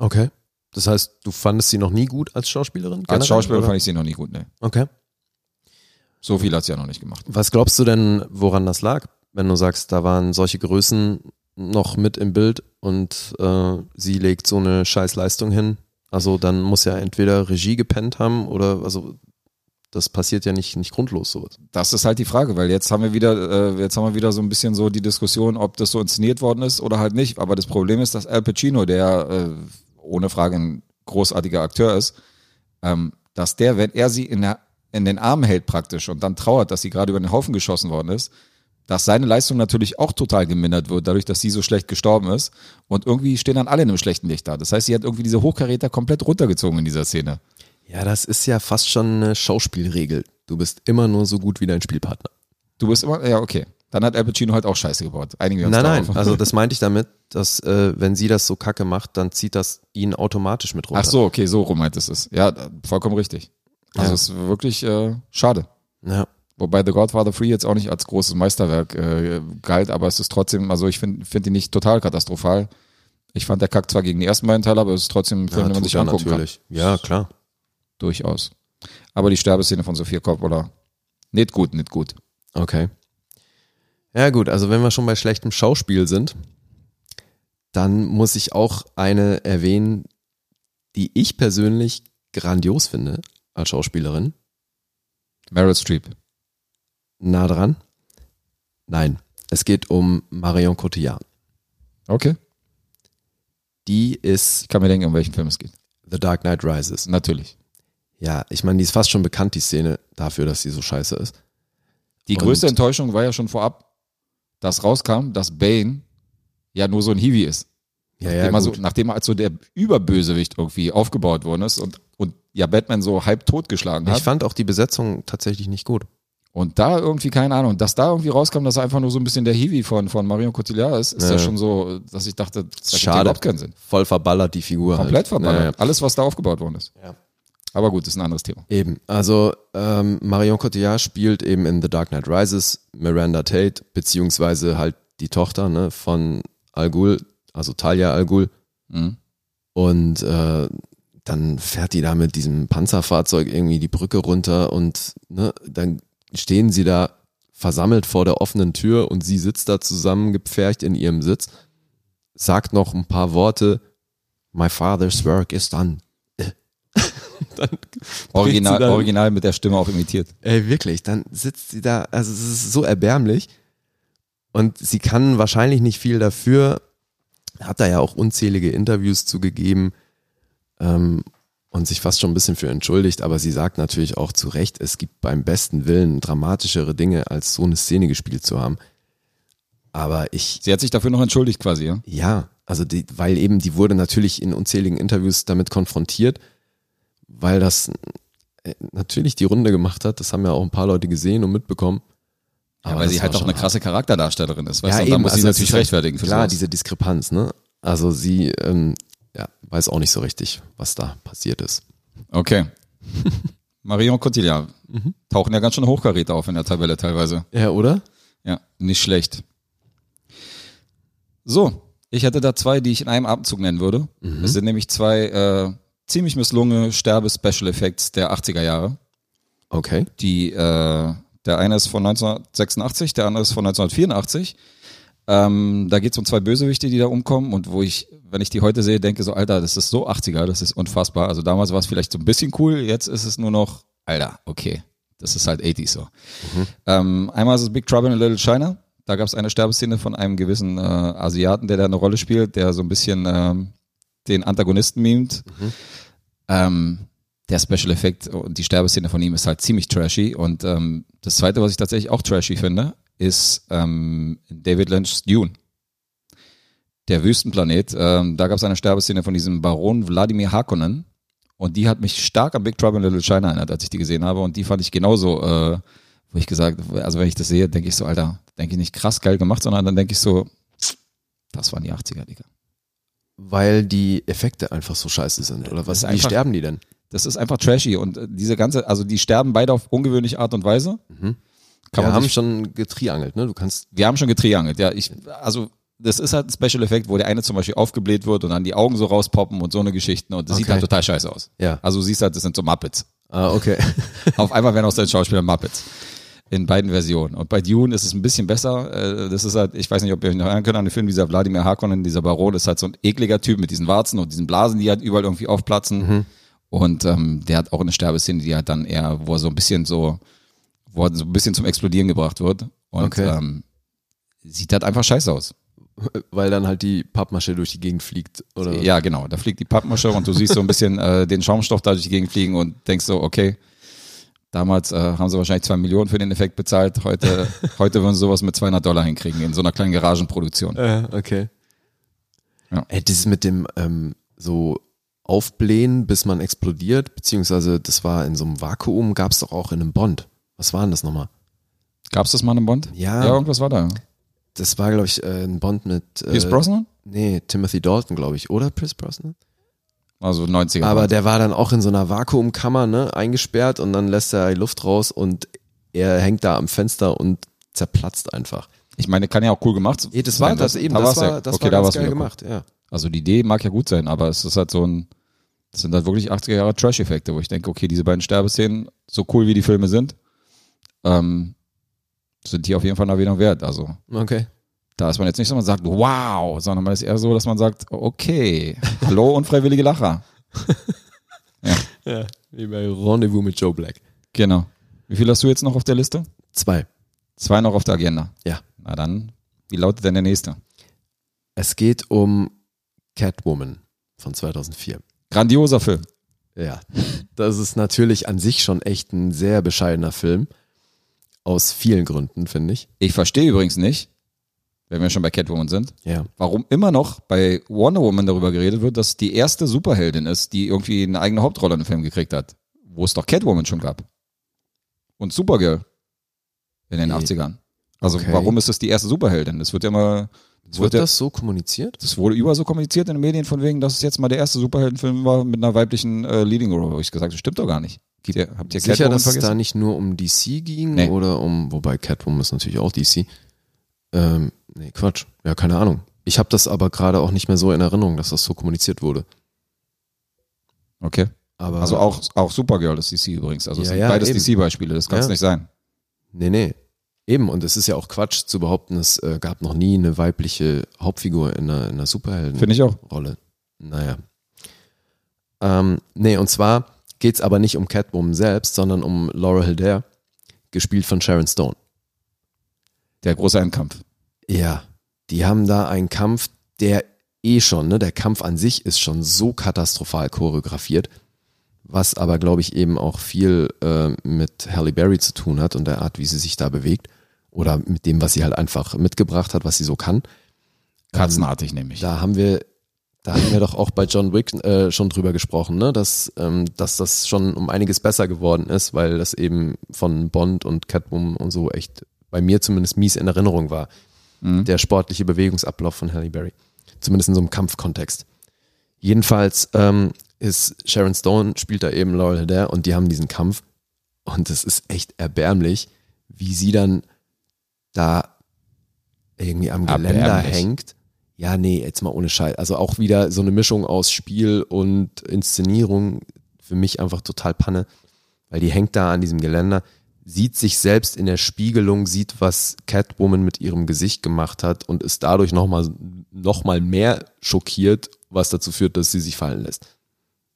[SPEAKER 3] Okay. Das heißt, du fandest sie noch nie gut als Schauspielerin?
[SPEAKER 2] als Schauspieler fand ich sie noch nie gut, ne.
[SPEAKER 3] Okay.
[SPEAKER 2] So viel hat sie ja noch nicht gemacht.
[SPEAKER 3] Was glaubst du denn, woran das lag, wenn du sagst, da waren solche Größen noch mit im Bild und äh, sie legt so eine Scheißleistung hin? Also dann muss ja entweder Regie gepennt haben oder also das passiert ja nicht, nicht grundlos sowas.
[SPEAKER 2] Das ist halt die Frage, weil jetzt haben wir wieder, äh, jetzt haben wir wieder so ein bisschen so die Diskussion, ob das so inszeniert worden ist oder halt nicht. Aber das Problem ist, dass Al Pacino, der äh, ohne Frage ein großartiger Akteur ist, ähm, dass der, wenn er sie in der, in den Armen hält praktisch und dann trauert, dass sie gerade über den Haufen geschossen worden ist, dass seine Leistung natürlich auch total gemindert wird, dadurch, dass sie so schlecht gestorben ist. Und irgendwie stehen dann alle in einem schlechten Licht da. Das heißt, sie hat irgendwie diese Hochkaräter komplett runtergezogen in dieser Szene.
[SPEAKER 3] Ja, das ist ja fast schon eine Schauspielregel. Du bist immer nur so gut wie dein Spielpartner.
[SPEAKER 2] Du bist immer, ja, okay. Dann hat Al Pacino halt auch Scheiße gebaut. Einigen wir uns
[SPEAKER 3] Nein,
[SPEAKER 2] darauf. *laughs*
[SPEAKER 3] nein, also das meinte ich damit, dass äh, wenn sie das so kacke macht, dann zieht das ihn automatisch mit runter.
[SPEAKER 2] Ach so, okay, so rum meint es ist. Ja, da- vollkommen richtig. Also
[SPEAKER 3] Ja.
[SPEAKER 2] es ist wirklich äh, schade.
[SPEAKER 3] Ja.
[SPEAKER 2] Wobei The Godfather 3 jetzt auch nicht als großes Meisterwerk äh, galt, aber es ist trotzdem, also ich finde find ihn nicht total katastrophal. Ich fand der Kack zwar gegen die ersten beiden Teile, aber es ist trotzdem ein Film,
[SPEAKER 3] ja,
[SPEAKER 2] den man
[SPEAKER 3] tut
[SPEAKER 2] sich
[SPEAKER 3] er
[SPEAKER 2] angucken kann.
[SPEAKER 3] natürlich. Ja, klar.
[SPEAKER 2] Durchaus. Aber die Sterbeszene von Sophia Coppola, nicht gut, nicht gut.
[SPEAKER 3] Okay. Ja, gut, also wenn wir schon bei schlechtem Schauspiel sind, dann muss ich auch eine erwähnen, die ich persönlich grandios finde als Schauspielerin.
[SPEAKER 2] Meryl Streep.
[SPEAKER 3] Nah dran? Nein, es geht um Marion Cotillard.
[SPEAKER 2] Okay.
[SPEAKER 3] Die ist
[SPEAKER 2] Ich kann mir denken, um welchen Film es geht.
[SPEAKER 3] The Dark Knight Rises.
[SPEAKER 2] Natürlich.
[SPEAKER 3] Ja, ich meine, die ist fast schon bekannt, die Szene, dafür, dass sie so scheiße ist.
[SPEAKER 2] Die
[SPEAKER 3] Und-
[SPEAKER 2] größte Enttäuschung war ja schon vorab, dass rauskam, dass Bane ja nur so ein Hiwi ist.
[SPEAKER 3] Ja,
[SPEAKER 2] nachdem, er so, nachdem er als so der Überbösewicht irgendwie aufgebaut worden ist und, und ja Batman so halb totgeschlagen hat.
[SPEAKER 3] ich fand auch die Besetzung tatsächlich nicht gut.
[SPEAKER 2] und da irgendwie, keine Ahnung, dass da irgendwie rauskam, dass er einfach nur so ein bisschen der Hiwi von, von Marion Cotillard ist, ist ja.
[SPEAKER 3] Ja.
[SPEAKER 2] schon so, dass ich dachte, das ergibt
[SPEAKER 3] Schade.
[SPEAKER 2] überhaupt keinen Sinn.
[SPEAKER 3] Voll verballert, die Figur.
[SPEAKER 2] Komplett
[SPEAKER 3] halt.
[SPEAKER 2] verballert.
[SPEAKER 3] Ja, ja.
[SPEAKER 2] Alles, was da aufgebaut worden ist.
[SPEAKER 3] Ja.
[SPEAKER 2] Aber gut, ist ein anderes Thema.
[SPEAKER 3] Eben, also ähm, Marion Cotillard spielt eben in The Dark Knight Rises Miranda Tate, beziehungsweise halt die Tochter ne, von Al Ghul, also Talia Al Ghul.
[SPEAKER 2] Mhm.
[SPEAKER 3] Und äh, dann fährt die da mit diesem Panzerfahrzeug irgendwie die Brücke runter und ne, dann stehen sie da versammelt vor der offenen Tür und sie sitzt da zusammengepfercht in ihrem Sitz, sagt noch ein paar Worte, My father's work is done.
[SPEAKER 2] Original,
[SPEAKER 3] dann-
[SPEAKER 2] original mit der Stimme auch imitiert.
[SPEAKER 3] Ey, wirklich, dann sitzt sie da, also es ist so erbärmlich. Und sie kann wahrscheinlich nicht viel dafür. Hat da ja auch unzählige Interviews zugegeben ähm, und sich fast schon ein bisschen für entschuldigt, aber sie sagt natürlich auch zu Recht, es gibt beim besten Willen dramatischere Dinge, als so eine Szene gespielt zu haben. Aber ich,
[SPEAKER 2] Sie hat sich dafür noch entschuldigt quasi, ja?
[SPEAKER 3] ja, also die, weil eben die wurde natürlich in unzähligen Interviews damit konfrontiert, weil das äh, natürlich die Runde gemacht hat. Das haben ja auch ein paar Leute gesehen und mitbekommen.
[SPEAKER 2] ja weil
[SPEAKER 3] das
[SPEAKER 2] sie halt
[SPEAKER 3] war
[SPEAKER 2] auch eine
[SPEAKER 3] schon
[SPEAKER 2] krasse Charakterdarstellerin ist,
[SPEAKER 3] hart.
[SPEAKER 2] weißt du?
[SPEAKER 3] ja,
[SPEAKER 2] Und
[SPEAKER 3] eben,
[SPEAKER 2] da muss
[SPEAKER 3] also
[SPEAKER 2] sie
[SPEAKER 3] das
[SPEAKER 2] natürlich
[SPEAKER 3] ist halt
[SPEAKER 2] rechtfertigen für
[SPEAKER 3] Klar,
[SPEAKER 2] sowas.
[SPEAKER 3] diese Diskrepanz, ne? Also sie ähm, ja, weiß auch nicht so richtig, was da passiert ist.
[SPEAKER 2] Okay. Marion Cotillard. Tauchen ja ganz schön Hochkaräter auf in der Tabelle teilweise.
[SPEAKER 3] Ja, oder?
[SPEAKER 2] Ja, nicht schlecht. So, ich hätte da zwei, die ich in einem Abzug nennen würde. Es sind nämlich zwei äh, ziemlich misslungene Sterbe-Special Effects der 80er Jahre.
[SPEAKER 3] Okay.
[SPEAKER 2] Die, äh, der eine ist von 1986, der andere ist von 1984. Ähm, da geht es um zwei Bösewichte, die da umkommen und wo ich, wenn ich die heute sehe, denke so, Alter, das ist so 80er, das ist unfassbar. Also damals war es vielleicht so ein bisschen cool, jetzt ist es nur noch, Alter, okay, das ist halt 80 so. Ähm, einmal ist es Big Trouble in Little China. Da gab es eine Sterbeszene von einem gewissen äh, Asiaten, der da eine Rolle spielt, der so ein bisschen ähm, den Antagonisten mimt. Ähm, der Special Effekt und die Sterbeszene von ihm ist halt ziemlich trashy. Und ähm, das zweite, was ich tatsächlich auch trashy finde, ist ähm, David Lynch's Dune. Der Wüstenplanet. Ähm, da gab es eine Sterbeszene von diesem Baron Wladimir Harkonnen. Und die hat mich stark an Big Trouble in Little China erinnert, als ich die gesehen habe. Und die fand ich genauso, äh, wo ich gesagt, also wenn ich das sehe, denke ich so, Alter, denke ich nicht krass geil gemacht, sondern dann denke ich so, das waren die 80er, Digga.
[SPEAKER 3] Weil die Effekte einfach so scheiße sind, oder was?
[SPEAKER 2] ist
[SPEAKER 3] Wie
[SPEAKER 2] einfach-
[SPEAKER 3] sterben die denn?
[SPEAKER 2] Das ist einfach trashy und äh, diese ganze, also die sterben beide auf ungewöhnliche Art und Weise. Kann
[SPEAKER 3] Mhm. Wir
[SPEAKER 2] man
[SPEAKER 3] haben
[SPEAKER 2] sich,
[SPEAKER 3] schon getriangelt, ne? Du kannst,
[SPEAKER 2] wir haben schon getriangelt, ja. Ich, also das ist halt ein Special Effekt, wo der eine zum Beispiel aufgebläht wird und dann die Augen so rauspoppen und so eine Geschichten und das sieht
[SPEAKER 3] Okay.
[SPEAKER 2] halt total scheiße aus.
[SPEAKER 3] ja.
[SPEAKER 2] Also du siehst halt, das sind so Muppets.
[SPEAKER 3] Ah, okay.
[SPEAKER 2] *laughs* Auf einmal werden aus den Schauspielern Muppets. In beiden Versionen. Und bei Dune ist es ein bisschen besser. Äh, Das ist halt, ich weiß nicht, ob ihr euch noch erinnern könnt an den Film, dieser Wladimir Harkonnen, dieser Baron, ist halt so ein ekliger Typ mit diesen Warzen und diesen Blasen, die halt überall irgendwie aufplatzen. Und ähm, der hat auch eine Sterbeszene, die halt dann eher, wo er so ein bisschen so, wo er so ein bisschen zum Explodieren gebracht wird. Und
[SPEAKER 3] Okay.
[SPEAKER 2] ähm, sieht halt einfach scheiße aus.
[SPEAKER 3] *laughs* Weil dann halt die Pappmasche durch die Gegend fliegt, oder?
[SPEAKER 2] Ja, genau.
[SPEAKER 3] *laughs*
[SPEAKER 2] Da fliegt die Pappmasche und du siehst so ein bisschen äh, den Schaumstoff da durch die Gegend fliegen und denkst so, okay, Damals äh, haben sie wahrscheinlich zwei Millionen für den Effekt bezahlt.
[SPEAKER 3] *laughs*
[SPEAKER 2] Heute, heute würden sie sowas mit 200 Dollar hinkriegen in so einer kleinen Garagenproduktion.
[SPEAKER 3] Äh, okay.
[SPEAKER 2] Ja.
[SPEAKER 3] Ey, das mit dem ähm, so aufblähen, bis man explodiert, beziehungsweise das war in so einem Vakuum, gab es doch auch in einem Bond. Was war denn das nochmal?
[SPEAKER 2] Gab es das mal im Bond?
[SPEAKER 3] Ja.
[SPEAKER 2] Ja, irgendwas war da.
[SPEAKER 3] Das war, glaube ich, äh, ein Bond mit. Äh,
[SPEAKER 2] Pierce Brosnan?
[SPEAKER 3] Nee, Timothy Dalton, glaube ich, oder Pierce Brosnan?
[SPEAKER 2] Also 90er.
[SPEAKER 3] Aber der war dann auch in so einer Vakuumkammer, ne, eingesperrt und dann lässt er die Luft raus und er hängt da am Fenster und zerplatzt einfach.
[SPEAKER 2] ich meine, kann ja auch cool gemacht
[SPEAKER 3] Nee, das war
[SPEAKER 2] sein. ne?
[SPEAKER 3] das eben,
[SPEAKER 2] Da
[SPEAKER 3] das
[SPEAKER 2] war's ja.
[SPEAKER 3] war, das
[SPEAKER 2] okay,
[SPEAKER 3] war
[SPEAKER 2] da
[SPEAKER 3] ganz
[SPEAKER 2] war's
[SPEAKER 3] geil
[SPEAKER 2] wieder
[SPEAKER 3] gemacht, ja.
[SPEAKER 2] Cool. Also die Idee mag ja gut sein, aber es ist halt so ein, das sind halt wirklich 80er Jahre Trash-Effekte, wo ich denke, okay, diese beiden Sterbeszenen, so cool wie die Filme sind, ähm, sind hier auf jeden Fall eine Erwähnung wert. Also
[SPEAKER 3] Okay.
[SPEAKER 2] da ist man jetzt nicht so, man sagt, wow, sondern man ist eher so, dass man sagt, okay, hallo unfreiwillige Lacher.
[SPEAKER 3] Ja, wie bei Rendezvous mit Joe Black.
[SPEAKER 2] Genau. Wie viel hast du jetzt noch auf der Liste?
[SPEAKER 3] Zwei.
[SPEAKER 2] Zwei noch auf der Agenda.
[SPEAKER 3] Ja.
[SPEAKER 2] Na dann, wie lautet denn der nächste?
[SPEAKER 3] Es geht um Catwoman von 2004.
[SPEAKER 2] Grandioser Film.
[SPEAKER 3] Ja, das ist natürlich an sich schon echt ein sehr bescheidener Film. Aus vielen Gründen, finde ich.
[SPEAKER 2] Ich verstehe übrigens nicht, wenn wir schon bei Catwoman sind,
[SPEAKER 3] Ja.
[SPEAKER 2] warum immer noch bei Wonder Woman darüber geredet wird, dass die erste Superheldin ist, die irgendwie eine eigene Hauptrolle in einem Film gekriegt hat. Wo es doch Catwoman schon gab. Und Supergirl in den
[SPEAKER 3] Nee.
[SPEAKER 2] 80ern. Also
[SPEAKER 3] Okay.
[SPEAKER 2] warum ist es die erste Superheldin? Das wird ja immer, das wird
[SPEAKER 3] Wurde
[SPEAKER 2] ja,
[SPEAKER 3] das so kommuniziert?
[SPEAKER 2] das wurde überall so kommuniziert in den Medien von wegen, dass es jetzt mal der erste Superheldenfilm war mit einer weiblichen äh, Leading Role. Wo ich gesagt, habe, das stimmt doch gar nicht. Habt ihr, habt ihr
[SPEAKER 3] Sicher,
[SPEAKER 2] Catwoman
[SPEAKER 3] dass es
[SPEAKER 2] vergessen?
[SPEAKER 3] da nicht nur um DC ging
[SPEAKER 2] Nee.
[SPEAKER 3] oder um, wobei Catwoman ist natürlich auch DC. Ähm, nee, Quatsch. Ja, keine Ahnung. Ich habe das aber gerade auch nicht mehr so in Erinnerung, dass das so kommuniziert wurde.
[SPEAKER 2] Okay.
[SPEAKER 3] Aber
[SPEAKER 2] Also auch, auch Supergirl ist DC übrigens. Also es
[SPEAKER 3] Ja,
[SPEAKER 2] sind
[SPEAKER 3] ja,
[SPEAKER 2] beides
[SPEAKER 3] eben.
[SPEAKER 2] DC-Beispiele. Das kann es
[SPEAKER 3] Ja.
[SPEAKER 2] nicht sein.
[SPEAKER 3] Nee, nee. Eben, und es ist ja auch Quatsch zu behaupten, es äh, gab noch nie eine weibliche Hauptfigur in einer, in einer Superheldenrolle.
[SPEAKER 2] Finde ich auch.
[SPEAKER 3] Naja. Ähm, nee, und zwar geht's aber nicht um Catwoman selbst, sondern um Laura Hill gespielt von Sharon Stone.
[SPEAKER 2] Der große Endkampf.
[SPEAKER 3] Ja, die haben da einen Kampf, der eh schon, ne, der Kampf an sich ist schon so katastrophal choreografiert, was aber, glaube ich, eben auch viel äh, mit Halle Berry zu tun hat und der Art, wie sie sich da bewegt oder mit dem, was sie halt einfach mitgebracht hat, was sie so kann.
[SPEAKER 2] Katzenartig nämlich.
[SPEAKER 3] Da haben wir, da haben wir doch auch bei John Wick äh, schon drüber gesprochen, ne? dass, ähm, dass das schon um einiges besser geworden ist, weil das eben von Bond und Catwoman und so echt bei mir zumindest mies in Erinnerung war. Der sportliche Bewegungsablauf von Halle Berry. Zumindest in so einem Kampfkontext. Jedenfalls ähm, ist Sharon Stone, spielt da eben Laurel Hidaire und die haben diesen Kampf. Und es ist echt erbärmlich, wie sie dann da irgendwie am Geländer
[SPEAKER 2] Erbärmlich.
[SPEAKER 3] hängt. Ja, nee, jetzt mal ohne Scheiß. Also auch wieder so eine Mischung aus Spiel und Inszenierung. Für mich einfach total Panne, weil die hängt da an diesem Geländer, sieht sich selbst in der Spiegelung, sieht, was Catwoman mit ihrem Gesicht gemacht hat und ist dadurch nochmal noch mal mehr schockiert, was dazu führt, dass sie sich fallen lässt.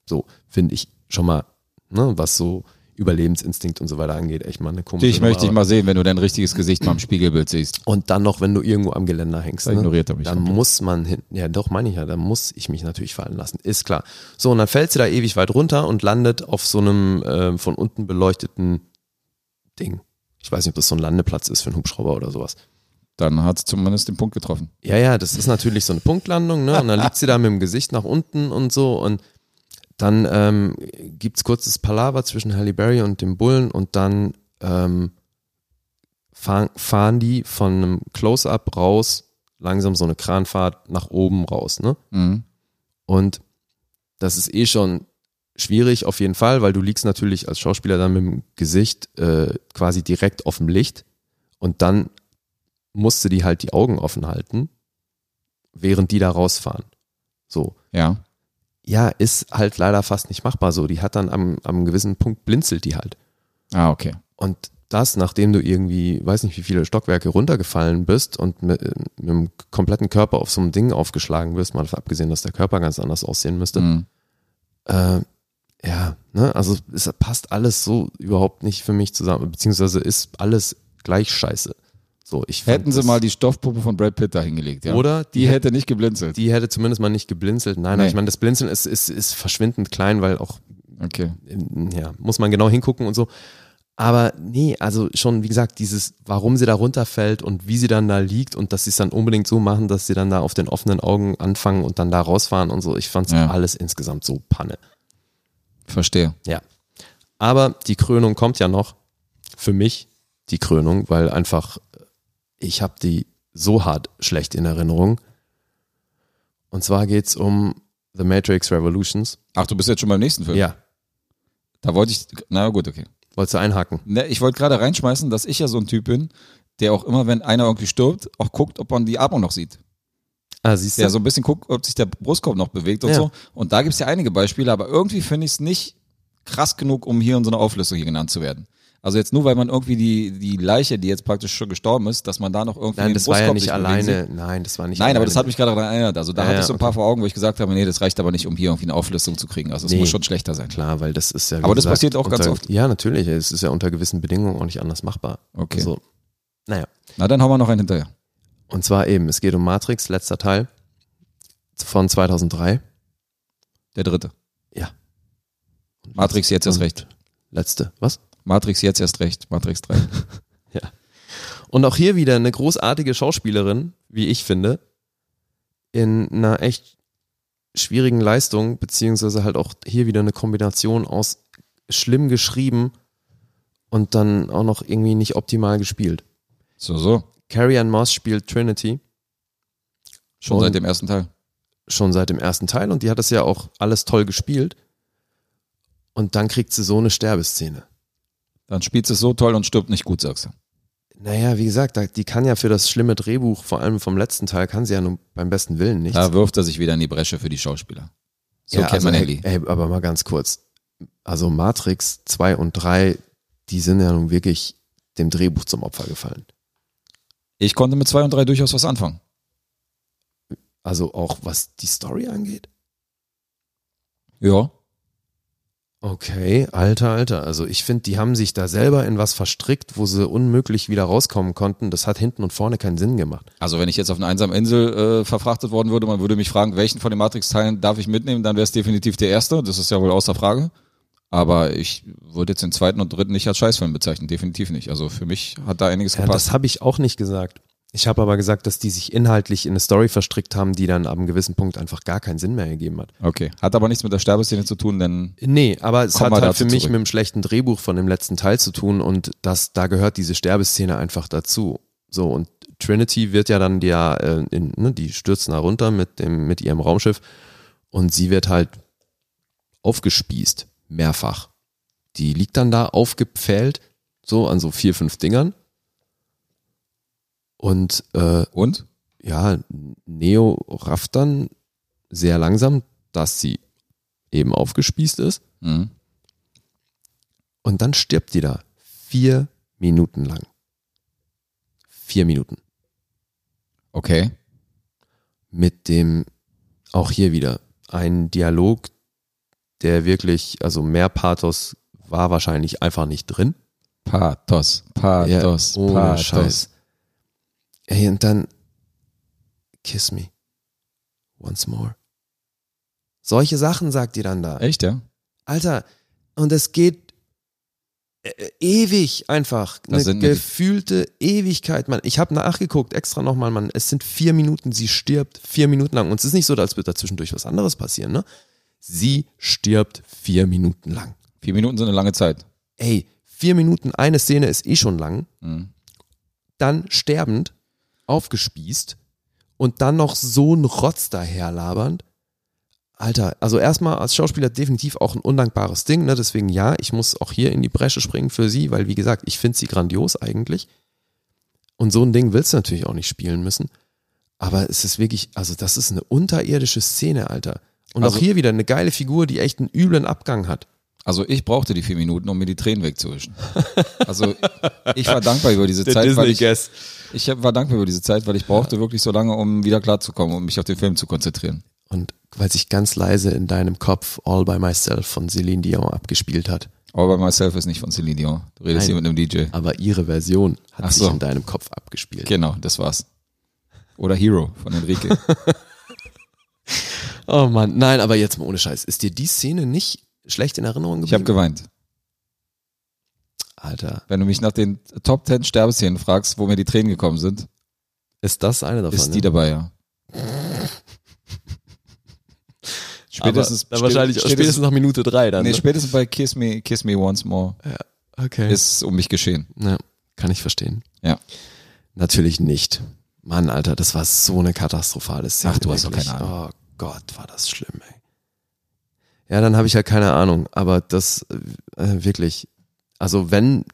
[SPEAKER 3] So, finde ich schon mal, ne, was so Überlebensinstinkt und so weiter angeht, echt mal eine komische
[SPEAKER 2] Dich möchte ich
[SPEAKER 3] Nummer.
[SPEAKER 2] mal sehen, wenn du dein richtiges Gesicht mal im Spiegelbild siehst.
[SPEAKER 3] Und dann noch, wenn du irgendwo am Geländer hängst.
[SPEAKER 2] Da ignoriert er mich
[SPEAKER 3] Da
[SPEAKER 2] komplett.
[SPEAKER 3] muss man hin. Ja, doch, meine ich ja. Da muss ich mich natürlich fallen lassen. Ist klar. So, und dann fällt sie da ewig weit runter und landet auf so einem ähm, von unten beleuchteten Ding. Ich weiß nicht, ob das so ein Landeplatz ist für einen Hubschrauber oder sowas.
[SPEAKER 2] Dann hat es zumindest den Punkt getroffen.
[SPEAKER 3] Ja, ja, das ist natürlich so eine Punktlandung, ne? Und dann liegt sie da mit dem Gesicht nach unten und so. Und dann ähm, gibt's kurzes Palaver zwischen Halle Berry und dem Bullen und dann ähm, fahren, fahren die von einem Close-Up raus, langsam so eine Kranfahrt nach oben raus, ne?
[SPEAKER 2] Mhm.
[SPEAKER 3] Und das ist eh schon schwierig auf jeden Fall, weil du liegst natürlich als Schauspieler dann mit dem Gesicht äh, quasi direkt auf dem Licht und dann musst du die halt die Augen offen halten, während die da rausfahren. So.
[SPEAKER 2] Ja.
[SPEAKER 3] Ja, ist halt leider fast nicht machbar so. Die hat dann am, am gewissen Punkt blinzelt die halt.
[SPEAKER 2] Ah, okay.
[SPEAKER 3] Und das, nachdem du irgendwie, weiß nicht wie viele Stockwerke runtergefallen bist und mit, mit dem kompletten Körper auf so einem Ding aufgeschlagen wirst, mal davon abgesehen, dass der Körper ganz anders aussehen müsste,
[SPEAKER 2] Mhm.
[SPEAKER 3] äh, ja, ne, also es passt alles so überhaupt nicht für mich zusammen, beziehungsweise ist alles gleich scheiße. So, ich fand
[SPEAKER 2] Hätten sie
[SPEAKER 3] das-
[SPEAKER 2] mal die Stoffpuppe von Brad Pitt da hingelegt, ja.
[SPEAKER 3] Oder?
[SPEAKER 2] Die,
[SPEAKER 3] Die
[SPEAKER 2] hätte nicht geblinzelt.
[SPEAKER 3] die hätte zumindest mal nicht geblinzelt. Nein, nein,
[SPEAKER 2] Nee.
[SPEAKER 3] ich meine, das Blinzeln ist, ist, ist verschwindend klein, weil auch,
[SPEAKER 2] okay.
[SPEAKER 3] ähm, ja, muss man genau hingucken und so. Aber nee, also schon, wie gesagt, dieses, warum sie da runterfällt und wie sie dann da liegt und dass sie es dann unbedingt so machen, dass sie dann da auf den offenen Augen anfangen und dann da rausfahren und so. Ich fand's
[SPEAKER 2] Ja.
[SPEAKER 3] alles insgesamt so Panne.
[SPEAKER 2] Verstehe.
[SPEAKER 3] Ja. Aber die Krönung kommt ja noch. Für mich die Krönung, weil einfach äh, ich habe die so hart schlecht in Erinnerung. Und zwar geht's um The Matrix Revolutions.
[SPEAKER 2] Ach, du bist jetzt schon beim nächsten Film.
[SPEAKER 3] Ja.
[SPEAKER 2] Da wollte ich, na gut, okay.
[SPEAKER 3] Wolltest du einhaken?
[SPEAKER 2] Ne, ich wollte gerade reinschmeißen, dass ich ja so ein Typ bin, der auch immer, wenn einer irgendwie stirbt, auch guckt, ob man die Atmung noch sieht.
[SPEAKER 3] Ah, siehst du?
[SPEAKER 2] Der so ein bisschen guckt, ob sich der Brustkorb noch bewegt und
[SPEAKER 3] Ja.
[SPEAKER 2] so. Und da gibt's ja einige Beispiele, aber irgendwie finde ich es nicht krass genug, um hier in so einer Auflösung hier genannt zu werden. Also jetzt nur, weil man irgendwie die, die Leiche, die jetzt praktisch schon gestorben ist, dass man da noch irgendwie
[SPEAKER 3] Nein,
[SPEAKER 2] den
[SPEAKER 3] das war ja
[SPEAKER 2] Brustkorb
[SPEAKER 3] nicht
[SPEAKER 2] sich bewegen sieht.
[SPEAKER 3] alleine. Nein, das war nicht
[SPEAKER 2] Nein,
[SPEAKER 3] alleine.
[SPEAKER 2] aber das hat mich gerade daran erinnert. Also da
[SPEAKER 3] Ja,
[SPEAKER 2] hatte
[SPEAKER 3] ja,
[SPEAKER 2] ich so ein paar vor Augen, wo ich gesagt habe, nee, das reicht aber nicht, um hier irgendwie eine Auflösung zu kriegen. Also es
[SPEAKER 3] Nee.
[SPEAKER 2] muss schon schlechter sein.
[SPEAKER 3] Klar, weil das ist ja. wie
[SPEAKER 2] Aber das passiert auch ganz
[SPEAKER 3] unter,
[SPEAKER 2] oft.
[SPEAKER 3] Ja, natürlich. Es ist ja unter gewissen Bedingungen auch nicht anders machbar.
[SPEAKER 2] Okay.
[SPEAKER 3] Also, naja.
[SPEAKER 2] Na, dann haben wir noch einen hinterher.
[SPEAKER 3] Und zwar eben, es geht um Matrix, letzter Teil von 2003.
[SPEAKER 2] Der dritte.
[SPEAKER 3] Ja.
[SPEAKER 2] Matrix jetzt erst
[SPEAKER 3] Und-
[SPEAKER 2] recht.
[SPEAKER 3] Letzte. Was?
[SPEAKER 2] Matrix jetzt erst recht. Matrix 3.
[SPEAKER 3] Und auch hier wieder eine großartige Schauspielerin, wie ich finde, in einer echt schwierigen Leistung, beziehungsweise halt auch hier wieder eine Kombination aus schlimm geschrieben und dann auch noch irgendwie nicht optimal gespielt.
[SPEAKER 2] So, so.
[SPEAKER 3] Carrie Ann Moss spielt Trinity
[SPEAKER 2] Schon
[SPEAKER 3] Und-
[SPEAKER 2] seit dem ersten Teil.
[SPEAKER 3] schon seit dem ersten Teil und die hat das ja auch alles toll gespielt. Und dann kriegt sie so eine Sterbeszene.
[SPEAKER 2] Dann spielt sie es so toll und stirbt nicht gut, sagst du.
[SPEAKER 3] Naja, wie gesagt, da- die kann ja für das schlimme Drehbuch, vor allem vom letzten Teil, kann sie ja nun beim besten Willen nichts. also
[SPEAKER 2] Da wirft er sich wieder in die Bresche für die Schauspieler. So kennt man
[SPEAKER 3] ey,
[SPEAKER 2] Ellie.
[SPEAKER 3] ey, aber mal ganz kurz. Also Matrix 2 und 3, die sind ja nun wirklich dem Drehbuch zum Opfer gefallen.
[SPEAKER 2] Ich konnte mit zwei und drei durchaus was anfangen.
[SPEAKER 3] Also auch was die Story angeht.
[SPEAKER 2] Ja.
[SPEAKER 3] Okay, alter, alter. Also ich finde, die haben sich da selber in was verstrickt, wo sie unmöglich wieder rauskommen konnten. Das hat hinten und vorne keinen Sinn gemacht.
[SPEAKER 2] Also wenn ich jetzt auf eine einsame Insel äh, verfrachtet worden würde, man würde mich fragen, welchen von den Matrix-Teilen darf ich mitnehmen, dann wäre es definitiv der erste. Das ist ja wohl außer Frage. Aber ich würde jetzt den zweiten und dritten nicht als Scheißfilm bezeichnen. Definitiv nicht. Also für mich hat da einiges
[SPEAKER 3] Ja,
[SPEAKER 2] gepasst.
[SPEAKER 3] das habe ich auch nicht gesagt. Ich habe aber gesagt, dass die sich inhaltlich in eine Story verstrickt haben, die dann ab einem gewissen Punkt einfach gar keinen Sinn mehr ergeben hat.
[SPEAKER 2] Okay. Hat aber nichts mit der Sterbeszene zu tun, denn
[SPEAKER 3] Nee, aber es
[SPEAKER 2] Kommen wir
[SPEAKER 3] hat halt
[SPEAKER 2] dazu
[SPEAKER 3] für mich
[SPEAKER 2] zurück.
[SPEAKER 3] mit dem schlechten Drehbuch von dem letzten Teil zu tun und das, da gehört diese Sterbeszene einfach dazu. So, und Trinity wird ja dann die, ja, äh, in, ne, die stürzen da runter mit, dem, mit ihrem Raumschiff und sie wird halt aufgespießt, mehrfach. Die liegt dann da aufgepfählt, so an so vier, fünf Dingern. Und äh,
[SPEAKER 2] und?
[SPEAKER 3] ja, Neo rafft dann sehr langsam, dass sie eben aufgespießt ist.
[SPEAKER 2] Mhm.
[SPEAKER 3] Und dann stirbt die da. Vier Minuten lang. Vier Minuten.
[SPEAKER 2] Okay.
[SPEAKER 3] Mit dem, auch hier wieder, ein Dialog, der wirklich, also mehr Pathos war wahrscheinlich einfach nicht drin.
[SPEAKER 2] Pathos. Pathos.
[SPEAKER 3] Ja, ohne
[SPEAKER 2] Pathos.
[SPEAKER 3] Scheiß. Ey, und dann Kiss me. Once more. Solche Sachen sagt die dann da.
[SPEAKER 2] Echt, ja?
[SPEAKER 3] Alter, und es geht äh, ewig einfach.
[SPEAKER 2] Das
[SPEAKER 3] Eine
[SPEAKER 2] sind nicht-
[SPEAKER 3] gefühlte Ewigkeit, Mann. Ich habe nachgeguckt, extra nochmal, Mann. Es sind vier Minuten, sie stirbt vier Minuten lang. Und es ist nicht so, als würde da zwischendurch was anderes passieren, ne? Sie stirbt vier Minuten lang.
[SPEAKER 2] Vier Minuten sind eine lange Zeit.
[SPEAKER 3] Ey, vier Minuten, eine Szene ist eh schon lang.
[SPEAKER 2] Mhm.
[SPEAKER 3] Dann sterbend, aufgespießt und dann noch so ein Rotz daherlabernd. Alter, also erstmal als Schauspieler definitiv auch ein undankbares Ding, ne? deswegen ja, ich muss auch hier in die Bresche springen für sie, weil wie gesagt, ich finde sie grandios eigentlich. Und so ein Ding willst du natürlich auch nicht spielen müssen. Aber es ist wirklich, also das ist eine unterirdische Szene, Alter. Und
[SPEAKER 2] Also-
[SPEAKER 3] auch hier wieder eine geile Figur, die echt einen üblen Abgang hat.
[SPEAKER 2] Also ich brauchte die vier Minuten, um mir die Tränen wegzuwischen. Also ich war dankbar über diese Zeit, weil ich,
[SPEAKER 3] Guess.
[SPEAKER 2] ich hab- war dankbar über diese Zeit, weil ich brauchte wirklich so lange, um wieder klarzukommen und mich auf den Film zu konzentrieren.
[SPEAKER 3] Und weil sich ganz leise in deinem Kopf All by Myself von Celine Dion abgespielt hat.
[SPEAKER 2] All by myself ist nicht von Celine Dion. Du redest hier
[SPEAKER 3] Nein.
[SPEAKER 2] mit einem DJ.
[SPEAKER 3] Aber ihre Version hat
[SPEAKER 2] Ach
[SPEAKER 3] sich
[SPEAKER 2] so.
[SPEAKER 3] in deinem Kopf abgespielt.
[SPEAKER 2] Genau, das war's. Oder Hero von Enrique.
[SPEAKER 3] Oh Mann, nein, aber jetzt mal ohne Scheiß. Ist dir die Szene nicht schlecht in Erinnerung
[SPEAKER 2] Ich habe
[SPEAKER 3] geblieben?
[SPEAKER 2] geweint.
[SPEAKER 3] Alter,
[SPEAKER 2] Wenn du mich nach den Top 10 Sterbeszenen fragst, wo mir die Tränen gekommen sind,
[SPEAKER 3] ist das eine davon? ne?
[SPEAKER 2] ist die dabei, ja. spätestens,
[SPEAKER 3] aber, dann wahrscheinlich spätestens,
[SPEAKER 2] spätestens,
[SPEAKER 3] nach Minute drei dann.
[SPEAKER 2] nee,
[SPEAKER 3] ne?
[SPEAKER 2] spätestens bei Kiss Me, Kiss Me Once More
[SPEAKER 3] okay.
[SPEAKER 2] ist es um mich geschehen.
[SPEAKER 3] Ja, Ne, kann ich verstehen.
[SPEAKER 2] Ja.
[SPEAKER 3] Natürlich nicht. Mann, Alter, das war so eine katastrophale Szene.
[SPEAKER 2] Ach, du hast doch
[SPEAKER 3] wirklich.
[SPEAKER 2] keine
[SPEAKER 3] Oh Gott, war das schlimm, ey. Ja, dann habe ich halt keine Ahnung, aber das äh, wirklich, also wenn,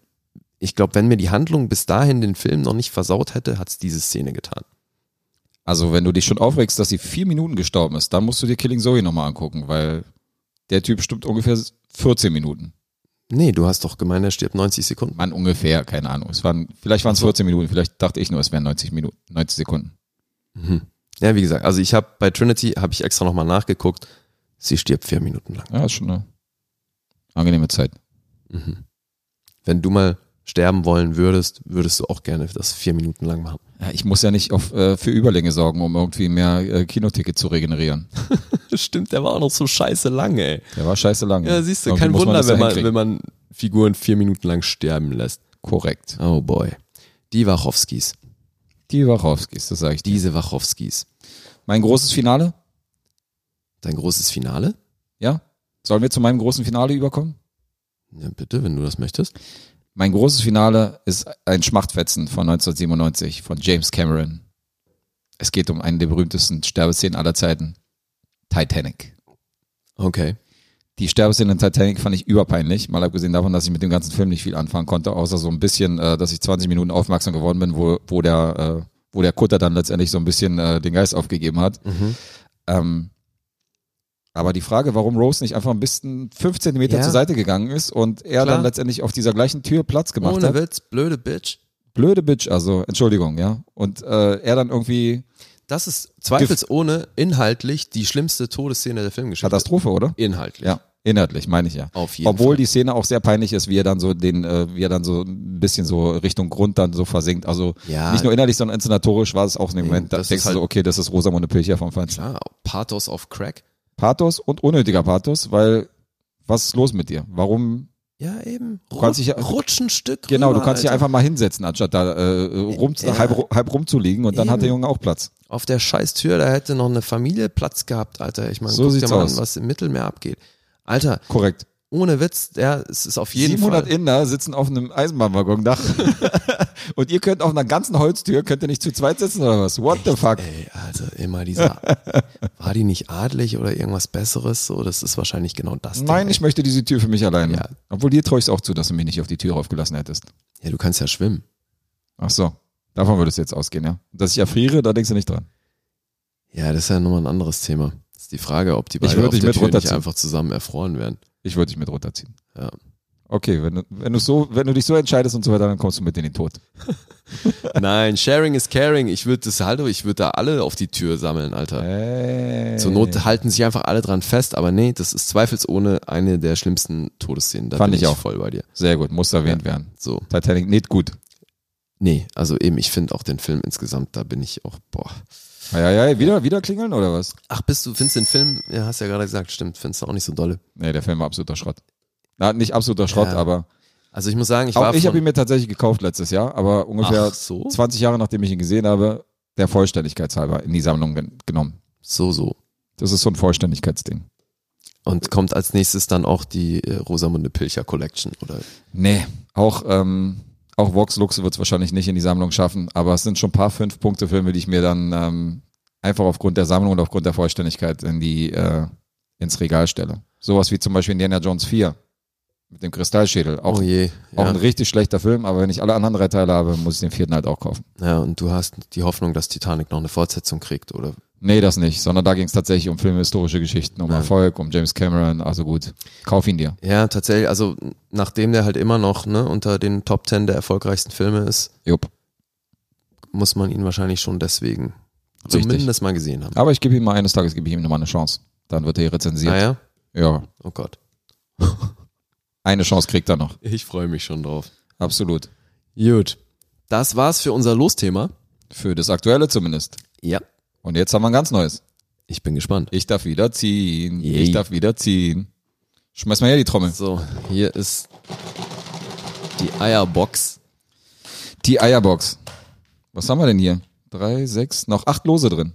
[SPEAKER 3] ich glaube, wenn mir die Handlung bis dahin den Film noch nicht versaut hätte, hat's diese Szene getan.
[SPEAKER 2] Also, wenn du dich schon aufregst, dass sie vier Minuten gestorben ist, dann musst du dir Killing Zoe nochmal angucken, weil der Typ stimmt ungefähr 14 Minuten.
[SPEAKER 3] Nee, du hast doch gemeint, er stirbt 90 Sekunden.
[SPEAKER 2] Mann, ungefähr, keine Ahnung. Es waren, vielleicht waren es 14 Minuten, vielleicht dachte ich nur, es wären 90 Minuten, 90 Sekunden.
[SPEAKER 3] Ja, wie gesagt, also ich habe bei Trinity, habe ich extra nochmal nachgeguckt, sie stirbt vier Minuten lang.
[SPEAKER 2] Ja, ist schon eine angenehme Zeit.
[SPEAKER 3] Wenn du mal sterben wollen würdest, würdest du auch gerne das vier Minuten lang machen.
[SPEAKER 2] Ja, ich muss ja nicht auf, äh, für Überlänge sorgen, um irgendwie mehr äh, Kinoticket zu regenerieren.
[SPEAKER 3] Stimmt, der war auch noch so scheiße lang, ey.
[SPEAKER 2] Der war scheiße lang.
[SPEAKER 3] Ja, siehst du,
[SPEAKER 2] Irgendwie
[SPEAKER 3] kein
[SPEAKER 2] muss
[SPEAKER 3] Wunder,
[SPEAKER 2] das
[SPEAKER 3] wenn,
[SPEAKER 2] ja
[SPEAKER 3] man,
[SPEAKER 2] hinkriegen.
[SPEAKER 3] wenn man Figuren vier Minuten lang sterben lässt.
[SPEAKER 2] Korrekt.
[SPEAKER 3] Oh boy. Die Wachowskis.
[SPEAKER 2] Die Wachowskis, das sage ich dir.
[SPEAKER 3] Diese Wachowskis.
[SPEAKER 2] Mein großes Finale,
[SPEAKER 3] Dein großes Finale?
[SPEAKER 2] ja? Sollen wir zu meinem großen Finale überkommen?
[SPEAKER 3] Ja, bitte, wenn du das möchtest.
[SPEAKER 2] Mein großes Finale ist ein Schmachtfetzen von 1997 von James Cameron. Es geht um einen der berühmtesten Sterbeszenen aller Zeiten. Titanic.
[SPEAKER 3] Okay.
[SPEAKER 2] Die Sterbeszene in Titanic fand ich überpeinlich, mal abgesehen davon, dass ich mit dem ganzen Film nicht viel anfangen konnte, außer so ein bisschen, äh, dass ich 20 Minuten aufmerksam geworden bin, wo, wo, der, äh, wo der Kutter dann letztendlich so ein bisschen äh, den Geist aufgegeben hat.
[SPEAKER 3] Mhm.
[SPEAKER 2] Ähm, aber die Frage, warum Rose nicht einfach ein bisschen fünf Zentimeter
[SPEAKER 3] Ja.
[SPEAKER 2] zur Seite gegangen ist und er
[SPEAKER 3] Klar.
[SPEAKER 2] dann letztendlich auf dieser gleichen Tür Platz gemacht hat.
[SPEAKER 3] Witz, blöde Bitch.
[SPEAKER 2] Blöde Bitch, also Entschuldigung, ja. Und äh, er dann irgendwie
[SPEAKER 3] Das ist zweifelsohne inhaltlich die schlimmste Todesszene der Filmgeschichte.
[SPEAKER 2] Katastrophe, oder?
[SPEAKER 3] Inhaltlich.
[SPEAKER 2] Ja, inhaltlich meine ich ja.
[SPEAKER 3] Auf jeden
[SPEAKER 2] Obwohl
[SPEAKER 3] Fall.
[SPEAKER 2] die Szene auch sehr peinlich ist, wie er dann so den, äh, wie er dann so ein bisschen so Richtung Grund dann so versinkt. Also
[SPEAKER 3] Ja.
[SPEAKER 2] nicht nur innerlich, sondern inszenatorisch war es auch in dem
[SPEAKER 3] Nee,
[SPEAKER 2] Moment. Da
[SPEAKER 3] das ist
[SPEAKER 2] denkst du so,
[SPEAKER 3] halt-
[SPEAKER 2] okay, das ist Rosamunde Pilcher vom Feinsten.
[SPEAKER 3] Klar, Pathos auf Crack.
[SPEAKER 2] Pathos und unnötiger Pathos, weil was ist los mit dir? Warum?
[SPEAKER 3] Ja, eben. Ru
[SPEAKER 2] kannst dich ja-
[SPEAKER 3] rutsch ein Stück
[SPEAKER 2] Genau,
[SPEAKER 3] rüber,
[SPEAKER 2] du kannst dich
[SPEAKER 3] Alter.
[SPEAKER 2] einfach mal hinsetzen, anstatt da äh, rum,
[SPEAKER 3] Ja.
[SPEAKER 2] halb, ru- halb rumzuliegen und dann hat der
[SPEAKER 3] Eben.
[SPEAKER 2] Junge auch Platz.
[SPEAKER 3] auf der Scheißtür, da hätte noch eine Familie Platz gehabt, Alter. Ich meine,
[SPEAKER 2] So
[SPEAKER 3] guck dir
[SPEAKER 2] sieht's
[SPEAKER 3] mal an,
[SPEAKER 2] aus.
[SPEAKER 3] was im Mittelmeer abgeht. Alter,
[SPEAKER 2] Korrekt.
[SPEAKER 3] ohne Witz, ja, es ist auf jeden
[SPEAKER 2] 700
[SPEAKER 3] Fall.
[SPEAKER 2] Inder sitzen auf einem
[SPEAKER 3] *laughs*
[SPEAKER 2] Eisenbahnwaggondach und ihr könnt auf einer ganzen Holztür, könnt ihr nicht zu zweit sitzen oder was? What the fuck?
[SPEAKER 3] Ey, also
[SPEAKER 2] *laughs*
[SPEAKER 3] immer dieser, war die nicht adlig oder irgendwas Besseres? So, das ist wahrscheinlich genau das.
[SPEAKER 2] Nein,
[SPEAKER 3] Ding,
[SPEAKER 2] ich möchte diese Tür für mich alleine.
[SPEAKER 3] Ja.
[SPEAKER 2] Obwohl dir traue ich es auch zu, dass du mich nicht auf die Tür aufgelassen hättest.
[SPEAKER 3] ey. Ja, du kannst ja schwimmen.
[SPEAKER 2] Ach so. Davon würde es jetzt ausgehen, ja. Dass ich erfriere, da denkst du nicht dran.
[SPEAKER 3] Ja, das ist ja nochmal ein anderes Thema. Ist die Frage, ob die
[SPEAKER 2] würd
[SPEAKER 3] beiden auf
[SPEAKER 2] dich
[SPEAKER 3] der
[SPEAKER 2] mit
[SPEAKER 3] Tür nicht
[SPEAKER 2] runterziehen.
[SPEAKER 3] einfach zusammen erfroren werden.
[SPEAKER 2] Ich würde dich mit runterziehen.
[SPEAKER 3] Ja.
[SPEAKER 2] Okay, wenn du, wenn du so, wenn du dich so entscheidest und so weiter, dann kommst du mit in den Tod.
[SPEAKER 3] Nein, sharing is caring. Ich würde das, hallo, ich würde da alle auf die Tür sammeln, Alter.
[SPEAKER 2] Hey.
[SPEAKER 3] Zur Not halten sich einfach alle dran fest, aber nee, das ist zweifelsohne eine der schlimmsten Todesszenen. Da
[SPEAKER 2] Fand
[SPEAKER 3] bin
[SPEAKER 2] ich auch.
[SPEAKER 3] voll bei dir.
[SPEAKER 2] Sehr gut, muss erwähnt
[SPEAKER 3] Ja.
[SPEAKER 2] werden.
[SPEAKER 3] So.
[SPEAKER 2] Titanic nicht gut.
[SPEAKER 3] Nee, also eben, ich finde auch den Film insgesamt, da bin ich auch, boah.
[SPEAKER 2] Ja, ja, ja, wieder, wieder klingeln oder was?
[SPEAKER 3] Ach, bist du, findest den Film, ja, hast ja gerade gesagt, stimmt, findest du auch nicht so dolle.
[SPEAKER 2] Nee, der Film war absoluter Schrott. Na, nicht absoluter Schrott,
[SPEAKER 3] Ja.
[SPEAKER 2] aber
[SPEAKER 3] Also ich muss sagen, ich
[SPEAKER 2] auch
[SPEAKER 3] war
[SPEAKER 2] ich habe ihn
[SPEAKER 3] von,
[SPEAKER 2] mir tatsächlich gekauft letztes Jahr, aber ungefähr
[SPEAKER 3] Ach so?
[SPEAKER 2] 20 Jahre nachdem ich ihn gesehen habe, der Vollständigkeitshalber in die Sammlung gen- genommen.
[SPEAKER 3] so, so.
[SPEAKER 2] Das ist so ein Vollständigkeitsding.
[SPEAKER 3] Und kommt als nächstes dann auch die äh, Rosamunde Pilcher Collection, oder?
[SPEAKER 2] Nee, auch, ähm, auch Vox Lux wird es wahrscheinlich nicht in die Sammlung schaffen, aber es sind schon ein paar Fünf-Punkte-Filme, die ich mir dann ähm, einfach aufgrund der Sammlung und aufgrund der Vollständigkeit in die, äh, ins Regal stelle. Sowas wie zum Beispiel Indiana Jones 4 mit dem Kristallschädel. Auch,
[SPEAKER 3] oh je.
[SPEAKER 2] auch
[SPEAKER 3] Ja.
[SPEAKER 2] ein richtig schlechter Film, aber wenn ich alle anderen drei Teile habe, muss ich den vierten halt auch kaufen.
[SPEAKER 3] ja, und du hast die Hoffnung, dass Titanic noch eine Fortsetzung kriegt, oder?
[SPEAKER 2] Nee, das nicht, sondern da ging es tatsächlich um filmhistorische Geschichten, um Erfolg, um James Cameron, also gut, kauf ihn dir.
[SPEAKER 3] Ja, tatsächlich, also nachdem der halt immer noch ne, unter den Top Ten der erfolgreichsten Filme ist,
[SPEAKER 2] Jupp.
[SPEAKER 3] muss man ihn wahrscheinlich schon deswegen
[SPEAKER 2] Richtig.
[SPEAKER 3] zumindest mal gesehen haben.
[SPEAKER 2] Aber ich gebe ihm mal eines Tages, gebe ich ihm nochmal eine Chance. Dann wird er hier rezensiert.
[SPEAKER 3] Naja,
[SPEAKER 2] Ja,
[SPEAKER 3] Ah oh Gott.
[SPEAKER 2] eine Chance kriegt er noch.
[SPEAKER 3] Ich freue mich schon drauf.
[SPEAKER 2] Absolut.
[SPEAKER 3] Gut. Das war's für unser Losthema.
[SPEAKER 2] Für das Aktuelle zumindest.
[SPEAKER 3] Ja.
[SPEAKER 2] Und jetzt haben wir ein ganz neues.
[SPEAKER 3] Ich bin gespannt.
[SPEAKER 2] Ich darf wieder ziehen.
[SPEAKER 3] Yay.
[SPEAKER 2] Ich darf wieder ziehen. Schmeiß mal her die Trommel.
[SPEAKER 3] So, hier ist Die Eierbox.
[SPEAKER 2] Die Eierbox. Was haben wir denn hier? Drei, sechs, noch acht Lose drin.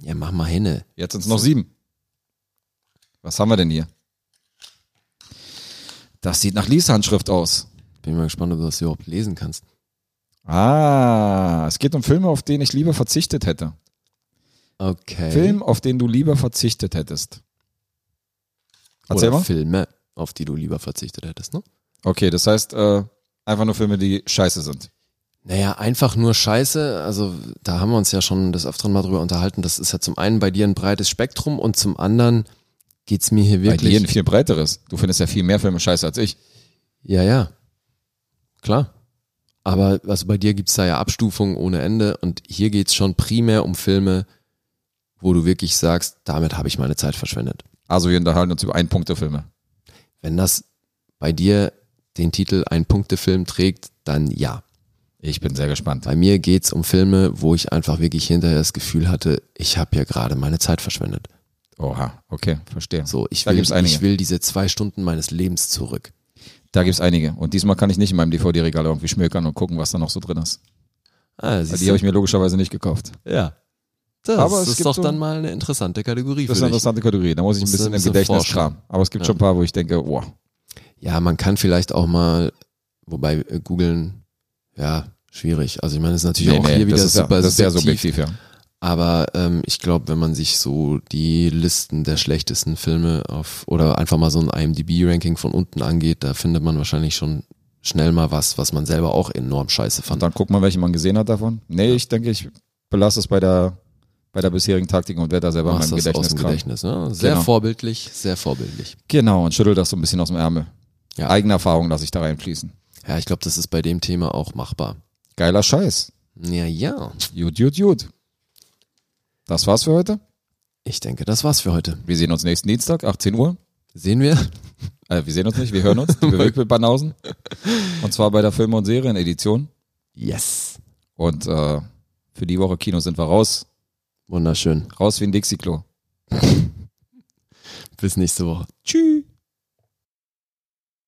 [SPEAKER 3] Ja, mach mal hinne.
[SPEAKER 2] Jetzt sind es noch sieben. Was haben wir denn hier? Das sieht nach Lies Handschrift aus.
[SPEAKER 3] Bin mal gespannt, ob du das überhaupt lesen kannst.
[SPEAKER 2] Ah, es geht um Filme, auf denen ich lieber verzichtet hätte.
[SPEAKER 3] Okay.
[SPEAKER 2] Film, auf den du lieber verzichtet hättest. Erzähl
[SPEAKER 3] Oder
[SPEAKER 2] mal.
[SPEAKER 3] Filme, auf die du lieber verzichtet hättest, ne?
[SPEAKER 2] Okay, das heißt äh, einfach nur Filme, die scheiße sind.
[SPEAKER 3] Naja, einfach nur Scheiße. Also da haben wir uns ja schon des Öfteren mal drüber unterhalten. Das ist ja zum einen bei dir ein breites Spektrum und zum anderen geht's mir hier
[SPEAKER 2] Bei dir
[SPEAKER 3] wirklich.
[SPEAKER 2] ein viel breiteres. Du findest ja viel mehr Filme scheiße als ich.
[SPEAKER 3] ja, ja. Klar. Aber also bei dir gibt's da ja Abstufungen ohne Ende und hier geht's schon primär um Filme, wo du wirklich sagst, damit habe ich meine Zeit verschwendet.
[SPEAKER 2] Also wir unterhalten uns über Ein-Punkte-Filme.
[SPEAKER 3] Wenn das bei dir den Titel Ein Punktefilm trägt, dann ja.
[SPEAKER 2] Ich bin sehr gespannt.
[SPEAKER 3] Bei mir geht's um Filme, wo ich einfach wirklich hinterher das Gefühl hatte, ich habe hier gerade meine Zeit verschwendet.
[SPEAKER 2] Oha, okay, verstehe.
[SPEAKER 3] So, ich
[SPEAKER 2] da
[SPEAKER 3] will,
[SPEAKER 2] gibt's einige.
[SPEAKER 3] ich will diese zwei Stunden meines Lebens zurück.
[SPEAKER 2] Da gibt's einige. Und diesmal kann ich nicht in meinem DVD-Regal irgendwie schmökern und gucken, was da noch so drin ist.
[SPEAKER 3] Ah,
[SPEAKER 2] Weil die habe ich mir logischerweise nicht gekauft.
[SPEAKER 3] ja. Das
[SPEAKER 2] Aber es
[SPEAKER 3] ist
[SPEAKER 2] gibt
[SPEAKER 3] doch
[SPEAKER 2] so-
[SPEAKER 3] dann mal eine interessante Kategorie
[SPEAKER 2] Das ist
[SPEAKER 3] für
[SPEAKER 2] eine
[SPEAKER 3] dich.
[SPEAKER 2] interessante Kategorie. Da muss ich ein
[SPEAKER 3] Musst du
[SPEAKER 2] bisschen im
[SPEAKER 3] ein bisschen
[SPEAKER 2] Gedächtnis
[SPEAKER 3] forschen.
[SPEAKER 2] kramen. Aber es gibt schon ein paar, wo ich denke, wow.
[SPEAKER 3] Ja, man kann vielleicht auch mal, wobei äh, googeln, ja, schwierig. Also ich meine, es ist natürlich auch hier wieder
[SPEAKER 2] das ist
[SPEAKER 3] super
[SPEAKER 2] ja, das ist sehr
[SPEAKER 3] subjektiv.
[SPEAKER 2] subjektiv, ja.
[SPEAKER 3] Aber ähm, ich glaube, wenn man sich so die Listen der schlechtesten Filme auf oder einfach mal so ein IMDb-Ranking von unten angeht, da findet man wahrscheinlich schon schnell mal was, was man selber auch enorm scheiße
[SPEAKER 2] Und
[SPEAKER 3] fand.
[SPEAKER 2] dann guckt man, welche man gesehen hat davon. Nee, ich denke, ich belasse es bei der, bei der bisherigen Taktik und werde da selber in
[SPEAKER 3] Machst
[SPEAKER 2] meinem
[SPEAKER 3] das aus
[SPEAKER 2] Gedächtnis
[SPEAKER 3] dem
[SPEAKER 2] kramen.
[SPEAKER 3] Gedächtnis. Ne? Sehr
[SPEAKER 2] Genau.
[SPEAKER 3] vorbildlich, sehr vorbildlich.
[SPEAKER 2] Genau, und schüttel das so ein bisschen aus dem Ärmel.
[SPEAKER 3] Ja.
[SPEAKER 2] Eigene Erfahrung lasse ich da reinfließen.
[SPEAKER 3] Ja, ich glaube, das ist bei dem Thema auch machbar.
[SPEAKER 2] Geiler Scheiß.
[SPEAKER 3] Ja, ja.
[SPEAKER 2] Jut, jut, jut. Das war's für heute.
[SPEAKER 3] Ich denke, das war's für heute.
[SPEAKER 2] Wir sehen uns nächsten Dienstag, 18 Uhr.
[SPEAKER 3] Sehen wir?
[SPEAKER 2] Äh, wir sehen uns nicht, wir hören
[SPEAKER 3] *laughs*
[SPEAKER 2] uns. Die Bewegtbildbanausen. Und zwar bei der Filme- und Serienedition.
[SPEAKER 3] Yes.
[SPEAKER 2] Und äh, für die Woche Kino sind wir raus.
[SPEAKER 3] Wunderschön.
[SPEAKER 2] Raus wie ein Dixie-Klo.
[SPEAKER 3] Bis nächste Woche.
[SPEAKER 2] Tschüss.